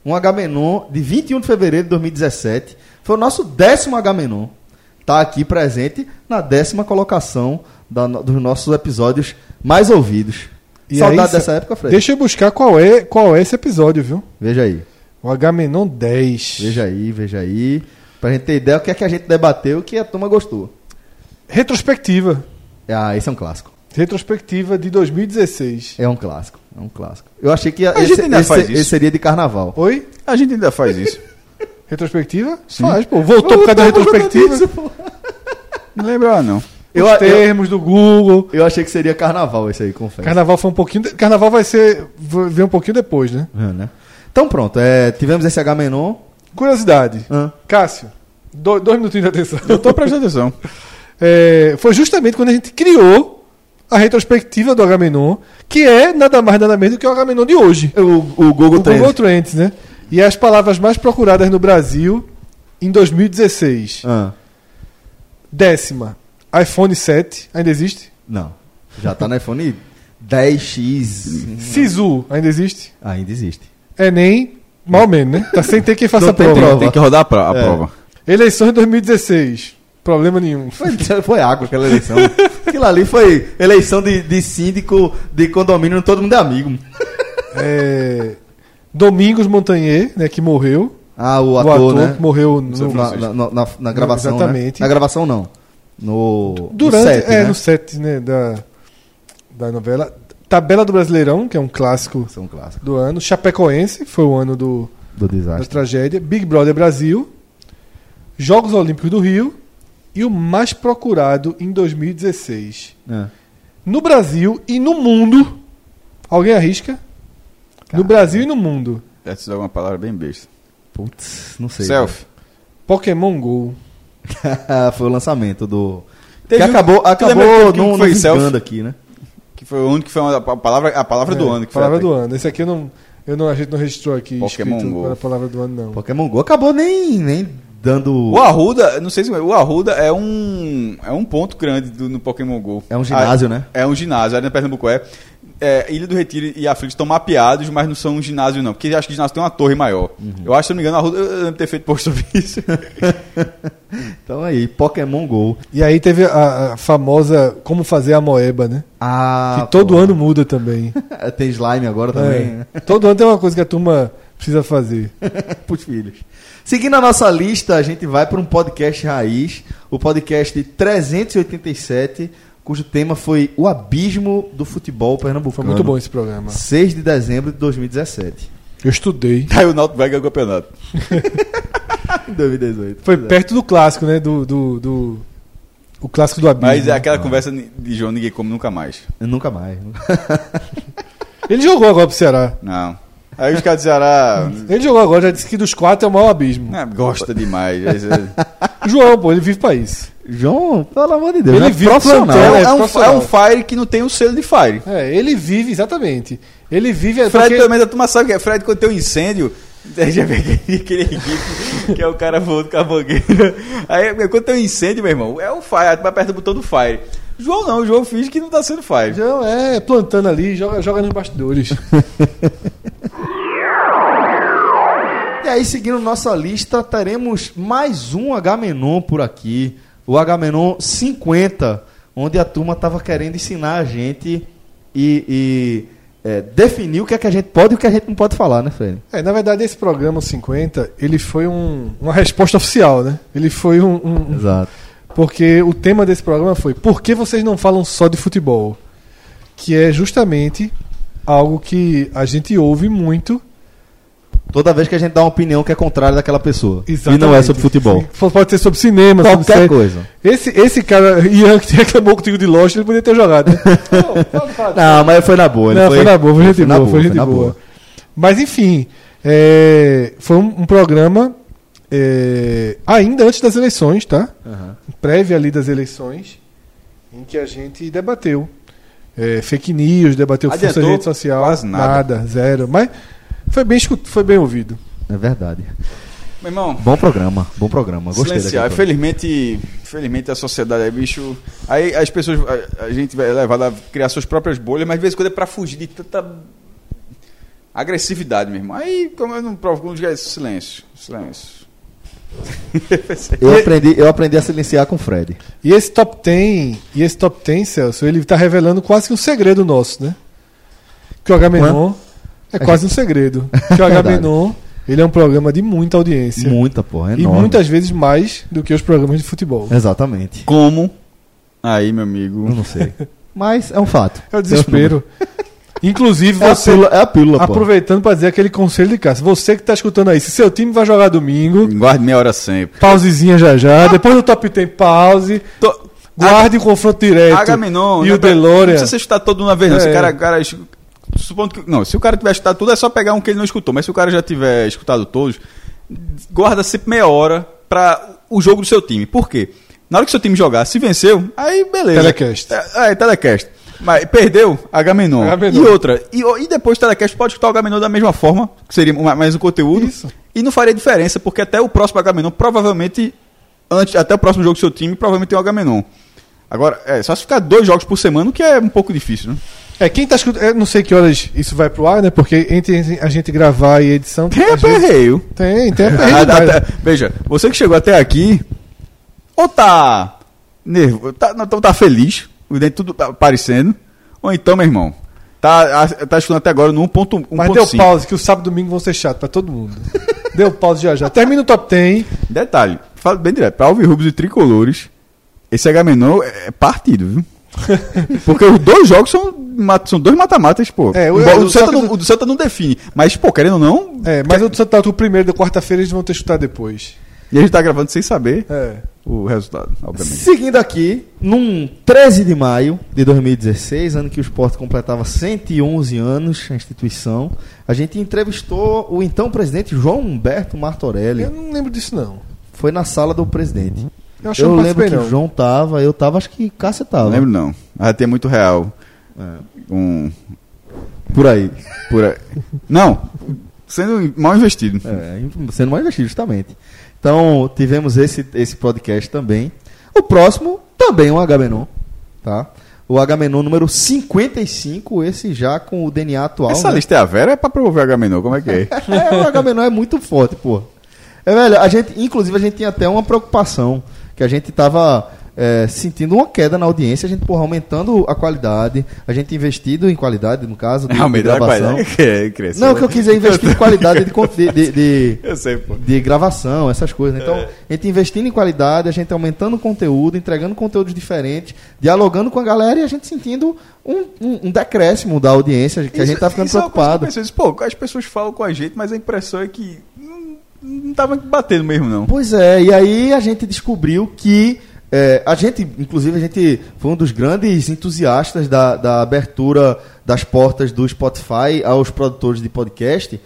[SPEAKER 2] Um Agamenon de 21 de fevereiro de 2017. Foi o nosso décimo Agamenon. Está aqui presente na décima colocação da no- dos nossos episódios mais ouvidos.
[SPEAKER 3] E
[SPEAKER 2] Saudade
[SPEAKER 3] aí,
[SPEAKER 2] dessa época, Fred?
[SPEAKER 3] Deixa eu buscar qual é, qual é esse episódio, viu?
[SPEAKER 2] Veja aí.
[SPEAKER 3] O Agamenon 10.
[SPEAKER 2] Veja aí, veja aí. Pra gente ter ideia o que é que a gente debateu e o que a turma gostou.
[SPEAKER 3] Retrospectiva.
[SPEAKER 2] Ah, esse é um clássico.
[SPEAKER 3] Retrospectiva de 2016.
[SPEAKER 2] É um clássico. É um clássico. Eu achei que
[SPEAKER 4] A
[SPEAKER 2] esse,
[SPEAKER 4] gente ainda
[SPEAKER 2] esse-
[SPEAKER 4] faz isso.
[SPEAKER 2] esse seria de carnaval.
[SPEAKER 3] Oi?
[SPEAKER 4] A gente ainda faz isso.
[SPEAKER 3] Retrospectiva? Faz, pô. Voltou por causa da
[SPEAKER 2] Voltou por causa
[SPEAKER 3] retrospectiva.
[SPEAKER 2] disso, pô.
[SPEAKER 4] Não lembrava, não.
[SPEAKER 2] Eu,
[SPEAKER 3] Os
[SPEAKER 2] eu,
[SPEAKER 3] termos do Google.
[SPEAKER 2] Eu achei que seria carnaval esse aí, confesso.
[SPEAKER 3] Carnaval foi um pouquinho. de- Carnaval vai ser. vai- Vem um pouquinho depois, né?
[SPEAKER 2] É, né? Então pronto, é, tivemos esse H-Menon.
[SPEAKER 3] Curiosidade.
[SPEAKER 2] Ah.
[SPEAKER 3] Cássio, do- dois minutinhos de atenção.
[SPEAKER 4] Eu tô prestando atenção.
[SPEAKER 3] É, foi justamente quando a gente criou a retrospectiva do Agamenon, que é nada mais nada menos do que o Agamenon de hoje.
[SPEAKER 2] O, É o Google
[SPEAKER 3] O Google Trends, né? E as palavras mais procuradas no Brasil em 2016.
[SPEAKER 2] Ah,
[SPEAKER 3] Décima, iPhone 7, ainda existe?
[SPEAKER 2] não, já tá no iPhone 10X.
[SPEAKER 3] Sisu, ainda existe?
[SPEAKER 2] Ainda existe.
[SPEAKER 3] Enem, mal menos, né? Tá sem ter quem faça
[SPEAKER 2] Não
[SPEAKER 3] a
[SPEAKER 2] tem
[SPEAKER 3] prova.
[SPEAKER 2] prova.
[SPEAKER 4] Tem que rodar a, pro- a
[SPEAKER 2] É.
[SPEAKER 4] prova.
[SPEAKER 3] Eleições de 2016, problema nenhum.
[SPEAKER 2] Foi, foi água aquela eleição. Aquilo ali foi eleição de, de síndico de condomínio, todo mundo é amigo.
[SPEAKER 3] É, Domingos Montanier, né, que morreu.
[SPEAKER 2] Ah, o
[SPEAKER 3] O
[SPEAKER 2] ator,
[SPEAKER 3] ator,
[SPEAKER 2] né?
[SPEAKER 3] que morreu no,
[SPEAKER 2] Na, na- na- na- na gravação, né?
[SPEAKER 3] Exatamente.
[SPEAKER 2] Na gravação não. No
[SPEAKER 3] Durante,
[SPEAKER 2] no set,
[SPEAKER 3] é,
[SPEAKER 2] né?
[SPEAKER 3] no set, né, da, da novela. Tabela do Brasileirão, que é um clássico
[SPEAKER 2] São clássico
[SPEAKER 3] do ano. Chapecoense, foi o ano do,
[SPEAKER 2] do
[SPEAKER 3] da
[SPEAKER 2] desastre.
[SPEAKER 3] É tragédia. Big Brother Brasil. Jogos Olímpicos do Rio. E o mais procurado em 2016.
[SPEAKER 2] É.
[SPEAKER 3] No Brasil e no mundo. Alguém arrisca? No
[SPEAKER 2] Cara.
[SPEAKER 3] Brasil e no mundo.
[SPEAKER 4] Essa é uma palavra bem besta.
[SPEAKER 2] Putz, não sei.
[SPEAKER 4] Self.
[SPEAKER 3] Pokémon GO.
[SPEAKER 2] foi o lançamento do.
[SPEAKER 4] Teve
[SPEAKER 2] que
[SPEAKER 4] um-
[SPEAKER 2] acabou,
[SPEAKER 4] tu
[SPEAKER 2] acabou
[SPEAKER 4] lembra
[SPEAKER 2] não,
[SPEAKER 4] que- que
[SPEAKER 2] não
[SPEAKER 4] foi
[SPEAKER 2] vingando
[SPEAKER 4] selfie?
[SPEAKER 2] aqui, né?
[SPEAKER 4] Que foi o único que foi uma, a palavra, a palavra do
[SPEAKER 3] É,
[SPEAKER 4] ano. Que foi
[SPEAKER 3] palavra
[SPEAKER 4] até-
[SPEAKER 3] do ano. Esse aqui eu não, eu não, a gente não registrou aqui
[SPEAKER 4] Pokémon
[SPEAKER 3] escrito
[SPEAKER 4] Go.
[SPEAKER 3] para a palavra do ano, não.
[SPEAKER 2] Pokémon Go acabou nem, nem dando.
[SPEAKER 4] O Arruda, não sei se o Arruda é um é um ponto grande do- no Pokémon Go.
[SPEAKER 2] É um ginásio, né?
[SPEAKER 4] É um ginásio, ali na Pernambuco é. É, Ilha do Retiro e Aflitos estão mapeados, mas não são um ginásio não, porque acho que ginásio tem uma torre maior. Eu acho, se eu não me engano, Arruda eu lembro de ter feito post sobre isso.
[SPEAKER 2] Então aí, Pokémon Go.
[SPEAKER 3] E aí teve a, a famosa Como Fazer a Moeba, né?
[SPEAKER 2] Ah,
[SPEAKER 3] que todo
[SPEAKER 2] pô.
[SPEAKER 3] ano muda também.
[SPEAKER 2] Tem slime agora também. né?
[SPEAKER 3] É. Todo ano tem uma coisa que a turma precisa fazer.
[SPEAKER 2] Pros filhos. Seguindo a nossa lista, a gente vai para um podcast raiz, o podcast 387, cujo tema foi O Abismo do Futebol
[SPEAKER 3] Foi
[SPEAKER 2] Pernambucano.
[SPEAKER 3] muito bom esse programa.
[SPEAKER 2] 6 de dezembro de 2017.
[SPEAKER 3] Eu estudei.
[SPEAKER 4] Aí o Náutico vai ganhar o campeonato.
[SPEAKER 2] 2018.
[SPEAKER 3] Foi perto do clássico, né? Do, do, do- o clássico do abismo.
[SPEAKER 4] Mas é aquela conversa de João ninguém come nunca mais.
[SPEAKER 2] Nunca mais. né? nunca-
[SPEAKER 3] Ele jogou agora pro Ceará.
[SPEAKER 4] Não. Aí os caras do Ceará
[SPEAKER 3] Ele jogou agora, já disse que dos quatro é o maior abismo.
[SPEAKER 4] ah, gosta demais.
[SPEAKER 3] João, pô, ele vive pra isso.
[SPEAKER 2] João, pelo amor de Deus,
[SPEAKER 3] Ele
[SPEAKER 2] né?
[SPEAKER 3] viu
[SPEAKER 2] profissional.
[SPEAKER 3] plantão,
[SPEAKER 4] É,
[SPEAKER 3] É
[SPEAKER 4] um, é
[SPEAKER 3] profissional.
[SPEAKER 4] um Fire que não tem o selo de Fire.
[SPEAKER 3] É, ele vive, exatamente. Ele vive.
[SPEAKER 4] Fred
[SPEAKER 3] É porque-
[SPEAKER 4] também, a turma sabe que é Fred quando tem um incêndio. Aí já vem aquele, aquele gif que é o cara voando com a mangueira. Aí quando tem um incêndio, meu irmão, é o Fire, aí tu aperta o botão do Fire. João não, o João finge que não tá sendo Fire.
[SPEAKER 3] João é plantando ali, joga, joga nos bastidores.
[SPEAKER 2] E aí, seguindo nossa lista, teremos mais um H-Menon por aqui. O H-Menon 50, onde a turma tava querendo ensinar a gente e, e é, definir o que é que a gente pode e o que a gente não pode falar, né, Fred?
[SPEAKER 3] É, na verdade, esse programa o 50, ele foi um- uma resposta oficial, né? Ele foi um- um- um
[SPEAKER 2] Exato.
[SPEAKER 3] Porque o tema desse programa foi Por que vocês não falam só de futebol? Que é justamente algo que a gente ouve muito.
[SPEAKER 2] Toda vez que a gente dá uma opinião que é contrária daquela pessoa. E não é
[SPEAKER 3] Exatamente.
[SPEAKER 2] sobre futebol.
[SPEAKER 3] F- Pode ser sobre cinema, sobre
[SPEAKER 2] Qualquer
[SPEAKER 3] série.
[SPEAKER 2] coisa.
[SPEAKER 3] Esse, esse cara, Ian, que reclamou contigo de Lost, ele poderia ter jogado. Né?
[SPEAKER 2] Não, mas foi na boa. ele
[SPEAKER 3] Não, foi, na boa, foi gente
[SPEAKER 2] na
[SPEAKER 3] boa, foi gente
[SPEAKER 2] na
[SPEAKER 3] boa. Mas enfim, é, foi um, um programa é, ainda antes das eleições, tá?
[SPEAKER 2] Aham.
[SPEAKER 3] prévia ali das eleições, em que a gente debateu é, fake news, debateu
[SPEAKER 4] Adiantou
[SPEAKER 3] força de rede social,
[SPEAKER 4] quase nada.
[SPEAKER 3] zero, mas foi bem escu- foi bem ouvido.
[SPEAKER 2] É verdade.
[SPEAKER 4] Meu irmão,
[SPEAKER 2] Bom programa, bom programa. Gostei
[SPEAKER 4] Silenciar.
[SPEAKER 2] daquele
[SPEAKER 4] Felizmente, felizmente a sociedade é bicho. Aí as pessoas. A, a gente vai é levado a criar suas próprias bolhas, mas de vez em quando é pra fugir de tanta agressividade mesmo. Aí, como eu não provo, como diz, é silêncio. Silêncio.
[SPEAKER 2] programa. Eu aprendi, eu aprendi a silenciar com o Fred.
[SPEAKER 3] E esse top 10, e esse top 10, Celso, ele está revelando quase que um segredo nosso, né? Que o Agamenon é quase um segredo. Que o
[SPEAKER 2] Verdade.
[SPEAKER 3] Agamenon, ele é um programa de muita audiência
[SPEAKER 2] Muita, porra, é
[SPEAKER 3] e
[SPEAKER 2] enorme. É.
[SPEAKER 3] muitas vezes mais do que os programas de futebol.
[SPEAKER 2] Exatamente.
[SPEAKER 4] Como? Aí, meu amigo.
[SPEAKER 2] Eu não sei. Mas é um fato.
[SPEAKER 3] É o desespero. Inclusive
[SPEAKER 2] É a
[SPEAKER 3] você
[SPEAKER 2] pílula, é a pílula pô.
[SPEAKER 3] Aproveitando para dizer aquele conselho de Cássio. Você que tá escutando aí, se seu time vai jogar domingo,
[SPEAKER 4] Guarde meia hora sempre.
[SPEAKER 3] pausezinha já já. Depois do top 10, pause.
[SPEAKER 4] Tô...
[SPEAKER 3] Guarde o confronto direto.
[SPEAKER 4] Agamenon.
[SPEAKER 3] e
[SPEAKER 4] né,
[SPEAKER 3] o
[SPEAKER 4] tá- Não
[SPEAKER 3] Deloria.
[SPEAKER 4] precisa você chutar todo de uma vez, não. Se
[SPEAKER 3] É.
[SPEAKER 4] o cara, cara es- supondo que, não, se o cara tiver chutado tudo, é só pegar um que ele não escutou. Mas se o cara já tiver escutado todos, guarda sempre meia hora pra o jogo do seu time. Por quê? Na hora que seu time jogar, se venceu, aí beleza.
[SPEAKER 3] Telecast.
[SPEAKER 4] É, é telecast. Mas perdeu, Agamenon.
[SPEAKER 3] Agamenon.
[SPEAKER 4] E outra. E, o- e depois do telecast, pode escutar o Agamenon da mesma forma, que seria ma- mais um conteúdo.
[SPEAKER 3] Isso.
[SPEAKER 4] E não faria diferença, porque até o próximo Agamenon, provavelmente, antes, até o próximo jogo do seu time, provavelmente tem o Agamenon. Agora, é só se ficar dois jogos por semana, o que é um pouco difícil, né?
[SPEAKER 3] É, quem tá escutando. Eu não sei que horas isso vai pro ar, né? Porque entre a gente gravar e edição.
[SPEAKER 4] Tem
[SPEAKER 3] às vezes-
[SPEAKER 4] aperreio.
[SPEAKER 3] Tem, tem aperreio,
[SPEAKER 4] Ah, tá,
[SPEAKER 3] mas-
[SPEAKER 4] tá. Veja, você que chegou até aqui, ou tá nervoso, tá, não, então tá feliz, o dente tudo tá aparecendo, ou então, meu irmão, tá, a- tá estudando até agora no 1.1.
[SPEAKER 3] Mas deu pause, que o sábado e domingo vão ser chato pra todo mundo. deu pause já já. Termina o top 10.
[SPEAKER 4] Detalhe, falo bem direto, pra Alves Rubens e Tricolores, esse H menor é é partido, viu? Porque os dois jogos são, ma- são dois mata-matas, pô.
[SPEAKER 3] É, o-
[SPEAKER 4] o, bo-
[SPEAKER 3] o
[SPEAKER 4] o Santa
[SPEAKER 3] Santa-
[SPEAKER 4] não, o do Santa não define, mas, pô, querendo ou não,
[SPEAKER 3] É, mas o do Santa Cruz, o primeiro da quarta-feira eles vão ter chutado depois.
[SPEAKER 4] e a gente tá gravando sem saber
[SPEAKER 3] É.
[SPEAKER 4] o resultado, obviamente.
[SPEAKER 2] Seguindo aqui, num 13 de maio de 2016, ano que o esporte completava 111 anos, a instituição, a gente entrevistou o então presidente João Humberto Martorelli.
[SPEAKER 3] Eu não lembro disso, não.
[SPEAKER 2] Foi na sala do presidente.
[SPEAKER 3] Eu
[SPEAKER 2] Eu,
[SPEAKER 3] acho que eu não
[SPEAKER 2] lembro
[SPEAKER 3] participei,
[SPEAKER 2] que o
[SPEAKER 3] não.
[SPEAKER 2] João tava, eu tava, acho que Cássia tava.
[SPEAKER 4] Não lembro não, mas tem muito real. Um,
[SPEAKER 2] Por aí.
[SPEAKER 4] por aí. Não, sendo mal investido.
[SPEAKER 2] É, sendo mais investido, justamente. Então, tivemos esse, esse podcast também. O próximo também é um Agamenon, tá? O Agamenon número 55, esse já com o DNA atual.
[SPEAKER 4] Essa
[SPEAKER 2] né?
[SPEAKER 4] lista é a Vera ou é pra promover H menor, como é que é?
[SPEAKER 2] É, o Agamenon é muito forte, pô. É, velho, a gente, inclusive, a gente tinha até uma preocupação, que a gente tava é, sentindo uma queda na audiência, a gente, porra, aumentando a qualidade, a gente investido em qualidade, no caso, de,
[SPEAKER 4] É o
[SPEAKER 2] de
[SPEAKER 4] melhor
[SPEAKER 2] gravação.
[SPEAKER 4] que é, cresceu.
[SPEAKER 2] Não, que eu quis é investir em qualidade de, con- de- de- de-
[SPEAKER 4] Eu sei, pô.
[SPEAKER 2] Tipo, de gravação, essas coisas. né? Então,
[SPEAKER 4] É.
[SPEAKER 2] a gente investindo em qualidade, a gente aumentando o conteúdo, entregando conteúdos diferentes, dialogando com a galera e a gente sentindo um, um- um decréscimo da audiência, que a gente tá ficando
[SPEAKER 4] isso é uma coisa
[SPEAKER 2] preocupado.
[SPEAKER 4] que eu pensei, isso, Pô, as pessoas falam com a gente, mas a impressão é que não, não tava batendo mesmo, não.
[SPEAKER 2] Pois é, e aí a gente descobriu que é, a gente, inclusive, a gente foi um dos grandes entusiastas da, da abertura das portas do Spotify aos produtores de podcast.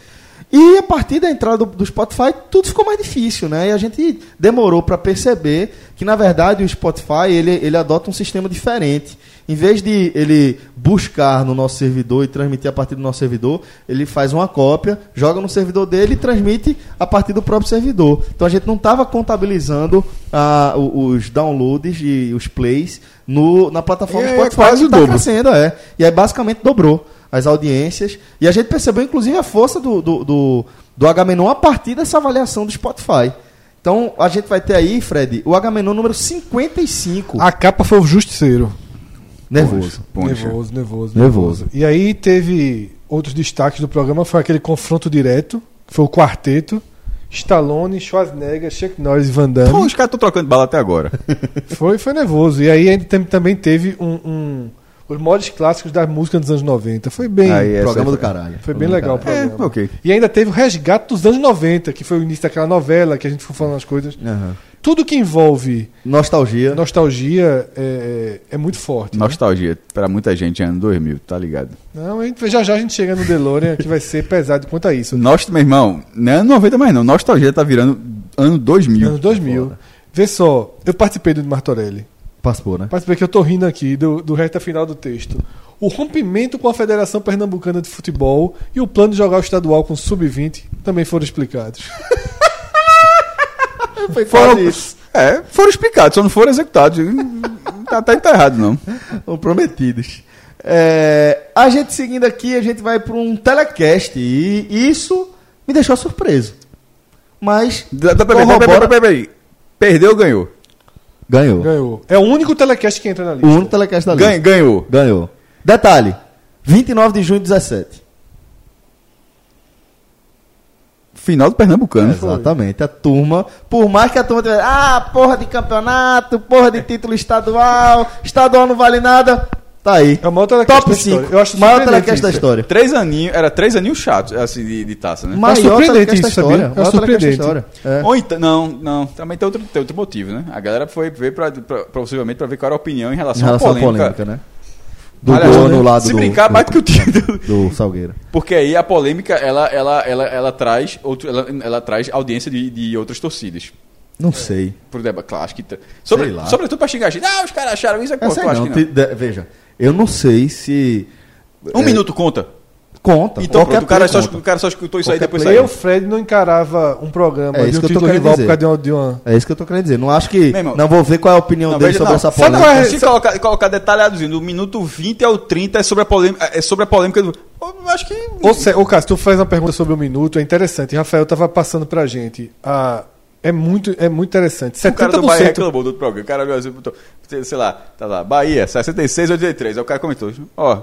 [SPEAKER 2] E a partir da entrada do, do Spotify, tudo ficou mais difícil, né? E a gente demorou para perceber que, na verdade, o Spotify ele, ele adota um sistema diferente. Em vez de ele buscar no nosso servidor e transmitir a partir do nosso servidor, ele faz uma cópia, joga no servidor dele e transmite a partir do próprio servidor. Então a gente não estava contabilizando ah, o- os downloads e os plays no, na plataforma
[SPEAKER 4] É,
[SPEAKER 2] Spotify.
[SPEAKER 4] quase
[SPEAKER 2] que
[SPEAKER 4] o
[SPEAKER 2] tá
[SPEAKER 4] dobro.
[SPEAKER 2] crescendo, é. E aí basicamente dobrou as audiências. E a gente percebeu, inclusive, a força do, do, do, do Agamenon a partir dessa avaliação do Spotify. Então a gente vai ter aí, Fred, o Agamenon número 55.
[SPEAKER 3] A capa foi o Justiceiro.
[SPEAKER 2] Nervoso.
[SPEAKER 4] Punisher.
[SPEAKER 3] Nervoso, nervoso,
[SPEAKER 2] Nervoso.
[SPEAKER 3] E aí teve outros destaques do programa, foi aquele confronto direto, que foi o quarteto, Stallone, Schwarzenegger, Chuck Norris e Van Damme.
[SPEAKER 4] Pô, os caras estão trocando de bala até agora.
[SPEAKER 3] Foi, foi nervoso. E aí ainda tem- também teve um, um- os mods clássicos da música dos anos 90. Foi bem,
[SPEAKER 4] Aí, essa
[SPEAKER 2] Programa
[SPEAKER 4] aí
[SPEAKER 2] do caralho.
[SPEAKER 3] foi
[SPEAKER 2] Programa
[SPEAKER 3] bem
[SPEAKER 2] do
[SPEAKER 3] legal o
[SPEAKER 2] caralho.
[SPEAKER 4] É,
[SPEAKER 3] programa.
[SPEAKER 4] ok.
[SPEAKER 3] E ainda teve o resgate dos anos 90, que foi o início daquela novela, que a gente foi falando as coisas.
[SPEAKER 2] Aham.
[SPEAKER 3] Tudo que envolve
[SPEAKER 2] Nostalgia.
[SPEAKER 3] nostalgia é, é muito forte. né?
[SPEAKER 4] Nostalgia pra muita gente, ano 2000, tá ligado?
[SPEAKER 3] Não, a gente, já já a gente chega no DeLorean, que vai ser pesado quanto a isso.
[SPEAKER 4] Nostalgia, meu irmão, não é ano 90 mais não. Nostalgia tá virando ano 2000.
[SPEAKER 3] Anos 2000. Vê só, eu participei do Martorelli.
[SPEAKER 2] Passou, né?
[SPEAKER 3] Participei que eu tô rindo aqui do, do reta final do texto. O rompimento com a Federação Pernambucana de Futebol e o plano de jogar o estadual com o sub-20 também foram explicados.
[SPEAKER 2] Foi
[SPEAKER 4] Foram, é, foram explicados, só não foram executados. tá, tá enterrado, não.
[SPEAKER 2] Ou prometidos. É, a gente seguindo aqui, a gente vai para um telecast e isso me deixou surpreso. Mas
[SPEAKER 4] Dá- dá- Peraí, peraí,
[SPEAKER 2] corrobora-
[SPEAKER 4] peraí, peraí. Perdeu ou ganhou?
[SPEAKER 2] ganhou.
[SPEAKER 3] Ganhou. É o único telecast que entra na
[SPEAKER 2] O
[SPEAKER 3] lista.
[SPEAKER 2] único Um telecast da lista.
[SPEAKER 4] Ganha- ganhou.
[SPEAKER 2] Ganhou. Detalhe: 29 de junho 17.
[SPEAKER 4] Final do Pernambucano.
[SPEAKER 2] Exatamente. A turma, por mais que a turma tivesse, ah, porra de campeonato, porra de título estadual, estadual não vale nada. Tá aí.
[SPEAKER 3] É o maior telecast
[SPEAKER 2] Top
[SPEAKER 3] da história.
[SPEAKER 2] 5.
[SPEAKER 3] Eu acho
[SPEAKER 2] maior
[SPEAKER 3] surpreendente
[SPEAKER 2] telecast da
[SPEAKER 3] isso.
[SPEAKER 2] história.
[SPEAKER 4] Três aninhos, era três aninhos chatos, assim, de, de taça, né?
[SPEAKER 2] Maior
[SPEAKER 3] surpreendente
[SPEAKER 2] telecast da
[SPEAKER 3] isso, sabia?
[SPEAKER 2] história. Maior
[SPEAKER 3] É
[SPEAKER 2] telecast da
[SPEAKER 3] surpreendente.
[SPEAKER 2] história. É.
[SPEAKER 4] Ou então, não, não, também tem outro, tem outro motivo, né? A galera foi ver pra, pra- possivelmente pra ver qual era a opinião em
[SPEAKER 2] Em
[SPEAKER 4] relação,
[SPEAKER 2] relação
[SPEAKER 4] à
[SPEAKER 2] à
[SPEAKER 4] polêmica.
[SPEAKER 2] polêmica, né? Do
[SPEAKER 4] Aliás,
[SPEAKER 2] gol anulado
[SPEAKER 4] se
[SPEAKER 2] do-
[SPEAKER 4] brincar,
[SPEAKER 2] do-
[SPEAKER 4] bate que o título.
[SPEAKER 2] do Salgueiro.
[SPEAKER 4] Porque aí a polêmica, ela, ela, ela, ela traz, outro, ela, ela traz audiência de, de outras torcidas.
[SPEAKER 2] Não sei.
[SPEAKER 4] Pro debate, claro, acho que. tra- Sobre,
[SPEAKER 2] lá.
[SPEAKER 4] sobretudo pra xingar a gente. Ah, os caras acharam isso, é
[SPEAKER 2] Eu
[SPEAKER 4] pô,
[SPEAKER 2] sei
[SPEAKER 4] eu acho
[SPEAKER 2] não.
[SPEAKER 4] que
[SPEAKER 2] Te- de- Veja, eu não sei se. é,
[SPEAKER 4] não. Um minuto conta.
[SPEAKER 2] Conta.
[SPEAKER 4] Então,
[SPEAKER 2] Tá Qualquer
[SPEAKER 4] pronto, o cara,
[SPEAKER 2] play
[SPEAKER 4] só,
[SPEAKER 2] conta.
[SPEAKER 4] o cara só escutou isso aí
[SPEAKER 2] Qualquer
[SPEAKER 4] depois
[SPEAKER 2] play. um.
[SPEAKER 4] saiu.
[SPEAKER 3] Eu, Fred, não encarava um programa
[SPEAKER 2] É
[SPEAKER 3] de
[SPEAKER 2] isso
[SPEAKER 3] um
[SPEAKER 2] que eu tô
[SPEAKER 3] título
[SPEAKER 2] querendo
[SPEAKER 3] rival por
[SPEAKER 2] dizer.
[SPEAKER 3] causa de uma. De uma...
[SPEAKER 2] É isso que eu tô querendo dizer. Não acho que.
[SPEAKER 4] Meu irmão,
[SPEAKER 2] não vou ver qual é a opinião
[SPEAKER 4] Não,
[SPEAKER 2] dele
[SPEAKER 4] veja,
[SPEAKER 2] sobre
[SPEAKER 4] não.
[SPEAKER 2] essa
[SPEAKER 4] Sabe
[SPEAKER 2] polêmica.
[SPEAKER 4] qual
[SPEAKER 3] polêmica.
[SPEAKER 4] é- Se colocar, colocar detalhadozinho, do minuto 20 ao 30 é sobre a polêmica, é sobre a polêmica do. Eu acho que.
[SPEAKER 3] Ô, Cé- ô, Cássio, tu faz uma pergunta sobre o minuto, é interessante. Rafael tava passando pra gente. Ah, é, muito, é muito interessante.
[SPEAKER 4] O cara do Bahia
[SPEAKER 3] 70%.
[SPEAKER 4] reclamou do outro programa. O cara olhou assim, botou, sei sei lá, tá lá, Bahia, 66, 83. Aí o cara comentou, ó,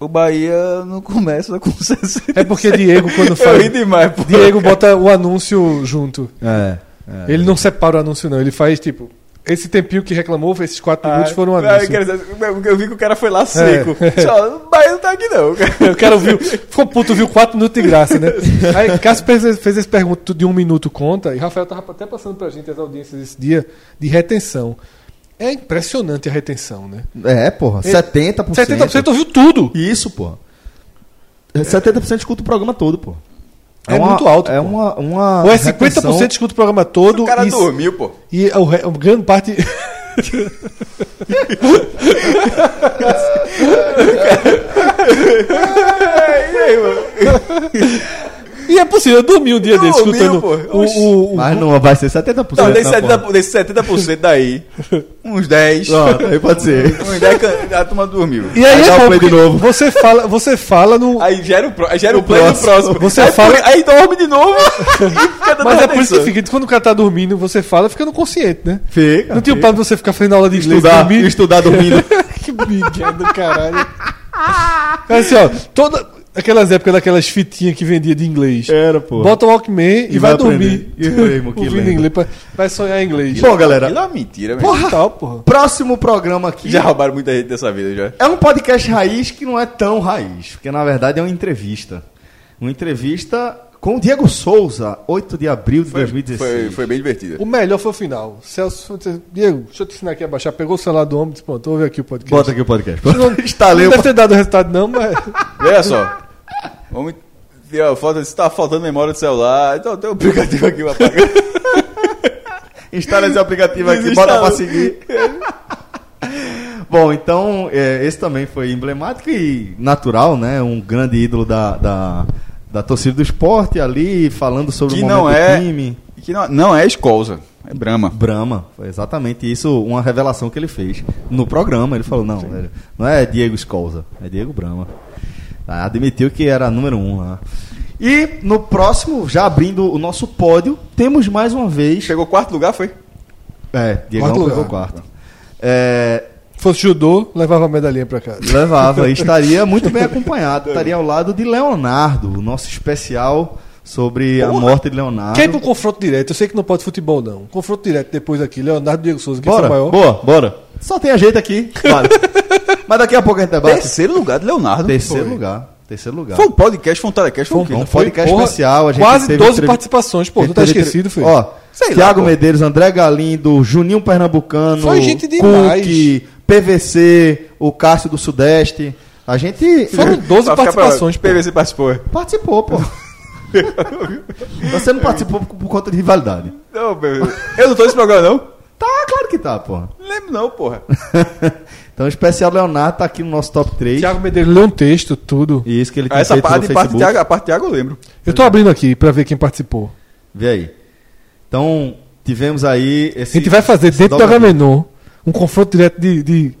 [SPEAKER 4] o Bahia não começa com 66.
[SPEAKER 3] É porque Diego, quando
[SPEAKER 4] Eu
[SPEAKER 3] faz.
[SPEAKER 4] ri demais, pô.
[SPEAKER 3] Diego bota o anúncio junto.
[SPEAKER 2] É. é.
[SPEAKER 3] Ele não separa o anúncio, não. Ele faz tipo. Esse tempinho que reclamou, esses quatro
[SPEAKER 4] Ah,
[SPEAKER 3] minutos foram um
[SPEAKER 4] ah, eu
[SPEAKER 3] anúncio.
[SPEAKER 4] quero dizer, eu- Eu vi que o cara foi
[SPEAKER 3] É.
[SPEAKER 4] lá seco. Só, o Bahia não tá aqui não.
[SPEAKER 3] O cara viu, ficou puto, viu quatro minutos de graça, né? Aí Cássio fez, fez esse pergunta de um minuto conta, e Rafael tava até passando pra gente as audiências esse dia de retenção. É impressionante a retenção, né?
[SPEAKER 2] É, porra. 70%.
[SPEAKER 3] 70% ouviu tudo.
[SPEAKER 2] Isso, É porra. 70% escuta o programa todo, porra.
[SPEAKER 3] É muito alto,
[SPEAKER 2] É
[SPEAKER 3] pô.
[SPEAKER 2] uma. uma
[SPEAKER 3] Ou é
[SPEAKER 2] repetição-
[SPEAKER 3] 50% escuta o programa todo
[SPEAKER 4] O cara
[SPEAKER 3] e,
[SPEAKER 4] dormiu, pô.
[SPEAKER 3] e o, re- o grande parte. E é possível, eu dormi um dia desse
[SPEAKER 4] Dormiu,
[SPEAKER 3] escutando
[SPEAKER 4] pô.
[SPEAKER 3] o, o, o-
[SPEAKER 2] Mas não vai ser 70%.
[SPEAKER 3] é
[SPEAKER 4] Então, desse
[SPEAKER 2] na porra.
[SPEAKER 4] 70%, desse 70 daí, uns 10.
[SPEAKER 2] Pronto, aí pode ser.
[SPEAKER 4] uns 10 can- a turma dormiu.
[SPEAKER 3] E aí,
[SPEAKER 2] Aí dá
[SPEAKER 3] é
[SPEAKER 2] o
[SPEAKER 3] bom,
[SPEAKER 2] play de
[SPEAKER 3] porque
[SPEAKER 2] novo.
[SPEAKER 3] Você fala, você fala no.
[SPEAKER 4] Aí gera o, pro, aí gera o,
[SPEAKER 2] O
[SPEAKER 4] play do
[SPEAKER 2] próximo.
[SPEAKER 4] próximo.
[SPEAKER 3] Você
[SPEAKER 4] aí,
[SPEAKER 3] fala-
[SPEAKER 4] por- Aí dorme de novo. e fica dando
[SPEAKER 3] Mas é por isso que
[SPEAKER 4] atenção.
[SPEAKER 3] fica. Quando o cara tá dormindo, você fala, fica no consciente, né?
[SPEAKER 2] Fica.
[SPEAKER 3] Não tinha o plano de você ficar fazendo aula de inglês
[SPEAKER 2] Estudar,
[SPEAKER 3] dormindo.
[SPEAKER 2] estudar dormindo.
[SPEAKER 3] que migué É do caralho. Cara, assim, ó, toda. Aquelas épocas daquelas fitinhas que vendia de inglês.
[SPEAKER 2] Era, porra.
[SPEAKER 3] Bota o Walkman e,
[SPEAKER 2] E
[SPEAKER 3] vai,
[SPEAKER 2] vai
[SPEAKER 3] dormir.
[SPEAKER 2] aprender. E foi, irmão, que
[SPEAKER 3] Ouvindo
[SPEAKER 2] lenda.
[SPEAKER 3] inglês, pra- vai sonhar em inglês.
[SPEAKER 2] Bom, galera.
[SPEAKER 4] Aquilo é uma mentira, velho.
[SPEAKER 3] Porra. Tal, porra.
[SPEAKER 2] Próximo programa aqui.
[SPEAKER 4] Já roubaram muita gente dessa vida, já.
[SPEAKER 2] É um podcast raiz que não é tão raiz, porque na verdade é uma entrevista. Uma entrevista com o Diego Souza, 8 de abril de 2016.
[SPEAKER 4] Foi, foi bem divertida.
[SPEAKER 3] O melhor foi o final. Celso, Diego, deixa eu te ensinar aqui a baixar. Pegou o celular do homem e disse: Pronto, ouve aqui o podcast.
[SPEAKER 2] Bota aqui o podcast.
[SPEAKER 3] Não,
[SPEAKER 2] Instalei
[SPEAKER 3] não
[SPEAKER 2] o
[SPEAKER 3] deve ter dado resultado, não, mas.
[SPEAKER 4] Olha só. Vamos... Deu, falta, se tá faltando memória do celular, então tem um aplicativo aqui pra pagar.
[SPEAKER 2] Instala esse aplicativo aqui, bota pra seguir. Bom, então, é, esse também foi emblemático e natural, né? Um grande ídolo da, da, da torcida do esporte ali, falando sobre
[SPEAKER 4] Que
[SPEAKER 2] o
[SPEAKER 4] não
[SPEAKER 2] momento
[SPEAKER 4] é...
[SPEAKER 2] do time.
[SPEAKER 4] Que não, não é escolza. É brama.
[SPEAKER 2] Brahma, foi exatamente isso, uma revelação que ele fez no programa. Ele falou: não, velho, não é Diego Scolza, é Diego Brahma. Ah, Admitiu que era número um lá. E no próximo, já abrindo o nosso pódio, temos mais uma vez.
[SPEAKER 4] Chegou quarto lugar, foi?
[SPEAKER 2] É, Diego
[SPEAKER 3] Quarto
[SPEAKER 2] pegou
[SPEAKER 3] lugar.
[SPEAKER 2] quarto. É,
[SPEAKER 3] fosse judô, levava a medalhinha pra casa.
[SPEAKER 2] Levava, e estaria muito bem acompanhado. Estaria ao lado de Leonardo, o nosso especial sobre a
[SPEAKER 3] Porra.
[SPEAKER 2] morte de Leonardo.
[SPEAKER 3] Quer ir é pro confronto direto? Eu sei que não pode futebol, não. Confronto direto depois aqui. Leonardo Diego Souza, quem foi
[SPEAKER 2] Bora,
[SPEAKER 3] o é maior?
[SPEAKER 2] boa, bora. Só tem a gente aqui. Vale. Mas daqui a pouco a gente debate.
[SPEAKER 4] Terceiro lugar de Leonardo.
[SPEAKER 2] Terceiro
[SPEAKER 4] Foi.
[SPEAKER 2] lugar. Terceiro lugar.
[SPEAKER 4] Foi um podcast, foi um telecast, foi,
[SPEAKER 2] Foi
[SPEAKER 4] um
[SPEAKER 2] um
[SPEAKER 4] quê?
[SPEAKER 2] podcast especial, a gente
[SPEAKER 3] quase
[SPEAKER 2] teve
[SPEAKER 3] 12
[SPEAKER 2] entrevi-
[SPEAKER 3] participações, pô. Tu tá
[SPEAKER 2] Teve-
[SPEAKER 3] esquecido, filho.
[SPEAKER 2] Ó,
[SPEAKER 4] Sei lá,
[SPEAKER 2] Thiago
[SPEAKER 4] pô.
[SPEAKER 2] Medeiros, André Galindo, Juninho Pernambucano,
[SPEAKER 3] Foi gente demais.
[SPEAKER 2] Cook, PVC, o Cássio do Sudeste. A gente
[SPEAKER 3] Foram 12
[SPEAKER 4] Vai ficar
[SPEAKER 3] participações,
[SPEAKER 4] pra-
[SPEAKER 3] pô.
[SPEAKER 4] PVC participou. é.
[SPEAKER 2] participou, pô. Você não participou por, por conta de rivalidade.
[SPEAKER 4] Não, PVC. eu não tô nesse programa, não.
[SPEAKER 2] Tá, claro que tá, pô.
[SPEAKER 4] Não Lembro não, porra.
[SPEAKER 2] então o especial Leonardo tá aqui no nosso top 3.
[SPEAKER 3] Tiago Medeiros leu um texto, tudo.
[SPEAKER 2] E isso que ele tem
[SPEAKER 4] Essa
[SPEAKER 2] feito
[SPEAKER 4] parte,
[SPEAKER 2] no
[SPEAKER 4] parte de
[SPEAKER 2] Facebook.
[SPEAKER 4] Thiago- a parte de Thiago eu lembro.
[SPEAKER 3] Eu tô abrindo aqui pra ver quem participou.
[SPEAKER 2] Vê aí. Então, tivemos aí
[SPEAKER 3] A
[SPEAKER 2] esse...
[SPEAKER 3] gente vai fazer
[SPEAKER 2] esse
[SPEAKER 3] dentro do
[SPEAKER 2] dobradinho.
[SPEAKER 3] Agamenon um confronto direto de. de-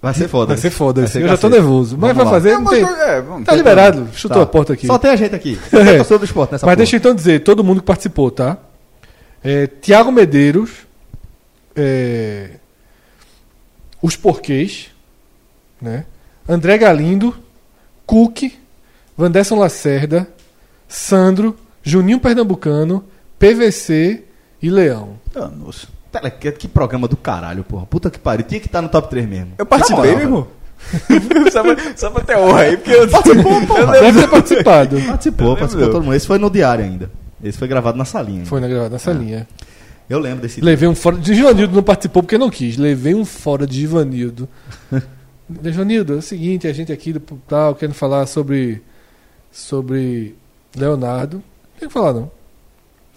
[SPEAKER 2] Vai ser foda. né?
[SPEAKER 3] Vai ser foda.
[SPEAKER 2] Vai
[SPEAKER 3] esse.
[SPEAKER 2] ser
[SPEAKER 3] Eu já tô
[SPEAKER 2] cacete.
[SPEAKER 3] nervoso. Mas
[SPEAKER 2] Vamos
[SPEAKER 3] vai
[SPEAKER 2] lá.
[SPEAKER 3] fazer.
[SPEAKER 4] É,
[SPEAKER 3] não
[SPEAKER 4] mas
[SPEAKER 3] tem-
[SPEAKER 4] tô- é, vamos.
[SPEAKER 3] Tá liberado. Chutou
[SPEAKER 2] Tá.
[SPEAKER 3] a porta aqui.
[SPEAKER 2] Só tem a gente aqui. Só
[SPEAKER 3] É.
[SPEAKER 2] tem torcedor do esporte nessa
[SPEAKER 3] Mas
[SPEAKER 2] porra.
[SPEAKER 3] deixa eu então dizer, todo mundo que participou, tá? É, Tiago Medeiros, é, Os Porquês, né? André Galindo, Cook, Vanderson Lacerda, Sandro, Juninho Pernambucano, PVC e Leão.
[SPEAKER 4] Ah, nossa.
[SPEAKER 2] Pera, que, que programa do caralho, porra. Puta que pariu. Tinha que estar no top 3 mesmo. Tá
[SPEAKER 4] Eu participei, meu irmão. Tá só, pra, só pra ter honra aí, porque eu...
[SPEAKER 2] Participou, porra.
[SPEAKER 3] Deve ter participado.
[SPEAKER 2] Participou, participou todo mundo. Esse foi no diário ainda. Esse foi gravado na salinha. ainda.
[SPEAKER 3] Foi na gravada, nessa linha.
[SPEAKER 2] Eu lembro desse
[SPEAKER 3] Levei um fora. de Givanildo não participou porque não quis. Levei um fora de Givanildo. De Givanildo, é o seguinte, a gente aqui do tal, querendo falar sobre. Sobre Leonardo. Não tem o que falar, não.
[SPEAKER 2] ponto final.
[SPEAKER 3] Não, tem o que falar,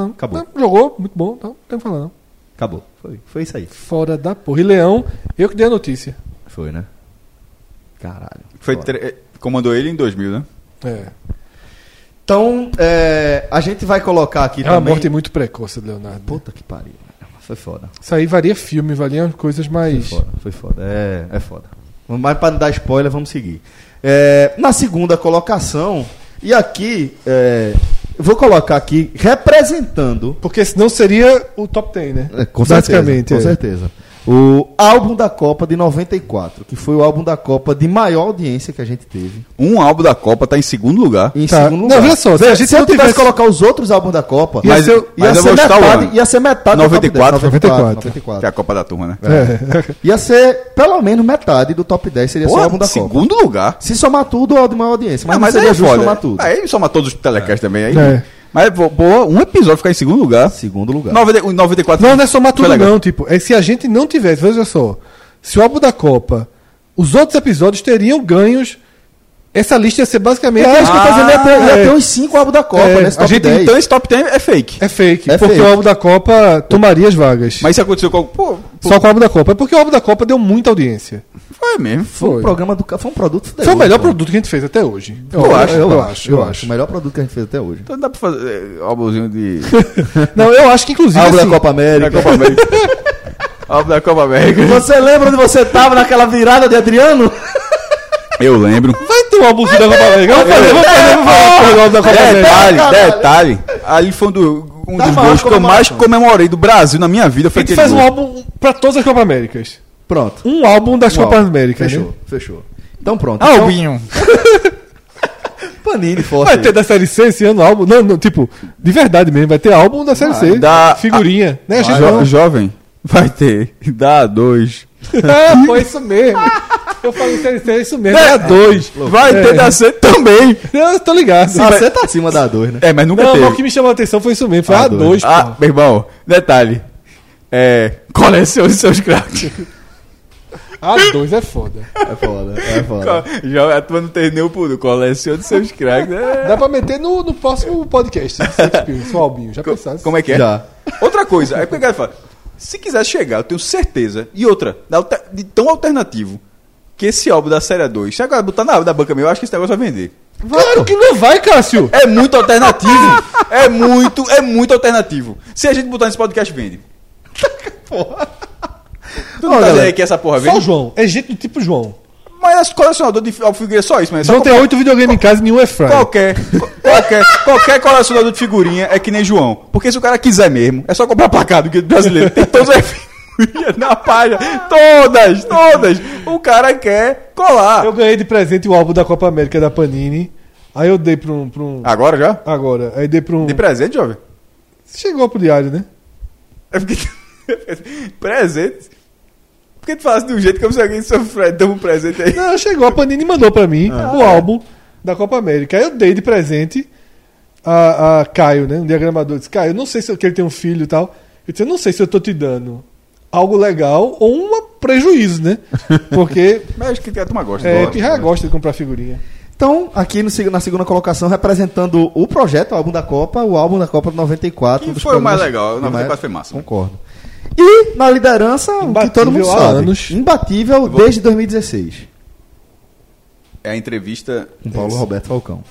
[SPEAKER 3] não.
[SPEAKER 2] Acabou,
[SPEAKER 3] Não, jogou, muito bom, então, não tem o que falar, não.
[SPEAKER 2] acabou. Foi, foi isso aí.
[SPEAKER 3] Fora da porra. E Leão, eu que dei a notícia.
[SPEAKER 2] Foi, né? Caralho.
[SPEAKER 4] Foi
[SPEAKER 2] Foda.
[SPEAKER 4] tre- eh, Comandou ele em 2000, né?
[SPEAKER 3] É.
[SPEAKER 2] Então, é, a gente vai colocar aqui
[SPEAKER 3] É uma
[SPEAKER 2] também...
[SPEAKER 3] morte muito precoce de Leonardo.
[SPEAKER 2] Puta que pariu. né? Foi foda.
[SPEAKER 3] Isso aí varia filme, varia coisas
[SPEAKER 2] Foi
[SPEAKER 3] mais.
[SPEAKER 2] é foda, foi foda. É, é foda. Mas para não dar spoiler, vamos seguir. É, na segunda colocação, e aqui, é, eu vou colocar aqui, representando.
[SPEAKER 3] Porque senão seria o top 10, né?
[SPEAKER 2] É, com certeza.
[SPEAKER 3] Basicamente,
[SPEAKER 2] com
[SPEAKER 3] é.
[SPEAKER 2] certeza. O álbum da Copa de 94, que foi o álbum da Copa de maior audiência que a gente teve.
[SPEAKER 4] Um álbum da Copa tá em segundo lugar.
[SPEAKER 2] Em
[SPEAKER 3] Tá.
[SPEAKER 2] segundo
[SPEAKER 3] Não,
[SPEAKER 2] lugar.
[SPEAKER 3] veja só, se
[SPEAKER 2] se,
[SPEAKER 3] a
[SPEAKER 2] a
[SPEAKER 3] gente
[SPEAKER 2] eu
[SPEAKER 3] não
[SPEAKER 2] tivesse
[SPEAKER 3] tivesse-
[SPEAKER 2] que colocar os outros álbuns da Copa,
[SPEAKER 4] Mas-
[SPEAKER 2] ia,
[SPEAKER 4] mas eu
[SPEAKER 2] ser
[SPEAKER 4] vou chutar o
[SPEAKER 2] metade,
[SPEAKER 4] ano.
[SPEAKER 2] ia ser metade do top 10.
[SPEAKER 4] 94.
[SPEAKER 2] 94.
[SPEAKER 4] Que é a Copa da Turma, né?
[SPEAKER 3] É.
[SPEAKER 2] Ia ser pelo menos metade do top 10 seria
[SPEAKER 4] Porra,
[SPEAKER 2] esse álbum da Copa.
[SPEAKER 4] segundo lugar.
[SPEAKER 2] Se somar tudo, é o de maior audiência. Mas,
[SPEAKER 4] Ah,
[SPEAKER 2] não seria
[SPEAKER 4] aí é
[SPEAKER 2] justo
[SPEAKER 4] foda.
[SPEAKER 2] somar tudo.
[SPEAKER 4] Aí soma todos os telecasts também. Aí.
[SPEAKER 3] É.
[SPEAKER 4] Mas, pô, pô, um episódio ficar em segundo lugar.
[SPEAKER 2] Segundo lugar.
[SPEAKER 4] 90, o 94.
[SPEAKER 3] Não, não é somar
[SPEAKER 4] foi
[SPEAKER 3] tudo,
[SPEAKER 4] legal.
[SPEAKER 3] não. Tipo, é se a gente não tivesse, veja só, se o álbum da Copa, os outros episódios teriam ganhos. Essa lista ia ser basicamente.
[SPEAKER 2] É, acho que eu tô dizendo, ia ter, ia
[SPEAKER 3] é,
[SPEAKER 2] ter uns 5 álbuns da Copa
[SPEAKER 3] É,
[SPEAKER 2] nesse
[SPEAKER 3] a
[SPEAKER 2] top
[SPEAKER 3] gente
[SPEAKER 2] 10.
[SPEAKER 4] Então esse top 10 é fake.
[SPEAKER 3] é fake,
[SPEAKER 2] É
[SPEAKER 3] porque
[SPEAKER 2] fake.
[SPEAKER 3] o álbum da Copa tomaria as vagas.
[SPEAKER 4] Mas isso aconteceu com. Pô, pô
[SPEAKER 3] Só com o álbum da Copa. É porque o álbum da Copa deu muita audiência.
[SPEAKER 4] foi mesmo.
[SPEAKER 2] Foi um
[SPEAKER 3] Foi.
[SPEAKER 2] programa do ca- Foi um produto
[SPEAKER 3] Foi
[SPEAKER 2] fuderoso,
[SPEAKER 3] o melhor
[SPEAKER 2] pô.
[SPEAKER 3] produto que a gente fez até hoje.
[SPEAKER 2] Eu, acho, eu,
[SPEAKER 3] eu
[SPEAKER 2] acho, eu acho. O
[SPEAKER 3] acho.
[SPEAKER 2] melhor produto que a gente fez até hoje.
[SPEAKER 4] Então dá pra fazer é, álbumzinho de.
[SPEAKER 3] Não, eu acho que inclusive.
[SPEAKER 2] Álbum da
[SPEAKER 3] assim,
[SPEAKER 2] Copa
[SPEAKER 4] da
[SPEAKER 2] América.
[SPEAKER 4] Copa América. álbum da Copa América.
[SPEAKER 2] Você lembra onde você tava naquela virada de Adriano?
[SPEAKER 4] Eu lembro.
[SPEAKER 3] Vai ter um álbumzinho da Copa América. Vamos fazer, vamos fazer, vamos fazer. o álbum da Copa América.
[SPEAKER 4] Detalhe,
[SPEAKER 2] Caralho.
[SPEAKER 4] detalhe. Ali foi um, do- um
[SPEAKER 2] Da
[SPEAKER 4] dos
[SPEAKER 2] maior
[SPEAKER 4] gols que eu mais
[SPEAKER 2] comemoração.
[SPEAKER 4] comemorei do Brasil na minha vida.
[SPEAKER 3] A
[SPEAKER 4] Foi
[SPEAKER 3] gente
[SPEAKER 4] aquele
[SPEAKER 3] faz um
[SPEAKER 2] tipo-
[SPEAKER 4] gol.
[SPEAKER 3] álbum pra todas as Copa Américas.
[SPEAKER 2] Pronto.
[SPEAKER 3] Um álbum das
[SPEAKER 2] Bom,
[SPEAKER 3] Copas Américas.
[SPEAKER 2] Fechou,
[SPEAKER 3] né?
[SPEAKER 2] fechou. Então pronto.
[SPEAKER 4] Ah,
[SPEAKER 2] Então,
[SPEAKER 4] Albinho.
[SPEAKER 2] Panini forte.
[SPEAKER 3] Vai ter da série C esse ano álbum? Não, não, tipo, de verdade mesmo, vai ter álbum da série C.
[SPEAKER 4] da-
[SPEAKER 3] Figurinha, né? A gente
[SPEAKER 4] Jo jovem. Vai ter. Dá dois.
[SPEAKER 3] É, foi isso mesmo. Eu falei série C, é isso mesmo. É a 2.
[SPEAKER 4] Vai ter da C também.
[SPEAKER 3] Eu tô ligado.
[SPEAKER 2] Ah, você tá acima da 2, né?
[SPEAKER 4] É, mas nunca
[SPEAKER 3] não,
[SPEAKER 4] teve.
[SPEAKER 3] mas o que me chamou a atenção foi isso mesmo. Foi
[SPEAKER 2] Ah,
[SPEAKER 3] a 2,
[SPEAKER 4] Ah,
[SPEAKER 3] pô.
[SPEAKER 4] meu irmão, detalhe. É. Colecione seus craques.
[SPEAKER 3] A 2 é foda.
[SPEAKER 2] É foda, é foda.
[SPEAKER 4] Já a tua não tem nenhum pulo. Colecione seus craques. É.
[SPEAKER 3] Dá pra meter no, no próximo podcast. né? esse Experience, o Albinho, já pensasse.
[SPEAKER 4] Como é que é?
[SPEAKER 2] Já.
[SPEAKER 4] Outra coisa, é porque o cara fala: se quiser chegar, eu tenho certeza. E outra, da alter- de tão alternativo que esse álbum da série 2, se agora botar na da banca meu, eu acho que esse negócio vai vender.
[SPEAKER 3] Claro que não vai, Cássio.
[SPEAKER 4] É muito alternativo. é muito, é muito alternativo. Se a gente botar nesse podcast, vende. Tu não
[SPEAKER 2] Ó,
[SPEAKER 4] tá dizendo
[SPEAKER 2] galera,
[SPEAKER 4] aí que essa porra
[SPEAKER 3] Só o
[SPEAKER 4] vende?
[SPEAKER 3] João. É gente do tipo João.
[SPEAKER 4] Mas é colecionador de álbum figurinha é só isso, mas é só
[SPEAKER 3] João tem 8 videogames em casa e nenhum é fraco.
[SPEAKER 4] Qualquer, qual- qualquer, qualquer colecionador de figurinha é que nem João. Porque se o cara quiser mesmo, é só comprar placado que brasileiro. Tem todos os ia na página. Todas, todas. O cara quer colar.
[SPEAKER 3] Eu ganhei de presente o álbum da Copa América da Panini. Aí eu dei pra um. Pra um
[SPEAKER 4] Agora já?
[SPEAKER 3] Agora. Aí dei pra um.
[SPEAKER 4] De presente, jovem?
[SPEAKER 3] Chegou pro diário, né?
[SPEAKER 4] É porque. presente? Por que tu falasse de um jeito como se alguém sofre, deu um presente aí?
[SPEAKER 3] Não, chegou, a Panini mandou pra mim
[SPEAKER 2] Ah.
[SPEAKER 3] o álbum da Copa América. Aí eu dei de presente a, a Caio, né? Um diagramador. Disse, Caio, não sei se eu- que ele tem um filho e tal. Eu disse, eu não sei se eu tô te dando algo legal ou um prejuízo, né? Porque
[SPEAKER 4] Mas acho que a turma gosta.
[SPEAKER 3] é,
[SPEAKER 4] gosta,
[SPEAKER 3] Pirra
[SPEAKER 4] né?
[SPEAKER 3] gosta de comprar figurinha.
[SPEAKER 2] Então, aqui no seg- na segunda colocação, representando o projeto, o álbum da Copa, o álbum da Copa de 94.
[SPEAKER 4] Que
[SPEAKER 2] um dos
[SPEAKER 4] foi o mais
[SPEAKER 2] programas-
[SPEAKER 4] legal, o 94
[SPEAKER 2] mais-
[SPEAKER 4] foi massa.
[SPEAKER 2] Concordo. E na liderança, o que todo mundo
[SPEAKER 3] Imbatível há
[SPEAKER 2] sabe.
[SPEAKER 3] anos.
[SPEAKER 2] Imbatível desde 2016.
[SPEAKER 4] É a entrevista.
[SPEAKER 2] Com Paulo Roberto Falcão.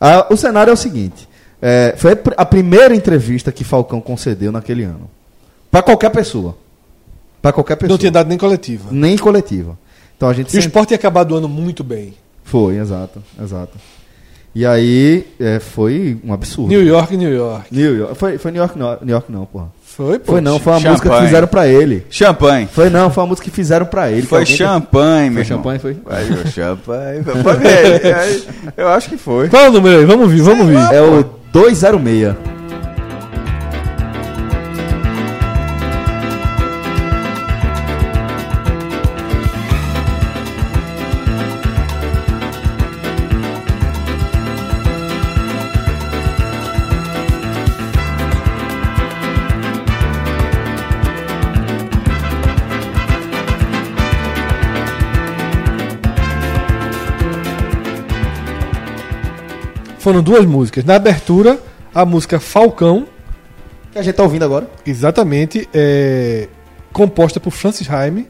[SPEAKER 2] Ah, o cenário é o seguinte: é, foi a pr- a primeira entrevista que Falcão concedeu naquele ano. Pra qualquer pessoa. Pra qualquer pessoa.
[SPEAKER 3] Não tinha dado nem coletiva.
[SPEAKER 2] Nem coletiva. Então a gente
[SPEAKER 3] E o
[SPEAKER 2] sent-
[SPEAKER 3] esporte ia acabar do ano muito bem.
[SPEAKER 2] Foi, exato, exato. E aí é, foi um absurdo.
[SPEAKER 3] New York, New York.
[SPEAKER 2] New York. Foi, foi New York não, New York não, porra.
[SPEAKER 3] Foi, pô.
[SPEAKER 2] Foi não, foi uma
[SPEAKER 4] champanhe.
[SPEAKER 2] música que fizeram pra ele.
[SPEAKER 4] Champanhe.
[SPEAKER 2] Foi não, foi uma música que fizeram pra ele. que
[SPEAKER 4] Foi
[SPEAKER 2] alguém-
[SPEAKER 4] champanhe,
[SPEAKER 2] Foi
[SPEAKER 4] meu irmão.
[SPEAKER 2] champanhe, foi?
[SPEAKER 4] Aí, o champanhe. Foi dele. Aí, Eu acho que foi.
[SPEAKER 3] Qual é o número aí? Vamos ver, vamos ver.
[SPEAKER 2] É o 206.
[SPEAKER 3] Foram duas músicas. Na abertura, a música Falcão,
[SPEAKER 2] Que a gente tá ouvindo agora.
[SPEAKER 3] exatamente, é composta por Francis Haime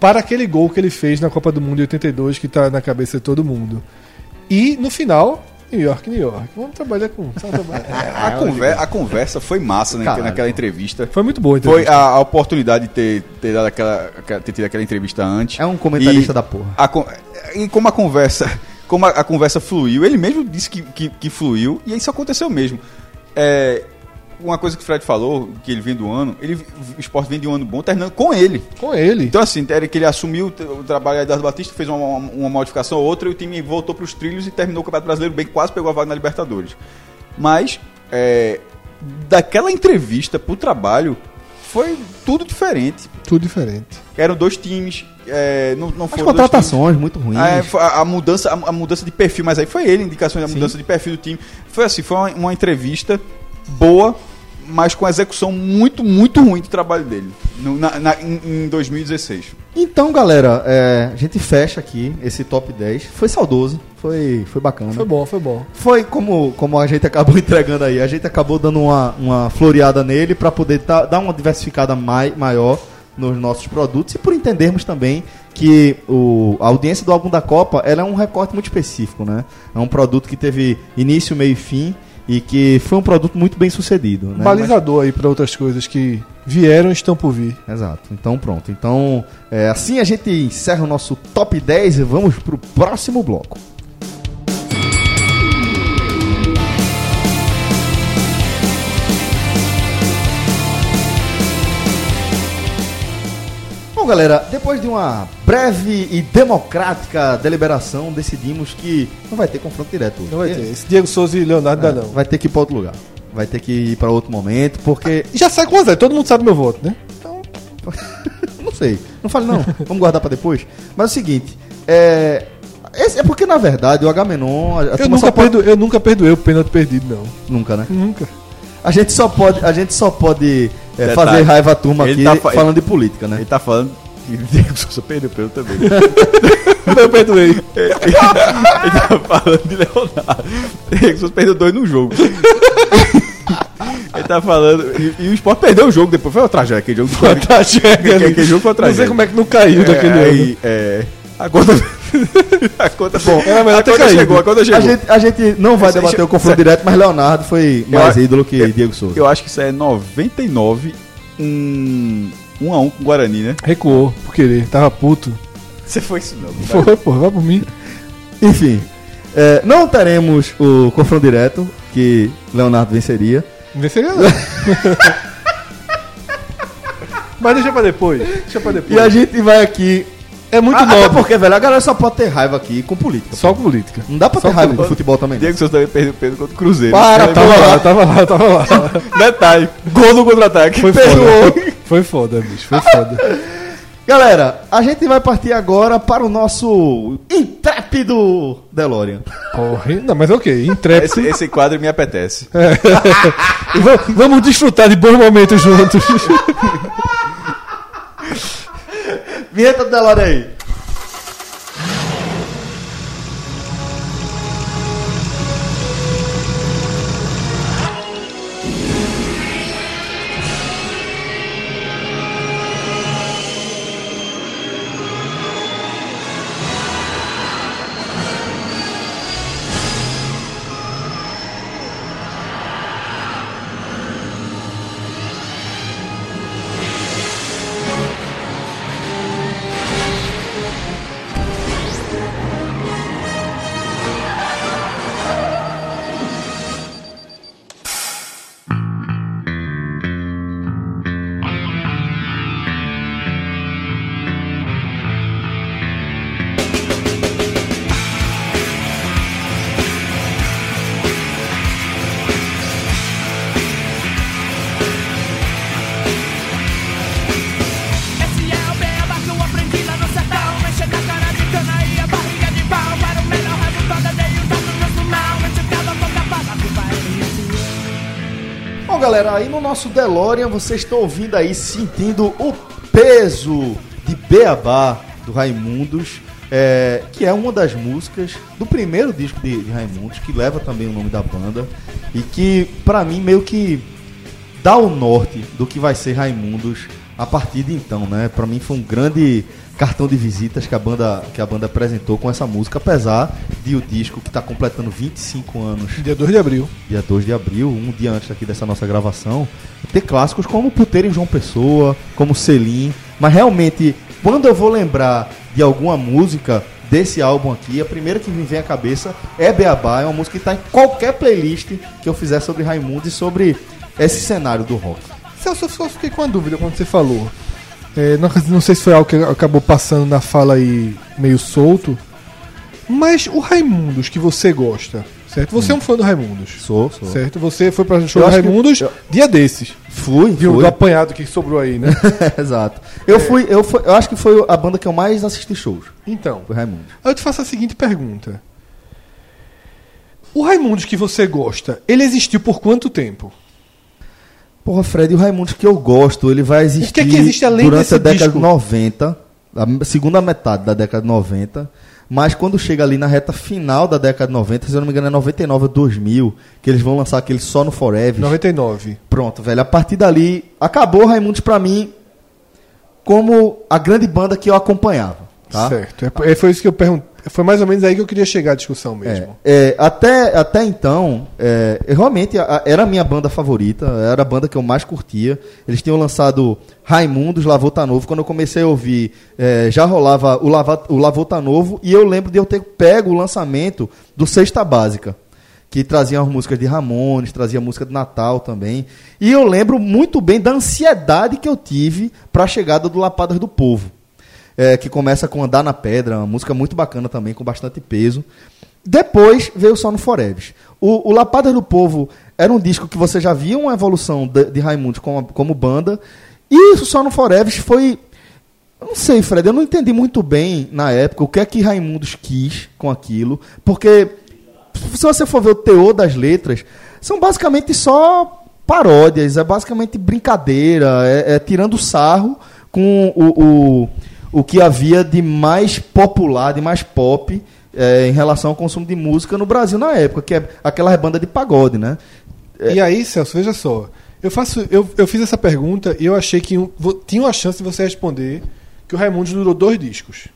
[SPEAKER 3] para aquele gol que ele fez na Copa do Mundo de 82, que tá na cabeça de todo mundo. E no final, New York, New York. Vamos trabalhar com. vamos trabalhar.
[SPEAKER 4] A, conver- a conversa foi massa
[SPEAKER 2] É,
[SPEAKER 4] né,
[SPEAKER 2] Caralho.
[SPEAKER 4] naquela entrevista.
[SPEAKER 3] Foi muito boa, então.
[SPEAKER 4] Foi a, a oportunidade de ter, ter, dado aquela, aquela- ter tido aquela entrevista antes.
[SPEAKER 2] É um comentarista
[SPEAKER 4] E
[SPEAKER 2] da porra.
[SPEAKER 4] a con- e como a conversa, como a, a conversa fluiu, ele mesmo disse que, que, que fluiu, e isso aconteceu mesmo. É, uma coisa que o Fred falou, que ele vem do ano, ele, o esporte vem de um ano bom, terminando com ele.
[SPEAKER 3] Com ele.
[SPEAKER 4] Então, assim, era que ele assumiu o tra- o trabalho de Eduardo Batista, fez uma, uma- uma modificação ou outra, e o time voltou para os trilhos e terminou o Campeonato Brasileiro bem, quase pegou a vaga na Libertadores. Mas, é, daquela entrevista para o trabalho, foi tudo diferente.
[SPEAKER 3] Tudo diferente.
[SPEAKER 4] Eram dois times, é, não, não
[SPEAKER 2] As
[SPEAKER 4] foram dois times-
[SPEAKER 2] contratações muito ruins.
[SPEAKER 3] Ah,
[SPEAKER 4] é, foi a, a mudança, a, a mudança de perfil, mas aí foi ele, indicações da mudança de perfil do time. Foi assim, foi uma, uma entrevista boa, mas com a execução muito, muito ruim do trabalho dele no- na- na- em, em 2016.
[SPEAKER 2] Então, galera, é, a gente fecha aqui esse top 10. Foi saudoso, foi, foi bacana.
[SPEAKER 3] Foi bom, foi bom.
[SPEAKER 2] Foi como, como a gente acabou entregando aí. A gente acabou dando uma, uma floreada nele para poder tá- dar uma diversificada mai, maior nos nossos produtos e por entendermos também que o, a audiência do álbum da Copa ela é um recorte muito específico, né? É um produto que teve início, meio e fim e que foi um produto muito bem sucedido. Né? Mas-
[SPEAKER 3] Balizador aí para outras coisas que vieram e estão por vir.
[SPEAKER 2] Exato. Então pronto. Então é, assim a gente encerra o nosso top 10 e vamos pro próximo bloco. Bom, galera, depois de uma breve e democrática deliberação, decidimos que não vai ter confronto direto. hoje. É
[SPEAKER 3] Não vai ter. Esse Diego Souza e Leonardo dá não.
[SPEAKER 2] Vai ter que ir pra outro lugar. Vai ter que ir pra outro momento, porque
[SPEAKER 3] Já sai com o Zé, todo mundo sabe meu voto, né?
[SPEAKER 2] Então, Não sei. Não fale não. Vamos guardar pra depois. Mas é o seguinte, é esse- é porque na verdade o Agamenon, a, a
[SPEAKER 3] Eu
[SPEAKER 2] turma só
[SPEAKER 3] nunca,
[SPEAKER 2] pode-
[SPEAKER 3] perdo, eu nunca perdoei o pênalti perdido, não.
[SPEAKER 2] nunca, né?
[SPEAKER 3] Nunca.
[SPEAKER 2] A gente só pode, a gente só pode é,
[SPEAKER 4] Detalhe.
[SPEAKER 2] fazer raiva à turma
[SPEAKER 4] Ele
[SPEAKER 2] aqui
[SPEAKER 4] tá fa-
[SPEAKER 2] falando de política, né?
[SPEAKER 4] tá falando que Diego Souza perdeu pelo também.
[SPEAKER 3] Eu perdoei.
[SPEAKER 4] Ele tá falando de Leonardo. Diego Souza perdeu dois no jogo. Ele tá falando. E, e o Sport perdeu o jogo depois. Foi uma tragédia aquele jogo. Foi
[SPEAKER 3] tá chegando.
[SPEAKER 4] Aquele jogo foi uma
[SPEAKER 3] Não sei
[SPEAKER 4] tragédia.
[SPEAKER 3] como é que não caiu daquele ano.
[SPEAKER 4] aí, é, a conta. a conta. Bom,
[SPEAKER 3] era melhor
[SPEAKER 4] a
[SPEAKER 3] ter
[SPEAKER 4] conta
[SPEAKER 3] caído.
[SPEAKER 4] Ah, chegou, a conta chegou.
[SPEAKER 2] A gente, a gente não vai
[SPEAKER 4] Esse-
[SPEAKER 2] debater
[SPEAKER 4] esse-
[SPEAKER 2] o confronto direto, mas Leonardo foi mais
[SPEAKER 4] a-
[SPEAKER 2] ídolo que Diego Souza.
[SPEAKER 4] Eu acho que isso é 99, um, um a um com o Guarani, né?
[SPEAKER 3] Recuou, por querer. Tava puto.
[SPEAKER 4] Você foi isso não. Foi.
[SPEAKER 3] Foi, porra, vai por mim.
[SPEAKER 2] Enfim, é, não teremos o confronto direto que Leonardo venceria.
[SPEAKER 3] Não seria nada. Mas deixa pra depois. Deixa pra depois.
[SPEAKER 2] E a gente vai aqui.
[SPEAKER 3] É muito
[SPEAKER 2] Ah,
[SPEAKER 3] nobre.
[SPEAKER 2] até porque, velho, a galera só pode ter raiva aqui com política.
[SPEAKER 3] Só com política.
[SPEAKER 2] Não dá pra
[SPEAKER 3] Só
[SPEAKER 2] ter raiva
[SPEAKER 3] com-
[SPEAKER 2] do futebol também.
[SPEAKER 4] Diego Souza também perdeu peso contra o Cruzeiro.
[SPEAKER 2] Para,
[SPEAKER 4] Ele
[SPEAKER 2] tava
[SPEAKER 4] perdeu-
[SPEAKER 2] lá,
[SPEAKER 3] tava lá, tava lá.
[SPEAKER 4] Detalhe, gol no contra-ataque.
[SPEAKER 3] Foi
[SPEAKER 4] Perdoou.
[SPEAKER 3] foda. Foi foda, bicho. Foi foda.
[SPEAKER 2] Galera, a gente vai partir agora para o nosso intrépido DeLorean.
[SPEAKER 3] Porra. Não, mas ok. Intrépido.
[SPEAKER 4] Esse, esse quadro me apetece.
[SPEAKER 3] E va- Vamos desfrutar de bons momentos juntos.
[SPEAKER 2] Vinheta do DeLorean aí.
[SPEAKER 5] Esse é o beabá que eu aprendi lá no sertão Mexer na cara de cana e a barriga de pau Era o melhor resultado, dei o dado no final Mete cada boca fala que vai existir
[SPEAKER 2] Bom, galera, aí no nosso DeLorean vocês estão ouvindo aí, sentindo o peso de Beabá do Raimundos, é, que é uma das músicas do primeiro disco de, de Raimundos, que leva também o nome da banda e que, pra mim, meio que dá o norte do que vai ser Raimundos a partir de então, né? Pra mim foi um grande cartão de visitas que a banda que a banda apresentou com essa música, apesar de o disco que tá completando 25 anos
[SPEAKER 3] Dia 2 de abril.
[SPEAKER 2] dia 2 de abril, um dia antes aqui dessa nossa gravação, ter clássicos como Puteiro em João Pessoa, como Selim. Mas realmente, quando eu vou lembrar de alguma música desse álbum aqui, a primeira que me vem à cabeça é Beabá, é uma música que tá em qualquer playlist que eu fizer sobre Raimundo e sobre esse cenário do rock.
[SPEAKER 3] Celso, eu só fiquei com uma dúvida quando você falou. É, não, não sei se foi algo que acabou passando na fala aí meio solto. Mas o Raimundos que você gosta, certo? Você é um fã do Raimundos.
[SPEAKER 2] Sou, sou.
[SPEAKER 3] Certo? Você foi pra show
[SPEAKER 2] Eu
[SPEAKER 3] do
[SPEAKER 2] acho que-
[SPEAKER 3] Raimundos
[SPEAKER 2] eu-
[SPEAKER 3] dia desses.
[SPEAKER 2] Fui,
[SPEAKER 3] Viu?
[SPEAKER 2] fui.
[SPEAKER 3] Do apanhado que sobrou aí, né?
[SPEAKER 2] Exato. Eu fui, eu fui, eu acho que foi a banda que eu mais assisti shows,
[SPEAKER 3] então,
[SPEAKER 2] foi Raimundo.
[SPEAKER 3] eu te faço a seguinte pergunta. O Raimundos que você gosta, ele existiu por quanto tempo?
[SPEAKER 2] Porra, Fred, o Raimundo que eu gosto, ele vai existir
[SPEAKER 3] O que é que existe além
[SPEAKER 2] durante
[SPEAKER 3] desse
[SPEAKER 2] a década
[SPEAKER 3] disco?
[SPEAKER 2] de 90, a segunda metade da década de 90, mas quando chega ali na reta final da década de 90, se eu não me engano é 99 ou 2000, que eles vão lançar aquele só no Forever.
[SPEAKER 3] 99.
[SPEAKER 2] Pronto, velho, a partir dali acabou o Raimundos pra mim como a grande banda que eu acompanhava, tá?
[SPEAKER 3] Certo. É- é- foi isso que eu perguntei. Foi mais ou menos aí que eu queria chegar à discussão mesmo.
[SPEAKER 2] É, é, até, até então, é, eu realmente a- era a minha banda favorita, era a banda que eu mais curtia. Eles tinham lançado Raimundos, Lavou Tá Novo. Quando eu comecei a ouvir, é, já rolava o, Lava, o Lavou Tá Novo. E eu lembro de eu ter pego o lançamento do Sexta Básica, que trazia as músicas de Ramones, trazia música de Natal também. E eu lembro muito bem da ansiedade que eu tive para a chegada do Lapadas do Povo é, que começa com Andar na Pedra, uma música muito bacana também, com bastante peso. Depois veio Só no Foreves. O, o Lapada do Povo era um disco que você já via uma evolução de, de Raimundo como, como banda, e o Só no Foreves foi. eu Não sei, Fred, eu não entendi muito bem na época o que é que Raimundos quis com aquilo, porque se você for ver o teor das letras, são basicamente só paródias, é basicamente brincadeira, é, é tirando sarro com o, o, o que havia de mais popular, de mais pop é, em relação ao consumo de música no Brasil na época, que é aquela banda de pagode, né?
[SPEAKER 3] E aí, Celso, veja só. Eu, faço, eu, eu fiz essa pergunta e eu achei que um- vo- tinha uma chance de você responder que o Raimundo durou dois discos.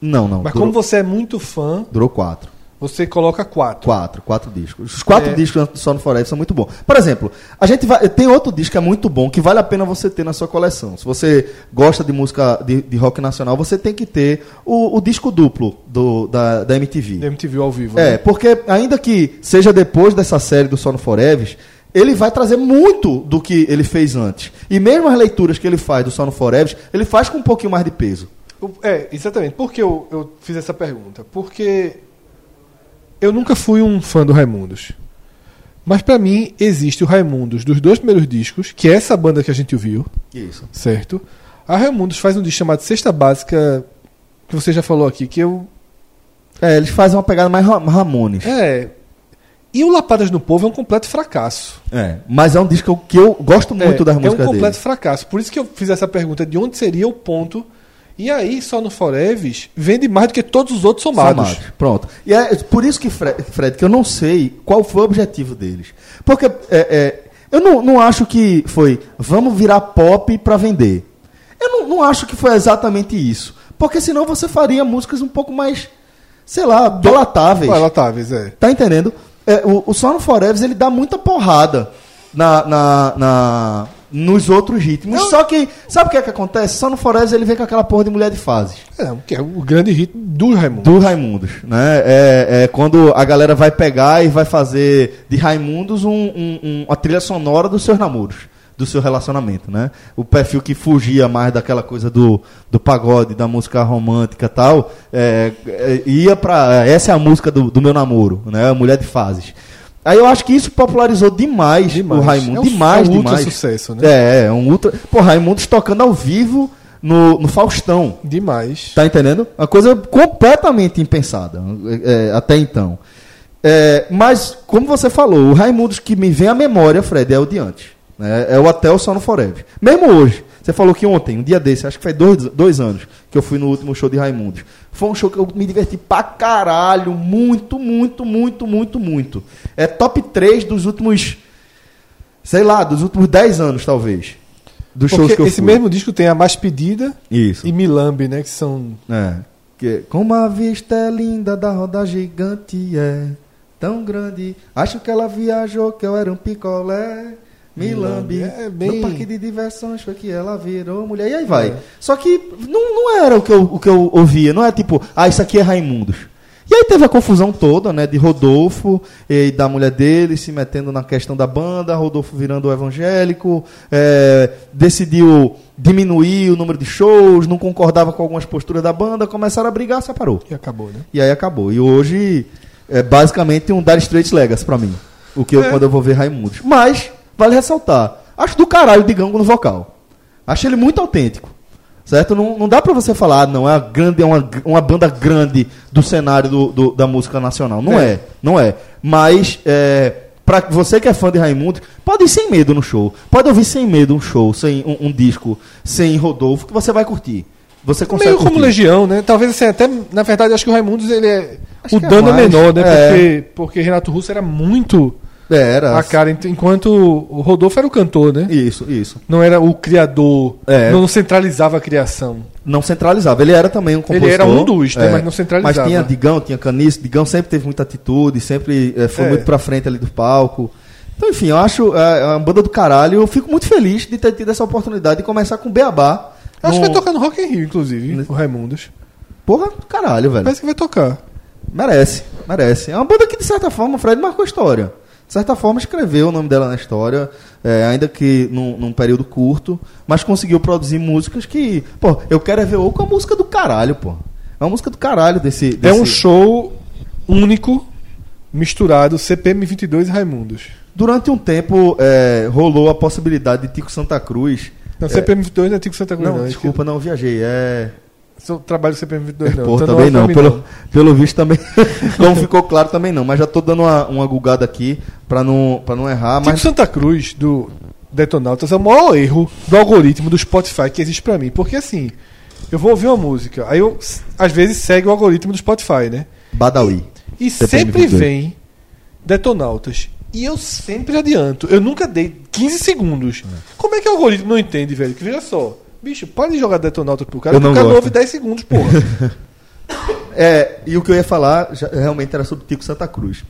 [SPEAKER 2] Não, não.
[SPEAKER 3] Mas
[SPEAKER 2] durou,
[SPEAKER 3] como você é muito fã,
[SPEAKER 2] durou quatro.
[SPEAKER 3] você coloca quatro.
[SPEAKER 2] Quatro, quatro discos. Os quatro
[SPEAKER 3] É.
[SPEAKER 2] discos só no Forever são muito bons. Por exemplo, a gente vai, tem outro disco que é muito bom, que vale a pena você ter na sua coleção. Se você gosta de música de, de rock nacional, você tem que ter o, o disco duplo do, da, da MTV.
[SPEAKER 3] Da MTV ao vivo.
[SPEAKER 2] É,
[SPEAKER 3] né?
[SPEAKER 2] porque ainda que seja depois dessa série do Sono Forever, ele vai trazer muito do que ele fez antes. E mesmo as leituras que ele faz do Sono Forever, ele faz com um pouquinho mais de peso.
[SPEAKER 3] O- É, exatamente. Por que eu, eu fiz essa pergunta? Porque eu nunca fui um fã do Raimundos. Mas pra mim existe o Raimundos dos dois primeiros discos, que é essa banda que a gente ouviu,
[SPEAKER 2] Isso.
[SPEAKER 3] certo? A Raimundos faz um disco chamado Sexta Básica, que você já falou aqui, que eu.
[SPEAKER 2] É, eles fazem uma pegada mais Ra- Ramones.
[SPEAKER 3] É. E o Lapadas no Povo é um completo fracasso.
[SPEAKER 2] É, Mas é um disco que eu gosto muito
[SPEAKER 3] é,
[SPEAKER 2] das
[SPEAKER 3] É um
[SPEAKER 2] músicas
[SPEAKER 3] completo
[SPEAKER 2] dele.
[SPEAKER 3] fracasso. Por isso que eu fiz essa pergunta de onde seria o ponto. E aí, só no Foreves, vende mais do que todos os outros somados.
[SPEAKER 2] Somados. Pronto. E é por isso que, Fre- Fred, que eu não sei qual foi o objetivo deles. Porque é, é, eu não, não acho que foi vamos virar pop pra vender. Eu não, não acho que foi exatamente isso. Porque senão você faria músicas um pouco mais, sei lá, dolatáveis.
[SPEAKER 3] Palatáveis, é.
[SPEAKER 2] Tá entendendo? É, o, o Sono Forever ele dá muita porrada na, na, na- nos outros ritmos. Só que, sabe o que é que acontece? Sono Forever ele vem com aquela porra de mulher de fases.
[SPEAKER 3] É, que é o grande hit do Raimundo.
[SPEAKER 2] Do Raimundos, né? É, é quando a galera vai pegar e vai fazer de Raimundos um, um- um- uma trilha sonora dos seus namoros, do seu relacionamento, né? O perfil que fugia mais daquela coisa do, do pagode, da música romântica e tal, é, é, ia pra. Essa é a música do, do meu namoro, né? Mulher de fases. Aí eu acho que isso popularizou demais,
[SPEAKER 3] Demais.
[SPEAKER 2] o Raimundo.
[SPEAKER 3] É um-
[SPEAKER 2] demais,
[SPEAKER 3] é um ultra
[SPEAKER 2] demais.
[SPEAKER 3] sucesso, né?
[SPEAKER 2] É, é um ultra. Pô, Raimundos tocando ao vivo no, no Faustão.
[SPEAKER 3] Demais.
[SPEAKER 2] Tá entendendo? Uma coisa completamente impensada é, é, até então. É, mas, como você falou, o Raimundos que me vem à memória, Fred, é o de antes. né? É o Até o Sono Forever. Mesmo hoje. Você falou que ontem, um dia desse, acho que faz dois, dois anos que eu fui no último show de Raimundos. Foi um show que eu me diverti pra caralho. Muito, muito, muito, muito, muito. É top 3 dos últimos, sei lá, dos últimos 10 anos, talvez. Dos shows
[SPEAKER 3] Porque
[SPEAKER 2] que eu
[SPEAKER 3] esse
[SPEAKER 2] fui.
[SPEAKER 3] mesmo disco tem a Mais Pedida
[SPEAKER 2] Isso.
[SPEAKER 3] e Milambe, né? Que são.
[SPEAKER 2] É. Que, como a vista é linda da roda gigante é tão grande. Acho que ela viajou, que eu era um picolé. Me lambe.
[SPEAKER 3] É, bem-
[SPEAKER 2] No parque de diversões foi que ela virou mulher. E aí vai. Só que não, não era o que, eu, o que eu ouvia. Não é tipo, ah, isso aqui é Raimundos. E aí teve a confusão toda, né? De Rodolfo e da mulher dele se metendo na questão da banda, Rodolfo virando evangélico, é, decidiu diminuir o número de shows, não concordava com algumas posturas da banda, começaram a brigar, separou.
[SPEAKER 3] E acabou, né?
[SPEAKER 2] E aí acabou. E hoje é basicamente um Dire Straits Legacy pra mim. O que eu,
[SPEAKER 3] É.
[SPEAKER 2] quando eu vou ver Raimundos. Mas, vale ressaltar, acho do caralho o Digango no vocal. Acho ele muito autêntico. Certo? Não, não dá pra você falar, ah, não, é uma, grande, é uma, uma banda grande do cenário do, do- da música nacional. Não é,
[SPEAKER 3] É.
[SPEAKER 2] não é. Mas, é, pra você que é fã de Raimundos, pode ir sem medo no show. Pode ouvir sem medo um show, sem um, um disco, sem Rodolfo, que você vai curtir. Você consegue
[SPEAKER 3] Meio
[SPEAKER 2] curtir.
[SPEAKER 3] como Legião, né? Talvez assim, até. Na verdade, acho que o Raimundos ele é.
[SPEAKER 2] Acho
[SPEAKER 3] o
[SPEAKER 2] que é
[SPEAKER 3] dano é,
[SPEAKER 2] mais.
[SPEAKER 3] menor, né?
[SPEAKER 2] É.
[SPEAKER 3] Porque, porque Renato Russo era muito
[SPEAKER 2] É, era.
[SPEAKER 3] a cara, ent- enquanto o Rodolfo era o cantor, né?
[SPEAKER 2] Isso, isso.
[SPEAKER 3] Não era o criador,
[SPEAKER 2] É.
[SPEAKER 3] não centralizava a criação.
[SPEAKER 2] não centralizava. Ele era também um compositor. é,
[SPEAKER 3] era um dos, né, mas não centralizava.
[SPEAKER 2] Mas tinha Digão, tinha Caniço. Digão sempre teve muita atitude, sempre eh, foi
[SPEAKER 3] É.
[SPEAKER 2] muito pra frente ali do palco. Então, enfim, eu acho eh, uma banda do caralho. Eu fico muito feliz de ter tido essa oportunidade de começar com Beabá.
[SPEAKER 3] Acho que
[SPEAKER 2] Num-
[SPEAKER 3] vai tocar no Rock in Rio, inclusive, o Raimundos.
[SPEAKER 2] Porra, do caralho, velho.
[SPEAKER 3] Parece que vai tocar.
[SPEAKER 2] Merece, merece. É uma banda que, de certa forma, o Fred marcou a história. De certa forma, escreveu o nome dela na história, é, ainda que num, num período curto, mas conseguiu produzir músicas que. Pô, eu quero é ver o com a música do caralho, pô. É uma música do caralho desse.
[SPEAKER 3] É
[SPEAKER 2] desse-
[SPEAKER 3] um show único, misturado CPM22 e Raimundos.
[SPEAKER 2] Durante um tempo, é, rolou a possibilidade de Tico Santa Cruz.
[SPEAKER 3] Não,
[SPEAKER 2] É,
[SPEAKER 3] CPM22 não é Antigo Santa Cruz,
[SPEAKER 2] não, desculpa, não, viajei. É.
[SPEAKER 3] Seu trabalho CPM22 não.
[SPEAKER 2] Pô,
[SPEAKER 3] Então
[SPEAKER 2] também
[SPEAKER 3] é
[SPEAKER 2] não.
[SPEAKER 3] pra mim,
[SPEAKER 2] Pelo, pelo visto também. Como ficou claro, também não. Mas já tô dando uma, uma gulgada aqui pra não, pra não errar.
[SPEAKER 3] Tipo
[SPEAKER 2] Mas
[SPEAKER 3] Santa Cruz do Detonautas é o maior erro do algoritmo do Spotify que existe pra mim. Porque assim, eu vou ouvir uma música, aí eu s- às vezes segue o algoritmo do Spotify, né?
[SPEAKER 2] Badawi.
[SPEAKER 3] E sempre
[SPEAKER 2] CPM22.
[SPEAKER 3] vem Detonautas. E eu sempre adianto. Eu nunca dei 15 segundos. Como é que o algoritmo não entende, velho? Que veja só. Bicho, para de jogar Detonautas pro cara,
[SPEAKER 2] Eu
[SPEAKER 3] porque
[SPEAKER 2] não
[SPEAKER 3] o cara
[SPEAKER 2] gosto.
[SPEAKER 3] ouve 10 segundos, porra.
[SPEAKER 2] É, e o que eu ia falar já- realmente era sobre Tico Santa Cruz.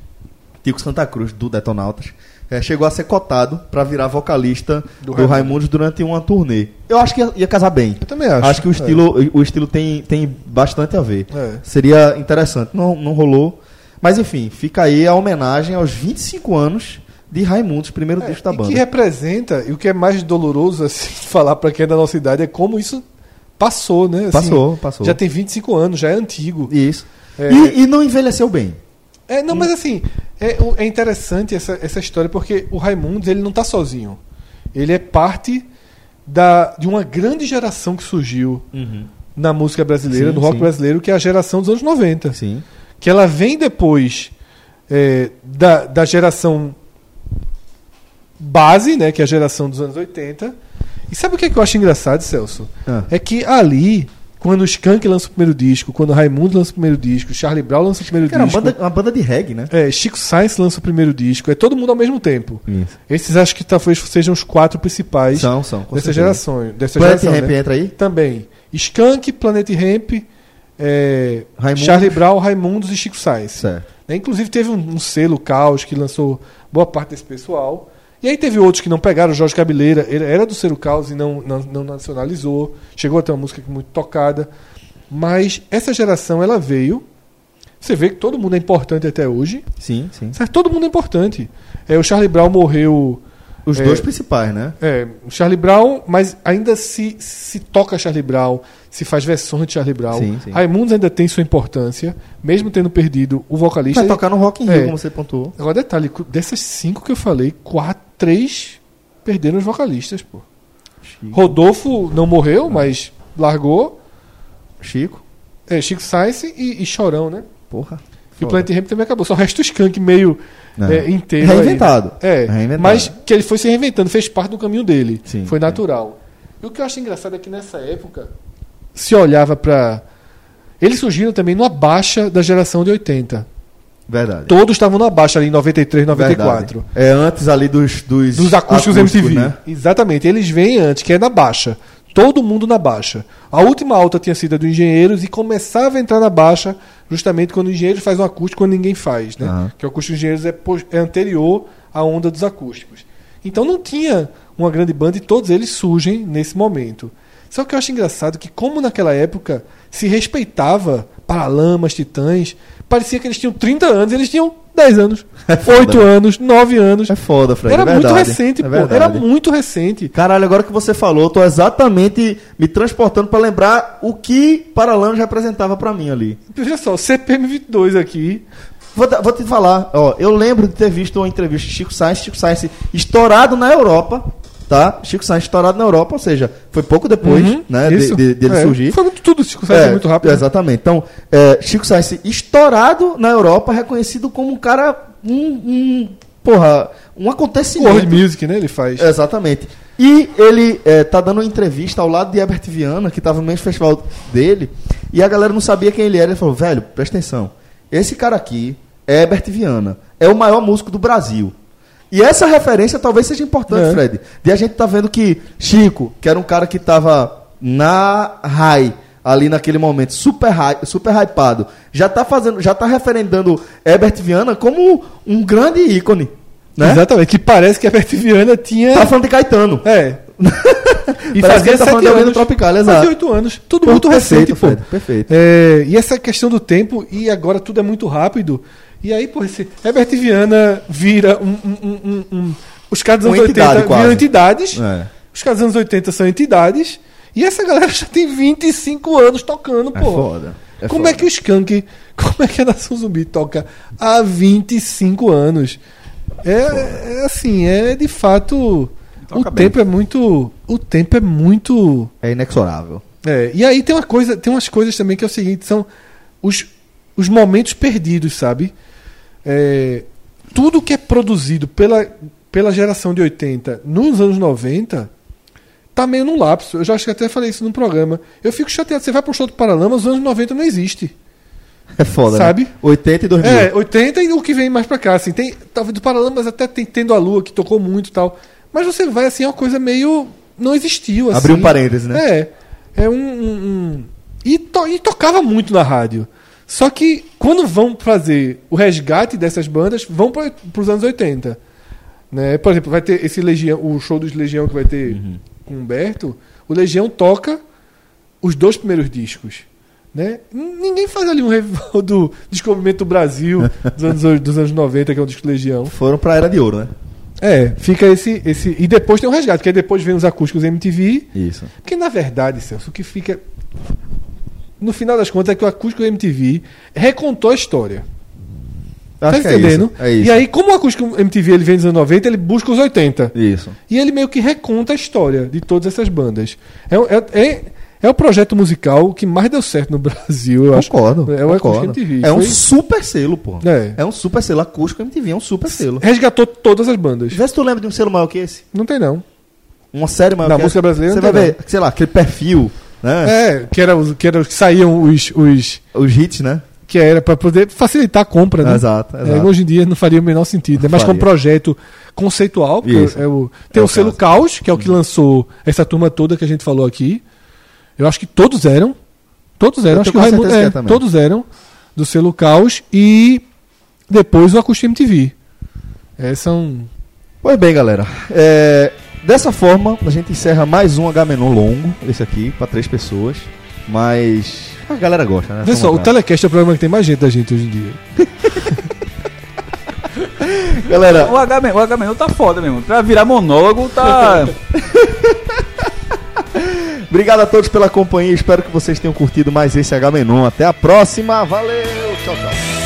[SPEAKER 2] Tico Santa Cruz, do Detonautas, é, chegou a ser cotado pra virar vocalista do,
[SPEAKER 3] Do Raimundos.
[SPEAKER 2] Raimundos durante uma turnê. Eu É. acho que ia, ia casar bem.
[SPEAKER 3] Eu também acho.
[SPEAKER 2] que o estilo, o estilo tem, tem bastante a ver.
[SPEAKER 3] É.
[SPEAKER 2] Seria interessante. Não, não rolou. Mas enfim, fica aí a homenagem aos 25 anos de Raimundos, primeiro disco da
[SPEAKER 3] e que
[SPEAKER 2] tá banda.
[SPEAKER 3] representa, e o que é mais doloroso assim, falar pra quem é da nossa idade é como isso passou, né? Assim,
[SPEAKER 2] Passou, passou.
[SPEAKER 3] Já tem 25 anos, já é antigo.
[SPEAKER 2] Isso.
[SPEAKER 3] É.
[SPEAKER 2] E, e não envelheceu bem.
[SPEAKER 3] É,
[SPEAKER 2] Hum.
[SPEAKER 3] não, mas assim, é, o- é interessante essa, essa história porque o Raimundos ele não tá sozinho. Ele é parte da, de uma grande geração que surgiu na música brasileira,
[SPEAKER 2] Uhum. Sim,
[SPEAKER 3] no rock
[SPEAKER 2] sim.
[SPEAKER 3] brasileiro, que é a geração dos anos 90.
[SPEAKER 2] Sim.
[SPEAKER 3] Que ela vem depois é, da, da geração base, né, que é a geração dos anos 80. E sabe o que, é que eu acho engraçado, Celso?
[SPEAKER 2] Ah.
[SPEAKER 3] É que ali, quando o Skank lança o primeiro disco, quando o Raimundo lança o primeiro disco, o Charlie Brown lança o primeiro
[SPEAKER 2] Cara, uma
[SPEAKER 3] disco.
[SPEAKER 2] banda, uma banda de reggae, né?
[SPEAKER 3] É, Chico Sainz lança o primeiro disco. É todo mundo ao mesmo tempo.
[SPEAKER 2] Isso.
[SPEAKER 3] Esses acho que talvez sejam os quatro principais
[SPEAKER 2] São, são. com
[SPEAKER 3] dessa
[SPEAKER 2] certeza.
[SPEAKER 3] geração. Dessa
[SPEAKER 2] Planet
[SPEAKER 3] geração,
[SPEAKER 2] Hemp
[SPEAKER 3] né?
[SPEAKER 2] entra aí?
[SPEAKER 3] Também. Skank, Planet Ramp, é,
[SPEAKER 2] Raimundos.
[SPEAKER 3] Charlie Brown, Raimundos e Chico Sainz.
[SPEAKER 2] Certo.
[SPEAKER 3] Né? Inclusive teve um, um selo, Caos, que lançou boa parte desse pessoal. E aí teve outros que não pegaram. O Jorge Cabeleira ele era do selo Caos e não, não, não nacionalizou. Chegou a ter uma música é muito tocada. Mas essa geração, ela veio. Você vê que todo mundo é importante até hoje.
[SPEAKER 2] Sim, sim.
[SPEAKER 3] Certo? Todo mundo é importante. É, o Charlie Brown morreu.
[SPEAKER 2] Os
[SPEAKER 3] É.
[SPEAKER 2] dois principais, né?
[SPEAKER 3] É, o Charlie Brown, mas ainda se, se toca Charlie Brown, se faz versões de Charlie Brown.
[SPEAKER 2] Sim, sim.
[SPEAKER 3] Raimundos ainda tem sua importância, mesmo tendo perdido o vocalista.
[SPEAKER 2] Vai
[SPEAKER 3] E-
[SPEAKER 2] tocar no Rock in Rio,
[SPEAKER 3] É.
[SPEAKER 2] como você pontuou.
[SPEAKER 3] Agora, detalhe: cu- dessas cinco que eu falei, quatro, três perderam os vocalistas. Pô. Rodolfo não morreu, mas largou.
[SPEAKER 2] Chico,
[SPEAKER 3] É, Chico Sainz e, e Chorão, né?
[SPEAKER 2] porra.
[SPEAKER 3] E o
[SPEAKER 2] foda.
[SPEAKER 3] Planet Ramp também acabou. Só resta o Skank meio
[SPEAKER 2] Não.
[SPEAKER 3] é, inteiro. aí.
[SPEAKER 2] Reinventado.
[SPEAKER 3] É,
[SPEAKER 2] Reinventado.
[SPEAKER 3] mas que ele foi se reinventando, fez parte do caminho dele.
[SPEAKER 2] Sim, é.
[SPEAKER 3] foi
[SPEAKER 2] sim.
[SPEAKER 3] natural. E o que eu acho engraçado é que nessa época se olhava pra. Eles surgiram também numa baixa da geração de 80.
[SPEAKER 2] Verdade.
[SPEAKER 3] Todos estavam na baixa ali em 93, 94.
[SPEAKER 2] É. Verdade. É antes ali dos. Dos,
[SPEAKER 3] Dos acústicos MTV.
[SPEAKER 2] né?
[SPEAKER 3] Exatamente. Eles vêm antes, que é na baixa. Todo mundo na baixa. A última alta tinha sido a do Engenheiros e começava a entrar na baixa justamente quando o Engenheiros faz um acústico quando ninguém faz, né?
[SPEAKER 2] Aham.
[SPEAKER 3] Que o acústico dos Engenheiros é, pos- é anterior à onda dos acústicos. Então não tinha uma grande banda e todos eles surgem nesse momento. Só que eu acho engraçado que como naquela época se respeitava Paralamas, Titãs, parecia que eles tinham 30 anos, e eles tinham 10 anos, 8 anos, 9 anos.
[SPEAKER 2] né? É foda, Fred.
[SPEAKER 3] Era
[SPEAKER 2] é verdade.
[SPEAKER 3] muito recente,
[SPEAKER 2] É
[SPEAKER 3] pô.
[SPEAKER 2] verdade.
[SPEAKER 3] Era muito recente.
[SPEAKER 2] Caralho, agora que você falou, eu tô exatamente me transportando pra lembrar o que Paralamas representava pra mim ali.
[SPEAKER 3] Veja só, CPM22 aqui.
[SPEAKER 2] Vou, dar- vou te falar, ó, eu lembro de ter visto uma entrevista de Chico Sainz, Chico Sainz estourado na Europa, tá? Chico Sainz estourado na Europa, ou seja, foi pouco depois,
[SPEAKER 3] Uhum,
[SPEAKER 2] né, de,
[SPEAKER 3] isso.
[SPEAKER 2] de- dele
[SPEAKER 3] É,
[SPEAKER 2] surgir.
[SPEAKER 3] Foi muito tudo, Chico Sainz,
[SPEAKER 2] É,
[SPEAKER 3] foi muito rápido. né?
[SPEAKER 2] Exatamente. Então, é, Chico Sainz estourado na Europa, reconhecido como um cara, um, um porra, um acontecimento.
[SPEAKER 3] World Music, né? Ele faz.
[SPEAKER 2] Exatamente. E ele eh, tá dando uma entrevista ao lado de Herbert Viana, que tava no mesmo festival dele, e a galera não sabia quem ele era. Ele falou, velho, presta atenção. Esse cara aqui é Herbert Viana. É o maior músico do Brasil. E essa referência talvez seja importante,
[SPEAKER 3] É.
[SPEAKER 2] Fred. De a gente tá vendo que Chico, que era um cara que tava na high ali naquele momento, super high, super hypado, já tá fazendo, já tá referendando Herbert Viana como um grande ícone, né?
[SPEAKER 3] Exatamente. Que parece que a Beth Viana tinha.
[SPEAKER 2] Tá falando de Caetano.
[SPEAKER 3] É.
[SPEAKER 2] E fazia tá falando de alguém do Tropical, exato.
[SPEAKER 3] Fazia 8 anos. Tudo
[SPEAKER 2] Pô,
[SPEAKER 3] muito
[SPEAKER 2] perfeito,
[SPEAKER 3] recente, pô.
[SPEAKER 2] Fred, perfeito.
[SPEAKER 3] É, e essa questão do tempo, e agora tudo é muito rápido. E aí, pô, esse Herbert Viana vira um. um- um- um- um- os caras dos
[SPEAKER 2] Uma
[SPEAKER 3] anos 80
[SPEAKER 2] entidade,
[SPEAKER 3] viram
[SPEAKER 2] quase.
[SPEAKER 3] entidades.
[SPEAKER 2] É.
[SPEAKER 3] Os caras dos anos 80 são entidades. E essa galera já tem 25 anos tocando, pô.
[SPEAKER 2] foda, é
[SPEAKER 3] como é
[SPEAKER 2] foda.
[SPEAKER 3] que o Skank. Como é que a Nação Zumbi toca há 25 anos? É, é assim, é de fato.
[SPEAKER 4] Toca
[SPEAKER 3] o
[SPEAKER 4] bem.
[SPEAKER 3] tempo é muito. O tempo é muito.
[SPEAKER 2] É inexorável.
[SPEAKER 3] É, e aí tem uma coisa, tem umas coisas também que é o seguinte, são os, os momentos perdidos, sabe? É, tudo que é produzido pela, pela geração de 80 nos anos 90 tá meio num lapso. Eu já acho que até falei isso num programa. Eu fico chateado, você vai pro show do Paralama, os anos 90 não existe.
[SPEAKER 2] É foda,
[SPEAKER 3] Sabe?
[SPEAKER 2] né? 80 e 2000.
[SPEAKER 3] É, 80 e o que vem mais pra cá, assim. Tem, talvez do Paralamas até tem Tendo a Lua, que tocou muito e tal. Mas você vai, assim, é uma coisa meio... Não existiu, assim.
[SPEAKER 2] Abriu um parêntese, né?
[SPEAKER 3] É. É um... um- um- E, to- e tocava muito na rádio. Só que quando vão fazer o resgate dessas bandas, vão pra, pros anos 80. Né? Por exemplo, vai ter esse Legião, o show dos Legião que vai ter com o Humberto. O Legião toca os dois primeiros discos. Né? N- Ninguém faz ali um revival do Descobrimento do Brasil dos anos, dos anos 90, que é o disco Legião.
[SPEAKER 2] Foram pra era de ouro, né?
[SPEAKER 3] É, fica esse, esse. E depois tem o resgate, porque aí depois vem os acústicos MTV.
[SPEAKER 2] Isso.
[SPEAKER 3] Porque na verdade, Celso, o que fica. No final das contas é que o acústico MTV recontou a história.
[SPEAKER 2] Acho
[SPEAKER 3] tá
[SPEAKER 2] que é
[SPEAKER 3] entendendo?
[SPEAKER 2] isso. É isso.
[SPEAKER 3] E aí, como o acústico MTV ele vem dos anos 90, ele busca os 80.
[SPEAKER 2] Isso.
[SPEAKER 3] E ele meio que reconta a história de todas essas bandas. É, um- é, é, é o projeto musical que mais deu certo no Brasil, eu acho.
[SPEAKER 2] Concordo.
[SPEAKER 3] É o acústico
[SPEAKER 2] concordo.
[SPEAKER 3] MTV.
[SPEAKER 2] É um
[SPEAKER 3] Foi-
[SPEAKER 2] super selo, pô.
[SPEAKER 3] É.
[SPEAKER 2] um super selo. Acústico MTV é um super selo.
[SPEAKER 3] Resgatou todas as bandas.
[SPEAKER 2] Vê se tu lembra de um selo maior que esse.
[SPEAKER 3] Não tem, não.
[SPEAKER 2] Uma série maior
[SPEAKER 3] Na
[SPEAKER 2] que
[SPEAKER 3] música
[SPEAKER 2] essa.
[SPEAKER 3] brasileira
[SPEAKER 2] Você vai
[SPEAKER 3] não tem,
[SPEAKER 2] ver, sei lá, aquele perfil, né?
[SPEAKER 3] É, que era os que, era, os que saíam os, os.
[SPEAKER 2] Os hits, né?
[SPEAKER 3] Que era pra poder facilitar a compra, né?
[SPEAKER 2] Exato,
[SPEAKER 3] É,
[SPEAKER 2] exato.
[SPEAKER 3] hoje em dia não faria o menor sentido, né?
[SPEAKER 2] Não
[SPEAKER 3] mas com um
[SPEAKER 2] faria.
[SPEAKER 3] projeto conceitual. porque
[SPEAKER 2] Isso.
[SPEAKER 3] é o- tem
[SPEAKER 2] É o
[SPEAKER 3] o,
[SPEAKER 2] Uhum.
[SPEAKER 3] selo Caos, que é o que lançou essa turma toda que a gente falou aqui. Eu acho que todos eram. Todos eram.
[SPEAKER 2] Eu
[SPEAKER 3] Acho que o
[SPEAKER 2] tenho quase
[SPEAKER 3] Raimundo,
[SPEAKER 2] certeza
[SPEAKER 3] é,
[SPEAKER 2] que é também.
[SPEAKER 3] todos eram do selo Caos e depois o Acústico MTV. É, são.
[SPEAKER 2] Pois bem, galera. É, dessa forma, a gente encerra mais um H-Menon longo, esse aqui, pra três pessoas. Mas a galera gosta, né?
[SPEAKER 3] Vê só, o
[SPEAKER 2] Vamos lá.
[SPEAKER 3] Telecast é o programa que tem mais gente da gente hoje em dia.
[SPEAKER 2] Galera,
[SPEAKER 4] O H- o H-Menon tá foda mesmo. Pra virar monólogo, tá.
[SPEAKER 2] obrigado a todos pela companhia. Espero que vocês tenham curtido mais esse H-Menon. Até a próxima. Valeu. Tchau, tchau.